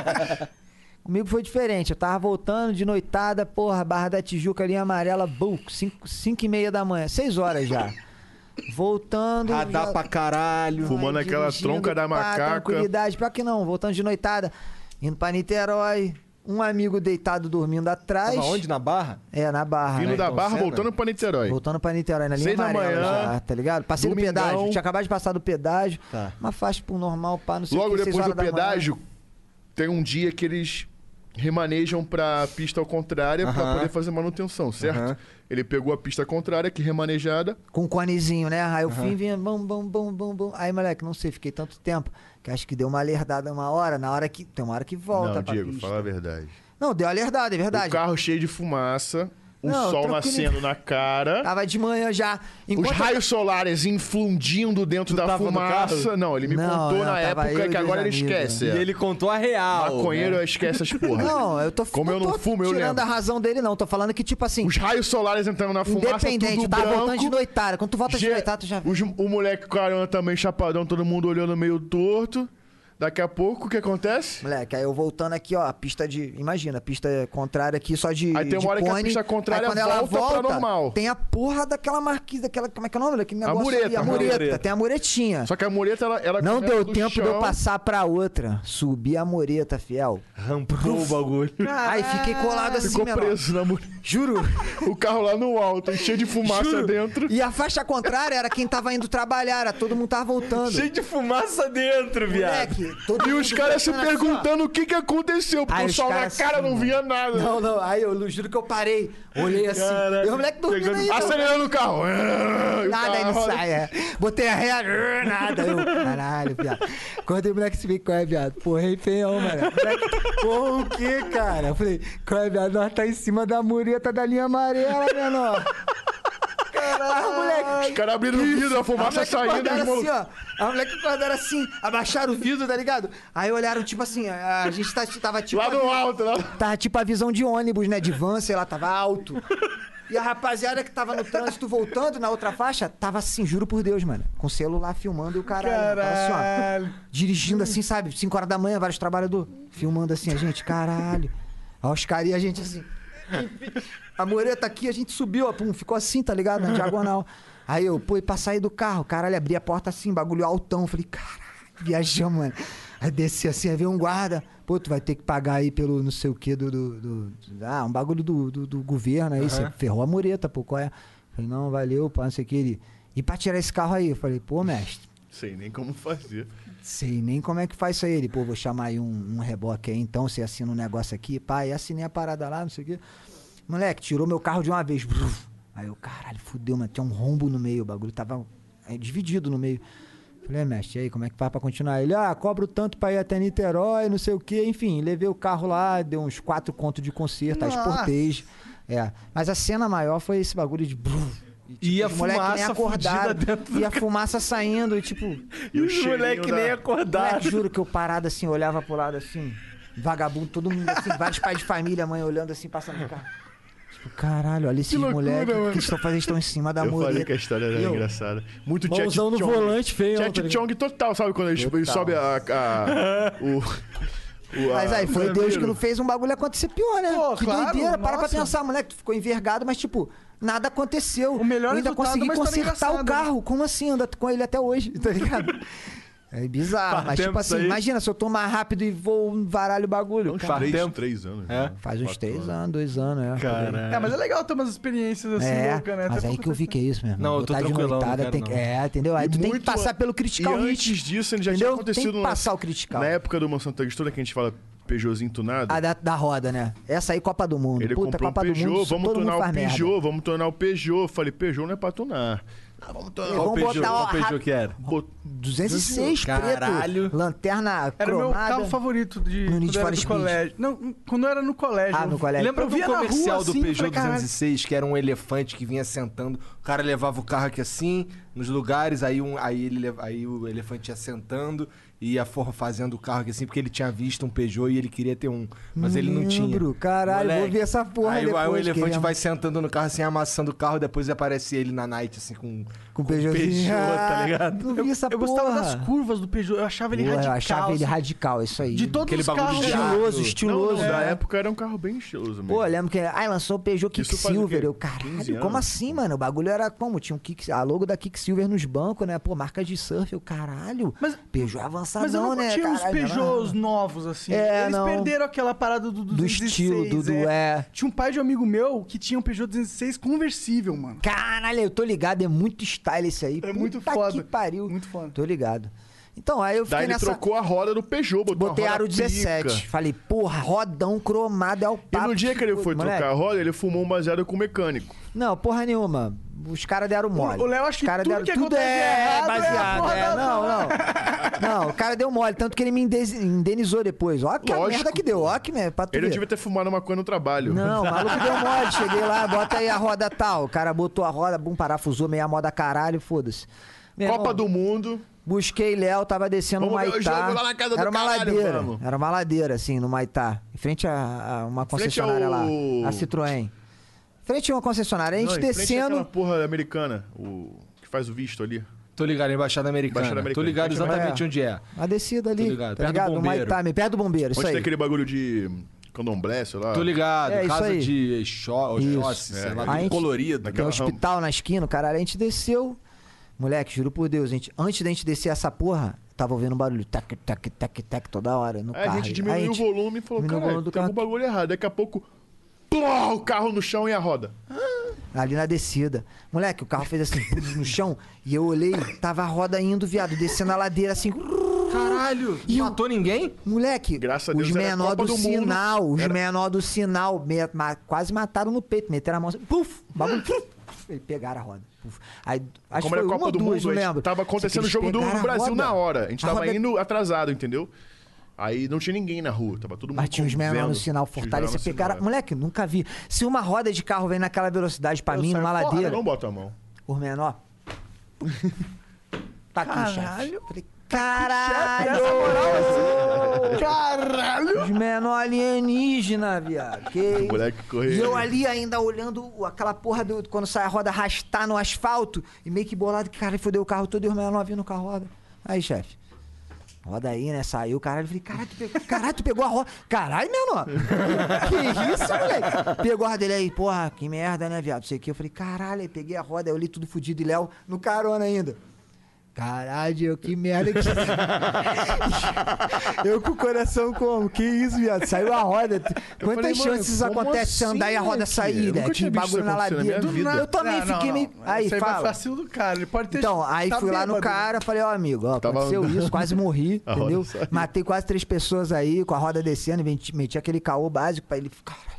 [SPEAKER 4] Comigo foi diferente. Eu tava voltando de noitada, porra, Barra da Tijuca, linha amarela, buco, 5 e meia da manhã, 6 horas já. Voltando.
[SPEAKER 1] Radar
[SPEAKER 4] já-
[SPEAKER 1] pra caralho.
[SPEAKER 3] Fumando
[SPEAKER 4] Aí,
[SPEAKER 3] aquela
[SPEAKER 4] dirigindo,
[SPEAKER 3] tronca da
[SPEAKER 4] pá,
[SPEAKER 3] macaca.
[SPEAKER 4] Tranquilidade, pra que não, voltando de noitada, indo pra Niterói. um amigo deitado dormindo atrás.
[SPEAKER 1] Tava onde? Na Barra?
[SPEAKER 4] É, na Barra.
[SPEAKER 3] Vindo
[SPEAKER 4] né?
[SPEAKER 3] da
[SPEAKER 4] Então,
[SPEAKER 3] Barra,
[SPEAKER 4] cena-
[SPEAKER 3] voltando pra Niterói.
[SPEAKER 4] Voltando pra Niterói, na linha
[SPEAKER 3] Seis da
[SPEAKER 4] amarela
[SPEAKER 3] manhã,
[SPEAKER 4] já, tá ligado? Passei do
[SPEAKER 3] domingão.
[SPEAKER 4] pedágio, tinha acabado de passar do pedágio, uma faixa pro normal, pá, não sei o
[SPEAKER 3] Logo
[SPEAKER 4] que, seis
[SPEAKER 3] depois do
[SPEAKER 4] horas da manhã.
[SPEAKER 3] pedágio, tem um dia que eles remanejam pra pista ao contrária pra
[SPEAKER 4] Aham.
[SPEAKER 3] poder fazer manutenção, certo? Ele pegou a pista contrária, que remanejada.
[SPEAKER 4] Com um conezinho, né? Aí eu
[SPEAKER 3] Aham.
[SPEAKER 4] fui e vinha, bom, bom, bom, bom, bom. Aí, moleque, não sei, fiquei tanto tempo, que acho que deu uma alerdada uma hora, na hora que, tem uma hora que volta
[SPEAKER 3] não,
[SPEAKER 4] pra
[SPEAKER 3] Diego,
[SPEAKER 4] pista.
[SPEAKER 3] fala a verdade.
[SPEAKER 4] Não, deu alerdada, é verdade.
[SPEAKER 3] O carro cheio de fumaça, o
[SPEAKER 4] Não,
[SPEAKER 3] sol
[SPEAKER 4] tranquilo.
[SPEAKER 3] nascendo na cara.
[SPEAKER 4] Tava de manhã já.
[SPEAKER 3] Os
[SPEAKER 4] Enquanto-
[SPEAKER 3] raios solares infundindo dentro da
[SPEAKER 4] tava no
[SPEAKER 3] fumaça.
[SPEAKER 4] carro?
[SPEAKER 3] Não, ele me
[SPEAKER 4] Não,
[SPEAKER 3] contou
[SPEAKER 4] não,
[SPEAKER 3] na
[SPEAKER 4] tava eu
[SPEAKER 3] época
[SPEAKER 4] e
[SPEAKER 3] que
[SPEAKER 4] dois
[SPEAKER 3] agora ele
[SPEAKER 4] amigos.
[SPEAKER 3] esquece. É.
[SPEAKER 4] E ele
[SPEAKER 1] contou a real.
[SPEAKER 3] Maconheiro
[SPEAKER 4] né?
[SPEAKER 3] esquece essas porra.
[SPEAKER 4] Não, eu tô
[SPEAKER 3] Como eu não
[SPEAKER 4] tô
[SPEAKER 3] fumo, eu
[SPEAKER 4] tirando
[SPEAKER 3] lembro.
[SPEAKER 4] a razão dele, não. Tô falando que, tipo assim.
[SPEAKER 3] Os raios solares entrando na fumaça,
[SPEAKER 4] Independente,
[SPEAKER 3] tudo
[SPEAKER 4] tava
[SPEAKER 3] branco.
[SPEAKER 4] voltando de noitada. Quando tu volta de
[SPEAKER 3] Ge-
[SPEAKER 4] noitada, tu já.
[SPEAKER 3] os- o moleque com a carona também chapadão, todo mundo olhando meio torto. Daqui a pouco, o que acontece?
[SPEAKER 4] Moleque, aí eu voltando aqui, ó, a pista de. Imagina, a pista contrária aqui só de.
[SPEAKER 3] Aí tem uma
[SPEAKER 4] de
[SPEAKER 3] hora que a
[SPEAKER 4] cone.
[SPEAKER 3] pista contrária
[SPEAKER 4] Aí quando ela
[SPEAKER 3] volta pra
[SPEAKER 4] volta
[SPEAKER 3] normal.
[SPEAKER 4] Tem a porra daquela marquise, daquela. Como é que é o nome daquele
[SPEAKER 3] A
[SPEAKER 4] negócio?
[SPEAKER 3] mureta,
[SPEAKER 4] ali? a
[SPEAKER 3] né?
[SPEAKER 4] mureta.
[SPEAKER 3] A mureta.
[SPEAKER 4] Tem a muretinha.
[SPEAKER 3] Só que a mureta, ela. ela
[SPEAKER 4] Não
[SPEAKER 3] começa
[SPEAKER 4] deu
[SPEAKER 3] do
[SPEAKER 4] tempo de eu
[SPEAKER 3] chão.
[SPEAKER 4] passar pra outra. Subi a mureta, fiel.
[SPEAKER 1] Rampou o bagulho.
[SPEAKER 4] Aí fiquei colado assim,
[SPEAKER 3] Ficou
[SPEAKER 4] meu irmão.
[SPEAKER 3] preso na mureta.
[SPEAKER 4] Juro.
[SPEAKER 3] o carro lá no alto, cheio de fumaça
[SPEAKER 4] Juro.
[SPEAKER 3] dentro.
[SPEAKER 4] E a faixa contrária era quem tava indo trabalhar, era todo mundo tava voltando.
[SPEAKER 1] Cheio de fumaça dentro, viado.
[SPEAKER 4] Moleque, todo
[SPEAKER 3] E os
[SPEAKER 4] mundo
[SPEAKER 3] caras se
[SPEAKER 4] pensando assim, ó.
[SPEAKER 3] perguntando o que, que aconteceu, porque
[SPEAKER 4] Aí
[SPEAKER 3] o
[SPEAKER 4] os
[SPEAKER 3] sol na
[SPEAKER 4] caras
[SPEAKER 3] cara
[SPEAKER 4] assim,
[SPEAKER 3] não
[SPEAKER 4] mano.
[SPEAKER 3] via nada.
[SPEAKER 4] Não, não, aí eu juro que eu parei, olhei assim.
[SPEAKER 3] Caraca,
[SPEAKER 4] e o moleque dormindo
[SPEAKER 3] pegando-
[SPEAKER 4] aí.
[SPEAKER 3] Tá Acelerando o carro. E o
[SPEAKER 4] Nada aí não
[SPEAKER 3] carro-
[SPEAKER 4] sai, é. Botei a ré, é, nada. Eu, caralho, viado. Quando o moleque se vê, qual é, viado? Porra, hein, feião, mano. Moleque, Porra, o quê, cara? Eu falei, qual é, viado? Nós tá em cima da mureta da linha amarela, menor. Caralho, moleque.
[SPEAKER 3] Os caras abriram o vidro, a fumaça
[SPEAKER 4] A moleque
[SPEAKER 3] saindo,
[SPEAKER 4] acordaram
[SPEAKER 3] os malucos-
[SPEAKER 4] assim, ó. A moleque acordaram assim, abaixaram o vidro, tá ligado? Aí olharam, tipo assim, a, a gente tá- tava tipo.
[SPEAKER 3] Lá no alto, lá no-
[SPEAKER 4] Tava tipo a visão de ônibus, né? De van, sei lá, tava alto. E a rapaziada que tava no trânsito voltando na outra faixa, tava assim, juro por Deus, mano. Com o celular filmando e o caralho. mano. Tava assim, ó. Dirigindo assim, sabe? 5 horas da manhã, vários trabalhadores. Filmando assim, a gente, caralho. Aí os caras e a gente assim. A mureta aqui, a gente subiu, ó, pum, ficou assim, tá ligado? Na diagonal. Aí eu, pô, e pra sair do carro, caralho, abri a porta assim, bagulho altão. Falei, caralho, viajamos, mano. Aí desci assim, aí veio um guarda. Pô, tu vai ter que pagar aí pelo não sei o quê do. do- do- do- ah, um bagulho do, do, do governo aí,
[SPEAKER 8] Aham.
[SPEAKER 4] você ferrou a mureta, pô, qual é? Falei, não, valeu, pá, não sei o que. Ele, e pra tirar esse carro aí? Eu falei, pô, mestre.
[SPEAKER 3] Sei nem como fazer.
[SPEAKER 4] Sei nem como é que faz isso aí. Ele, pô, vou chamar aí um, um reboque aí, então você assina um negócio aqui, pá, e assinei a parada lá, não sei o quê. Moleque, tirou meu carro de uma vez. Bruf. Aí eu, caralho, fudeu, mano, tinha um rombo no meio, o bagulho tava é, dividido no meio. Falei, "É, mestre, e aí, como é que faz pra continuar? Ele, ah, cobro tanto pra ir até Niterói, não sei o quê. Enfim, levei o carro lá, deu uns quatro contos de conserto, as
[SPEAKER 1] Nossa.
[SPEAKER 4] portês. É, mas a cena maior foi esse bagulho de... bruf, tipo,
[SPEAKER 1] E a
[SPEAKER 4] os moleque nem
[SPEAKER 1] fumaça
[SPEAKER 4] acordaram,
[SPEAKER 1] fudida dentro
[SPEAKER 4] E a fumaça saindo, e tipo...
[SPEAKER 1] E o Os cheirinho moleque da- nem acordaram.
[SPEAKER 4] Moleque, é? juro que eu parado assim, olhava pro lado assim, vagabundo, todo mundo assim, vários pais de família, mãe olhando assim, passando no carro. Tipo, caralho, olha esses
[SPEAKER 3] loucura,
[SPEAKER 4] moleques, o
[SPEAKER 3] mano.
[SPEAKER 4] que eles estão fazendo? Eles estão em cima da
[SPEAKER 3] eu falei
[SPEAKER 4] mureta.
[SPEAKER 3] que é a história era
[SPEAKER 4] E eu,
[SPEAKER 3] engraçada. Muito Jack
[SPEAKER 4] Mãozão no
[SPEAKER 3] Chong.
[SPEAKER 4] volante, feio,
[SPEAKER 3] Jack
[SPEAKER 4] tá ligado?
[SPEAKER 3] Chong total, sabe? Quando ele, ele
[SPEAKER 4] Total.
[SPEAKER 3] sobe a... a- o, o- a-
[SPEAKER 4] Mas aí, foi
[SPEAKER 3] o
[SPEAKER 4] Deus que
[SPEAKER 3] vampiro.
[SPEAKER 4] não fez um bagulho acontecer pior, né? que
[SPEAKER 2] claro,
[SPEAKER 4] doideira, para pra
[SPEAKER 2] nossa.
[SPEAKER 4] pensar, moleque, tu ficou envergado, mas tipo, nada aconteceu. O melhor eu ainda
[SPEAKER 2] resultado,
[SPEAKER 4] consegui
[SPEAKER 2] mas tá
[SPEAKER 4] consertar
[SPEAKER 2] engraçado,
[SPEAKER 4] o carro, como assim? Anda com ele até hoje, tá ligado? É bizarro,
[SPEAKER 3] Faz
[SPEAKER 4] mas tipo
[SPEAKER 3] tempo
[SPEAKER 4] assim,
[SPEAKER 3] isso aí.
[SPEAKER 4] imagina se eu tomar rápido e vou varalho o bagulho.
[SPEAKER 3] Uns
[SPEAKER 4] cara.
[SPEAKER 3] três, três anos. né?
[SPEAKER 4] É. Faz uns
[SPEAKER 3] Então Quatro
[SPEAKER 4] três anos, dois anos, é.
[SPEAKER 3] Caralho.
[SPEAKER 2] É, mas é legal ter umas experiências assim
[SPEAKER 4] é,
[SPEAKER 2] loucas, né?
[SPEAKER 4] Mas
[SPEAKER 2] Até
[SPEAKER 4] aí que eu vi que é isso, meu irmão.
[SPEAKER 1] Não, eu tô
[SPEAKER 4] Botar de
[SPEAKER 1] tranquilão, não
[SPEAKER 4] noitada
[SPEAKER 1] quero
[SPEAKER 4] tem
[SPEAKER 1] não.
[SPEAKER 4] que- É, entendeu? Aí
[SPEAKER 3] E
[SPEAKER 4] tu tem que
[SPEAKER 3] muito
[SPEAKER 4] passar
[SPEAKER 3] an-
[SPEAKER 4] pelo critical
[SPEAKER 3] e
[SPEAKER 4] hit.
[SPEAKER 3] antes disso, ele já
[SPEAKER 4] entendeu?
[SPEAKER 3] tinha acontecido...
[SPEAKER 4] Tem que
[SPEAKER 3] no-
[SPEAKER 4] passar o critical.
[SPEAKER 3] Na época do Mansão Tagustoura, que a gente fala Peugeotzinho tunado...
[SPEAKER 4] A da, da roda, né? Essa aí, Copa do Mundo.
[SPEAKER 3] Ele
[SPEAKER 4] Puta,
[SPEAKER 3] comprou um
[SPEAKER 4] Copa do
[SPEAKER 3] Peugeot,
[SPEAKER 4] Mundo,
[SPEAKER 3] vamos
[SPEAKER 4] todo mundo
[SPEAKER 3] tunar o
[SPEAKER 4] faz merda.
[SPEAKER 3] Peugeot, vamos tunar o Peugeot. Falei, Peugeot não é pra tunar. Ah, vamos tunar
[SPEAKER 4] Vamos botar o rap-
[SPEAKER 1] que era?
[SPEAKER 3] Bot-
[SPEAKER 4] 206
[SPEAKER 1] Caralho.
[SPEAKER 4] preto, lanterna
[SPEAKER 2] Era o meu
[SPEAKER 4] cromada.
[SPEAKER 2] carro favorito de
[SPEAKER 4] No
[SPEAKER 2] quando
[SPEAKER 4] Need
[SPEAKER 2] eu
[SPEAKER 4] for
[SPEAKER 2] era do
[SPEAKER 4] Speed.
[SPEAKER 2] colégio. Não, quando eu era no colégio.
[SPEAKER 4] Ah, no
[SPEAKER 2] Eu-
[SPEAKER 4] colégio.
[SPEAKER 2] Lembra, eu
[SPEAKER 1] Lembra do
[SPEAKER 2] via na
[SPEAKER 1] comercial
[SPEAKER 2] rua,
[SPEAKER 1] do
[SPEAKER 2] assim,
[SPEAKER 1] Peugeot
[SPEAKER 2] falei, "Caralho".
[SPEAKER 1] 206, que era um elefante que vinha sentando. O cara levava o carro aqui assim, nos lugares, aí, um, aí, ele, lev- aí o elefante ia sentando e ia for- fazendo o carro aqui assim, porque ele tinha visto um Peugeot e ele queria ter um, mas ele não
[SPEAKER 4] Lembro,
[SPEAKER 1] tinha.
[SPEAKER 4] caralho, vou ver essa porra
[SPEAKER 1] aí, o- aí o
[SPEAKER 4] depois,
[SPEAKER 1] elefante
[SPEAKER 4] queria- um.
[SPEAKER 1] vai sentando no carro assim, amassando o carro, depois aparece ele na night assim com,
[SPEAKER 4] com o Peugeotzinho.
[SPEAKER 1] Peugeot, tá ligado?
[SPEAKER 4] Ah, Eu vi essa
[SPEAKER 2] Eu gostava
[SPEAKER 4] porra.
[SPEAKER 2] das curvas do Peugeot, eu achava ele
[SPEAKER 4] Porra,
[SPEAKER 2] radical. assim.
[SPEAKER 4] Eu achava ele radical, isso aí.
[SPEAKER 2] De todos assim,
[SPEAKER 1] Aquele os bagulho carros- de
[SPEAKER 4] Estiloso,
[SPEAKER 1] jato.
[SPEAKER 3] Não,
[SPEAKER 4] estiloso.
[SPEAKER 3] não, na
[SPEAKER 4] né?
[SPEAKER 3] época era um carro bem estiloso, mesmo.
[SPEAKER 4] Pô, eu lembro que. Ai, lançou o Peugeot
[SPEAKER 3] Isso faz o quê?
[SPEAKER 4] Kicksilver. Eu,
[SPEAKER 3] 15
[SPEAKER 4] caralho,
[SPEAKER 3] anos?
[SPEAKER 4] como assim, mano? O bagulho era como? Tinha um Kick. A logo da Kick Quicksilver nos bancos, né? Pô, marca de surf, eu, caralho. Mas, Peugeot avançadão,
[SPEAKER 2] Mas eu não
[SPEAKER 4] né?
[SPEAKER 2] tinha uns
[SPEAKER 4] Caralho,
[SPEAKER 2] Peugeots
[SPEAKER 4] não.
[SPEAKER 2] novos, assim.
[SPEAKER 4] É,
[SPEAKER 2] Eles
[SPEAKER 4] não.
[SPEAKER 2] perderam aquela parada do,
[SPEAKER 4] Do estilo, do- do- é.
[SPEAKER 2] Tinha um pai de um amigo meu que tinha um Peugeot 206 conversível, mano.
[SPEAKER 4] Caralho, eu tô ligado, é muito style esse aí. É
[SPEAKER 2] muito
[SPEAKER 4] foda. que pariu. Muito foda. Tô ligado. Então, aí eu fiquei
[SPEAKER 3] Daí ele
[SPEAKER 4] nessa...
[SPEAKER 3] trocou a roda do Peugeot, botou
[SPEAKER 4] Botei
[SPEAKER 3] uma roda
[SPEAKER 4] aro 17.
[SPEAKER 3] pica.
[SPEAKER 4] Falei, porra, rodão cromado é o
[SPEAKER 3] E
[SPEAKER 4] papo.
[SPEAKER 3] no dia que ele foi
[SPEAKER 4] moleque.
[SPEAKER 3] trocar a roda, ele fumou um baseado com o mecânico.
[SPEAKER 4] Não, porra nenhuma. Os caras deram mole.
[SPEAKER 3] o Léo acha
[SPEAKER 4] Os
[SPEAKER 3] que
[SPEAKER 4] caras
[SPEAKER 3] tudo
[SPEAKER 4] deram,
[SPEAKER 3] que
[SPEAKER 4] tudo
[SPEAKER 3] acontece
[SPEAKER 4] é
[SPEAKER 3] errado é a
[SPEAKER 4] baseado.
[SPEAKER 3] porra
[SPEAKER 4] É,
[SPEAKER 3] da-
[SPEAKER 4] não, não. Não, o cara deu mole, tanto que ele me indez- indenizou depois. Ó que a
[SPEAKER 3] Lógico,
[SPEAKER 4] merda que deu, ó que merda. Pra tu
[SPEAKER 3] Ele é
[SPEAKER 4] ver.
[SPEAKER 3] devia ter fumado uma coisa no trabalho.
[SPEAKER 4] Não, o maluco deu mole. Cheguei lá, bota aí a roda tal. O cara botou a roda, bum, parafusou, meia moda caralho, foda-se.
[SPEAKER 3] Copa do Mundo.
[SPEAKER 4] Busquei Léo, tava descendo
[SPEAKER 3] Vamos
[SPEAKER 4] no
[SPEAKER 3] ver o
[SPEAKER 4] Maitá.
[SPEAKER 3] jogo lá na casa do
[SPEAKER 4] era uma
[SPEAKER 3] caralho,
[SPEAKER 4] ladeira.
[SPEAKER 3] vamos.
[SPEAKER 4] Era uma ladeira, assim, no Maitá. Em frente a, a uma
[SPEAKER 3] frente
[SPEAKER 4] concessionária lá.
[SPEAKER 3] ao-
[SPEAKER 4] A Citroën. Frente a uma concessionária. A gente
[SPEAKER 3] Não, em frente
[SPEAKER 4] descendo.
[SPEAKER 3] àquela porra americana, o que faz o visto ali.
[SPEAKER 1] Tô ligado, Embaixada Americana.
[SPEAKER 3] Embaixada Americana.
[SPEAKER 1] Tô ligado
[SPEAKER 3] Embaixada
[SPEAKER 1] exatamente onde é.
[SPEAKER 4] A descida ali.
[SPEAKER 1] Tô ligado,
[SPEAKER 4] tá
[SPEAKER 1] perto do
[SPEAKER 4] ligado? No
[SPEAKER 1] bombeiro.
[SPEAKER 4] Maitá, mesmo, perto do bombeiro,
[SPEAKER 3] Onde
[SPEAKER 4] isso
[SPEAKER 3] tem
[SPEAKER 4] aí.
[SPEAKER 3] aquele bagulho de candomblé, sei lá.
[SPEAKER 1] Tô ligado,
[SPEAKER 4] É, isso
[SPEAKER 1] casa
[SPEAKER 4] aí.
[SPEAKER 1] de Exó- Oxóssi,
[SPEAKER 3] Isso.
[SPEAKER 1] sei
[SPEAKER 3] É,
[SPEAKER 1] lá,
[SPEAKER 3] a
[SPEAKER 1] tudo
[SPEAKER 3] gente-
[SPEAKER 1] colorido. né?
[SPEAKER 4] Tem um
[SPEAKER 3] né?
[SPEAKER 4] hospital na esquina, o caralho. A gente desceu. Moleque, juro por Deus, gente, antes da gente descer essa porra, tava ouvindo um barulho tac, tac, tac, tac toda hora no
[SPEAKER 3] Aí
[SPEAKER 4] carro.
[SPEAKER 3] É, a gente diminuiu
[SPEAKER 4] Aí a
[SPEAKER 3] o
[SPEAKER 4] gente-
[SPEAKER 3] volume e falou,
[SPEAKER 4] diminuiu o
[SPEAKER 3] cara,
[SPEAKER 4] volume do
[SPEAKER 3] tem algum bagulho errado. Daqui a pouco, pló, o carro no chão e a roda.
[SPEAKER 4] Ali na descida. Moleque, o carro fez assim pum, no chão e eu olhei, tava a roda indo, viado, descendo a ladeira assim.
[SPEAKER 1] Caralho!
[SPEAKER 4] E
[SPEAKER 1] matou ninguém?
[SPEAKER 4] Moleque,
[SPEAKER 3] Graças a Deus,
[SPEAKER 4] os
[SPEAKER 3] era
[SPEAKER 4] menor
[SPEAKER 3] Copa
[SPEAKER 4] do,
[SPEAKER 3] do Mundo.
[SPEAKER 4] sinal, os menor do sinal, me- ma- quase mataram no peito, meteram a mão assim, puf, bagulho, puf, puf, ele pegaram a roda. puf. Aí, acho
[SPEAKER 3] Como
[SPEAKER 4] que
[SPEAKER 3] era
[SPEAKER 4] foi
[SPEAKER 3] Copa
[SPEAKER 4] uma,
[SPEAKER 3] do
[SPEAKER 4] duas,
[SPEAKER 3] Mundo,
[SPEAKER 4] não
[SPEAKER 3] a gente
[SPEAKER 4] lembro.
[SPEAKER 3] tava acontecendo
[SPEAKER 4] Sei
[SPEAKER 3] o
[SPEAKER 4] que eles
[SPEAKER 3] jogo do
[SPEAKER 4] pegaram a
[SPEAKER 3] Brasil
[SPEAKER 4] roda.
[SPEAKER 3] na hora. A gente tava
[SPEAKER 4] roda- é
[SPEAKER 3] indo atrasado, entendeu? Aí não tinha ninguém na rua, tava todo mundo
[SPEAKER 4] Mas tinha uns menor no
[SPEAKER 3] vendo.
[SPEAKER 4] sinal,
[SPEAKER 3] Tinha uns
[SPEAKER 4] fortaleza,
[SPEAKER 3] menor no
[SPEAKER 4] pegaram.
[SPEAKER 3] sinal. é.
[SPEAKER 4] Moleque, nunca vi. Se uma roda de carro vem naquela velocidade pra mim, numa
[SPEAKER 3] Porra,
[SPEAKER 4] ladeira,
[SPEAKER 3] Não bota a mão.
[SPEAKER 4] os menor. Tá aqui, chefe. Falei, Caralho! Caralho! Os menor alienígena, viado. Que...
[SPEAKER 3] O moleque correu.
[SPEAKER 4] E eu ali ainda olhando o- aquela porra do, quando sai a roda arrastar no asfalto e meio que bolado que cara fodeu o carro todo e os menor vindo com a roda. Aí, chefe. Roda aí, né? Saiu, caralho. Eu Falei, caralho, tu pegou, caralho, tu pegou a roda. Caralho, menor. que isso, moleque? Pegou a roda dele aí, porra, que merda, né, viado? Não sei o que. Eu falei, caralho, aí peguei a roda, aí olhei tudo fudido e Léo no carona ainda. Caralho, que merda que Eu com o coração como? Que isso, viado? Saiu a roda. Quantas
[SPEAKER 3] falei, mano,
[SPEAKER 4] chances isso
[SPEAKER 3] como
[SPEAKER 4] acontece de você
[SPEAKER 3] assim,
[SPEAKER 4] andar e a roda
[SPEAKER 3] moleque?
[SPEAKER 4] sair,
[SPEAKER 3] Eu
[SPEAKER 4] né?
[SPEAKER 3] nunca
[SPEAKER 4] Tinha
[SPEAKER 3] tinha
[SPEAKER 4] um
[SPEAKER 3] visto
[SPEAKER 4] bagulho
[SPEAKER 3] isso
[SPEAKER 4] na É,
[SPEAKER 3] acontecer na
[SPEAKER 4] ladeira.
[SPEAKER 3] minha vida.
[SPEAKER 4] Eu também
[SPEAKER 2] Não, não,
[SPEAKER 4] fiquei
[SPEAKER 2] não.
[SPEAKER 4] meio. Aí,
[SPEAKER 2] Isso
[SPEAKER 4] fala.
[SPEAKER 2] foi vacilo do cara. Ele pode ter
[SPEAKER 4] Então, aí
[SPEAKER 2] tá
[SPEAKER 4] fui lá
[SPEAKER 2] bêbado,
[SPEAKER 4] no
[SPEAKER 2] né?
[SPEAKER 4] cara, falei, ó, amigo, ó,
[SPEAKER 3] Tava
[SPEAKER 4] aconteceu
[SPEAKER 3] andando.
[SPEAKER 4] isso, quase morri,
[SPEAKER 3] A roda
[SPEAKER 4] entendeu?
[SPEAKER 3] saiu.
[SPEAKER 4] Matei quase três pessoas aí, com a roda descendo, e meti, meti aquele caô básico pra ele. Cara,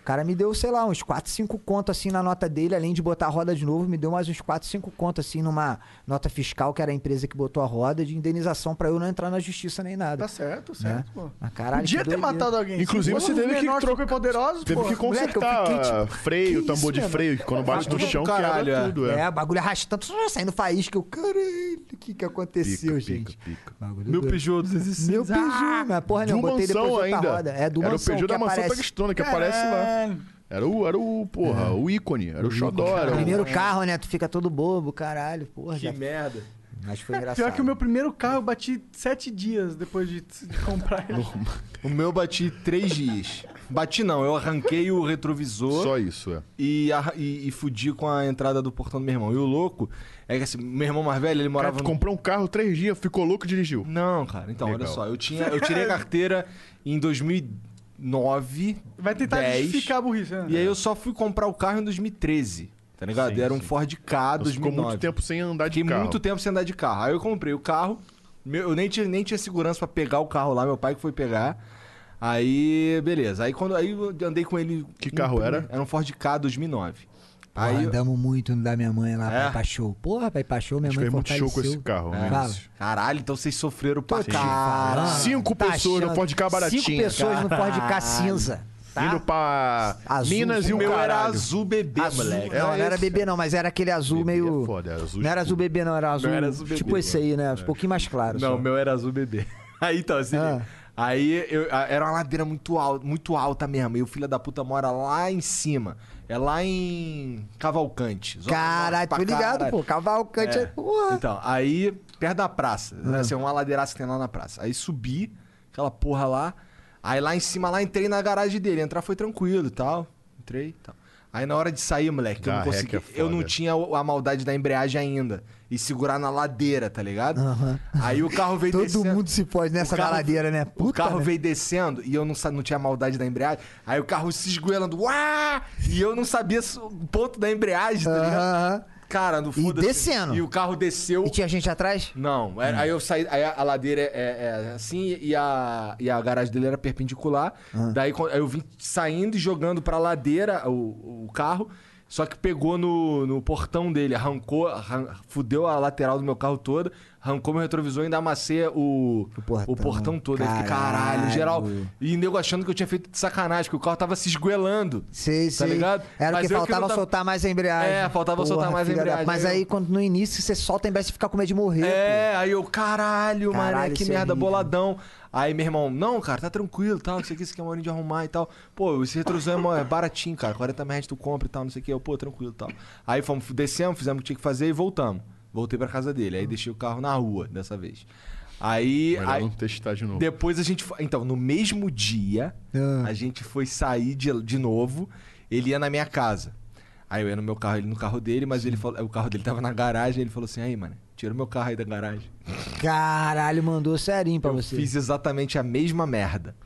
[SPEAKER 4] o cara me deu, sei lá, uns 4, 5 contos assim na nota dele, além de botar a roda de novo, me deu mais uns 4, 5 contos assim numa nota fiscal, que era a empresa que botou a roda, de indenização pra eu não entrar na justiça nem nada. Né?
[SPEAKER 2] Tá certo, certo, pô.
[SPEAKER 4] Mas caralho,
[SPEAKER 2] Podia
[SPEAKER 4] que
[SPEAKER 2] ter
[SPEAKER 4] doideira.
[SPEAKER 2] matado alguém.
[SPEAKER 3] Inclusive,
[SPEAKER 2] Se
[SPEAKER 3] você teve
[SPEAKER 2] fosse um
[SPEAKER 3] que
[SPEAKER 2] menor
[SPEAKER 3] trocar-
[SPEAKER 2] super poderoso,
[SPEAKER 3] Teve
[SPEAKER 2] pô.
[SPEAKER 3] que consertar
[SPEAKER 4] Moleque, eu fiquei, tipo,
[SPEAKER 3] freio,
[SPEAKER 4] que
[SPEAKER 3] tambor
[SPEAKER 4] isso,
[SPEAKER 3] de
[SPEAKER 4] mano?
[SPEAKER 3] freio, que quando bate no
[SPEAKER 1] Tudo
[SPEAKER 3] chão,
[SPEAKER 1] caralho,
[SPEAKER 3] quebra
[SPEAKER 1] é.
[SPEAKER 3] tudo.
[SPEAKER 4] É,
[SPEAKER 3] É.
[SPEAKER 4] o bagulho arrastando, saindo faísca. Eu, caralho, o que que aconteceu, gente? Bagulho
[SPEAKER 1] Meu
[SPEAKER 4] doido.
[SPEAKER 1] Peugeot 206.
[SPEAKER 4] Meu
[SPEAKER 1] ah,
[SPEAKER 4] Peugeot, mas porra,
[SPEAKER 3] De
[SPEAKER 4] não,
[SPEAKER 3] uma
[SPEAKER 4] botei depois
[SPEAKER 3] mansão
[SPEAKER 4] outra
[SPEAKER 3] ainda.
[SPEAKER 4] roda. É do
[SPEAKER 3] era o
[SPEAKER 4] mansão
[SPEAKER 3] Peugeot
[SPEAKER 4] que
[SPEAKER 3] da mansão
[SPEAKER 4] aparece. É.
[SPEAKER 3] paquistana, que aparece lá. Era o, era o porra, o ícone, era o xodó. Era o-
[SPEAKER 4] Primeiro carro, né? Tu fica todo bobo, caralho, porra.
[SPEAKER 1] É. Que
[SPEAKER 4] já-
[SPEAKER 1] merda.
[SPEAKER 4] Mas
[SPEAKER 3] É,
[SPEAKER 4] foi engraçado.
[SPEAKER 2] Pior que o meu primeiro carro eu bati sete dias depois de, de comprar ele.
[SPEAKER 1] O meu bati três dias. Bati não, eu arranquei o retrovisor.
[SPEAKER 3] Só isso, é.
[SPEAKER 1] e, arra- e, e fudi com a entrada do portão do meu irmão. E o louco é que assim, meu irmão mais velho, ele
[SPEAKER 3] Cara,
[SPEAKER 1] morava.
[SPEAKER 3] tu
[SPEAKER 1] no-
[SPEAKER 3] comprou um carro três dias, ficou louco e dirigiu.
[SPEAKER 1] Não, cara, então, olha
[SPEAKER 3] Legal.
[SPEAKER 1] só. Eu, tinha, eu tirei a carteira em 2009.
[SPEAKER 2] Vai tentar
[SPEAKER 1] 10,
[SPEAKER 2] justificar a burrice, né?
[SPEAKER 1] E aí eu só fui comprar o carro em 2013. Tá ligado?
[SPEAKER 3] Sim,
[SPEAKER 1] Era um
[SPEAKER 3] sim.
[SPEAKER 1] Ford K
[SPEAKER 3] Você ficou
[SPEAKER 1] 2009.
[SPEAKER 3] muito tempo sem andar de
[SPEAKER 1] Fiquei
[SPEAKER 3] carro.
[SPEAKER 1] muito tempo sem andar de carro. Aí eu comprei o carro. meu- eu nem tinha, nem tinha segurança pra pegar o carro lá, meu pai que foi pegar. Aí, beleza. Aí quando aí eu andei com ele.
[SPEAKER 3] Que carro era?
[SPEAKER 1] Era um Ford K 2009.
[SPEAKER 4] Porra,
[SPEAKER 1] Aí,
[SPEAKER 4] andamos muito no da minha mãe
[SPEAKER 1] É?
[SPEAKER 4] lá, pra ir pra show. Porra, pra ir pra show, minha
[SPEAKER 3] A gente
[SPEAKER 4] mãe
[SPEAKER 3] fez muito show com
[SPEAKER 4] fortaleceu.
[SPEAKER 3] esse carro, né?
[SPEAKER 4] Fala.
[SPEAKER 3] Vinícius?
[SPEAKER 1] caralho, então vocês sofreram pra
[SPEAKER 4] Sim.
[SPEAKER 1] caralho.
[SPEAKER 3] Cinco
[SPEAKER 4] Tá
[SPEAKER 3] pessoas no
[SPEAKER 4] achando-
[SPEAKER 3] Ford K baratinho.
[SPEAKER 4] Cinco pessoas no Ford K
[SPEAKER 1] Caralho.
[SPEAKER 4] cinza. Tá?
[SPEAKER 3] Indo pra
[SPEAKER 4] Azul,
[SPEAKER 3] Minas e
[SPEAKER 1] O
[SPEAKER 3] o
[SPEAKER 1] meu era
[SPEAKER 3] caralho.
[SPEAKER 1] azul bebê,
[SPEAKER 4] Azul.
[SPEAKER 1] moleque.
[SPEAKER 4] Não, não era bebê não, mas era aquele azul
[SPEAKER 3] Bebê é
[SPEAKER 4] meio...
[SPEAKER 3] foda, era azul
[SPEAKER 4] não era azul
[SPEAKER 3] escuro.
[SPEAKER 4] bebê não, era azul,
[SPEAKER 1] era azul bebê,
[SPEAKER 4] tipo esse aí, né? Um pouquinho mais claro.
[SPEAKER 1] Não,
[SPEAKER 4] só.
[SPEAKER 1] o meu era azul bebê. Aí então, assim.
[SPEAKER 4] Ah.
[SPEAKER 1] Aí eu- a- era uma ladeira muito alta, muito alta mesmo. E o filho da puta mora lá em cima. É lá em Cavalcante. Zona
[SPEAKER 4] Caralho,
[SPEAKER 1] Norte pra
[SPEAKER 4] tô ligado,
[SPEAKER 1] caralho.
[SPEAKER 4] pô. Cavalcante
[SPEAKER 1] É.
[SPEAKER 4] é... Porra. Ah.
[SPEAKER 1] Então, aí, perto da praça. né, Assim, uma ladeiraça que tem lá na praça. Aí subi, aquela porra lá. Aí lá em cima, lá entrei na garagem dele. Entrar foi tranquilo e tal. Entrei e tal. Aí na hora de sair, moleque, que eu
[SPEAKER 3] Dar
[SPEAKER 1] não
[SPEAKER 3] ré
[SPEAKER 1] consegui.
[SPEAKER 3] que é
[SPEAKER 1] eu não
[SPEAKER 3] foda.
[SPEAKER 1] tinha a maldade da embreagem ainda. E segurar na ladeira, tá ligado?
[SPEAKER 4] Aham.
[SPEAKER 1] Aí o carro veio
[SPEAKER 4] Todo
[SPEAKER 1] descendo.
[SPEAKER 4] mundo se pode nessa
[SPEAKER 1] O carro-
[SPEAKER 4] galadeira, né?
[SPEAKER 1] o
[SPEAKER 4] Puta,
[SPEAKER 1] carro
[SPEAKER 4] né?
[SPEAKER 1] veio descendo e eu não, sa- não tinha maldade da embreagem. Aí o carro se esgoelando, uá! E eu não sabia su- o ponto da embreagem, tá ligado? Cara, no foda
[SPEAKER 4] descendo.
[SPEAKER 1] E o carro desceu. E
[SPEAKER 4] tinha gente atrás?
[SPEAKER 1] Não. era- Aí eu saí. Aí a, a ladeira é, é- é assim e a, e a garagem dele era perpendicular. Daí co- eu vim saindo e jogando pra ladeira o, o carro. Só que pegou no, no portão dele, arrancou, arran- fudeu a lateral do meu carro toda, arrancou meu retrovisor e ainda amassei o, o portão, todo. Aí eu fiquei, caralho, geral.
[SPEAKER 4] Caralho.
[SPEAKER 1] E nego achando que eu tinha feito de sacanagem, que o carro tava se esgoelando.
[SPEAKER 4] Sei,
[SPEAKER 1] Tá
[SPEAKER 4] sei.
[SPEAKER 1] ligado?
[SPEAKER 4] Era o
[SPEAKER 1] Mas
[SPEAKER 4] que
[SPEAKER 1] eu não
[SPEAKER 4] faltava
[SPEAKER 1] tava-
[SPEAKER 4] soltar mais a embreagem.
[SPEAKER 1] É, faltava
[SPEAKER 4] Porra,
[SPEAKER 1] soltar mais a
[SPEAKER 4] filha da-
[SPEAKER 1] embreagem.
[SPEAKER 4] Mas
[SPEAKER 1] Aí eu-
[SPEAKER 4] aí, quando no início você solta a embreagem, você fica com medo de morrer.
[SPEAKER 1] É, aí eu, caralho, mané,
[SPEAKER 4] Caralho,
[SPEAKER 1] que
[SPEAKER 4] isso é
[SPEAKER 1] merda,
[SPEAKER 4] horrível.
[SPEAKER 1] boladão. Aí meu irmão, não, cara, tá tranquilo, tal, não sei o que, isso aqui é uma hora de arrumar e tal. Pô, esse retrovisor é mó- é baratinho, cara, 40 reais tu compra e tal, não sei o que. Eu, pô, tranquilo e tal. Aí fomos, descemos, fizemos o que tinha que fazer e voltamos. Voltei pra casa dele, aí deixei o carro na rua dessa vez. Aí.
[SPEAKER 3] Melhor
[SPEAKER 1] aí-
[SPEAKER 3] não testar de novo.
[SPEAKER 1] depois a gente foi. Então, no mesmo dia, a gente foi sair de, de novo. Ele ia na minha casa. Aí eu ia no meu carro, ele no carro dele, mas ele falou, o carro dele tava na garagem. Ele falou assim: aí, mano, tira o meu carro aí da garagem.
[SPEAKER 4] Caralho, mandou serinho pra você.
[SPEAKER 1] Fiz exatamente a mesma merda.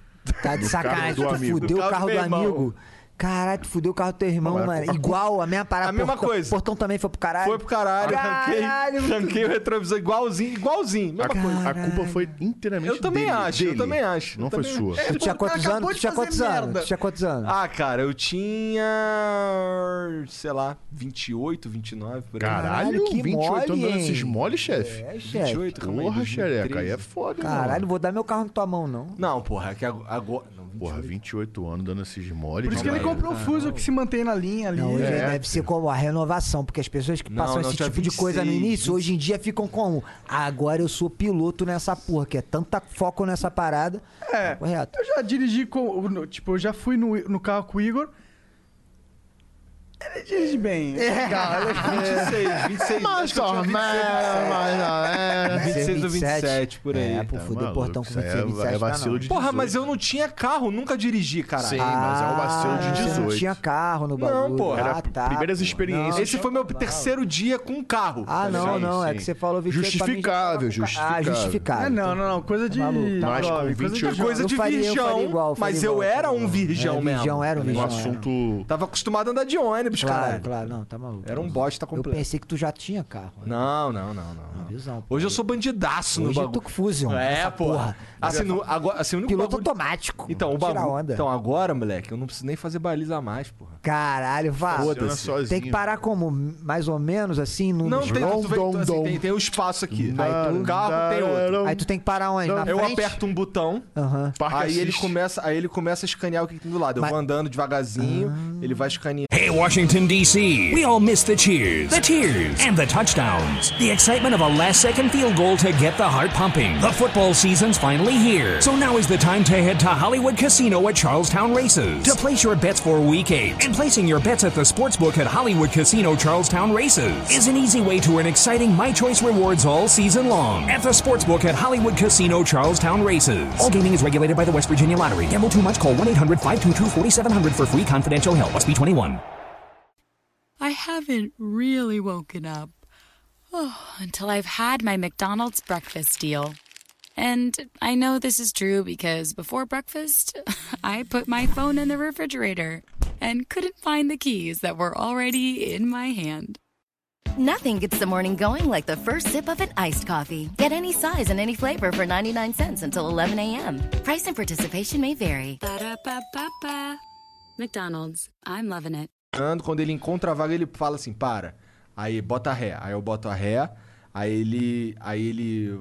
[SPEAKER 4] Tá de sacanagem, tu fudeu o carro do amigo. Caralho, tu fudeu o carro do teu irmão,
[SPEAKER 1] Não,
[SPEAKER 4] mano.
[SPEAKER 1] a-
[SPEAKER 4] Igual, a mesma parada.
[SPEAKER 1] a mesma
[SPEAKER 4] portão-
[SPEAKER 1] coisa.
[SPEAKER 4] portão também foi pro caralho.
[SPEAKER 1] Foi pro caralho, arranquei,
[SPEAKER 4] Caralho,
[SPEAKER 1] arranquei o retrovisor igualzinho, igualzinho. Mesma coisa.
[SPEAKER 3] A culpa foi inteiramente
[SPEAKER 1] Eu também
[SPEAKER 3] dele,
[SPEAKER 1] acho, eu
[SPEAKER 3] dele.
[SPEAKER 1] também acho.
[SPEAKER 3] Não
[SPEAKER 1] eu
[SPEAKER 3] foi
[SPEAKER 1] também
[SPEAKER 3] sua.
[SPEAKER 2] É,
[SPEAKER 1] acho.
[SPEAKER 4] Tu tinha quantos
[SPEAKER 1] acabou
[SPEAKER 4] anos?
[SPEAKER 1] de
[SPEAKER 4] Tu tinha
[SPEAKER 1] fazer
[SPEAKER 4] quantos anos?
[SPEAKER 1] merda.
[SPEAKER 4] Tu tinha quantos anos?
[SPEAKER 1] Ah, cara, eu tinha. sei lá, 28, 29 por aí.
[SPEAKER 3] Caralho, 28 anos esses mole, chefe.
[SPEAKER 4] É, chefe.
[SPEAKER 3] 28, calma aí,
[SPEAKER 1] Porra,
[SPEAKER 3] 2013.
[SPEAKER 1] xereca, aí é
[SPEAKER 3] foda,
[SPEAKER 4] Caralho, vou dar meu carro na tua mão, não.
[SPEAKER 1] Não, porra, é que ag- agora. Não, 28.
[SPEAKER 3] Porra, 28 anos dando esses mole.
[SPEAKER 2] Por isso que ele
[SPEAKER 3] caralho.
[SPEAKER 2] comprou o Fuso que se mantém na linha ali.
[SPEAKER 4] Não, hoje
[SPEAKER 3] É.
[SPEAKER 4] deve ser como a renovação, porque as pessoas que
[SPEAKER 3] Não,
[SPEAKER 4] passam
[SPEAKER 3] não,
[SPEAKER 4] esse
[SPEAKER 3] tinha
[SPEAKER 4] tipo de coisa no
[SPEAKER 3] 26,
[SPEAKER 4] início, hoje em dia ficam com agora eu sou piloto nessa porra, que é tanta foco nessa parada. Tá
[SPEAKER 2] É.
[SPEAKER 4] Correto.
[SPEAKER 2] Eu já dirigi com. no- Tipo, eu já fui no, no carro com o Igor. Ele dirige bem.
[SPEAKER 4] É.
[SPEAKER 2] Legal, ele é-
[SPEAKER 1] 26, 26.
[SPEAKER 3] Mas
[SPEAKER 2] acho que eu
[SPEAKER 3] ó,
[SPEAKER 2] tinha 26,
[SPEAKER 3] mas, ó, é.
[SPEAKER 1] 26 ou 27, por aí.
[SPEAKER 4] É, pô, fudeu o portão com
[SPEAKER 3] isso aí é-
[SPEAKER 4] 27,
[SPEAKER 3] é
[SPEAKER 4] dá
[SPEAKER 3] vacilo
[SPEAKER 4] tá não.
[SPEAKER 3] de
[SPEAKER 1] Porra, mas eu não tinha carro, nunca dirigi, caralho.
[SPEAKER 3] Sim, mas é um vacilo de
[SPEAKER 4] Ah, você
[SPEAKER 3] 18.
[SPEAKER 4] Não tinha carro no bagulho.
[SPEAKER 1] Não, porra.
[SPEAKER 4] Ah, tá. pô. Não,
[SPEAKER 1] Esse foi meu terceiro dia com carro.
[SPEAKER 4] Ah,
[SPEAKER 1] tá
[SPEAKER 4] não,
[SPEAKER 1] ligado?
[SPEAKER 4] não. É que você falou 28 pra mim,
[SPEAKER 3] Justificável,
[SPEAKER 4] Ah,
[SPEAKER 3] justificável.
[SPEAKER 4] justificável.
[SPEAKER 2] É, não, não, não. Coisa de.
[SPEAKER 4] maluco, tá
[SPEAKER 3] Mas com
[SPEAKER 2] jovem, coisa de-
[SPEAKER 3] 28
[SPEAKER 1] Coisa de
[SPEAKER 4] Eu faria- eu
[SPEAKER 1] virgão,
[SPEAKER 4] faria igual, eu faria
[SPEAKER 1] mas eu
[SPEAKER 4] igual, eu
[SPEAKER 1] era um virgão
[SPEAKER 4] Era
[SPEAKER 1] mesmo.
[SPEAKER 4] virgão, era um
[SPEAKER 1] tá ligado?
[SPEAKER 4] virgão,
[SPEAKER 1] Um
[SPEAKER 4] era.
[SPEAKER 3] assunto...
[SPEAKER 1] Tava acostumado a andar de ônibus,
[SPEAKER 4] Claro,
[SPEAKER 1] caralho.
[SPEAKER 4] claro, não, tá maluco.
[SPEAKER 1] Era um bosta
[SPEAKER 4] Eu
[SPEAKER 1] completo.
[SPEAKER 4] pensei que tu já tinha carro.
[SPEAKER 1] Não, não, não, não. não. Hoje eu sou bandidaço no
[SPEAKER 4] Ah. Hoje eu
[SPEAKER 1] bagulho.
[SPEAKER 4] tô com Fusion,
[SPEAKER 1] É,
[SPEAKER 4] essa
[SPEAKER 1] porra.
[SPEAKER 4] porra.
[SPEAKER 1] Assim, no, agora, assim, o único
[SPEAKER 4] Piloto
[SPEAKER 1] bagulho-
[SPEAKER 4] automático.
[SPEAKER 1] Então, o
[SPEAKER 4] Tira
[SPEAKER 1] bagulho.
[SPEAKER 4] onda.
[SPEAKER 1] Então, agora, moleque, eu não preciso nem fazer baliza mais, porra.
[SPEAKER 4] Caralho, vá.
[SPEAKER 1] Funciona
[SPEAKER 4] Tem
[SPEAKER 1] sozinho.
[SPEAKER 4] que parar como? Mais ou menos assim? No
[SPEAKER 1] Não, tem, tu vê,
[SPEAKER 4] Dom,
[SPEAKER 1] tu, assim,
[SPEAKER 4] dom.
[SPEAKER 1] tem, tem um espaço aqui.
[SPEAKER 4] Aí
[SPEAKER 1] Aí
[SPEAKER 4] tu-
[SPEAKER 1] o carro tem outro.
[SPEAKER 4] Aí tu tem que parar onde? Na
[SPEAKER 1] eu
[SPEAKER 4] frente?
[SPEAKER 1] aperto um botão,
[SPEAKER 4] Aham.
[SPEAKER 3] Parque
[SPEAKER 1] aí ele,
[SPEAKER 3] assiste.
[SPEAKER 1] começa, aí ele começa a escanear o que tem do lado. Eu vou andando devagarzinho,
[SPEAKER 4] Ah.
[SPEAKER 1] ele vai escaneando.
[SPEAKER 8] Hey, Washington, D.C. We all miss the cheers, the tears, and the touchdowns. The excitement of a last second field goal to get the heart pumping. The football season's finally here. So now is the time to head to Hollywood Casino at Charlestown Races to place your bets for week eight. And placing your bets at the sportsbook at Hollywood Casino Charlestown Races is an easy way to an exciting My Choice rewards all season long at the sportsbook at Hollywood Casino Charlestown Races. All gaming is regulated by the West Virginia Lottery. Gamble too much, call 1 800 522 4700 for free confidential help. Must be 21.
[SPEAKER 9] I haven't really woken up oh, until I've had my McDonald's breakfast deal. And I know this is true because before breakfast, I put my phone in the refrigerator and couldn't find the keys that were already in my hand.
[SPEAKER 10] Nothing gets the morning going like the first sip of an iced coffee. Get any size and any flavor for 99 cents until 11 a.m. Price and participation may vary.
[SPEAKER 9] Ba-da-ba-ba-ba. McDonald's, I'm loving it.
[SPEAKER 1] Ando, Quando ele encontra a vaga, ele fala assim, para. Aí bota a ré. Aí eu boto a ré. Aí ele. Aí ele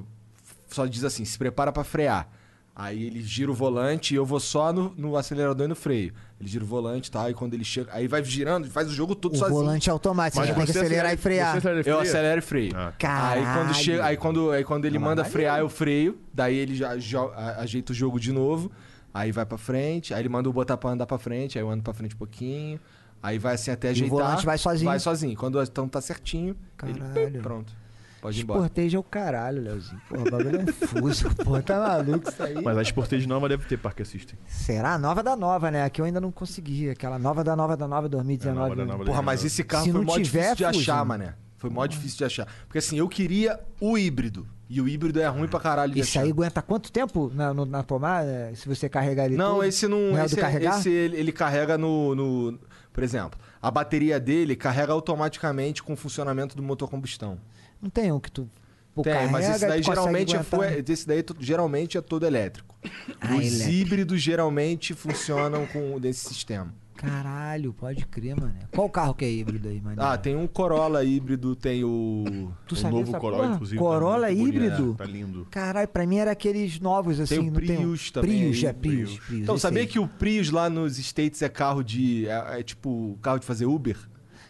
[SPEAKER 1] só diz assim, se prepara pra frear. Aí ele gira o volante e eu vou só no, no acelerador e no freio. Ele gira o volante e tal, e quando ele chega. Aí vai girando e faz o jogo todo
[SPEAKER 4] O
[SPEAKER 1] sozinho.
[SPEAKER 4] volante é automático, você Mas tem que você acelerar acelera- e frear. você acelera e
[SPEAKER 1] Eu
[SPEAKER 4] freia?
[SPEAKER 1] acelero e freio.
[SPEAKER 4] Caralho.
[SPEAKER 1] Aí quando, chega, aí quando, aí quando ele
[SPEAKER 4] Ah,
[SPEAKER 1] manda
[SPEAKER 4] maneiro.
[SPEAKER 1] frear, eu freio. Daí ele já, jo- a- ajeita o jogo de novo. Aí vai pra frente. Aí ele manda eu botar pra andar pra frente. Aí eu ando pra frente um pouquinho. Aí vai assim até
[SPEAKER 4] E o
[SPEAKER 1] ajeitar.
[SPEAKER 4] volante vai sozinho?
[SPEAKER 1] Vai sozinho. Quando então tá certinho, ele, pum, pronto. Pode ir embora.
[SPEAKER 4] Esportejo é o caralho, Leozinho. Porra, o bagulho é um fuso, pô. Tá maluco isso aí?
[SPEAKER 3] Mas a Sportage Nova deve ter Parque Assistem.
[SPEAKER 4] Será? A nova da nova, né? A que eu ainda não consegui. Aquela nova da nova da nova 2019.
[SPEAKER 3] É, nova da nova
[SPEAKER 1] Porra, mas esse carro
[SPEAKER 4] Se
[SPEAKER 1] foi
[SPEAKER 4] não
[SPEAKER 1] mó
[SPEAKER 4] tiver,
[SPEAKER 1] difícil de achar,
[SPEAKER 4] fugindo.
[SPEAKER 1] mané. Foi mó difícil de achar. Porque assim, eu queria o híbrido. E o híbrido é ruim pra caralho de
[SPEAKER 4] Esse
[SPEAKER 1] achar.
[SPEAKER 4] aí aguenta quanto tempo na, no- na tomada? Se você carregar ele
[SPEAKER 1] Não,
[SPEAKER 4] todo?
[SPEAKER 1] esse não.
[SPEAKER 4] é o
[SPEAKER 1] esse
[SPEAKER 4] do carregar?
[SPEAKER 1] esse ele, ele carrega no, no- Por exemplo, a bateria dele carrega automaticamente com o funcionamento do motor combustão.
[SPEAKER 4] Não tem um que tu. pô,
[SPEAKER 1] Tem, mas
[SPEAKER 4] carrega,
[SPEAKER 1] esse daí
[SPEAKER 4] tu consegue
[SPEAKER 1] geralmente é,
[SPEAKER 4] aguentar. né?
[SPEAKER 1] fu- esse daí tu- geralmente é todo elétrico.
[SPEAKER 4] Ah,
[SPEAKER 1] Os
[SPEAKER 4] elétrico.
[SPEAKER 1] híbridos geralmente funcionam com desse sistema.
[SPEAKER 4] Caralho, pode crer, mano. Qual carro que é híbrido aí, mano?
[SPEAKER 1] Ah, tem um Corolla híbrido, tem o.
[SPEAKER 4] Tu
[SPEAKER 1] o
[SPEAKER 4] sabia
[SPEAKER 1] novo
[SPEAKER 4] dessa
[SPEAKER 1] Corolla,
[SPEAKER 4] porra?
[SPEAKER 1] inclusive. tá
[SPEAKER 4] Corolla
[SPEAKER 1] muito bonito.
[SPEAKER 4] híbrido?
[SPEAKER 1] É, Tá lindo.
[SPEAKER 4] Caralho, pra mim era aqueles novos assim.
[SPEAKER 1] Tem o
[SPEAKER 4] não tem um-
[SPEAKER 1] Prius também.
[SPEAKER 4] Prius,
[SPEAKER 1] aí,
[SPEAKER 4] é
[SPEAKER 1] o
[SPEAKER 4] Prius. Prius
[SPEAKER 1] então,
[SPEAKER 4] esse
[SPEAKER 1] sabia
[SPEAKER 4] aí.
[SPEAKER 1] que o Prius lá nos States é carro de. É, é tipo carro de fazer Uber?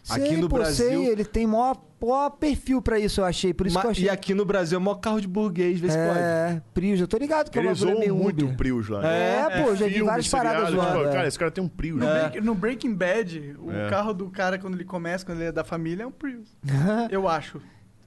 [SPEAKER 4] Sei,
[SPEAKER 1] aqui no
[SPEAKER 4] pô,
[SPEAKER 1] Brasil.
[SPEAKER 4] Sei, ele tem maior, maior perfil pra isso, eu achei. Por isso
[SPEAKER 1] Ma-
[SPEAKER 4] que eu achei.
[SPEAKER 1] E aqui no Brasil é o maior carro de burguês, vê se pode.
[SPEAKER 4] É, Prius, eu tô ligado que
[SPEAKER 1] Eles
[SPEAKER 4] o bagulho é
[SPEAKER 1] zoam
[SPEAKER 4] meio
[SPEAKER 1] muito
[SPEAKER 4] Uber.
[SPEAKER 3] o Prius lá.
[SPEAKER 4] É, pô, já vi
[SPEAKER 3] Filme,
[SPEAKER 4] várias paradas
[SPEAKER 3] seriado, tipo,
[SPEAKER 4] zoando, é.
[SPEAKER 3] Cara, esse cara tem um Prius.
[SPEAKER 2] No,
[SPEAKER 1] É.
[SPEAKER 3] né?
[SPEAKER 2] Break- no Breaking Bad, o
[SPEAKER 3] É.
[SPEAKER 2] carro do cara, quando ele começa, quando ele é da família, é um Prius. Eu acho. É,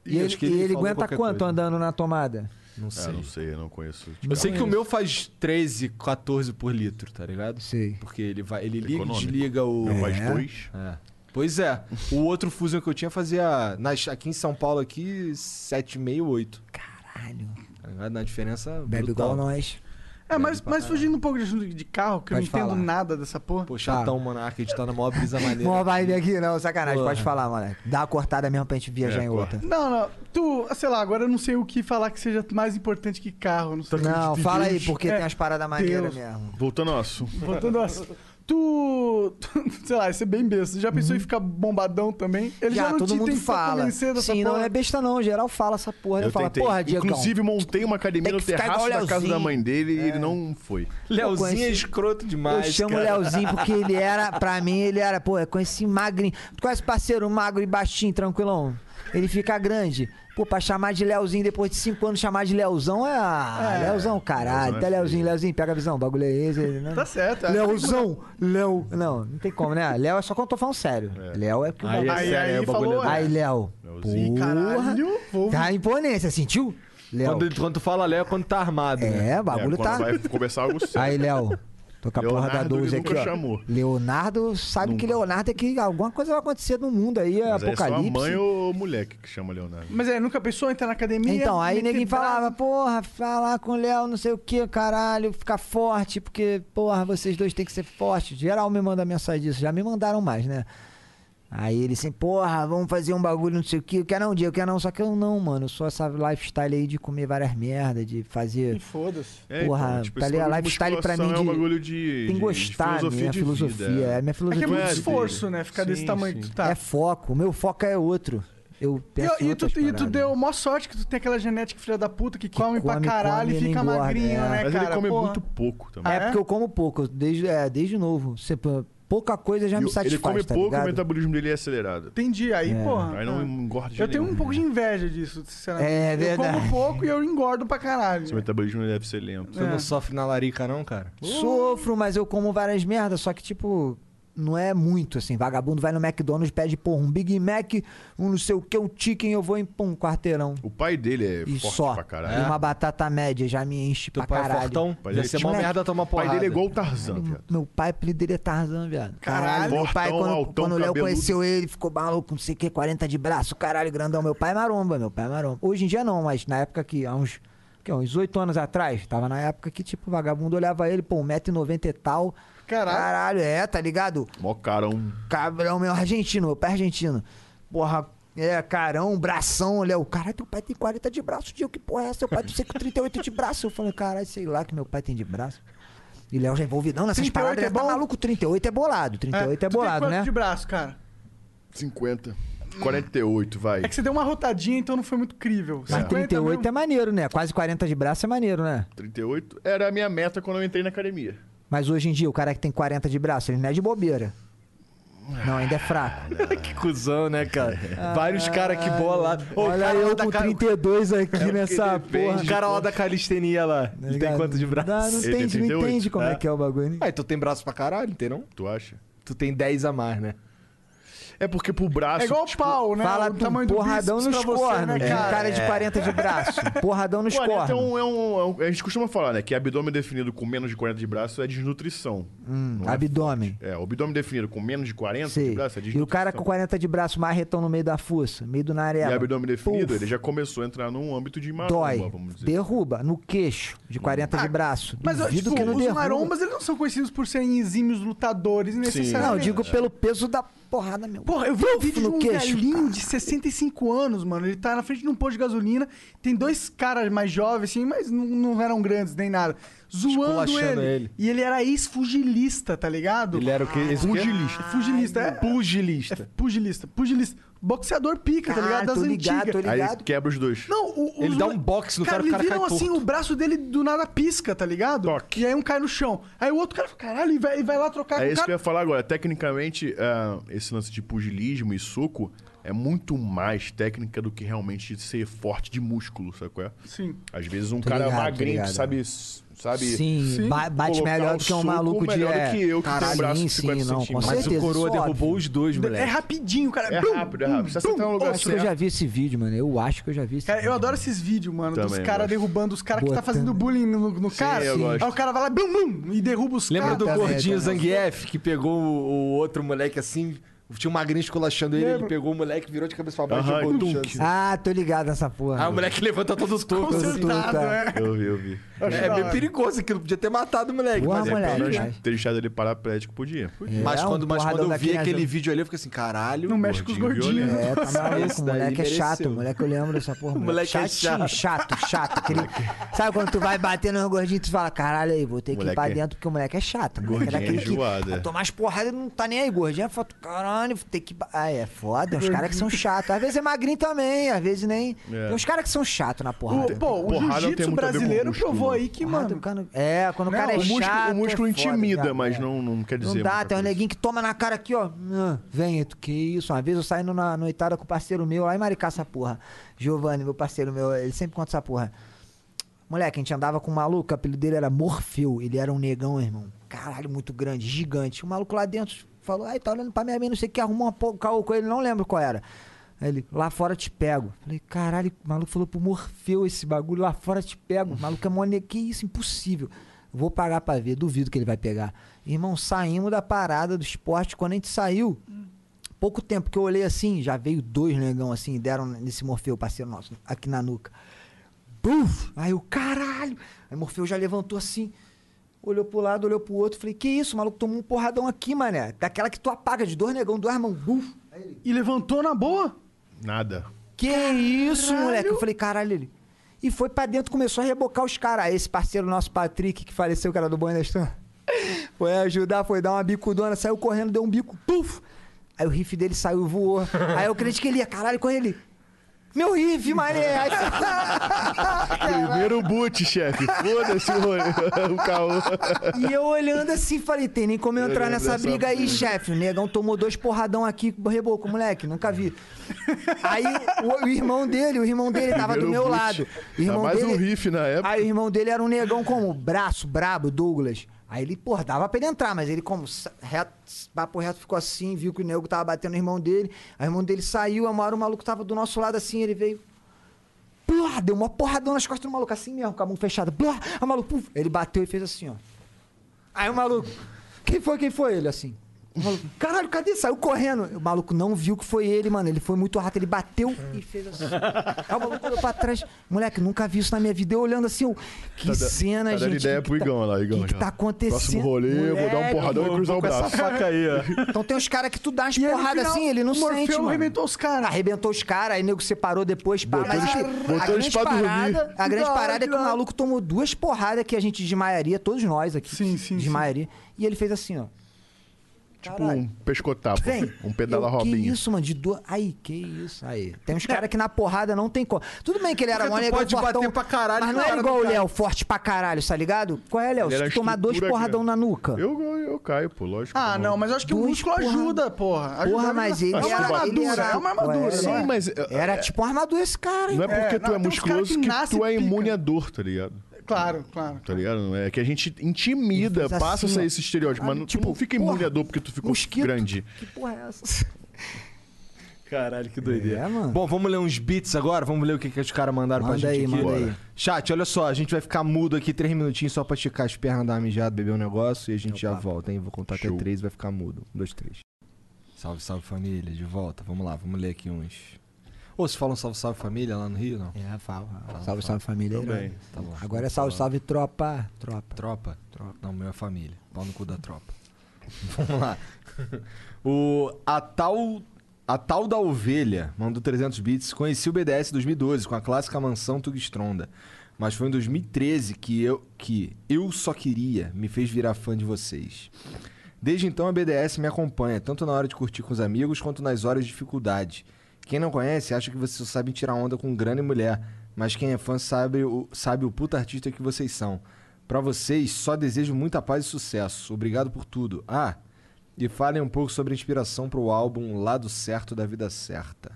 [SPEAKER 4] E ele,
[SPEAKER 2] acho que
[SPEAKER 4] e
[SPEAKER 2] ele
[SPEAKER 4] ele
[SPEAKER 2] falou
[SPEAKER 4] aguenta
[SPEAKER 2] qualquer
[SPEAKER 4] quanto
[SPEAKER 2] coisa.
[SPEAKER 4] andando na tomada?
[SPEAKER 1] Não
[SPEAKER 3] É, não sei, eu não conheço. de
[SPEAKER 1] Eu sei
[SPEAKER 3] carro.
[SPEAKER 1] que o meu faz 13, 14 por litro, tá ligado?
[SPEAKER 4] Sei.
[SPEAKER 1] Porque ele vai, ele liga
[SPEAKER 3] Econômico.
[SPEAKER 1] e desliga o.
[SPEAKER 3] Meu faz É. dois.
[SPEAKER 1] É. Pois é. O outro Fusion que eu tinha fazia nas, aqui em São Paulo aqui 7,5, 8.
[SPEAKER 4] Caralho.
[SPEAKER 1] Tá ligado? Na diferença
[SPEAKER 4] Bebe igual nós.
[SPEAKER 2] É, mas, mas fugindo um pouco de assunto de carro, que eu não
[SPEAKER 1] Pode
[SPEAKER 2] entendo
[SPEAKER 1] falar.
[SPEAKER 2] nada dessa porra.
[SPEAKER 1] Pô, chatão, monarca, a gente tá na maior brisa maneira.
[SPEAKER 4] Mó Ah. vibe aqui, não, sacanagem.
[SPEAKER 1] Porra.
[SPEAKER 4] Pode falar, moleque. Dá uma cortada mesmo pra gente viajar
[SPEAKER 1] É,
[SPEAKER 4] em
[SPEAKER 1] porra.
[SPEAKER 4] outra.
[SPEAKER 2] Não, não. Tu, ah, sei lá, agora eu não sei o que falar que seja mais importante que carro. Não, sei.
[SPEAKER 4] Não, fala aí, porque tem umas paradas
[SPEAKER 2] É, Deus.
[SPEAKER 4] maneiras mesmo.
[SPEAKER 3] Voltando ao assunto.
[SPEAKER 2] Voltando ao assunto. Tu, tu- sei lá, isso é bem besta. Já pensou em ficar bombadão também? Ele já,
[SPEAKER 4] Uhum. já,
[SPEAKER 2] não
[SPEAKER 4] todo
[SPEAKER 2] te
[SPEAKER 4] mundo
[SPEAKER 2] tem que tá
[SPEAKER 4] fala.
[SPEAKER 2] convencendo essa
[SPEAKER 4] Sim, não
[SPEAKER 2] porra.
[SPEAKER 4] é besta não. Geral fala essa porra. né?
[SPEAKER 3] Eu
[SPEAKER 4] fala,
[SPEAKER 3] tentei.
[SPEAKER 4] porra, Diegão.
[SPEAKER 3] Inclusive, montei uma academia
[SPEAKER 4] Tem
[SPEAKER 3] no
[SPEAKER 4] que ficar
[SPEAKER 3] terraço
[SPEAKER 4] igual
[SPEAKER 3] da casa
[SPEAKER 4] Leozinho. É.
[SPEAKER 3] da mãe dele e ele não foi.
[SPEAKER 1] Leozinho
[SPEAKER 4] conheci-
[SPEAKER 1] é escroto demais.
[SPEAKER 4] Eu chamo o
[SPEAKER 1] cara.
[SPEAKER 4] Leozinho porque ele era, pra mim, ele era, pô, eu conheci magrinho. Tu conhece parceiro magro e baixinho, tranquilão? Ele fica grande. Pô, pra chamar de Leozinho depois de cinco anos, chamar de Leozão é. Ah, Leozão, caralho.
[SPEAKER 2] Leozão é
[SPEAKER 4] Tá Leozinho, Leozinho, pega a visão, o bagulho é esse. ele não-
[SPEAKER 2] Tá certo. é.
[SPEAKER 4] Leozão, Léo. Não, não tem como, né? Léo é só quando eu tô falando sério. Léo é porque o
[SPEAKER 2] Aí é
[SPEAKER 4] bagulho-
[SPEAKER 2] sério, aí é o bagulho é sério.
[SPEAKER 4] Aí, Léo.
[SPEAKER 2] Ih, caralho,
[SPEAKER 4] Porra. Tá imponência, sentiu? Léo.
[SPEAKER 1] Quando, quando tu fala Léo, é quando tá armado.
[SPEAKER 4] É, o bagulho tá.
[SPEAKER 3] conversar algo sério.
[SPEAKER 4] Aí, Léo. Tô com a porra da
[SPEAKER 3] Leonardo, ele
[SPEAKER 4] 12 aqui.
[SPEAKER 3] nunca
[SPEAKER 4] ó.
[SPEAKER 3] chamou.
[SPEAKER 4] Leonardo sabe que Leonardo é que alguma coisa vai acontecer no mundo aí, é
[SPEAKER 3] Mas aí é só a
[SPEAKER 4] apocalipse.
[SPEAKER 3] mãe ou o moleque que chama Leonardo?
[SPEAKER 2] Mas é, nunca pensou em entrar na academia?
[SPEAKER 4] Então, aí
[SPEAKER 2] meter
[SPEAKER 4] ninguém
[SPEAKER 2] braço?
[SPEAKER 4] falava, porra, falar com o Léo, não sei o que, caralho, ficar forte, porque, porra, vocês dois têm que ser fortes. Geral me manda mensagem disso, já me mandaram mais, né? Aí ele assim, porra, vamos fazer um bagulho, não sei o que, eu quero não, Diego, eu quero não, só que eu não, mano, eu sou essa lifestyle aí de comer várias merdas, de fazer...
[SPEAKER 2] E foda-se.
[SPEAKER 3] É,
[SPEAKER 4] Porra,
[SPEAKER 3] então, tipo,
[SPEAKER 4] tá
[SPEAKER 3] esse
[SPEAKER 4] ali a
[SPEAKER 3] bagulho de
[SPEAKER 4] lifestyle pra mim
[SPEAKER 3] musculação
[SPEAKER 4] de.
[SPEAKER 3] É um bagulho de, de-
[SPEAKER 4] tem que
[SPEAKER 3] de
[SPEAKER 4] gostar,
[SPEAKER 3] filosofia
[SPEAKER 4] minha
[SPEAKER 3] de
[SPEAKER 4] filosofia.
[SPEAKER 3] vida.
[SPEAKER 4] É minha
[SPEAKER 2] É que
[SPEAKER 4] filosofia.
[SPEAKER 2] é muito
[SPEAKER 4] de vida.
[SPEAKER 2] esforço, né? Ficar desse tamanho que tu tá.
[SPEAKER 4] É foco. O meu foco é outro. Eu penso
[SPEAKER 2] E,
[SPEAKER 4] em
[SPEAKER 2] e tu,
[SPEAKER 4] outras
[SPEAKER 2] e tu
[SPEAKER 4] paradas.
[SPEAKER 2] deu mó sorte que tu tem aquela genética filha da puta que, come, pra
[SPEAKER 4] come,
[SPEAKER 2] caralho
[SPEAKER 4] come,
[SPEAKER 2] e fica
[SPEAKER 4] não engorda,
[SPEAKER 2] magrinho,
[SPEAKER 4] é.
[SPEAKER 2] né,
[SPEAKER 4] Mas ele
[SPEAKER 2] cara?
[SPEAKER 4] come
[SPEAKER 2] Porra.
[SPEAKER 3] Muito pouco também.
[SPEAKER 4] É
[SPEAKER 2] Ah, é?
[SPEAKER 4] porque eu como pouco, eu desde, é, desde novo. Se- pô, pouca coisa já
[SPEAKER 3] E
[SPEAKER 4] me
[SPEAKER 3] o- Ele
[SPEAKER 4] satisfaz,
[SPEAKER 3] come
[SPEAKER 4] tá
[SPEAKER 3] pouco e o
[SPEAKER 4] ligado?
[SPEAKER 3] metabolismo dele é acelerado.
[SPEAKER 2] Entendi, aí,
[SPEAKER 3] É.
[SPEAKER 2] porra.
[SPEAKER 3] Aí não né?
[SPEAKER 2] ah.
[SPEAKER 3] engorda de
[SPEAKER 2] Eu tenho
[SPEAKER 3] nenhum.
[SPEAKER 2] um pouco de inveja disso, sinceramente.
[SPEAKER 4] É
[SPEAKER 2] Eu
[SPEAKER 4] verdade.
[SPEAKER 2] como pouco e eu engordo pra caralho. É.
[SPEAKER 3] Seu metabolismo deve ser lento.
[SPEAKER 1] Tu não sofre na larica, não, cara?
[SPEAKER 4] Sofro, mas eu como várias merdas, só que tipo. Não é muito, assim. Vagabundo vai no McDonald's, pede, porra, um Big Mac, um não sei o que, um chicken, eu vou em pum, um quarteirão.
[SPEAKER 3] O pai dele é
[SPEAKER 4] E
[SPEAKER 3] forte
[SPEAKER 4] só.
[SPEAKER 3] pra
[SPEAKER 4] E
[SPEAKER 3] caralho.
[SPEAKER 4] uma batata média já me enche pra
[SPEAKER 1] pai é
[SPEAKER 4] caralho.
[SPEAKER 1] fortão?
[SPEAKER 3] Pai
[SPEAKER 1] Deve
[SPEAKER 3] dele-
[SPEAKER 1] ser mó
[SPEAKER 4] Moleque.
[SPEAKER 1] merda tomar
[SPEAKER 3] O pai
[SPEAKER 1] porrada.
[SPEAKER 3] dele é igual o
[SPEAKER 4] Uhum.
[SPEAKER 3] Tarzan, viado.
[SPEAKER 4] Meu pai, o apelido dele é Tarzan, viado.
[SPEAKER 3] Caralho,
[SPEAKER 4] meu pai,
[SPEAKER 3] fortão,
[SPEAKER 4] quando,
[SPEAKER 3] altão,
[SPEAKER 4] quando o Léo
[SPEAKER 3] cabeludo.
[SPEAKER 4] conheceu ele, ficou maluco, não sei o que, 40 de braço, caralho, grandão. Meu pai é maromba, meu pai é maromba. Hoje em dia não, mas na época que, há uns, que, há uns 8 anos atrás, tava na época que, tipo, o vagabundo olhava ele, pô, 1,90m e tal.
[SPEAKER 2] Caralho.
[SPEAKER 4] Caralho, é, tá ligado?
[SPEAKER 3] Mó um carão.
[SPEAKER 4] Cabrão, meu argentino, meu pai é argentino. Porra, é, carão, bração, Léo. Caralho, teu pai tem 40 de braço, Diego, que porra é essa? Seu pai tem 38 de braço. Eu falei, caralho, sei lá que meu pai tem de braço. E Léo já envolvidão nessas
[SPEAKER 2] 38
[SPEAKER 4] paradas,
[SPEAKER 2] é
[SPEAKER 4] ele tá
[SPEAKER 2] bom?
[SPEAKER 4] maluco, 38 é bolado, 38 é,
[SPEAKER 2] tu tem
[SPEAKER 4] bolado,
[SPEAKER 2] quanto
[SPEAKER 4] né?
[SPEAKER 2] de braço, cara?
[SPEAKER 3] 50. 48, vai.
[SPEAKER 2] É que você deu uma rotadinha, então não foi muito crível.
[SPEAKER 4] Mas 38 é maneiro, né? Quase 40 de braço é maneiro, né?
[SPEAKER 3] 38 era a minha meta quando eu entrei na academia.
[SPEAKER 4] Mas hoje em dia, o cara que tem 40 de braço, ele não é de bobeira. Não, ainda é fraco.
[SPEAKER 1] que cuzão, né, cara? Vários caras que bola lá. Ô, o
[SPEAKER 4] Olha
[SPEAKER 1] cara lá
[SPEAKER 4] eu
[SPEAKER 1] da
[SPEAKER 4] com
[SPEAKER 1] ca-
[SPEAKER 4] 32
[SPEAKER 1] É
[SPEAKER 4] aqui nessa porra. Tá
[SPEAKER 1] O cara lá da calistenia lá. Ele tem
[SPEAKER 4] ligado?
[SPEAKER 1] quanto de braço? É.
[SPEAKER 4] Não, não Ele tem entende- não 38, entende como é que é o bagulho, né?
[SPEAKER 1] Aí tu tem braço pra caralho, não tem não?
[SPEAKER 3] Tu acha?
[SPEAKER 1] Tu tem 10 a mais, né?
[SPEAKER 3] É porque pro braço.
[SPEAKER 2] É igual pau, né?
[SPEAKER 4] tipo, Fala
[SPEAKER 2] o
[SPEAKER 4] com
[SPEAKER 2] tamanho do
[SPEAKER 4] porradão
[SPEAKER 2] bíceps
[SPEAKER 4] nos
[SPEAKER 2] pra você,
[SPEAKER 4] cornos.
[SPEAKER 2] né,
[SPEAKER 4] de
[SPEAKER 2] cara?
[SPEAKER 4] cara é de
[SPEAKER 3] É.
[SPEAKER 4] 40 de braço. Porradão nos
[SPEAKER 3] Ué, né,
[SPEAKER 4] cornos.
[SPEAKER 3] tem um- é um- é um- a gente costuma falar, né? Que abdômen definido com menos de 40 de braço é desnutrição.
[SPEAKER 4] Hum,
[SPEAKER 3] Não é
[SPEAKER 4] abdômen.
[SPEAKER 3] É, o abdômen definido com menos de 40 de
[SPEAKER 4] Sei.
[SPEAKER 3] braço é
[SPEAKER 4] E
[SPEAKER 3] desnutrição.
[SPEAKER 4] o cara com 40 de braço marretão no meio da fuça, meio do
[SPEAKER 3] E
[SPEAKER 4] narela.
[SPEAKER 3] abdômen definido,
[SPEAKER 4] Puf.
[SPEAKER 3] ele já começou a entrar num âmbito de maromba,
[SPEAKER 4] Dói.
[SPEAKER 3] vamos dizer.
[SPEAKER 4] Derruba no queixo de 40 de braço.
[SPEAKER 2] Ah, Mas ó,
[SPEAKER 4] Duvido
[SPEAKER 2] tipo,
[SPEAKER 4] que não
[SPEAKER 2] os
[SPEAKER 4] derruba.
[SPEAKER 2] marombas eles não são conhecidos por serem exímios lutadores necessariamente.
[SPEAKER 4] Não, eu digo pelo peso da porrada, meu.
[SPEAKER 2] Porra, eu vi um vídeo de
[SPEAKER 4] no
[SPEAKER 2] um
[SPEAKER 4] queixo,
[SPEAKER 2] velhinho de 65 anos, mano. Ele tá na frente de um posto de gasolina. Tem dois caras mais jovens, assim, mas não, não eram grandes nem nada. Zoando
[SPEAKER 1] Esculachando
[SPEAKER 2] ele.
[SPEAKER 1] ele.
[SPEAKER 2] E ele era ex-fugilista, tá ligado?
[SPEAKER 1] Ele era o quê? Esse quê?
[SPEAKER 2] Fugilista. Fugilista, é. Pugilista. pugilista. Pugilista. Boxeador pica, tá
[SPEAKER 4] Ah,
[SPEAKER 2] ligado? Das antigas.
[SPEAKER 3] Aí quebra os dois.
[SPEAKER 2] Não, o,
[SPEAKER 3] Ele
[SPEAKER 2] os
[SPEAKER 3] dá
[SPEAKER 2] mole-
[SPEAKER 3] um boxe no cara, o
[SPEAKER 2] eles
[SPEAKER 3] cara cai
[SPEAKER 2] viram assim,
[SPEAKER 3] torto.
[SPEAKER 2] o braço dele do nada pisca, tá ligado? E aí um cai no chão. Aí o outro cara fala, caralho, e vai, e vai lá trocar
[SPEAKER 3] É
[SPEAKER 2] com o
[SPEAKER 3] isso que eu
[SPEAKER 2] cara.
[SPEAKER 3] ia falar agora. Tecnicamente, ah, esse lance de pugilismo e soco é muito mais técnica do que realmente ser forte de músculo, sabe qual é?
[SPEAKER 2] Sim.
[SPEAKER 3] Às vezes um
[SPEAKER 4] Tô
[SPEAKER 3] cara
[SPEAKER 4] ligado, tô
[SPEAKER 3] magrinho que
[SPEAKER 4] ligado.
[SPEAKER 3] sabe, sabe...
[SPEAKER 4] Sim, ba- bate
[SPEAKER 3] colocar
[SPEAKER 4] melhor do que um
[SPEAKER 3] soco
[SPEAKER 4] maluco de-
[SPEAKER 3] melhor
[SPEAKER 4] é,
[SPEAKER 3] do que eu, que
[SPEAKER 4] caralho,
[SPEAKER 3] tenho um braço
[SPEAKER 4] sim,
[SPEAKER 3] de 50
[SPEAKER 4] sim, não, com
[SPEAKER 3] centímetros.
[SPEAKER 4] Mas o certeza, coroa isso é derrubou
[SPEAKER 1] os dois,
[SPEAKER 2] É rapidinho, cara.
[SPEAKER 3] É
[SPEAKER 2] Blum,
[SPEAKER 3] rápido, é rápido. Você
[SPEAKER 2] blum,
[SPEAKER 3] tá no
[SPEAKER 4] Eu
[SPEAKER 3] lugar
[SPEAKER 4] acho que eu já vi esse vídeo, mano. Eu acho que eu já vi esse
[SPEAKER 2] Cara,
[SPEAKER 4] vídeo.
[SPEAKER 2] eu adoro esses vídeos, mano, dos
[SPEAKER 4] Também
[SPEAKER 2] caras
[SPEAKER 4] gosto.
[SPEAKER 2] derrubando os caras que tá
[SPEAKER 4] Botando-
[SPEAKER 2] fazendo bullying no, no cara. assim.
[SPEAKER 1] eu gosto.
[SPEAKER 2] Aí o cara vai lá, blum, blum, e derruba
[SPEAKER 4] É
[SPEAKER 2] os
[SPEAKER 1] Lembra
[SPEAKER 2] caras.
[SPEAKER 1] do
[SPEAKER 4] né,
[SPEAKER 1] gordinho
[SPEAKER 2] Também, também.
[SPEAKER 1] Zangief que pegou o, o outro moleque assim? Tinha um magrinho esculachando ele, ele pegou o moleque, virou de cabeça pra baixo e
[SPEAKER 3] Aham,
[SPEAKER 1] jogou no chão,
[SPEAKER 3] tunk.
[SPEAKER 1] assim.
[SPEAKER 4] Ah, tô ligado nessa porra.
[SPEAKER 1] Aí o moleque levanta todo torto. assim.
[SPEAKER 4] Desconcertado, é.
[SPEAKER 3] Eu vi, eu vi.
[SPEAKER 1] É, é meio perigoso aquilo, podia ter matado o moleque.
[SPEAKER 4] Boa,
[SPEAKER 1] mas- é
[SPEAKER 4] moleque.
[SPEAKER 3] Pelo menos
[SPEAKER 4] Mas-
[SPEAKER 3] ter deixado ele paraplético, podia.
[SPEAKER 1] Mas
[SPEAKER 4] É, um
[SPEAKER 1] quando, mas quando eu
[SPEAKER 4] porradão
[SPEAKER 1] vi
[SPEAKER 4] daquele
[SPEAKER 1] aquele
[SPEAKER 4] ajuda.
[SPEAKER 1] vídeo ali, eu fiquei assim, caralho.
[SPEAKER 2] Não mexe com os
[SPEAKER 3] né?
[SPEAKER 2] gordinhos.
[SPEAKER 1] violento.
[SPEAKER 4] É, tá maluco,
[SPEAKER 1] Esse
[SPEAKER 4] o
[SPEAKER 1] daí
[SPEAKER 4] moleque é
[SPEAKER 1] mereceu.
[SPEAKER 4] chato, o moleque eu lembro dessa porra.
[SPEAKER 1] moleque é
[SPEAKER 4] chatinho, chato, chato. aquele- Sabe quando tu vai batendo no gordinho, tu fala, caralho aí, vou ter que ir
[SPEAKER 3] Moleque
[SPEAKER 4] pra
[SPEAKER 3] é-
[SPEAKER 4] dentro porque o moleque é chato. o moleque
[SPEAKER 3] Gordinho é
[SPEAKER 4] daquele que
[SPEAKER 3] enjoado, é.
[SPEAKER 4] vai Tomar as porradas e não tá nem aí, gordinho. Fala, caralho, tem que. ba- Ah, é foda, os caras que são chatos. Às vezes é magrinho também, às vezes nem.
[SPEAKER 3] É.
[SPEAKER 4] Tem uns caras que são chatos na porrada.
[SPEAKER 2] O, pô, o
[SPEAKER 3] Porrada tem
[SPEAKER 2] jiu-jitsu
[SPEAKER 3] muito a ver com
[SPEAKER 2] brasileiro
[SPEAKER 3] músculo.
[SPEAKER 2] provou aí que, mano.
[SPEAKER 4] É, quando o
[SPEAKER 2] Não,
[SPEAKER 4] cara é
[SPEAKER 3] o músculo,
[SPEAKER 4] chato.
[SPEAKER 3] o músculo
[SPEAKER 4] é foda,
[SPEAKER 3] intimida,
[SPEAKER 4] cara.
[SPEAKER 3] mas não, não quer dizer.
[SPEAKER 4] Não dá,
[SPEAKER 3] muita
[SPEAKER 4] tem um
[SPEAKER 3] coisa.
[SPEAKER 4] neguinho que toma na cara aqui, ó. Ah, Vem, tu, que isso. Uma vez eu saindo na noitada com o parceiro meu lá em Maricá, essa porra. Giovanni, meu parceiro meu, ele sempre conta essa porra. Moleque, a gente andava com um maluco, o apelido dele era Morfeu. Ele era um negão, irmão. Caralho, muito grande, gigante. O maluco lá dentro falou, ai, tá olhando pra minha mina, não sei o que, arrumou uma pô- caô com ele, não lembro qual era. Aí Ele, lá fora te pego. Falei, caralho, o maluco falou pro Morfeu esse bagulho, lá fora te pego. O maluco é mole, que isso, impossível. Vou pagar pra ver, duvido que ele vai pegar. Irmão, saímos da parada do esporte. Quando a gente saiu, pouco tempo que eu olhei assim, já veio dois negão assim, deram nesse Morfeu, parceiro nosso, aqui na nuca. Buf! Aí o caralho! Aí Morfeu já levantou assim, olhou pro lado, olhou pro outro, falei, que isso, o maluco tomou um porradão aqui, mané. Daquela que tu apaga de dois negão, duas mãos, buf!
[SPEAKER 2] E levantou na boa?
[SPEAKER 3] Nada.
[SPEAKER 4] Que isso, moleque? Eu falei, caralho, ele. E foi pra dentro, começou a rebocar os caras. Aí Esse parceiro nosso, Patrick, que faleceu, que era do banho da Stan, foi ajudar, foi dar uma bicudona, saiu correndo, deu um bico, puf! Aí o riff dele saiu, voou. Aí eu acredito que ele ia, caralho, corre ele. Meu riff, mané! Aí,
[SPEAKER 3] Primeiro boot, chefe. Foda-se o, rolê- o caô.
[SPEAKER 4] E eu olhando assim, falei, tem nem como eu
[SPEAKER 3] Eu
[SPEAKER 4] entrar
[SPEAKER 3] lembro
[SPEAKER 4] nessa
[SPEAKER 3] dessa
[SPEAKER 4] briga aí,
[SPEAKER 3] briga.
[SPEAKER 4] chefe. O negão tomou dois porradão aqui, reboco, moleque, nunca vi. Aí o, o irmão dele, o irmão dele tava do
[SPEAKER 3] Primeiro
[SPEAKER 4] meu
[SPEAKER 3] boot.
[SPEAKER 4] lado. O
[SPEAKER 3] Ainda
[SPEAKER 4] Irmão
[SPEAKER 3] mais um riff na época.
[SPEAKER 4] Aí o irmão dele era um negão como braço, brabo, Douglas. Aí ele, porra, dava pra ele entrar, mas ele como sa- reto, papo reto ficou assim, viu que o nego tava batendo no irmão dele. Aí o irmão dele saiu, a uma hora o maluco tava do nosso lado assim, ele veio, Plá, deu uma porradão nas costas do maluco, assim mesmo, com a mão fechada. Plá, a maluco, puf, ele bateu e fez assim, ó. Aí o maluco, quem foi, quem foi ele, assim? O maluco, caralho, cadê? Saiu correndo. O maluco não viu que foi ele, mano. Ele foi muito rápido, ele bateu e fez assim. Aí o maluco olhou pra trás. Moleque, nunca vi isso na minha vida. Eu olhando assim, eu, que
[SPEAKER 3] Tá da-
[SPEAKER 4] cena,
[SPEAKER 3] tá dando
[SPEAKER 4] gente. que
[SPEAKER 3] ideia
[SPEAKER 4] que
[SPEAKER 3] pro
[SPEAKER 4] tá-
[SPEAKER 3] Igão lá, Igão.
[SPEAKER 4] que que
[SPEAKER 3] já.
[SPEAKER 4] tá acontecendo?
[SPEAKER 3] Próximo rolê, eu vou dar um
[SPEAKER 4] Moleque,
[SPEAKER 3] porradão e
[SPEAKER 4] vou-
[SPEAKER 3] cruzar o
[SPEAKER 4] vou com
[SPEAKER 3] braço.
[SPEAKER 4] essa faca
[SPEAKER 3] aí, ó.
[SPEAKER 4] Então tem uns caras que tu dá umas
[SPEAKER 2] E aí, no
[SPEAKER 4] porradas
[SPEAKER 2] final,
[SPEAKER 4] assim, ele não
[SPEAKER 2] o Morfeu
[SPEAKER 4] sente, mano.
[SPEAKER 2] arrebentou os caras.
[SPEAKER 4] Arrebentou os caras, aí nego separou depois. pá.
[SPEAKER 3] Botou eles-
[SPEAKER 4] Mas a-
[SPEAKER 3] botou
[SPEAKER 4] a
[SPEAKER 3] eles
[SPEAKER 4] grande
[SPEAKER 3] pra dormir.
[SPEAKER 4] parada,
[SPEAKER 2] Que
[SPEAKER 4] a grande
[SPEAKER 2] da hora,
[SPEAKER 4] parada é
[SPEAKER 2] que
[SPEAKER 4] que o
[SPEAKER 2] da hora.
[SPEAKER 4] maluco tomou duas porradas que a gente desmaiaria, todos nós aqui. Sim, sim. Desmaiaria. E ele fez assim, ó.
[SPEAKER 3] Tipo um pescotapo.
[SPEAKER 4] Vem.
[SPEAKER 3] Um pedala
[SPEAKER 4] Eu, Que
[SPEAKER 3] robinho.
[SPEAKER 4] isso, mano, de duas. Aí, que isso. Aí. Tem uns caras que na porrada não tem como. Tudo bem que ele era
[SPEAKER 1] Porque tu
[SPEAKER 4] mó negão,
[SPEAKER 1] pode
[SPEAKER 4] fortão,
[SPEAKER 1] bater pra caralho na
[SPEAKER 4] Mas não é
[SPEAKER 1] cara
[SPEAKER 4] igual
[SPEAKER 1] do
[SPEAKER 4] o
[SPEAKER 1] cara.
[SPEAKER 4] Léo, forte pra caralho, tá ligado? Qual é, Léo?
[SPEAKER 3] Ele
[SPEAKER 4] Se
[SPEAKER 3] era
[SPEAKER 4] tu tomar dois
[SPEAKER 3] estrutura
[SPEAKER 4] porradão
[SPEAKER 3] grande.
[SPEAKER 4] na nuca.
[SPEAKER 3] Eu, eu, eu caio, pô, lógico.
[SPEAKER 2] Ah, não, mas eu acho que o
[SPEAKER 4] Duas
[SPEAKER 2] músculo
[SPEAKER 4] porradas.
[SPEAKER 2] ajuda, porra. Ajuda
[SPEAKER 4] Porra,
[SPEAKER 2] na-
[SPEAKER 4] mas ele
[SPEAKER 2] é uma
[SPEAKER 4] era- ele
[SPEAKER 2] armadura,
[SPEAKER 4] era-
[SPEAKER 2] é uma armadura.
[SPEAKER 4] Sim,
[SPEAKER 2] né?
[SPEAKER 3] mas. é,
[SPEAKER 4] Era tipo uma armadura esse cara, hein?
[SPEAKER 3] Não é porque
[SPEAKER 2] É,
[SPEAKER 3] tu
[SPEAKER 2] não,
[SPEAKER 3] é
[SPEAKER 2] tem uns cara
[SPEAKER 3] musculoso
[SPEAKER 2] que
[SPEAKER 3] que,
[SPEAKER 2] nasce
[SPEAKER 3] tu é
[SPEAKER 2] pica.
[SPEAKER 3] imune à dor, tá ligado?
[SPEAKER 4] é.
[SPEAKER 2] Claro, claro.
[SPEAKER 3] Tá ligado? É que a gente intimida,
[SPEAKER 4] Ele faz
[SPEAKER 3] passa
[SPEAKER 4] assim,
[SPEAKER 3] essa-
[SPEAKER 4] ó. tipo,
[SPEAKER 3] esse estereótipo, mas não- tu não fica imune à dor porque tu ficou
[SPEAKER 4] mosquito.
[SPEAKER 3] grande.
[SPEAKER 4] Que porra é essa? É,
[SPEAKER 1] Caralho, que doideira. Bom, vamos ler uns beats agora? Vamos ler o que, que os caras mandaram pra
[SPEAKER 4] Manda
[SPEAKER 1] gente
[SPEAKER 4] aí,
[SPEAKER 1] aqui.
[SPEAKER 4] manda aí.
[SPEAKER 1] Chat, olha só, a gente vai ficar mudo aqui três minutinhos só pra esticar as pernas, dar uma mijada, beber um negócio e a gente já volta, hein? Vou contar até três e vai ficar mudo. Um, dois, três. Salve, salve família, de volta. Vamos lá, vamos ler aqui uns. Ô, vocês falam salve, salve família lá no Rio, não?
[SPEAKER 4] É, fala. Salve, salve família.
[SPEAKER 1] Também.
[SPEAKER 4] irado.
[SPEAKER 1] Tá bom.
[SPEAKER 4] Agora é salve, salve tropa. Tropa.
[SPEAKER 1] Tropa? Tropa. Não, meu é família. Pau no cu da tropa. Vamos lá. O a tal, a tal da Ovelha mandou 300 bits. Conheci o BDS em 2012 com a clássica mansão Tugstronda. Mas foi em 2013 que eu, que eu só queria me fez virar fã de vocês. Desde então a BDS me acompanha, tanto na hora de curtir com os amigos quanto nas horas de dificuldade. Quem não conhece acha que vocês só sabem tirar onda com grana e mulher, mas quem é fã sabe o, sabe o puta artista que vocês são. Pra vocês, só desejo muita paz e sucesso. Obrigado por tudo. Ah, e falem um pouco sobre a inspiração pro álbum Lado Certo da Vida Certa.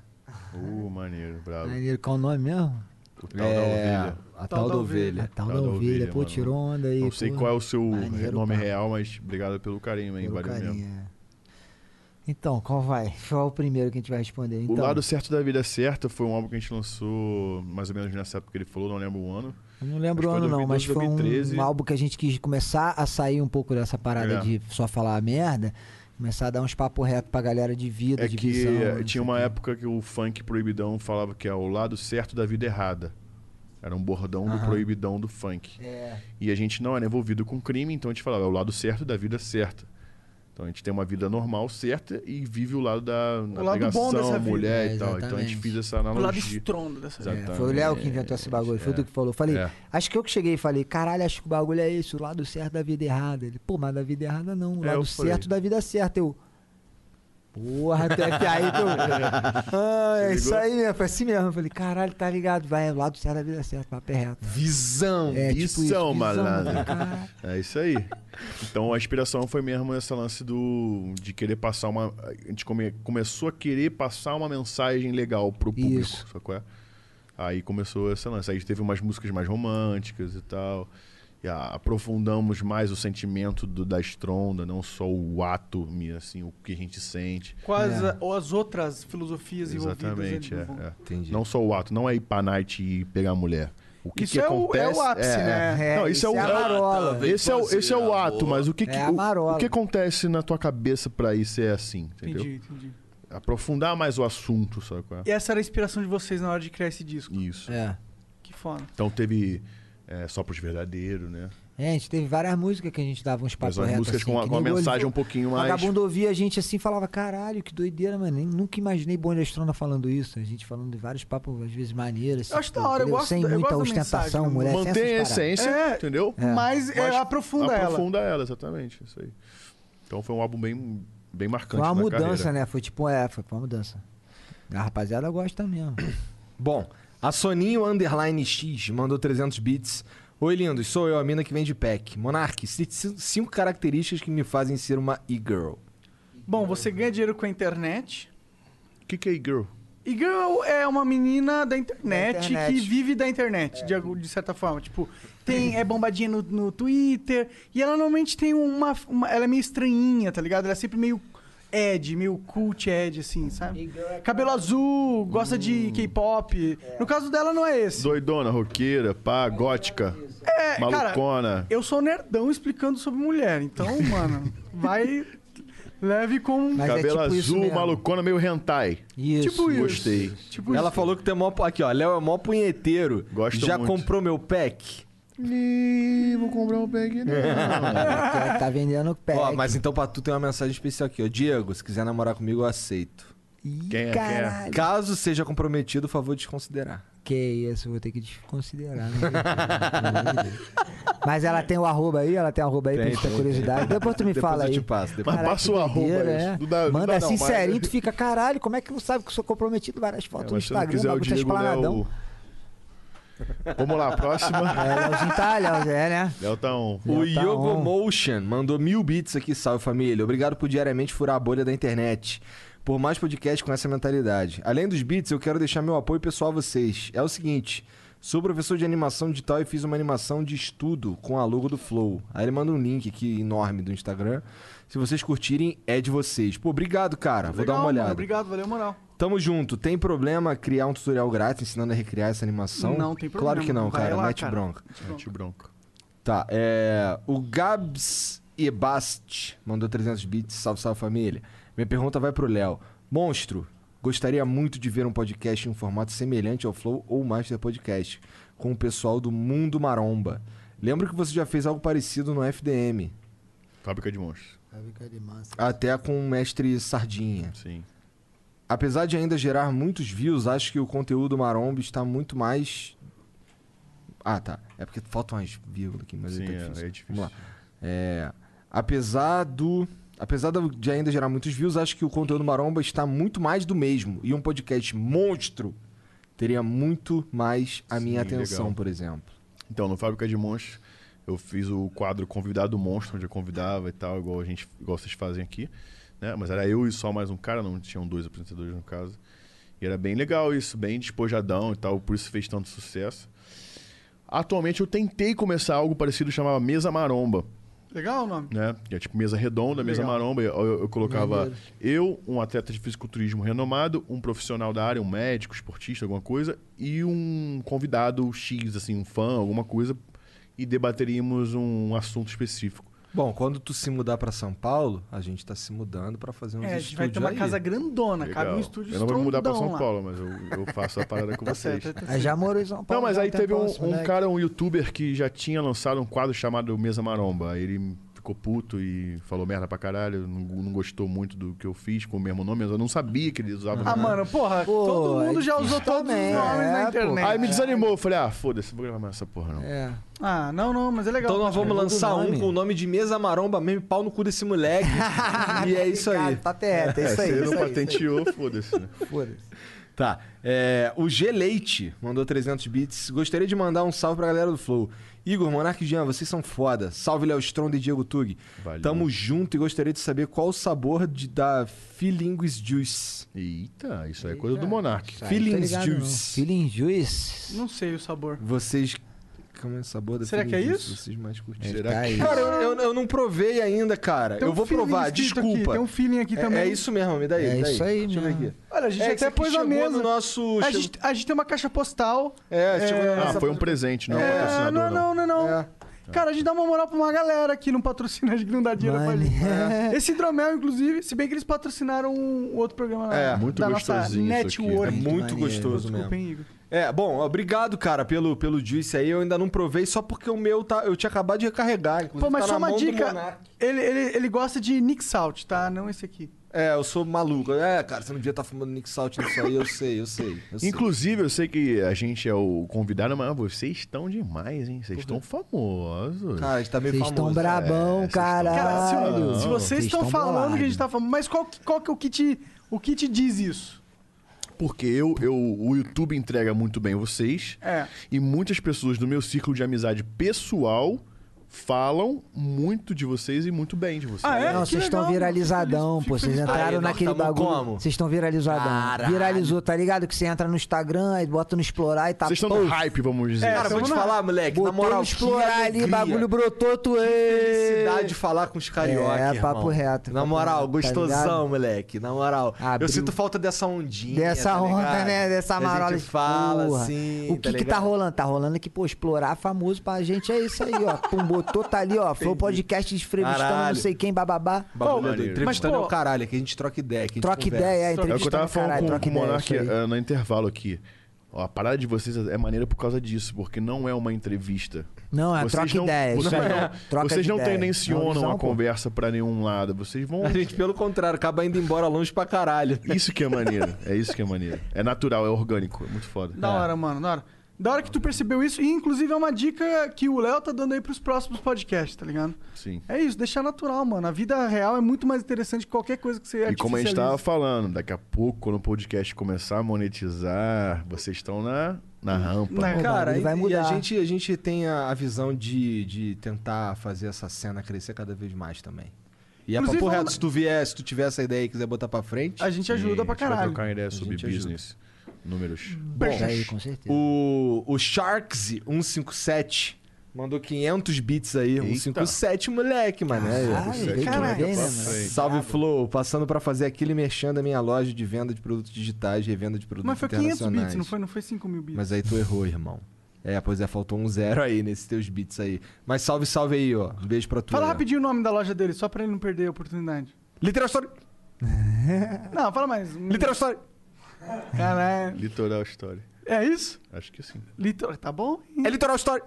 [SPEAKER 3] Uh, maneiro, bravo.
[SPEAKER 4] Maneiro, qual o nome mesmo?
[SPEAKER 3] O tal da ovelha.
[SPEAKER 1] A tal,
[SPEAKER 3] então
[SPEAKER 1] da ovelha.
[SPEAKER 4] A tal da ovelha. Pô,
[SPEAKER 3] mano.
[SPEAKER 4] tirou onda aí.
[SPEAKER 3] Não sei
[SPEAKER 4] pô.
[SPEAKER 3] qual é o seu
[SPEAKER 4] Maneiro,
[SPEAKER 3] nome
[SPEAKER 4] pá.
[SPEAKER 3] real, mas obrigado pelo carinho, hein?
[SPEAKER 4] Pelo
[SPEAKER 3] Valeu
[SPEAKER 4] carinho,
[SPEAKER 3] mesmo.
[SPEAKER 4] Então, qual vai? Qual é o primeiro que a gente vai responder? Então,
[SPEAKER 3] O Lado Certo da Vida Certa foi um álbum que a gente lançou mais ou menos nessa época que ele falou, não lembro o ano.
[SPEAKER 4] eu não lembro o
[SPEAKER 3] acho que
[SPEAKER 4] ano
[SPEAKER 3] foi
[SPEAKER 4] não, mas
[SPEAKER 3] 2012,
[SPEAKER 4] foi um
[SPEAKER 3] 2013.
[SPEAKER 4] álbum que a gente quis começar a sair um pouco dessa parada
[SPEAKER 3] É.
[SPEAKER 4] de só falar merda, começar a dar uns papo reto pra galera de vida,
[SPEAKER 3] É
[SPEAKER 4] de
[SPEAKER 3] que
[SPEAKER 4] visão.
[SPEAKER 3] eh, tinha uma época que o funk proibidão falava que é o lado certo da vida errada. Era um bordão do
[SPEAKER 4] Aham.
[SPEAKER 3] proibidão do funk.
[SPEAKER 4] É.
[SPEAKER 3] E a gente não era envolvido com crime, então a gente falava, é o lado certo da vida certa. Então a gente tem uma vida normal certa e vive o lado da
[SPEAKER 2] O lado bom dessa vida.
[SPEAKER 3] mulher
[SPEAKER 2] É,
[SPEAKER 3] e tal. Então a gente
[SPEAKER 2] exatamente.
[SPEAKER 3] fez essa
[SPEAKER 2] O lado
[SPEAKER 3] analogia.
[SPEAKER 2] estrondo dessa vida.
[SPEAKER 3] Exatamente.
[SPEAKER 4] É, Foi o Léo que inventou esse bagulho, foi
[SPEAKER 3] é.
[SPEAKER 4] tu que falou. Falei,
[SPEAKER 3] É.
[SPEAKER 4] acho que eu que cheguei e falei, caralho, acho que o bagulho é esse, o lado certo da vida errada. Ele, pô, mas da vida errada não, o
[SPEAKER 3] É,
[SPEAKER 4] lado
[SPEAKER 3] eu falei.
[SPEAKER 4] certo da vida certa. Eu, porra, até que aí tu. ah, é
[SPEAKER 3] Se
[SPEAKER 4] isso
[SPEAKER 3] ligou?
[SPEAKER 4] aí mesmo, foi assim mesmo. Eu falei, caralho, tá ligado, vai, é o lado certo da vida certa, papo é reto.
[SPEAKER 1] Visão,
[SPEAKER 4] É, tipo isso,
[SPEAKER 3] visão,
[SPEAKER 4] visão,
[SPEAKER 3] malandro.
[SPEAKER 4] cara.
[SPEAKER 3] É isso aí. Então a inspiração foi mesmo esse lance do de querer passar uma. A gente come- começou a querer passar uma mensagem legal pro público.
[SPEAKER 4] Isso.
[SPEAKER 3] Sacou? é? Aí começou essa lance. Aí teve umas músicas mais românticas e tal. E a- aprofundamos mais o sentimento do- da estronda, não só o ato, me- assim, o que a gente sente.
[SPEAKER 2] Quais
[SPEAKER 4] É.
[SPEAKER 2] a- ou as outras filosofias envolvidas
[SPEAKER 3] Exatamente,
[SPEAKER 2] ali
[SPEAKER 3] é,
[SPEAKER 2] no vão.
[SPEAKER 3] é. Não só o ato, não é ir pra night e pegar mulher. O que,
[SPEAKER 2] Isso
[SPEAKER 3] que
[SPEAKER 2] é o-
[SPEAKER 3] acontece?
[SPEAKER 2] é o ápice, né?
[SPEAKER 3] não,
[SPEAKER 2] É,
[SPEAKER 3] isso é,
[SPEAKER 2] isso
[SPEAKER 3] o
[SPEAKER 2] é a marola.
[SPEAKER 3] Esse é o, esse é o
[SPEAKER 2] Fazer
[SPEAKER 3] ato,
[SPEAKER 2] amor.
[SPEAKER 3] mas o que,
[SPEAKER 2] É
[SPEAKER 3] que-
[SPEAKER 2] a
[SPEAKER 3] o,
[SPEAKER 2] marola.
[SPEAKER 3] o que acontece na tua cabeça pra isso ser assim, entendeu?
[SPEAKER 2] Entendi, entendi.
[SPEAKER 3] Aprofundar mais o assunto, sabe qual é?
[SPEAKER 2] E essa era a inspiração de vocês na hora de criar esse disco.
[SPEAKER 3] Isso.
[SPEAKER 4] É.
[SPEAKER 2] Que foda.
[SPEAKER 3] Então teve é, só pros verdadeiros, né?
[SPEAKER 4] É, a gente teve várias músicas que a gente dava uns papos
[SPEAKER 3] Mas as
[SPEAKER 4] retos,
[SPEAKER 3] músicas
[SPEAKER 4] assim,
[SPEAKER 3] com, a-
[SPEAKER 4] que
[SPEAKER 3] com uma
[SPEAKER 4] nem o
[SPEAKER 3] mensagem
[SPEAKER 4] Oliver-
[SPEAKER 3] um pouquinho mais.
[SPEAKER 4] Vagabundo ouvia a gente assim falava, caralho, que doideira, mano. Nem, nunca imaginei Bonde Astrona falando isso. A gente falando de vários papos, às vezes, maneiras.
[SPEAKER 2] Eu acho da hora, eu gosto
[SPEAKER 4] Sem
[SPEAKER 2] da- eu
[SPEAKER 4] muita
[SPEAKER 2] gosto da
[SPEAKER 4] ostentação,
[SPEAKER 2] mensagem,
[SPEAKER 4] mulher. sem
[SPEAKER 3] Mantém a
[SPEAKER 4] essas paradas.
[SPEAKER 3] essência,
[SPEAKER 2] É,
[SPEAKER 3] entendeu?
[SPEAKER 2] mas, é, aprofunda ela.
[SPEAKER 3] Aprofunda ela, exatamente. Isso aí. Então foi um álbum bem, bem marcante.
[SPEAKER 4] Foi uma
[SPEAKER 3] na
[SPEAKER 4] mudança,
[SPEAKER 3] carreira.
[SPEAKER 4] né? Foi tipo, é, foi uma mudança. A rapaziada gosta mesmo.
[SPEAKER 3] Tipo
[SPEAKER 1] Bom, a Soninho Underline X mandou 300 bits. Oi, lindos, sou eu, a mina que vem de pack. Monark, cite cin- cinco características que me fazem ser uma e-girl.
[SPEAKER 2] Bom, você ganha dinheiro com a internet. né?
[SPEAKER 3] O que, que é girl?
[SPEAKER 2] E girl é uma menina da internet,
[SPEAKER 4] Da internet.
[SPEAKER 2] que vive da internet,
[SPEAKER 3] É.
[SPEAKER 2] de, algu- de certa forma. Tipo, tem, é bombadinha no, no Twitter. E ela normalmente tem uma, uma- Ela é meio estranhinha, tá ligado? Ela é sempre meio Ed, meio cult Ed, assim, sabe?
[SPEAKER 3] é
[SPEAKER 2] Cabelo azul, gosta
[SPEAKER 3] Hum.
[SPEAKER 2] de K-pop. No caso dela, não é esse.
[SPEAKER 3] Doidona, roqueira, pá, gótica,
[SPEAKER 2] É,
[SPEAKER 3] malucona.
[SPEAKER 2] cara, eu sou nerdão explicando sobre mulher. Então, mano, vai. Leve com.
[SPEAKER 3] cabelo azul, malucona, meio hentai.
[SPEAKER 4] Isso.
[SPEAKER 2] Tipo isso.
[SPEAKER 3] Gostei.
[SPEAKER 1] Ela falou que tem mó. Aqui, ó. Léo é mó punheteiro.
[SPEAKER 3] é. Gosto
[SPEAKER 1] Já
[SPEAKER 3] muito.
[SPEAKER 1] comprou meu pack?
[SPEAKER 3] Ih, vou comprar um bag
[SPEAKER 4] tá, tá vendendo pack.
[SPEAKER 1] Ó, mas então pra tu tem uma mensagem especial aqui, ó. Diego, se quiser namorar comigo, eu aceito.
[SPEAKER 3] Quem é?
[SPEAKER 4] caralho.
[SPEAKER 1] Caso seja comprometido, favor desconsiderar.
[SPEAKER 4] Que isso, vou ter que desconsiderar. né? Mas ela tem o arroba aí, ela tem o arroba aí, pra
[SPEAKER 1] Tem,
[SPEAKER 4] gente ter
[SPEAKER 1] tem,
[SPEAKER 4] curiosidade.
[SPEAKER 1] tem.
[SPEAKER 4] Depois tu me
[SPEAKER 1] Depois
[SPEAKER 4] fala
[SPEAKER 1] eu
[SPEAKER 4] aí.
[SPEAKER 1] te passo, depois.
[SPEAKER 4] Caraca,
[SPEAKER 3] Mas passa o
[SPEAKER 4] que
[SPEAKER 3] arroba
[SPEAKER 4] doideiro,
[SPEAKER 3] aí,
[SPEAKER 4] é.
[SPEAKER 3] não dá- não
[SPEAKER 4] Manda
[SPEAKER 3] dá não,
[SPEAKER 4] assim,
[SPEAKER 3] mas- É,
[SPEAKER 4] serinho, tu fica, caralho, como é que não sabe que eu sou comprometido? Várias fotos no
[SPEAKER 3] Mas Então, se não
[SPEAKER 4] Instagram,
[SPEAKER 3] quiser o
[SPEAKER 4] bagulho tá
[SPEAKER 3] Diego,
[SPEAKER 4] esplanadão.
[SPEAKER 3] Léo... Vamos lá, próxima.
[SPEAKER 4] É, Léozinho tá, Léo, é, né?
[SPEAKER 3] Léo tá on.
[SPEAKER 1] O
[SPEAKER 4] Já tá
[SPEAKER 1] Yogo
[SPEAKER 4] on.
[SPEAKER 1] Motion mandou mil bits aqui, salve família. Obrigado por diariamente furar a bolha da internet. Por mais podcast com essa mentalidade. Além dos bits, eu quero deixar meu apoio pessoal a vocês. É o seguinte: Sou professor de animação digital e fiz uma animação de estudo com a logo do Flow. Aí ele manda um link aqui enorme do Instagram. Se vocês curtirem, é de vocês. Pô, obrigado, cara. Vou dar
[SPEAKER 2] Legal,
[SPEAKER 1] uma
[SPEAKER 2] mano,
[SPEAKER 1] olhada.
[SPEAKER 2] Obrigado, valeu a moral.
[SPEAKER 1] Tamo junto. Tem problema criar um tutorial grátis ensinando a recriar essa animação?
[SPEAKER 2] Não, tem problema.
[SPEAKER 1] Claro que não,
[SPEAKER 2] Vai
[SPEAKER 1] cara.
[SPEAKER 2] lá,
[SPEAKER 1] Mete
[SPEAKER 2] cara.
[SPEAKER 1] bronca.
[SPEAKER 3] Mete bronca.
[SPEAKER 1] Tá, é. O Gabs Ebast mandou 300 bits. Salve, salve família. Minha pergunta vai pro Léo. Monstro, gostaria muito de ver um podcast em um formato semelhante ao Flow ou Master Podcast, com o pessoal do Mundo Maromba. Lembro que você já fez algo parecido no FDM.
[SPEAKER 3] Fábrica de monstros.
[SPEAKER 1] Até com o mestre Sardinha.
[SPEAKER 3] Sim.
[SPEAKER 1] Apesar de ainda gerar muitos views, acho que o conteúdo maromba está muito mais. Ah, tá. É porque faltam umas vírgulas aqui, mas aí tá
[SPEAKER 3] Sim, é,
[SPEAKER 1] difícil.
[SPEAKER 3] é
[SPEAKER 1] Vamos lá. É, apesar do. Apesar da- de ainda gerar muitos views, acho que o conteúdo maromba está muito mais do mesmo. E um podcast monstro teria muito mais a minha
[SPEAKER 3] Sim,
[SPEAKER 1] atenção,
[SPEAKER 3] legal.
[SPEAKER 1] por exemplo.
[SPEAKER 3] Então, no Fábrica de Monstros, eu fiz o quadro Convidado Monstro, onde eu convidava e tal, igual a gente, igual vocês fazem aqui. Né? Mas era eu e só mais um cara, não tinham dois apresentadores no caso. E era bem legal isso, bem despojadão e tal, por isso fez tanto sucesso. Atualmente eu tentei começar algo parecido, chamava Mesa Maromba.
[SPEAKER 2] Legal o nome?
[SPEAKER 3] Né? Que é tipo mesa redonda, mesa
[SPEAKER 2] Legal.
[SPEAKER 3] maromba. Eu, eu- eu colocava
[SPEAKER 2] Maneiro.
[SPEAKER 3] eu, um atleta de fisiculturismo renomado, um profissional da área, um médico, esportista, alguma coisa, e um convidado X, assim, um fã, alguma coisa, e debateríamos um assunto específico.
[SPEAKER 1] Bom, quando tu se mudar para São Paulo, a gente tá se mudando para fazer uns
[SPEAKER 2] É, a gente vai ter
[SPEAKER 1] estúdios
[SPEAKER 2] uma
[SPEAKER 1] aí.
[SPEAKER 2] casa grandona, cabe um estúdio
[SPEAKER 3] eu não vou me mudar pra São
[SPEAKER 2] estrondão lá.
[SPEAKER 3] Paulo, mas eu, eu faço a parada com
[SPEAKER 2] Tá
[SPEAKER 3] vocês.
[SPEAKER 2] certo, tá
[SPEAKER 4] Aí É, já morou em São Paulo.
[SPEAKER 3] Não, mas
[SPEAKER 4] já
[SPEAKER 3] aí
[SPEAKER 4] tem
[SPEAKER 3] teve um,
[SPEAKER 4] próximo,
[SPEAKER 3] um
[SPEAKER 4] né?
[SPEAKER 3] cara, um youtuber que já tinha lançado um quadro chamado Mesa Maromba. Aí ele ficou puto e falou merda pra caralho, não, não gostou muito do que eu fiz com o mesmo nome, mas eu não sabia que ele usava
[SPEAKER 2] Ah,
[SPEAKER 3] o
[SPEAKER 2] mano, porra,
[SPEAKER 4] Pô,
[SPEAKER 2] todo mundo
[SPEAKER 4] aí
[SPEAKER 2] já usou todos os nomes na internet.
[SPEAKER 3] Aí me desanimou, eu falei, ah, foda-se, não vou gravar mais essa porra não.
[SPEAKER 4] É.
[SPEAKER 2] Ah, não, não, mas é legal.
[SPEAKER 1] Então nós vamos lançar um com o nome de Mesa Maromba mesmo, pau no cu desse moleque. e é isso aí.
[SPEAKER 4] Tá terra, é isso aí.
[SPEAKER 3] Você
[SPEAKER 4] isso
[SPEAKER 3] não
[SPEAKER 4] aí.
[SPEAKER 3] patenteou, foda-se. né?
[SPEAKER 1] Tá. é, o G Leite mandou 300 bits. Gostaria de mandar um salve pra galera do Flow. Igor, Monark e Jean, vocês são foda. Salve Léo Stronda e Diego Tug.
[SPEAKER 3] Valeu.
[SPEAKER 1] Tamo junto e gostaria de saber qual o sabor de, da Feelings
[SPEAKER 3] Ah,
[SPEAKER 1] Juice.
[SPEAKER 3] Eita, isso aí é coisa do Monark.
[SPEAKER 1] Feelings
[SPEAKER 4] tá ligado, não.
[SPEAKER 1] Juice.
[SPEAKER 4] Feeling Juice.
[SPEAKER 2] Não sei o sabor.
[SPEAKER 1] Vocês. Como é o sabor da
[SPEAKER 2] Será que é
[SPEAKER 1] Feelings
[SPEAKER 2] isso?
[SPEAKER 1] Juice? Vocês mais
[SPEAKER 4] É
[SPEAKER 1] curtiram.
[SPEAKER 3] Será
[SPEAKER 4] tá
[SPEAKER 3] que-
[SPEAKER 1] Cara, eu, eu- eu não provei ainda, cara.
[SPEAKER 2] Tem
[SPEAKER 1] eu
[SPEAKER 2] um
[SPEAKER 1] vou
[SPEAKER 2] feeling
[SPEAKER 1] provar,
[SPEAKER 2] escrito
[SPEAKER 1] desculpa.
[SPEAKER 2] aqui, tem um feeling aqui
[SPEAKER 1] É-
[SPEAKER 2] também.
[SPEAKER 1] É isso mesmo, me dá aí.
[SPEAKER 4] É
[SPEAKER 1] me dá
[SPEAKER 4] isso aí,
[SPEAKER 1] Deixa eu ver
[SPEAKER 4] mano.
[SPEAKER 1] aqui.
[SPEAKER 2] Olha, a gente
[SPEAKER 1] É, isso
[SPEAKER 2] até
[SPEAKER 1] aqui
[SPEAKER 2] pôs a
[SPEAKER 1] chegou
[SPEAKER 2] mesa.
[SPEAKER 1] no nosso-
[SPEAKER 2] A gente, a gente tem uma caixa postal.
[SPEAKER 1] É, chegou na
[SPEAKER 3] Ah,
[SPEAKER 1] nossa-
[SPEAKER 3] foi um presente, não é um
[SPEAKER 2] É,
[SPEAKER 3] patrocinador
[SPEAKER 2] não,
[SPEAKER 3] não.
[SPEAKER 2] não, não, não.
[SPEAKER 1] Tá.
[SPEAKER 2] Cara, a gente dá uma moral pra uma galera que não patrocina, a gente não dá dinheiro pra gente.
[SPEAKER 1] é.
[SPEAKER 2] É. Esse hidromel, inclusive, se bem que eles patrocinaram um outro programa
[SPEAKER 1] É,
[SPEAKER 2] lá,
[SPEAKER 3] muito
[SPEAKER 2] da nossa
[SPEAKER 3] gostosinho isso aqui.
[SPEAKER 2] network.
[SPEAKER 1] É muito
[SPEAKER 4] maneiro.
[SPEAKER 1] gostoso
[SPEAKER 2] Desculpa,
[SPEAKER 1] mesmo.
[SPEAKER 2] hein, Igor.
[SPEAKER 1] É, bom, obrigado, cara, pelo, pelo juice aí. Eu ainda não provei, só porque o meu tá. Eu tinha acabado de recarregar. inclusive
[SPEAKER 2] Pô, mas
[SPEAKER 1] tá
[SPEAKER 2] só
[SPEAKER 1] na
[SPEAKER 2] uma
[SPEAKER 1] mão do
[SPEAKER 2] dica.
[SPEAKER 1] Monark.
[SPEAKER 2] Ele, ele, ele gosta de Nick Salt, tá? Não esse aqui.
[SPEAKER 1] É, eu sou maluco. É, cara, você não devia estar fumando Nick Salt nisso aí, eu sei, eu sei. eu sei.
[SPEAKER 3] Inclusive, eu sei que a gente é o convidado, mas vocês estão demais, hein? Vocês estão famosos.
[SPEAKER 1] Cara, a gente tá meio
[SPEAKER 4] Vocês estão
[SPEAKER 1] famoso. É,
[SPEAKER 4] brabão, caralho.
[SPEAKER 1] Ah,
[SPEAKER 2] Cara, se, se vocês
[SPEAKER 4] Vocês
[SPEAKER 2] estão
[SPEAKER 4] tão
[SPEAKER 2] falando que a
[SPEAKER 4] bolados.
[SPEAKER 2] gente tá falando, mas qual, que- qual que é o que te, o que te diz isso?
[SPEAKER 3] Porque eu, eu, o YouTube entrega muito bem vocês.
[SPEAKER 2] É.
[SPEAKER 3] E muitas pessoas do meu círculo de amizade pessoal falam muito de vocês e muito bem de vocês.
[SPEAKER 2] Ah, é?
[SPEAKER 4] Não,
[SPEAKER 2] Que
[SPEAKER 4] vocês estão
[SPEAKER 2] legal,
[SPEAKER 4] viralizadão, pô. Vocês
[SPEAKER 1] Aí,
[SPEAKER 4] entraram
[SPEAKER 1] nós
[SPEAKER 4] naquele
[SPEAKER 1] tamo
[SPEAKER 4] bagulho.
[SPEAKER 1] como?
[SPEAKER 4] Vocês estão viralizadão.
[SPEAKER 1] Caralho.
[SPEAKER 4] Viralizou, tá ligado? Que você entra no Instagram e bota no explorar e tá.
[SPEAKER 3] Vocês estão
[SPEAKER 4] pô,
[SPEAKER 3] no hype, vamos dizer.
[SPEAKER 1] É.
[SPEAKER 3] assim.
[SPEAKER 1] Cara, vou
[SPEAKER 2] Tamo
[SPEAKER 1] te
[SPEAKER 2] na-
[SPEAKER 1] falar, moleque,
[SPEAKER 4] Botei
[SPEAKER 1] na moral,
[SPEAKER 4] no explorar ali,
[SPEAKER 1] alegria.
[SPEAKER 4] bagulho brotou, tu é.
[SPEAKER 1] Felicidade de falar com os carioca,
[SPEAKER 4] É, papo
[SPEAKER 1] irmão.
[SPEAKER 4] reto,
[SPEAKER 1] Na
[SPEAKER 4] papo
[SPEAKER 1] moral,
[SPEAKER 4] reto, tá
[SPEAKER 1] gostosão,
[SPEAKER 4] ligado?
[SPEAKER 1] moleque. Na moral.
[SPEAKER 4] Abriu.
[SPEAKER 1] Eu sinto falta dessa ondinha.
[SPEAKER 4] Dessa
[SPEAKER 1] tá
[SPEAKER 4] onda,
[SPEAKER 1] ligado?
[SPEAKER 4] né? Dessa
[SPEAKER 1] Que a gente
[SPEAKER 4] marola.
[SPEAKER 1] fala,
[SPEAKER 4] Porra.
[SPEAKER 1] assim.
[SPEAKER 4] O que que tá rolando? Tá rolando que, pô, explorar famoso pra gente é isso aí, ó. Pum, botou, tá ali, ó. Flow podcast entrevistando não
[SPEAKER 1] Caralho.
[SPEAKER 4] sei quem, bababá.
[SPEAKER 1] Bagulho
[SPEAKER 3] Pô,
[SPEAKER 1] é doido.
[SPEAKER 3] maneiro.
[SPEAKER 1] Entrevistando
[SPEAKER 2] Mas,
[SPEAKER 1] é
[SPEAKER 2] pô,
[SPEAKER 1] o caralho, é que a gente troca ideia. Que a gente
[SPEAKER 4] Troca
[SPEAKER 1] conversa.
[SPEAKER 4] ideia, é,
[SPEAKER 3] É o que eu
[SPEAKER 4] entrevista
[SPEAKER 3] tava
[SPEAKER 4] do
[SPEAKER 3] falando
[SPEAKER 4] caralho,
[SPEAKER 3] com-
[SPEAKER 4] troca
[SPEAKER 3] com, o
[SPEAKER 4] ideia,
[SPEAKER 3] Monark
[SPEAKER 4] isso aí.
[SPEAKER 3] eh, no intervalo aqui. Ó, a parada de vocês é maneira por causa disso, porque não é uma entrevista.
[SPEAKER 4] Não, é
[SPEAKER 3] Vocês
[SPEAKER 4] troca
[SPEAKER 3] não-
[SPEAKER 4] ideia, isso
[SPEAKER 3] Vocês
[SPEAKER 4] aí.
[SPEAKER 3] não,
[SPEAKER 4] Troca
[SPEAKER 3] vocês
[SPEAKER 4] de
[SPEAKER 3] não
[SPEAKER 4] ideia.
[SPEAKER 3] tendencionam
[SPEAKER 4] Não, é
[SPEAKER 3] a
[SPEAKER 4] visão, pô.
[SPEAKER 3] conversa pra nenhum lado. Vocês
[SPEAKER 4] é
[SPEAKER 3] vão.
[SPEAKER 1] A gente, pelo contrário, acaba indo embora longe pra caralho.
[SPEAKER 3] Isso que é maneiro. É isso que é maneiro. É natural, é orgânico. É muito foda.
[SPEAKER 2] Da hora, mano, da hora. Da hora que tu percebeu isso, e inclusive é uma dica que o Léo tá dando aí pros próximos podcasts, tá ligado?
[SPEAKER 3] Sim.
[SPEAKER 2] É isso, deixar natural, mano. A vida real é muito mais interessante que qualquer coisa que você
[SPEAKER 3] E como a gente tava
[SPEAKER 2] artificializa.
[SPEAKER 3] falando, daqui a pouco, quando o podcast começar a monetizar, vocês estão na, na rampa.
[SPEAKER 2] Na-
[SPEAKER 3] né?
[SPEAKER 1] Cara, e,
[SPEAKER 4] bagulho é vai
[SPEAKER 1] e a
[SPEAKER 4] mudar.
[SPEAKER 1] gente, a gente tem a, a visão de, de tentar fazer essa cena crescer cada vez mais também. E é
[SPEAKER 2] Inclusive,
[SPEAKER 1] papo reto,
[SPEAKER 2] vamos-
[SPEAKER 1] se tu vier, se tu tiver essa ideia e quiser botar pra frente.
[SPEAKER 2] A gente ajuda pra
[SPEAKER 1] tá gente vai
[SPEAKER 2] caralho. Hum.
[SPEAKER 1] trocar
[SPEAKER 3] ideia sobre
[SPEAKER 1] business,
[SPEAKER 3] números.
[SPEAKER 1] Bom,
[SPEAKER 4] Aí, com certeza.
[SPEAKER 1] o, o Sharks157 mandou 500 bits aí. 157, moleque, mano. Aí, ó.
[SPEAKER 4] Caralho, bem que
[SPEAKER 1] Caralho.
[SPEAKER 4] bem, né, mano?
[SPEAKER 1] Salve, Flow. Passando pra fazer aquele merchan da minha loja de venda de produtos digitais, revenda de produtos
[SPEAKER 2] Mas foi 500
[SPEAKER 1] internacionais.
[SPEAKER 2] bits, não foi, não foi 5 mil bits.
[SPEAKER 1] Mas aí tu errou, irmão. É, pois é, faltou um zero aí nesses teus bits aí. Mas salve, salve aí, ó. Um beijo pra tu.
[SPEAKER 2] Fala
[SPEAKER 1] aí.
[SPEAKER 2] rapidinho o nome da loja dele, só pra ele não perder a oportunidade.
[SPEAKER 1] Literal Story.
[SPEAKER 2] Não, fala mais.
[SPEAKER 1] Literal Story.
[SPEAKER 2] Caralho.
[SPEAKER 3] Litoral Story.
[SPEAKER 2] É isso?
[SPEAKER 3] Acho que sim.
[SPEAKER 2] Litoral, tá bom?
[SPEAKER 1] É Litoral Story.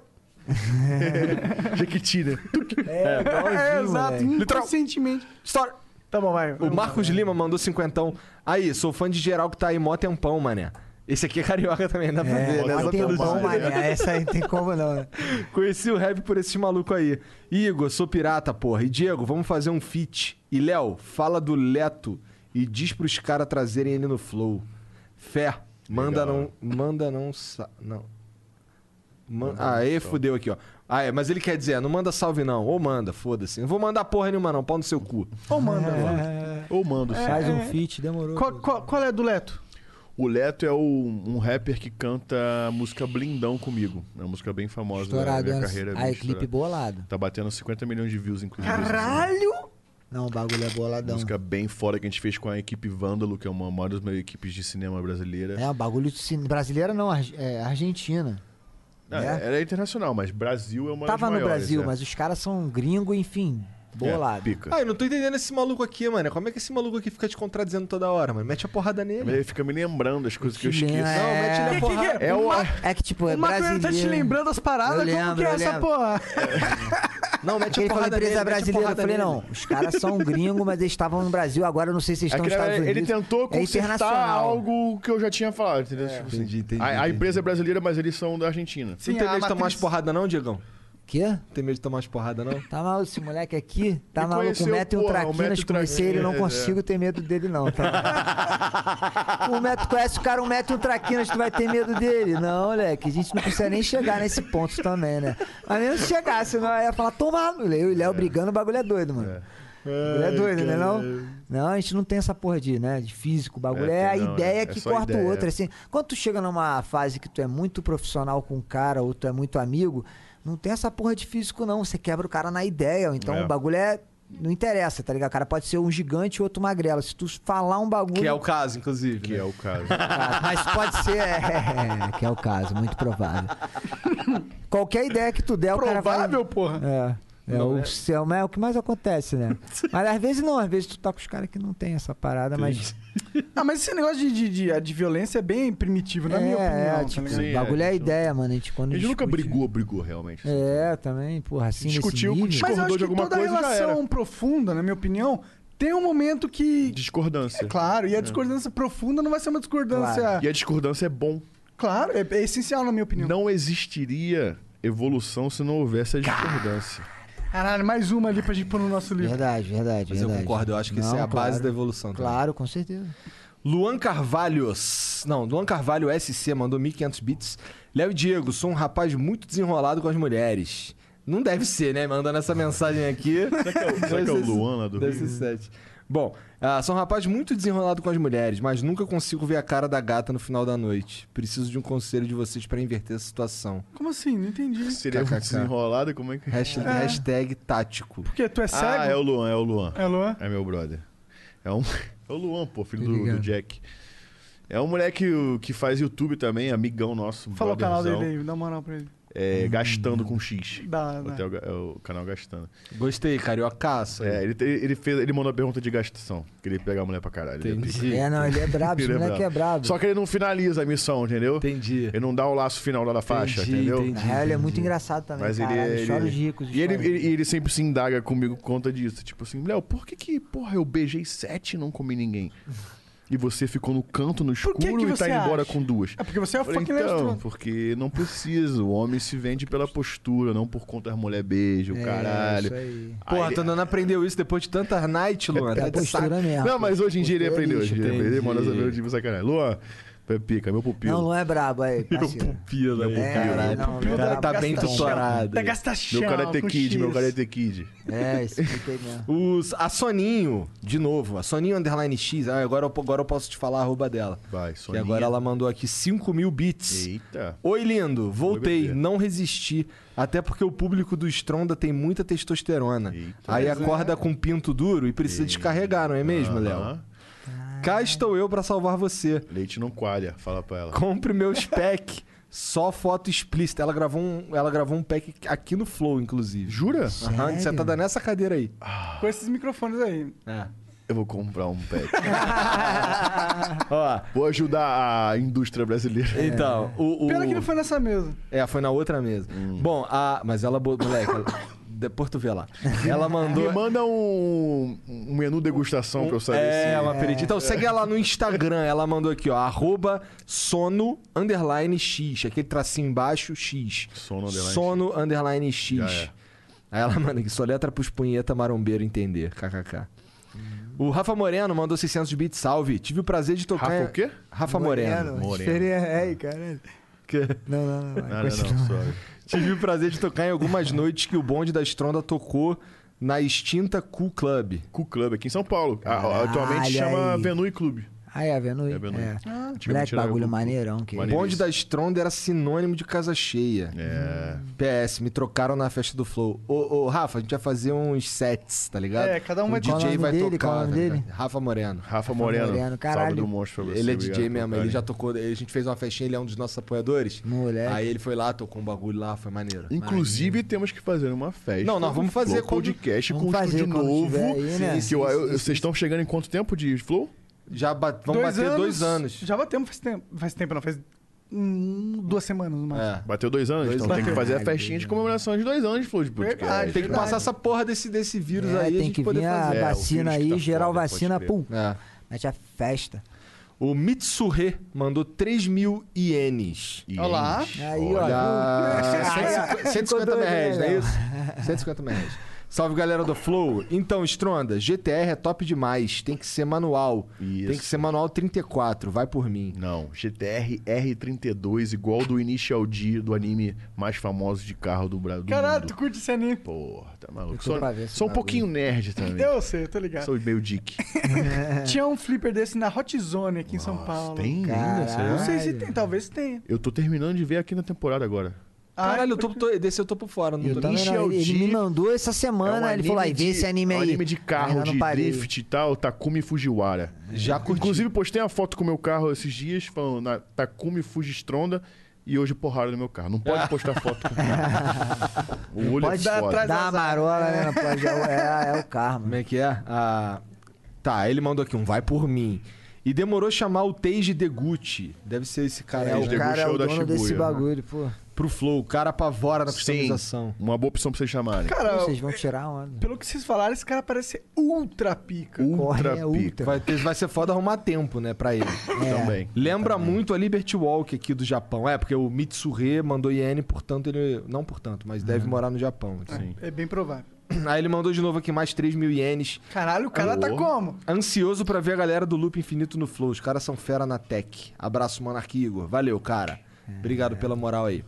[SPEAKER 3] Jequiti, né?
[SPEAKER 2] É,
[SPEAKER 1] igualzinho,
[SPEAKER 2] exato.
[SPEAKER 1] moleque. Literal.
[SPEAKER 2] Recentemente.
[SPEAKER 1] Story.
[SPEAKER 2] Tá bom, vai.
[SPEAKER 1] O Marcos Lima mandou cinquentão. Aí, sou fã de geral que tá aí mó tempão, mané. Esse aqui é carioca também, dá pra ver, né?
[SPEAKER 4] Não tem um
[SPEAKER 1] Todo
[SPEAKER 4] bom,
[SPEAKER 1] dia.
[SPEAKER 4] mané. Essa aí não tem como não, né?
[SPEAKER 1] Conheci o rap por esse maluco aí. Igor, sou pirata, porra. E Diego, vamos fazer um feat. E Léo, fala do Leto e diz pros caras trazerem ele no flow. Fé, manda
[SPEAKER 3] Legal.
[SPEAKER 1] não. Manda não. sa- Não. Man... Aê, fudeu aqui, ó. Ah, é, mas ele quer dizer, não manda salve não. Ou manda, foda-se. Não vou mandar porra nenhuma não, pau no seu cu.
[SPEAKER 2] Ou manda.
[SPEAKER 3] Ou mando, sim.
[SPEAKER 4] Faz um feat, demorou.
[SPEAKER 2] É. Qual, qual- qual é do Leto?
[SPEAKER 3] O Leto é o- um rapper que canta a música Blindão comigo. É uma música bem famosa da
[SPEAKER 4] Estourado,
[SPEAKER 3] minha
[SPEAKER 4] né?
[SPEAKER 3] carreira.
[SPEAKER 4] Aí,
[SPEAKER 3] bem
[SPEAKER 4] clipe
[SPEAKER 3] estourada.
[SPEAKER 4] bolado.
[SPEAKER 3] Tá batendo 50 milhões de views, inclusive. esse
[SPEAKER 2] Caralho!
[SPEAKER 4] Não, o bagulho é boladão.
[SPEAKER 3] Música bem fora que a gente fez com a equipe Vândalo, que é uma, uma das minhas equipes de cinema brasileira.
[SPEAKER 4] É, o bagulho cin- brasileira não, ar- é argentina.
[SPEAKER 3] Ah,
[SPEAKER 4] né?
[SPEAKER 3] Era internacional, mas Brasil é uma das
[SPEAKER 4] Tava no
[SPEAKER 3] maiores,
[SPEAKER 4] Brasil,
[SPEAKER 3] é.
[SPEAKER 4] mas os caras são gringo, enfim, bolado.
[SPEAKER 3] É, pica.
[SPEAKER 1] Ah, eu não tô entendendo esse maluco aqui, mano. Como é que esse maluco aqui fica te contradizendo toda hora, mano? Mete a porrada nele.
[SPEAKER 3] Mas ele fica me lembrando as coisas que eu
[SPEAKER 4] Te
[SPEAKER 3] esqueço.
[SPEAKER 4] lembra-
[SPEAKER 1] Não, mete ele a
[SPEAKER 4] É.
[SPEAKER 1] porrada.
[SPEAKER 3] É o...
[SPEAKER 4] É que tipo, é
[SPEAKER 2] O Maconheiro
[SPEAKER 4] brasileiro.
[SPEAKER 2] tá te lembrando as paradas? Como
[SPEAKER 4] Eu
[SPEAKER 2] que
[SPEAKER 4] lembro,
[SPEAKER 2] é
[SPEAKER 4] eu
[SPEAKER 2] essa
[SPEAKER 4] lembro.
[SPEAKER 2] porra?
[SPEAKER 1] Não, mete
[SPEAKER 4] Ele
[SPEAKER 1] a
[SPEAKER 4] falou
[SPEAKER 1] porrada nele.
[SPEAKER 4] empresa
[SPEAKER 1] mete a
[SPEAKER 4] brasileira, eu
[SPEAKER 1] porrada
[SPEAKER 4] falei,
[SPEAKER 1] nele.
[SPEAKER 4] não, os caras são um gringo, mas eles estavam no Brasil, agora eu não sei se eles estão nos
[SPEAKER 3] Aquele-
[SPEAKER 4] Estados Unidos.
[SPEAKER 3] ele tentou
[SPEAKER 4] é
[SPEAKER 3] consertar
[SPEAKER 4] internacional. É.
[SPEAKER 3] algo que eu já tinha falado, entendeu? Tipo assim,
[SPEAKER 1] Entendi, entendi.
[SPEAKER 3] a, a
[SPEAKER 1] entendi.
[SPEAKER 3] empresa é brasileira, mas eles são da Argentina.
[SPEAKER 1] Tu não tem medo de tomar umas porrada não, Diegão?
[SPEAKER 4] Quê?
[SPEAKER 1] Não Tem medo de tomar umas porrada não?
[SPEAKER 4] Tá maluco esse moleque aqui? Tá
[SPEAKER 3] Me
[SPEAKER 4] maluco? O
[SPEAKER 3] conheceu,
[SPEAKER 4] Neto e o
[SPEAKER 3] porra, o Neto
[SPEAKER 4] Traquinas,
[SPEAKER 3] e É, o
[SPEAKER 4] conheci ele, não
[SPEAKER 3] Traquinas,
[SPEAKER 4] consigo ter medo dele não, tá? o Neto conhece o cara, o Neto e o Traquinas, tu vai ter medo dele? Não, moleque, a gente não precisa nem chegar nesse ponto também, né? Mas mesmo se chegasse, não ia falar, toma, eu e o Léo brigando, o bagulho é doido, mano. O bagulho é doido, né não? Não, a gente não tem essa porra de, né, de físico, o bagulho.
[SPEAKER 3] É,
[SPEAKER 4] É, a
[SPEAKER 3] não,
[SPEAKER 4] ideia
[SPEAKER 3] é- é
[SPEAKER 4] que
[SPEAKER 3] só
[SPEAKER 4] corta
[SPEAKER 3] ideia,
[SPEAKER 4] o outro,
[SPEAKER 3] é.
[SPEAKER 4] assim. Quando tu chega numa fase que tu é muito profissional com o cara ou tu é muito amigo, não tem essa porra de físico, não. Você quebra o cara na ideia. ou Então
[SPEAKER 3] É.
[SPEAKER 4] o bagulho é. Não interessa, tá ligado? O cara pode ser um gigante e outro magrelo. Se tu falar um bagulho.
[SPEAKER 1] Que é o caso, inclusive.
[SPEAKER 3] Que
[SPEAKER 1] né?
[SPEAKER 3] é o caso.
[SPEAKER 4] Mas pode ser. É, que é o caso, muito provável. Qualquer ideia que tu der, o cara vai.
[SPEAKER 2] Provável, porra.
[SPEAKER 4] É. É
[SPEAKER 1] Não,
[SPEAKER 4] o,
[SPEAKER 1] né?
[SPEAKER 4] céu, mas é o que mais acontece, né? Mas às vezes não, às vezes tu tá com os caras que não tem essa parada, mas.
[SPEAKER 2] Ah, mas esse negócio de, de, de- de violência é bem primitivo, na
[SPEAKER 4] é,
[SPEAKER 2] minha opinião.
[SPEAKER 4] é,
[SPEAKER 2] tá
[SPEAKER 4] tipo,
[SPEAKER 2] ligado?
[SPEAKER 3] Sim,
[SPEAKER 4] o bagulho é,
[SPEAKER 3] é,
[SPEAKER 4] a
[SPEAKER 3] tipo,
[SPEAKER 4] ideia, mano. A gente, quando
[SPEAKER 3] A gente nunca
[SPEAKER 4] discute- né?
[SPEAKER 3] brigou, brigou realmente. assim.
[SPEAKER 4] É, também, porra, assim. nesse
[SPEAKER 3] Discutiu,
[SPEAKER 4] nível.
[SPEAKER 3] discu-
[SPEAKER 2] Mas eu
[SPEAKER 3] Discordou
[SPEAKER 2] acho
[SPEAKER 3] tipo, de
[SPEAKER 2] que
[SPEAKER 3] alguma
[SPEAKER 2] toda
[SPEAKER 3] coisa, já
[SPEAKER 2] relação profunda, na minha opinião, tem um momento que... É
[SPEAKER 3] Discordância.
[SPEAKER 2] Claro,
[SPEAKER 3] É.
[SPEAKER 2] e a discordância profunda não vai ser uma discordância...
[SPEAKER 3] E a discordância é bom.
[SPEAKER 2] Claro, é, é essencial na minha opinião.
[SPEAKER 3] Não existiria evolução se não houvesse a discordância.
[SPEAKER 2] Caralho, mais uma ali pra gente pôr no nosso livro.
[SPEAKER 4] Verdade, verdade.
[SPEAKER 1] Mas eu
[SPEAKER 4] verdade.
[SPEAKER 1] concordo, eu acho que isso
[SPEAKER 4] Não,
[SPEAKER 1] é a
[SPEAKER 4] claro.
[SPEAKER 1] base da evolução. também.
[SPEAKER 4] Claro, com certeza.
[SPEAKER 1] Luan Carvalhos. Não, Luan Carvalho SC mandou 1500 bits. Léo e Diego, sou um rapaz muito desenrolado com as mulheres. Não deve ser, né? Mandando essa mensagem aqui. será que é o,
[SPEAKER 3] será que é o Luan lá do Rio?
[SPEAKER 1] Bom, ah, sou um rapaz muito desenrolado com as mulheres, mas nunca consigo ver a cara da gata no final da noite. Preciso de um conselho de vocês pra inverter essa situação.
[SPEAKER 2] Como assim? Não entendi.
[SPEAKER 3] Seria
[SPEAKER 1] KKK.
[SPEAKER 3] desenrolado, como é que.
[SPEAKER 1] Hashtag, hashtag tático.
[SPEAKER 2] Porque tu é cego?
[SPEAKER 3] Ah, é o Luan, é o Luan.
[SPEAKER 2] É, Luan?
[SPEAKER 3] É meu brother. É, um... é o Luan, pô, filho do,
[SPEAKER 4] ligado.
[SPEAKER 3] do Jack. É um moleque o- que faz YouTube também, amigão nosso.
[SPEAKER 2] Fala o canal
[SPEAKER 3] brotherzão.
[SPEAKER 2] dele aí, Hum. dá moral pra ele.
[SPEAKER 3] É, Gastando com X.
[SPEAKER 2] Dá, dá.
[SPEAKER 3] Hotel Ga- é o canal Gastando.
[SPEAKER 1] Gostei,
[SPEAKER 2] Tá
[SPEAKER 1] cariocaça.
[SPEAKER 3] É, ele, ele, fez, ele mandou a pergunta de gastação. Que ele pega a mulher pra caralho. ele é pica.
[SPEAKER 1] Entendi.
[SPEAKER 4] É, não, ele é brabo, esse
[SPEAKER 3] Ele é
[SPEAKER 4] moleque é brabo.
[SPEAKER 3] Só que ele não finaliza a missão, entendeu?
[SPEAKER 1] Entendi.
[SPEAKER 3] Ele não dá o laço final lá da faixa,
[SPEAKER 1] Entendi,
[SPEAKER 3] entendeu?
[SPEAKER 1] entendi. é-
[SPEAKER 4] Na real, ele é muito engraçado também.
[SPEAKER 3] Mas ele, é-
[SPEAKER 4] caralho,
[SPEAKER 3] ele...
[SPEAKER 4] chora os ricos.
[SPEAKER 3] E ele,
[SPEAKER 4] chora os
[SPEAKER 3] ele, ele sempre se indaga comigo por conta disso. Tipo assim, Léo, por que que, porra, eu beijei sete e não comi ninguém? E você ficou no canto, no escuro
[SPEAKER 2] que que
[SPEAKER 3] e tá
[SPEAKER 2] você
[SPEAKER 3] indo embora
[SPEAKER 2] acha?
[SPEAKER 3] com duas.
[SPEAKER 2] É porque você é o
[SPEAKER 3] Eu falei,
[SPEAKER 2] fucking
[SPEAKER 3] então,
[SPEAKER 2] Leandro.
[SPEAKER 3] porque não precisa. O homem se vende pela postura, não por conta das mulher beijo,
[SPEAKER 4] É,
[SPEAKER 3] caralho.
[SPEAKER 4] isso aí. tá
[SPEAKER 1] Porra,
[SPEAKER 3] ele-
[SPEAKER 1] tu não aprendeu isso depois de tantas night, Luan.
[SPEAKER 4] É
[SPEAKER 1] Tá
[SPEAKER 4] a
[SPEAKER 1] de saco.
[SPEAKER 4] postura mesmo.
[SPEAKER 3] Não, mas hoje em dia ele
[SPEAKER 4] Postura é
[SPEAKER 3] aprendeu.
[SPEAKER 4] lixo,
[SPEAKER 3] Hoje em dia ele
[SPEAKER 1] entendi.
[SPEAKER 3] aprendeu, manda saber o tipo sacanagem. Luan, É pica, meu pupilo.
[SPEAKER 4] Não, não é brabo aí,
[SPEAKER 3] Meu
[SPEAKER 4] parceiro.
[SPEAKER 3] pupilo, meu
[SPEAKER 4] É,
[SPEAKER 3] pupilo.
[SPEAKER 4] não, não, não.
[SPEAKER 1] tá
[SPEAKER 4] Gasta chão. Tá gasta
[SPEAKER 3] Meu
[SPEAKER 4] chão,
[SPEAKER 3] Karate
[SPEAKER 4] com
[SPEAKER 3] Kid, meu
[SPEAKER 4] X.
[SPEAKER 3] Karate Kid.
[SPEAKER 4] É, expliquei mesmo.
[SPEAKER 1] Os, a Soninho, de novo, a Soninho Underline X, ah, agora, eu- agora eu posso te falar a arroba dela. Vai,
[SPEAKER 3] Soninha.
[SPEAKER 1] E agora ela mandou aqui 5 mil bits.
[SPEAKER 3] Eita.
[SPEAKER 1] Oi, lindo, voltei,
[SPEAKER 3] bebê.
[SPEAKER 1] não resisti. Até porque o público do Stronda tem muita testosterona. Aí
[SPEAKER 4] é.
[SPEAKER 3] Pois
[SPEAKER 1] acorda com pinto duro e precisa descarregar, não é mesmo,
[SPEAKER 3] Aham.
[SPEAKER 1] Léo? Cá estou eu pra salvar você.
[SPEAKER 3] Leite não coalha, fala pra ela.
[SPEAKER 1] Compre meus pack. Só foto explícita. Ela gravou, um, ela gravou um pack aqui no Flow, inclusive. Jura? Aham,
[SPEAKER 2] Sério?
[SPEAKER 1] você tá nessa cadeira aí.
[SPEAKER 3] é
[SPEAKER 2] Com esses microfones aí.
[SPEAKER 3] Eu vou comprar um pack.
[SPEAKER 1] Ó.
[SPEAKER 3] Vou ajudar a indústria brasileira.
[SPEAKER 1] Então, o, Hum. o-
[SPEAKER 2] Pena que não foi nessa mesa.
[SPEAKER 1] É, foi na outra mesa. Bom, a... mas ela... bo- Moleque, ela... depois tu vê lá. Ela mandou...
[SPEAKER 3] Me manda um, um menu degustação pra eu saber assim.
[SPEAKER 1] É,
[SPEAKER 3] se...
[SPEAKER 1] uma peritita. Então segue ela no Instagram. Ela mandou aqui, ó. Arroba sono underline x. Aquele tracinho embaixo, x. Sono
[SPEAKER 3] underline
[SPEAKER 1] Sono underline x.
[SPEAKER 3] Já é.
[SPEAKER 1] Aí ela manda aqui, só letra pros punheta marombeiro entender. KKK. O Rafa Moreno mandou 600 bits, salve. Tive o prazer de tocar...
[SPEAKER 3] Rafa o quê?
[SPEAKER 1] Rafa Moreno.
[SPEAKER 4] É, cara. Não, não, não.
[SPEAKER 1] Não, Tive o prazer de tocar em algumas noites que o bonde da Estronda tocou na extinta Cool Club.
[SPEAKER 3] Cool Club, aqui em São Paulo. A- a-
[SPEAKER 4] Caralho,
[SPEAKER 3] Atualmente chama
[SPEAKER 4] aí.
[SPEAKER 3] Venui Clube.
[SPEAKER 4] Ah, é, Venui. É,
[SPEAKER 3] Venui.
[SPEAKER 4] é.
[SPEAKER 3] Ah,
[SPEAKER 4] Moleque,
[SPEAKER 3] antigamente era
[SPEAKER 4] bagulho
[SPEAKER 3] o-
[SPEAKER 4] maneirão. Que...
[SPEAKER 1] O bonde da Stronda era sinônimo de casa cheia. É. PS, me trocaram na festa do Flow. Ô, ô, Rafa, a gente vai fazer uns sets, tá ligado?
[SPEAKER 2] É, cada um
[SPEAKER 1] o
[SPEAKER 2] vai-
[SPEAKER 1] DJ
[SPEAKER 2] Qual o nome
[SPEAKER 1] vai
[SPEAKER 2] dele?
[SPEAKER 1] tocar.
[SPEAKER 2] Qual o nome
[SPEAKER 1] tá
[SPEAKER 2] dele?
[SPEAKER 1] ligado? Rafa Moreno.
[SPEAKER 3] Rafa Moreno. Moreno, caralho. Sábado Monstro pra você,
[SPEAKER 1] Ele é
[SPEAKER 3] obrigado
[SPEAKER 1] DJ
[SPEAKER 3] por
[SPEAKER 1] mesmo, ele
[SPEAKER 3] carinho.
[SPEAKER 1] já tocou. A gente fez uma festinha, ele é um dos nossos apoiadores.
[SPEAKER 4] Moleque.
[SPEAKER 1] Aí ele foi lá, tocou um bagulho lá, foi maneiro.
[SPEAKER 3] Inclusive, temos que fazer uma festa.
[SPEAKER 1] Não, nós vamos fazer
[SPEAKER 3] Flow
[SPEAKER 1] quando-
[SPEAKER 3] podcast
[SPEAKER 1] vamos
[SPEAKER 3] com o
[SPEAKER 1] fazer
[SPEAKER 3] estúdio
[SPEAKER 1] quando
[SPEAKER 3] novo.
[SPEAKER 1] tiver aí, né?
[SPEAKER 3] Que eu-
[SPEAKER 1] Sim,
[SPEAKER 3] eu-
[SPEAKER 1] sim,
[SPEAKER 3] vocês estão chegando em quanto tempo de Flow?
[SPEAKER 1] Já bat- vamos bater dois anos.
[SPEAKER 2] Já batemos faz tempo. Faz tempo, não. Faz hum, duas semanas no máximo.
[SPEAKER 3] Bateu dois anos, então tem
[SPEAKER 2] anos.
[SPEAKER 3] que fazer a
[SPEAKER 2] Caralho,
[SPEAKER 3] festinha de comemoração de dois anos de Flow de podcast.
[SPEAKER 1] Verdade, tem que passar essa porra desse, desse vírus
[SPEAKER 4] É,
[SPEAKER 1] aí. a
[SPEAKER 4] tem
[SPEAKER 1] gente
[SPEAKER 4] que
[SPEAKER 1] poder
[SPEAKER 4] vir a
[SPEAKER 1] fazer.
[SPEAKER 4] vacina
[SPEAKER 1] tá
[SPEAKER 4] aí, geral vacina, pum.
[SPEAKER 1] É.
[SPEAKER 4] Mete a festa.
[SPEAKER 1] O Mitsuhe mandou 3 mil ienes.
[SPEAKER 3] Olha lá.
[SPEAKER 4] Aí, ó.
[SPEAKER 1] Olha. 150 mil
[SPEAKER 4] Ficou doido,
[SPEAKER 1] reais, não
[SPEAKER 4] né,
[SPEAKER 1] é
[SPEAKER 4] Léo?
[SPEAKER 1] isso? 150 mil reais. Salve galera do Flow. Então, Stronda, GTR é top demais. Tem que ser manual. Tem que ser manual 34. Vai por mim.
[SPEAKER 3] Não, GTR R32, igual do Initial D, do anime mais famoso de carro do Brasil.
[SPEAKER 2] Caralho, tu curte esse anime?
[SPEAKER 3] Porra, tá maluco.
[SPEAKER 2] tô pra ver
[SPEAKER 3] Sou,
[SPEAKER 2] esse
[SPEAKER 3] sou um
[SPEAKER 2] bagulho.
[SPEAKER 3] pouquinho nerd também.
[SPEAKER 2] Eu sei, eu tô ligado.
[SPEAKER 3] Sou meio dick.
[SPEAKER 2] Tinha um flipper desse na Hot Zone aqui em São Paulo.
[SPEAKER 3] tem ainda,
[SPEAKER 2] Caralho.
[SPEAKER 3] será?
[SPEAKER 2] Não sei se tem, talvez tenha.
[SPEAKER 3] Eu tô terminando de ver aqui na temporada agora.
[SPEAKER 1] Caralho, eu tô, tô- desse eu tô por fora. Não tô
[SPEAKER 4] Tá vendo?
[SPEAKER 1] Michel
[SPEAKER 4] ele, ele
[SPEAKER 1] G.
[SPEAKER 4] me mandou essa semana,
[SPEAKER 3] É um
[SPEAKER 4] ele falou, aí,
[SPEAKER 3] anime
[SPEAKER 4] vê
[SPEAKER 3] de-
[SPEAKER 4] esse anime
[SPEAKER 3] é um
[SPEAKER 4] aí.
[SPEAKER 3] anime de carro,
[SPEAKER 4] Ainda não
[SPEAKER 3] de
[SPEAKER 4] parei.
[SPEAKER 3] drift e tal, Takumi Fujiwara.
[SPEAKER 1] Já curti.
[SPEAKER 3] Inclusive, postei uma foto com o meu carro esses dias, falando na Takumi Fujistronda, e hoje porrada no meu carro. Não pode postar foto com o carro. O olho
[SPEAKER 4] pode
[SPEAKER 3] é foda.
[SPEAKER 4] dar, dar a marola, né? Não pode, é, o- é, é o karma.
[SPEAKER 1] Como é que é? Ah, tá, ele mandou aqui um vai por mim. E demorou chamar o Teiji Deguchi. Deve ser esse cara
[SPEAKER 4] É,
[SPEAKER 1] aí.
[SPEAKER 4] o
[SPEAKER 1] né?
[SPEAKER 3] um
[SPEAKER 4] cara é o dono desse bagulho, pô.
[SPEAKER 1] Pro Flow, o cara apavora na
[SPEAKER 3] Sim,
[SPEAKER 1] customização.
[SPEAKER 3] uma boa opção pra vocês chamarem.
[SPEAKER 2] Cara,
[SPEAKER 4] Vocês vão tirar onda.
[SPEAKER 2] Pelo que vocês falaram, esse cara parece ser ultra pica.
[SPEAKER 3] Ultra
[SPEAKER 4] é ultra.
[SPEAKER 3] pica.
[SPEAKER 1] Vai, ter- vai ser foda arrumar tempo, né, pra ele.
[SPEAKER 3] Também.
[SPEAKER 1] Lembra muito a Liberty Walk aqui do Japão. É, porque o Mitsuhe mandou iene, portanto ele... Não portanto, mas deve morar no Japão. Sim.
[SPEAKER 2] É bem provável.
[SPEAKER 1] Aí ele mandou de novo aqui mais 3 mil ienes.
[SPEAKER 2] Caralho, o cara tá
[SPEAKER 1] Porra.
[SPEAKER 2] como?
[SPEAKER 1] Ansioso pra ver a galera do Loop Infinito no Flow. Os caras são fera na tech. Abraço, Monarque Igor. Valeu, cara. Obrigado pela moral aí.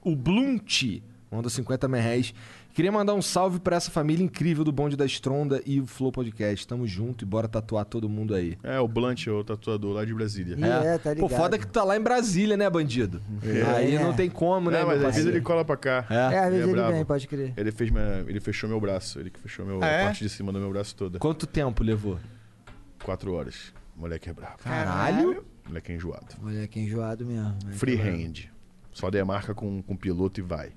[SPEAKER 1] O Blunt mandou 50 mil reais. Queria mandar um salve pra essa família incrível do Bonde da Estronda e o Flow Podcast. Tamo junto e bora tatuar todo mundo aí.
[SPEAKER 3] É, o Blunt é o tatuador lá de Brasília.
[SPEAKER 4] É.
[SPEAKER 1] É. Pô, foda que tu tá lá em Brasília, né, bandido?
[SPEAKER 3] É.
[SPEAKER 1] Aí
[SPEAKER 3] É.
[SPEAKER 1] não tem como, né,
[SPEAKER 3] É,
[SPEAKER 1] meu
[SPEAKER 3] mas às vezes
[SPEAKER 1] parceiro?
[SPEAKER 3] ele cola pra cá.
[SPEAKER 1] É.
[SPEAKER 4] É, às vezes ele
[SPEAKER 3] brabo.
[SPEAKER 4] vem, pode crer.
[SPEAKER 3] Ele, fez minha- ele fechou meu braço, ele que fechou meu,
[SPEAKER 4] Ah, é?
[SPEAKER 3] a parte de cima do meu braço toda.
[SPEAKER 1] Quanto tempo levou?
[SPEAKER 3] Quatro horas. Moleque é brabo.
[SPEAKER 1] Caralho.
[SPEAKER 3] Moleque é enjoado.
[SPEAKER 4] Moleque é enjoado mesmo. né?
[SPEAKER 3] Freehand. Só demarca com, com o piloto e vai.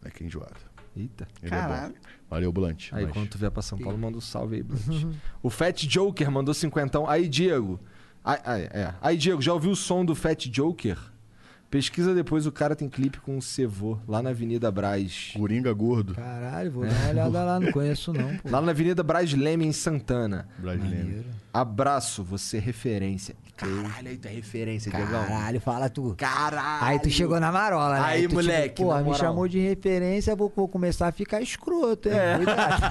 [SPEAKER 3] Moleque é enjoado.
[SPEAKER 1] Eita.
[SPEAKER 3] Ele é
[SPEAKER 1] Caralho.
[SPEAKER 3] bom. Valeu, Blunt.
[SPEAKER 1] Aí
[SPEAKER 3] Mas-
[SPEAKER 1] quando tu vier pra São Paulo, manda um salve aí, Blunt. o Fat Joker mandou cinquentão. Aí, Diego. Aí, aí, é. Aí, Diego, já ouviu o som do Fat Joker? Pesquisa depois, o cara tem clipe com o Cevô, lá na Avenida Braz.
[SPEAKER 3] Coringa gordo.
[SPEAKER 4] Caralho,
[SPEAKER 3] É.
[SPEAKER 4] vou dar uma olhada lá, não conheço não, pô.
[SPEAKER 1] Lá na Avenida Braz Leme, em Santana.
[SPEAKER 3] Braz Leme.
[SPEAKER 1] Abraço, você é referência. Caralho, aí tu é referência, Diegão.
[SPEAKER 4] Caralho, fala tu.
[SPEAKER 1] Caralho.
[SPEAKER 4] Aí tu chegou na marola, né?
[SPEAKER 1] Aí,
[SPEAKER 4] tu, tipo,
[SPEAKER 1] moleque, na
[SPEAKER 4] Porra, me
[SPEAKER 1] moral.
[SPEAKER 4] chamou de referência, vou, vou começar a ficar escroto, hein? Cuidado.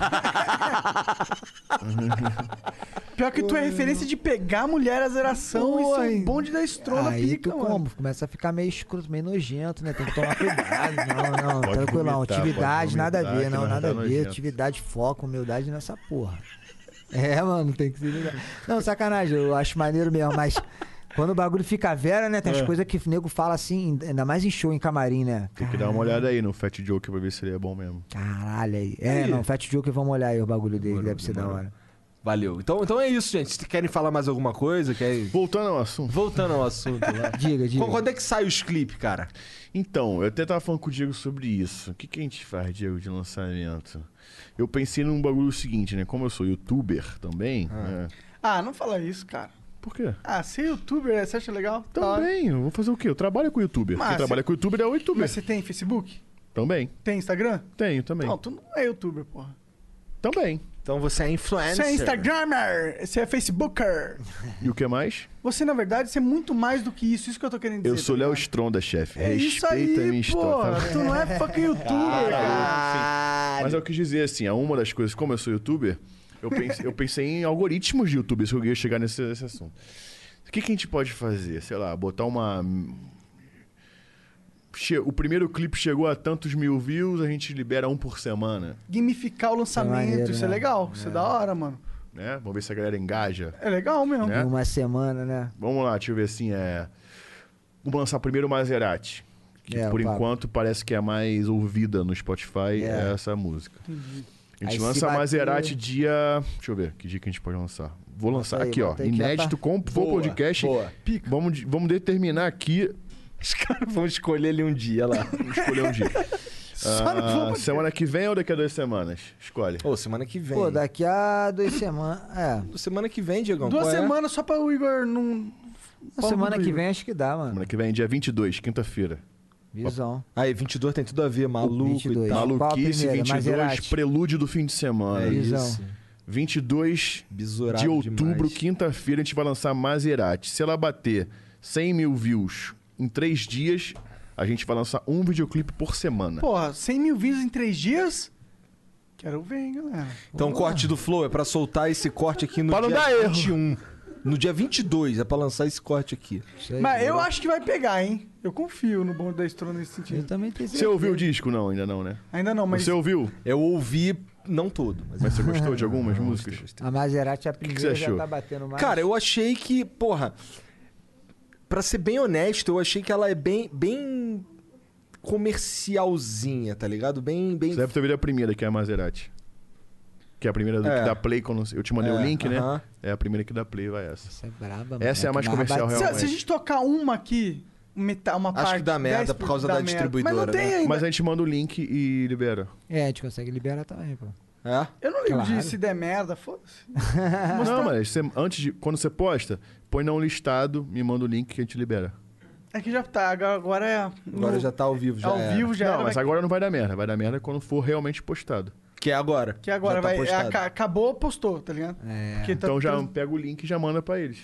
[SPEAKER 2] Pior que tua referência de pegar a mulher a zeração isso é um bonde da estrona
[SPEAKER 4] Aí
[SPEAKER 2] pica,
[SPEAKER 4] tu
[SPEAKER 2] mano.
[SPEAKER 4] como? Começa a ficar meio escroto, meio nojento, né? Tem que tomar cuidado. Não, não,
[SPEAKER 11] Pode
[SPEAKER 4] tranquilão.
[SPEAKER 11] vomitar,
[SPEAKER 4] atividade,
[SPEAKER 11] pode
[SPEAKER 4] nada a
[SPEAKER 11] vomitar,
[SPEAKER 4] ver,
[SPEAKER 11] que
[SPEAKER 4] não,
[SPEAKER 11] vai
[SPEAKER 4] nada a
[SPEAKER 11] ficar
[SPEAKER 4] ver.
[SPEAKER 11] nojento.
[SPEAKER 4] Atividade, foco, humildade nessa porra. É, mano, tem que se ligar. Não, sacanagem, eu acho maneiro mesmo, mas quando o bagulho fica vera, né? Tem as
[SPEAKER 3] É.
[SPEAKER 4] coisas que o nego fala assim, ainda mais em show, em camarim, né?
[SPEAKER 3] Tem que dar uma olhada aí no Fat Joke pra ver se ele é bom mesmo.
[SPEAKER 4] Caralho aí. É,
[SPEAKER 3] Aí.
[SPEAKER 4] não, Fat Joker, vamos olhar aí o bagulho dele, deve ser da hora.
[SPEAKER 1] Valeu. Então, então é isso, gente. Vocês Querem falar mais alguma coisa? Querem...
[SPEAKER 3] Voltando ao assunto.
[SPEAKER 1] Voltando ao assunto. Né?
[SPEAKER 4] diga, diga.
[SPEAKER 1] Quando é que sai os clipes, cara?
[SPEAKER 3] Então, eu até tava falando com o Diego sobre isso. O que, que a gente faz, Diego, de lançamento? Eu pensei num bagulho seguinte, né? Como eu sou youtuber também, né?
[SPEAKER 2] Ah, não fala isso, cara.
[SPEAKER 3] Por quê?
[SPEAKER 2] Ah, ser youtuber, você acha legal?
[SPEAKER 3] Também, eu vou fazer o quê? Eu trabalho com youtuber.
[SPEAKER 2] Tá. Mas
[SPEAKER 3] Quem
[SPEAKER 2] você-
[SPEAKER 3] trabalha com youtuber é o youtuber.
[SPEAKER 2] Mas você tem Facebook?
[SPEAKER 3] Também.
[SPEAKER 2] Tem Instagram?
[SPEAKER 3] Tenho também.
[SPEAKER 2] Não, tu não é youtuber, porra.
[SPEAKER 3] Também.
[SPEAKER 1] Então você é
[SPEAKER 2] Você
[SPEAKER 1] influencer.
[SPEAKER 2] é Instagrammer, você é Facebooker.
[SPEAKER 3] E o que mais?
[SPEAKER 2] Você, na verdade, você é muito mais do que isso. Isso que eu tô querendo dizer. tá
[SPEAKER 3] Eu sou Léo Stronda, chefe.
[SPEAKER 2] É isso
[SPEAKER 3] Respeita
[SPEAKER 2] aí,
[SPEAKER 3] a minha história. tá
[SPEAKER 2] pô. Tu não é fucking youtuber,
[SPEAKER 3] cara. Mas eu quis dizer assim, é uma das coisas, como eu sou youtuber, eu pense- eu pensei, em algoritmos de YouTube, se eu ia chegar nesse, nesse assunto. O que, que a gente pode fazer? Sei lá, botar uma. Che- O primeiro clipe chegou a tantos mil views, a gente libera um por semana.
[SPEAKER 2] Gamificar o lançamento,
[SPEAKER 3] maneiro,
[SPEAKER 2] isso é
[SPEAKER 3] né?
[SPEAKER 2] legal. Isso é da hora, mano.
[SPEAKER 3] Né? Vamos ver se a galera engaja.
[SPEAKER 2] É legal mesmo.
[SPEAKER 3] Né?
[SPEAKER 4] Uma semana, né?
[SPEAKER 3] Vamos lá, deixa eu ver assim. É... Vamos lançar primeiro o Maserati. Que
[SPEAKER 4] É,
[SPEAKER 3] por
[SPEAKER 4] o papo.
[SPEAKER 3] enquanto parece que é a mais ouvida no Spotify,
[SPEAKER 4] É.
[SPEAKER 3] é essa música. A gente
[SPEAKER 4] Aí se
[SPEAKER 3] lança a
[SPEAKER 4] bater-
[SPEAKER 3] Maserati dia. Deixa eu ver, que dia que a gente pode lançar. Vou lançar
[SPEAKER 4] Bota aí,
[SPEAKER 3] aqui, ó.
[SPEAKER 4] bota aí que já
[SPEAKER 3] inédito
[SPEAKER 4] tá-
[SPEAKER 3] com
[SPEAKER 4] Boa,
[SPEAKER 3] o podcast.
[SPEAKER 4] boa.
[SPEAKER 3] Pica. Vamos, de- vamos determinar aqui.
[SPEAKER 1] Os caras vão escolher ele um dia lá.
[SPEAKER 3] Vamos escolher um dia.
[SPEAKER 4] Só no
[SPEAKER 3] Ah,
[SPEAKER 4] podcast.
[SPEAKER 3] semana que vem ou daqui a duas semanas? Escolhe.
[SPEAKER 1] Ô, semana que vem.
[SPEAKER 4] Pô, daqui a duas semanas. É.
[SPEAKER 1] Semana que vem, Diego.
[SPEAKER 2] Duas
[SPEAKER 4] qual é?
[SPEAKER 2] semanas só pra o Igor não.
[SPEAKER 4] Na semana que vem acho que dá, mano.
[SPEAKER 3] Semana que vem, dia 22, quinta-feira.
[SPEAKER 4] Visão.
[SPEAKER 1] Aí, 22 tem tudo a ver, maluco e tal.
[SPEAKER 4] Qual a
[SPEAKER 3] Maluquice,
[SPEAKER 4] primeira?
[SPEAKER 3] 22,
[SPEAKER 4] Maserati.
[SPEAKER 3] prelúdio do fim de semana.
[SPEAKER 4] É Visão. isso.
[SPEAKER 3] 22
[SPEAKER 1] Bizurado
[SPEAKER 3] de outubro,
[SPEAKER 1] demais.
[SPEAKER 3] quinta-feira, a gente vai lançar Maserati. Se ela bater 100 mil views em três dias, a gente vai lançar um videoclipe por semana.
[SPEAKER 2] Porra, 100 mil views em três dias? Quero ver, hein, galera.
[SPEAKER 1] Então,
[SPEAKER 2] Porra.
[SPEAKER 1] corte do Flow é pra soltar esse corte aqui no
[SPEAKER 2] Pra não
[SPEAKER 1] dia
[SPEAKER 2] dar erro.
[SPEAKER 1] 21. No dia 22 é pra lançar esse corte aqui.
[SPEAKER 2] Mas eu acho que vai pegar, hein? Eu confio no bonde da Estrona nesse sentido. Eu
[SPEAKER 4] também tenho
[SPEAKER 3] Você ouviu o disco? Não, ainda não, né?
[SPEAKER 2] Ainda não, mas.
[SPEAKER 3] Você ouviu?
[SPEAKER 1] Eu ouvi, não todo. Mas,
[SPEAKER 3] você gostou de algumas músicas?
[SPEAKER 4] A Maserati é a
[SPEAKER 3] que
[SPEAKER 4] primeira
[SPEAKER 3] você
[SPEAKER 4] já
[SPEAKER 3] achou?
[SPEAKER 4] tá batendo mais.
[SPEAKER 1] Cara, eu achei que, porra, pra ser bem honesto, eu achei que ela é bem, bem comercialzinha, tá ligado? Bem, bem.
[SPEAKER 3] Você deve ter ouvido a primeira, que é a Maserati. Que é a primeira do,
[SPEAKER 1] É.
[SPEAKER 3] que dá play. Quando eu te mandei
[SPEAKER 1] É,
[SPEAKER 3] o link,
[SPEAKER 1] aham.
[SPEAKER 3] né? É a primeira que dá play, vai essa. Essa
[SPEAKER 4] é braba,
[SPEAKER 3] Essa é a mais comercial,
[SPEAKER 2] se,
[SPEAKER 3] realmente.
[SPEAKER 2] se a gente tocar uma aqui, meta, uma
[SPEAKER 3] Acho que
[SPEAKER 2] parte.
[SPEAKER 3] dá merda
[SPEAKER 2] 10
[SPEAKER 3] por causa da
[SPEAKER 2] merda.
[SPEAKER 3] distribuidora,
[SPEAKER 2] Mas não tem
[SPEAKER 3] né?
[SPEAKER 2] ainda.
[SPEAKER 3] Mas a gente manda o link e libera.
[SPEAKER 4] É, a gente consegue liberar também, pô.
[SPEAKER 1] É?
[SPEAKER 2] Eu não ligo
[SPEAKER 3] Claro.
[SPEAKER 2] de se der merda, foda-se.
[SPEAKER 3] Não, mas você- antes de, quando você posta, põe não listado, me manda o link que a gente libera.
[SPEAKER 2] É que já tá, agora, agora é.
[SPEAKER 1] Agora já tá ao vivo, já.
[SPEAKER 2] Ao
[SPEAKER 1] era.
[SPEAKER 2] vivo já
[SPEAKER 3] Não,
[SPEAKER 2] era,
[SPEAKER 3] mas
[SPEAKER 2] vai-
[SPEAKER 3] agora não vai dar merda. Vai dar merda quando for realmente postado.
[SPEAKER 1] Que é agora.
[SPEAKER 2] Que agora
[SPEAKER 3] Já tá
[SPEAKER 2] vai. é,
[SPEAKER 3] postado.
[SPEAKER 2] aca- acabou, postou, tá ligado? É.
[SPEAKER 3] Então já pega o link e já manda pra eles.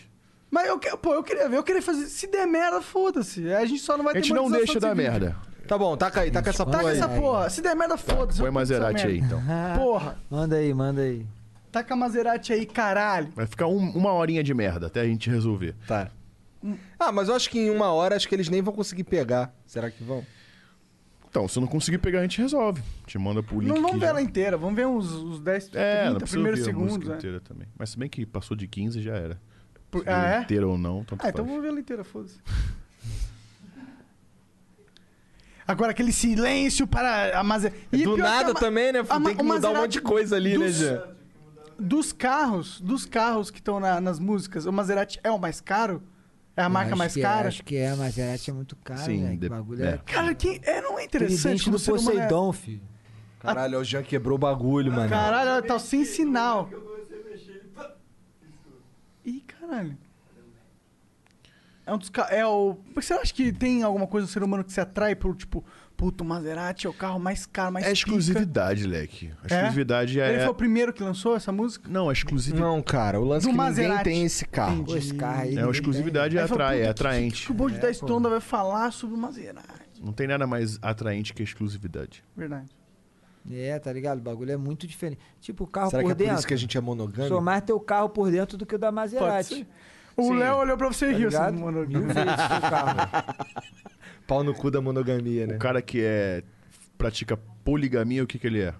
[SPEAKER 2] Mas eu, que- pô, eu queria ver, eu queria fazer. Se der merda, foda-se. A gente só não vai
[SPEAKER 3] A
[SPEAKER 2] ter
[SPEAKER 3] gente não
[SPEAKER 2] monetização
[SPEAKER 3] deixa dar
[SPEAKER 2] desse vídeo.
[SPEAKER 3] merda.
[SPEAKER 1] Tá bom, taca aí, taca essa
[SPEAKER 2] Taca
[SPEAKER 1] porra aí.
[SPEAKER 2] essa porra. Se der merda, foda-se.
[SPEAKER 3] põe
[SPEAKER 2] eu curto essa
[SPEAKER 3] Maserati
[SPEAKER 2] merda.
[SPEAKER 3] aí, então.
[SPEAKER 2] Porra,
[SPEAKER 4] Manda aí, manda aí.
[SPEAKER 2] taca Maserati aí, caralho.
[SPEAKER 3] Vai ficar um- uma horinha de merda até a gente resolver.
[SPEAKER 1] Tá. Ah, mas eu acho que em uma hora acho que eles nem vão conseguir pegar. Será que vão?
[SPEAKER 3] Então, se não conseguir pegar, a gente resolve. Te manda pro link.
[SPEAKER 2] Não
[SPEAKER 3] que
[SPEAKER 2] vamos ver
[SPEAKER 3] já-
[SPEAKER 2] ela inteira, vamos ver uns, uns 10,
[SPEAKER 3] É, não
[SPEAKER 2] 30
[SPEAKER 3] precisa
[SPEAKER 2] primeiros
[SPEAKER 3] ouvir a
[SPEAKER 2] segundos.
[SPEAKER 3] música
[SPEAKER 2] né?
[SPEAKER 3] inteira também. Mas se bem que passou de 15 já era.
[SPEAKER 2] Por-
[SPEAKER 3] Se viu
[SPEAKER 2] ah, é?
[SPEAKER 3] Inteira ou não, tanto
[SPEAKER 2] Ah, então
[SPEAKER 3] faz.
[SPEAKER 2] vamos ver ela inteira, foda-se. Agora aquele silêncio para a Maserati.
[SPEAKER 1] É Do nada também, né? Tem que mudar um monte de coisa ali, né, Jean?
[SPEAKER 2] Dos carros, dos carros que estão na- nas músicas, o Maserati é o mais caro? É a
[SPEAKER 4] Eu
[SPEAKER 2] marca
[SPEAKER 4] acho
[SPEAKER 2] mais
[SPEAKER 4] que é,
[SPEAKER 2] cara?
[SPEAKER 4] acho que é, a Maserati é muito cara,
[SPEAKER 3] Sim,
[SPEAKER 4] né? Que
[SPEAKER 3] de-
[SPEAKER 4] bagulho
[SPEAKER 3] é.
[SPEAKER 4] é.
[SPEAKER 2] Cara, que é, não é
[SPEAKER 4] Aquele
[SPEAKER 2] interessante
[SPEAKER 4] dente
[SPEAKER 2] como
[SPEAKER 4] do
[SPEAKER 2] ser humano é-
[SPEAKER 4] Poseidon, filho.
[SPEAKER 1] Caralho, o Jean quebrou o bagulho, mano.
[SPEAKER 2] Caralho, ela tá sem sinal. Ih, caralho. É um dos ca- é o. Mas Você acha que tem alguma coisa no ser humano que se atrai por, tipo, puto, Maserati é o carro mais caro, mais
[SPEAKER 3] É exclusividade, Leque. A
[SPEAKER 2] É?
[SPEAKER 3] exclusividade é.
[SPEAKER 2] Ele foi o primeiro que lançou essa música?
[SPEAKER 3] Não, é exclusividade.
[SPEAKER 1] Não, cara, o lance
[SPEAKER 2] Do
[SPEAKER 1] é que
[SPEAKER 2] Maserati.
[SPEAKER 1] ninguém tem esse carro.
[SPEAKER 2] Entendi.
[SPEAKER 4] Esse carro aí.
[SPEAKER 3] É, a exclusividade
[SPEAKER 2] Aí fala,
[SPEAKER 3] atrai,
[SPEAKER 2] puta,
[SPEAKER 3] é
[SPEAKER 2] que-
[SPEAKER 3] atraente.
[SPEAKER 2] Que o bonde da Estonda vai falar sobre o Maserati.
[SPEAKER 3] Não tem nada mais atraente que a exclusividade.
[SPEAKER 2] Verdade.
[SPEAKER 4] É, tá ligado? O bagulho é muito diferente. Tipo, o carro
[SPEAKER 1] Será que
[SPEAKER 4] por
[SPEAKER 1] é por
[SPEAKER 4] dentro.
[SPEAKER 1] isso que a gente é monogâmico?
[SPEAKER 4] Sou mais teu carro por dentro do que o da Maserati.
[SPEAKER 1] ser. O Sim. Léo
[SPEAKER 2] olhou pra você
[SPEAKER 3] Tá
[SPEAKER 1] e riu, assim,
[SPEAKER 4] monogâmico. Mil vezes teu carro.
[SPEAKER 1] Pau no cu da monogamia, né?
[SPEAKER 3] O cara que é pratica poligamia, o que que ele é?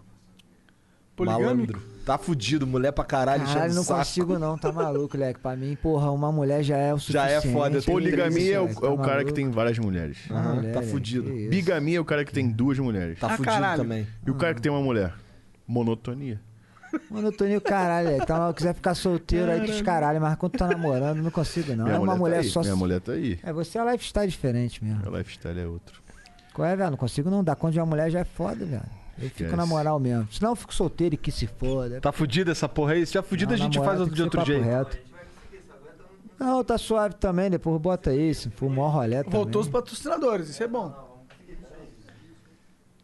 [SPEAKER 1] Malandro. Tá fudido, mulher pra caralho,
[SPEAKER 4] Caralho,
[SPEAKER 1] enchendo
[SPEAKER 4] não
[SPEAKER 1] o saco.
[SPEAKER 4] consigo não, tá maluco, Leque. Pra mim, porra, uma mulher já é o
[SPEAKER 1] Já
[SPEAKER 4] suficiente.
[SPEAKER 1] é foda, eu tenho
[SPEAKER 3] Poligamia é o,
[SPEAKER 4] Tá
[SPEAKER 3] é o cara que
[SPEAKER 4] maluco?
[SPEAKER 3] tem várias mulheres.
[SPEAKER 4] Aham, Mulheres,
[SPEAKER 3] tá
[SPEAKER 4] que
[SPEAKER 3] fudido. Bigamia é o cara que tem duas mulheres.
[SPEAKER 4] Tá Ah, fudido caralho. também.
[SPEAKER 3] E o cara que tem uma mulher? Monotonia.
[SPEAKER 4] Monotonia, caralho, Leque. Tá maluco, quiser ficar solteiro aí dos caralho, mas quando tá namorando, não consigo não.
[SPEAKER 3] Minha
[SPEAKER 4] é
[SPEAKER 3] mulher
[SPEAKER 4] uma
[SPEAKER 3] tá
[SPEAKER 4] mulher
[SPEAKER 3] aí,
[SPEAKER 4] só...
[SPEAKER 3] minha mulher tá aí.
[SPEAKER 4] É, você é lifestyle diferente mesmo.
[SPEAKER 3] Meu lifestyle é outro.
[SPEAKER 4] Qual é, velho? Não consigo não dar conta de uma mulher, já é foda, velho. Eu fico
[SPEAKER 1] Esquece.
[SPEAKER 4] na moral mesmo. Senão eu fico solteiro e que se foda.
[SPEAKER 1] Tá fudido essa porra aí? Se tiver fudido,
[SPEAKER 4] Não,
[SPEAKER 1] a gente
[SPEAKER 4] namorado
[SPEAKER 1] faz
[SPEAKER 4] tem
[SPEAKER 1] outro-
[SPEAKER 4] que
[SPEAKER 1] de
[SPEAKER 4] ser
[SPEAKER 1] outro
[SPEAKER 4] papo
[SPEAKER 1] jeito.
[SPEAKER 4] reto. Não, tá suave também, depois bota isso. Foi o maior rolê também.
[SPEAKER 2] Voltou os patrocinadores, isso é bom.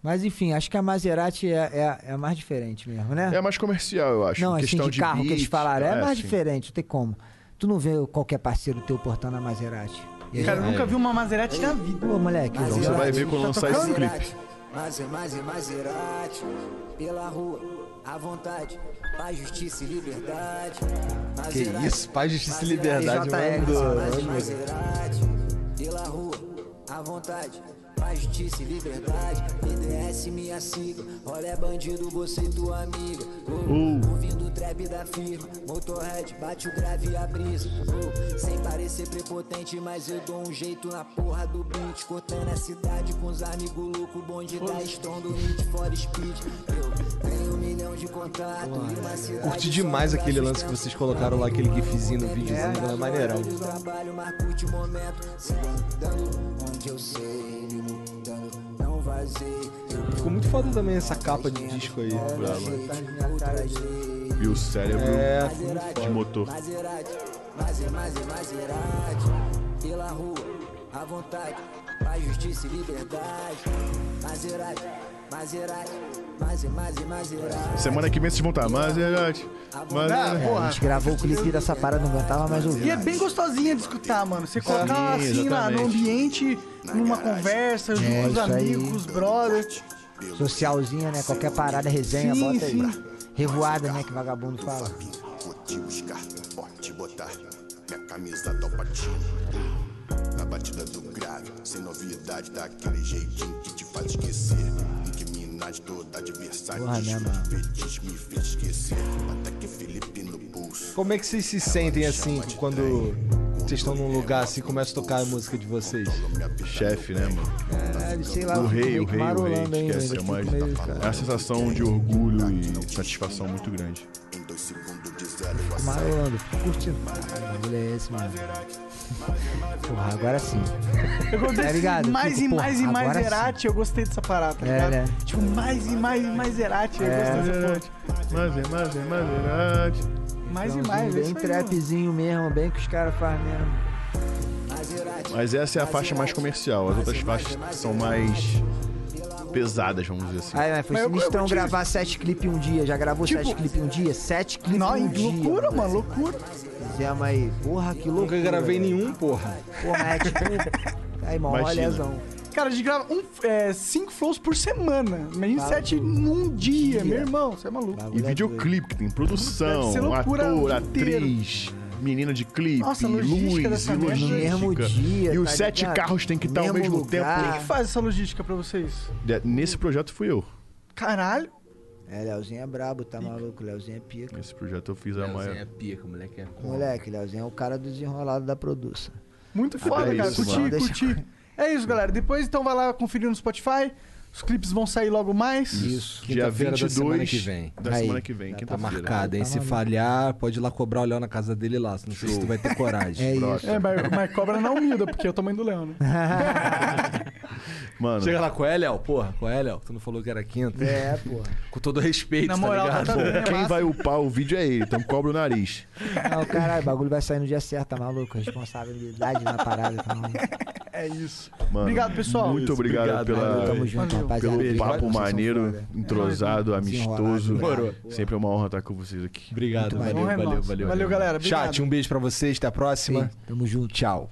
[SPEAKER 4] Mas enfim, acho que a Maserati é, é, é a mais diferente mesmo, né?
[SPEAKER 3] É mais comercial, eu acho.
[SPEAKER 4] Não, assim,
[SPEAKER 3] questão
[SPEAKER 4] de, carro que eles
[SPEAKER 3] beat,
[SPEAKER 4] falaram, é,
[SPEAKER 3] ah,
[SPEAKER 4] mais
[SPEAKER 3] sim.
[SPEAKER 4] diferente, não tem como. Tu não vê qualquer parceiro teu portando a Maserati.
[SPEAKER 3] É.
[SPEAKER 4] E aí,
[SPEAKER 2] Cara, eu
[SPEAKER 4] né?
[SPEAKER 2] nunca vi uma Maserati na vida.
[SPEAKER 4] Pô, moleque. tá
[SPEAKER 3] Então você vai ver quando lançar esse clipe.
[SPEAKER 11] Mas é mais é Maserati, pela rua, à vontade, paz, justiça e liberdade.
[SPEAKER 1] Que
[SPEAKER 11] Maserati,
[SPEAKER 1] isso, paz, justiça
[SPEAKER 11] Maserati,
[SPEAKER 1] e liberdade,
[SPEAKER 11] JR,
[SPEAKER 1] mandou,
[SPEAKER 11] mais é
[SPEAKER 1] mandou.
[SPEAKER 11] Maserati, pela rua, à vontade, paz, justiça e liberdade. BDS, minha sigla, olha é bandido, você e tua amiga. Oh,
[SPEAKER 3] Uh.
[SPEAKER 11] Ouvindo o trap da firma, motorhead, bate o grave e a brisa. Oh, sem parecer prepotente, mas eu dou um jeito na porra do beat. Cortando a cidade com os amigos loucos, bonde da estrondo, hit for speed. Eu tenho um milhão de contatos e uma cidade.
[SPEAKER 1] Curti demais aquele lance que vocês colocaram lá, aquele gifzinho no videozinho, é, maneirão.
[SPEAKER 11] Do trabalho, mas curte o momento. Se dando onde eu sei, me mudando, não vazei.
[SPEAKER 1] Ficou muito foda também essa capa de disco aí.
[SPEAKER 3] E o cérebro
[SPEAKER 1] É,
[SPEAKER 3] de motor.
[SPEAKER 11] Maserati, Maserati, Maserati, Maserati, pela rua, à vontade, paz, justiça e liberdade. Maserati, Maserati, Maserati, Maserati, Maserati.
[SPEAKER 3] Semana que vem vocês vão tá, estar. Maserati. Maserati.
[SPEAKER 2] Ah,
[SPEAKER 4] É, a gente gravou o clipe dessa parada, não aguentava mais ouvir.
[SPEAKER 2] E é bem gostosinha de escutar, mano. Você colocar
[SPEAKER 4] Sim,
[SPEAKER 2] assim na- no
[SPEAKER 4] exatamente.
[SPEAKER 2] ambiente, numa conversa,
[SPEAKER 4] É,
[SPEAKER 2] com os
[SPEAKER 4] isso aí.
[SPEAKER 2] amigos, brothers.
[SPEAKER 4] Socialzinha, né? Qualquer parada, resenha,
[SPEAKER 2] Sim,
[SPEAKER 4] bota aí.
[SPEAKER 2] sim.
[SPEAKER 4] Revoada, né? Que vagabundo fala.
[SPEAKER 12] Vou te buscar, pode te botar. Minha camisa topa ti. Na batida do grave, sem novidade, daquele jeitinho que te faz esquecer. Nicki Minaj toda adversária.
[SPEAKER 4] Porra, né, mano?
[SPEAKER 12] Fetiche me fez esquecer. Até que Felipe no pulso.
[SPEAKER 1] Como é que vocês se sentem assim quando vocês estão num lugar assim e começa a tocar a música de vocês?
[SPEAKER 3] Chefe, né, mano?
[SPEAKER 4] Caralho, sei lá.
[SPEAKER 3] O rei, o
[SPEAKER 4] meio que
[SPEAKER 3] rei, o rei.
[SPEAKER 4] marolando ainda,
[SPEAKER 3] Esquece, é
[SPEAKER 4] ainda
[SPEAKER 3] uma,
[SPEAKER 4] fico meio, cara.
[SPEAKER 3] é uma sensação de orgulho e satisfação muito grande.
[SPEAKER 4] Fico Marolando, fico curtindo. Caralho, o bagulho é esse, mano. Porra, agora sim.
[SPEAKER 2] Eu gostei
[SPEAKER 4] Tá ligado?
[SPEAKER 2] mais
[SPEAKER 4] Fico,
[SPEAKER 2] e
[SPEAKER 4] porra,
[SPEAKER 2] mais e mais
[SPEAKER 4] agora sim.
[SPEAKER 2] Zerati, eu gostei dessa parada, tá
[SPEAKER 4] É,
[SPEAKER 2] ligado?
[SPEAKER 4] né?
[SPEAKER 2] Tipo, mais e mais e mais Zerati, eu
[SPEAKER 4] É.
[SPEAKER 2] gostei dessa ponte.
[SPEAKER 3] Mas é, mas é, Maserati.
[SPEAKER 2] Mais e
[SPEAKER 4] Então,
[SPEAKER 2] mais, é
[SPEAKER 4] Bem
[SPEAKER 2] isso aí, mano.
[SPEAKER 4] trapzinho mesmo, bem que os caras fazem mesmo.
[SPEAKER 3] Mas essa é a faixa mais comercial. As outras faixas são mais pesadas, vamos dizer assim.
[SPEAKER 4] Aí, Ah, é, mas foi sinistrão gravar sete clipes em um dia. Já gravou sete clipes em um dia? Sete clipes em um dia. Loucura, mano,
[SPEAKER 2] loucura.
[SPEAKER 4] Fizemos aí, porra, que loucura.
[SPEAKER 1] Nunca gravei
[SPEAKER 4] velho.
[SPEAKER 1] nenhum, porra.
[SPEAKER 4] Porra, é tipo. Aí, mó
[SPEAKER 1] Imagina.
[SPEAKER 4] lesão.
[SPEAKER 2] Cara, a gente grava um, é, cinco flows por semana. Imagina
[SPEAKER 4] Tá
[SPEAKER 2] sete num dia, meu irmão. Você é maluco.
[SPEAKER 3] E videoclipe, que tem produção,
[SPEAKER 2] Deve ser loucura
[SPEAKER 3] ator,
[SPEAKER 2] o dia inteiro.
[SPEAKER 3] atriz, menina de clipe,
[SPEAKER 2] Nossa, a
[SPEAKER 3] luz
[SPEAKER 2] logística
[SPEAKER 3] e
[SPEAKER 2] dessa
[SPEAKER 3] logística.
[SPEAKER 2] merda. Mesmo dia,
[SPEAKER 3] e os
[SPEAKER 2] tá
[SPEAKER 3] sete
[SPEAKER 2] ligado?
[SPEAKER 3] carros têm que estar ao
[SPEAKER 2] Mesmo
[SPEAKER 3] mesmo
[SPEAKER 2] lugar. Quem que
[SPEAKER 3] tempo.
[SPEAKER 2] faz essa logística pra vocês?
[SPEAKER 3] De- Nesse projeto fui eu.
[SPEAKER 2] Caralho.
[SPEAKER 4] É, Leozinho é brabo, tá maluco? Leozinho é pica.
[SPEAKER 3] Nesse projeto eu fiz a maior.
[SPEAKER 1] Leozinho é pica, moleque é
[SPEAKER 4] Moleque, Leozinho é o cara do desenrolado da produção.
[SPEAKER 2] Muito foda,
[SPEAKER 4] é
[SPEAKER 2] cara.
[SPEAKER 4] isso,
[SPEAKER 2] curti,
[SPEAKER 4] mano.
[SPEAKER 2] curti. É isso, galera. Depois então vai lá conferir no Spotify. Os clipes vão sair logo mais.
[SPEAKER 1] Isso, dia 22 da semana que vem.
[SPEAKER 3] da
[SPEAKER 1] Aí,
[SPEAKER 3] semana que vem,
[SPEAKER 1] Tá
[SPEAKER 3] quinta-feira.
[SPEAKER 1] marcado, hein?
[SPEAKER 3] Tá
[SPEAKER 1] Se
[SPEAKER 3] maluco.
[SPEAKER 1] falhar, pode ir lá cobrar o Léo na casa dele lá. Não sei se tu vai ter coragem.
[SPEAKER 3] É isso.
[SPEAKER 2] É, mas, mas cobra na humilda, porque é o tamanho do leão, né?
[SPEAKER 3] Mano.
[SPEAKER 1] Chega lá com é, Léo? Porra, com é, Léo? Tu não falou que era quinta?
[SPEAKER 4] É, porra.
[SPEAKER 1] Com todo respeito,
[SPEAKER 2] Na moral,
[SPEAKER 1] tá ligado?
[SPEAKER 2] tá bom.
[SPEAKER 3] Quem vai upar o vídeo é ele, então cobra o nariz.
[SPEAKER 4] Não, caralho, o bagulho vai sair no dia certo, tá maluco? Responsabilidade na parada, tá maluco?
[SPEAKER 2] É isso.
[SPEAKER 3] Mano,
[SPEAKER 2] Obrigado, pessoal.
[SPEAKER 3] Muito obrigado, pela,
[SPEAKER 4] Tamo junto, rapaziada.
[SPEAKER 3] pelo
[SPEAKER 4] Obrigado,
[SPEAKER 3] papo
[SPEAKER 4] vocês são
[SPEAKER 3] maneiro,
[SPEAKER 4] foda.
[SPEAKER 3] entrosado, amistoso.
[SPEAKER 1] Demorou.
[SPEAKER 3] Sempre é uma honra estar com vocês aqui.
[SPEAKER 1] Obrigado, valeu, valeu, valeu,
[SPEAKER 2] Valeu, galera.
[SPEAKER 1] Chat,
[SPEAKER 2] Obrigado.
[SPEAKER 1] um beijo pra vocês, até a próxima.
[SPEAKER 4] tamo junto.
[SPEAKER 1] Tchau.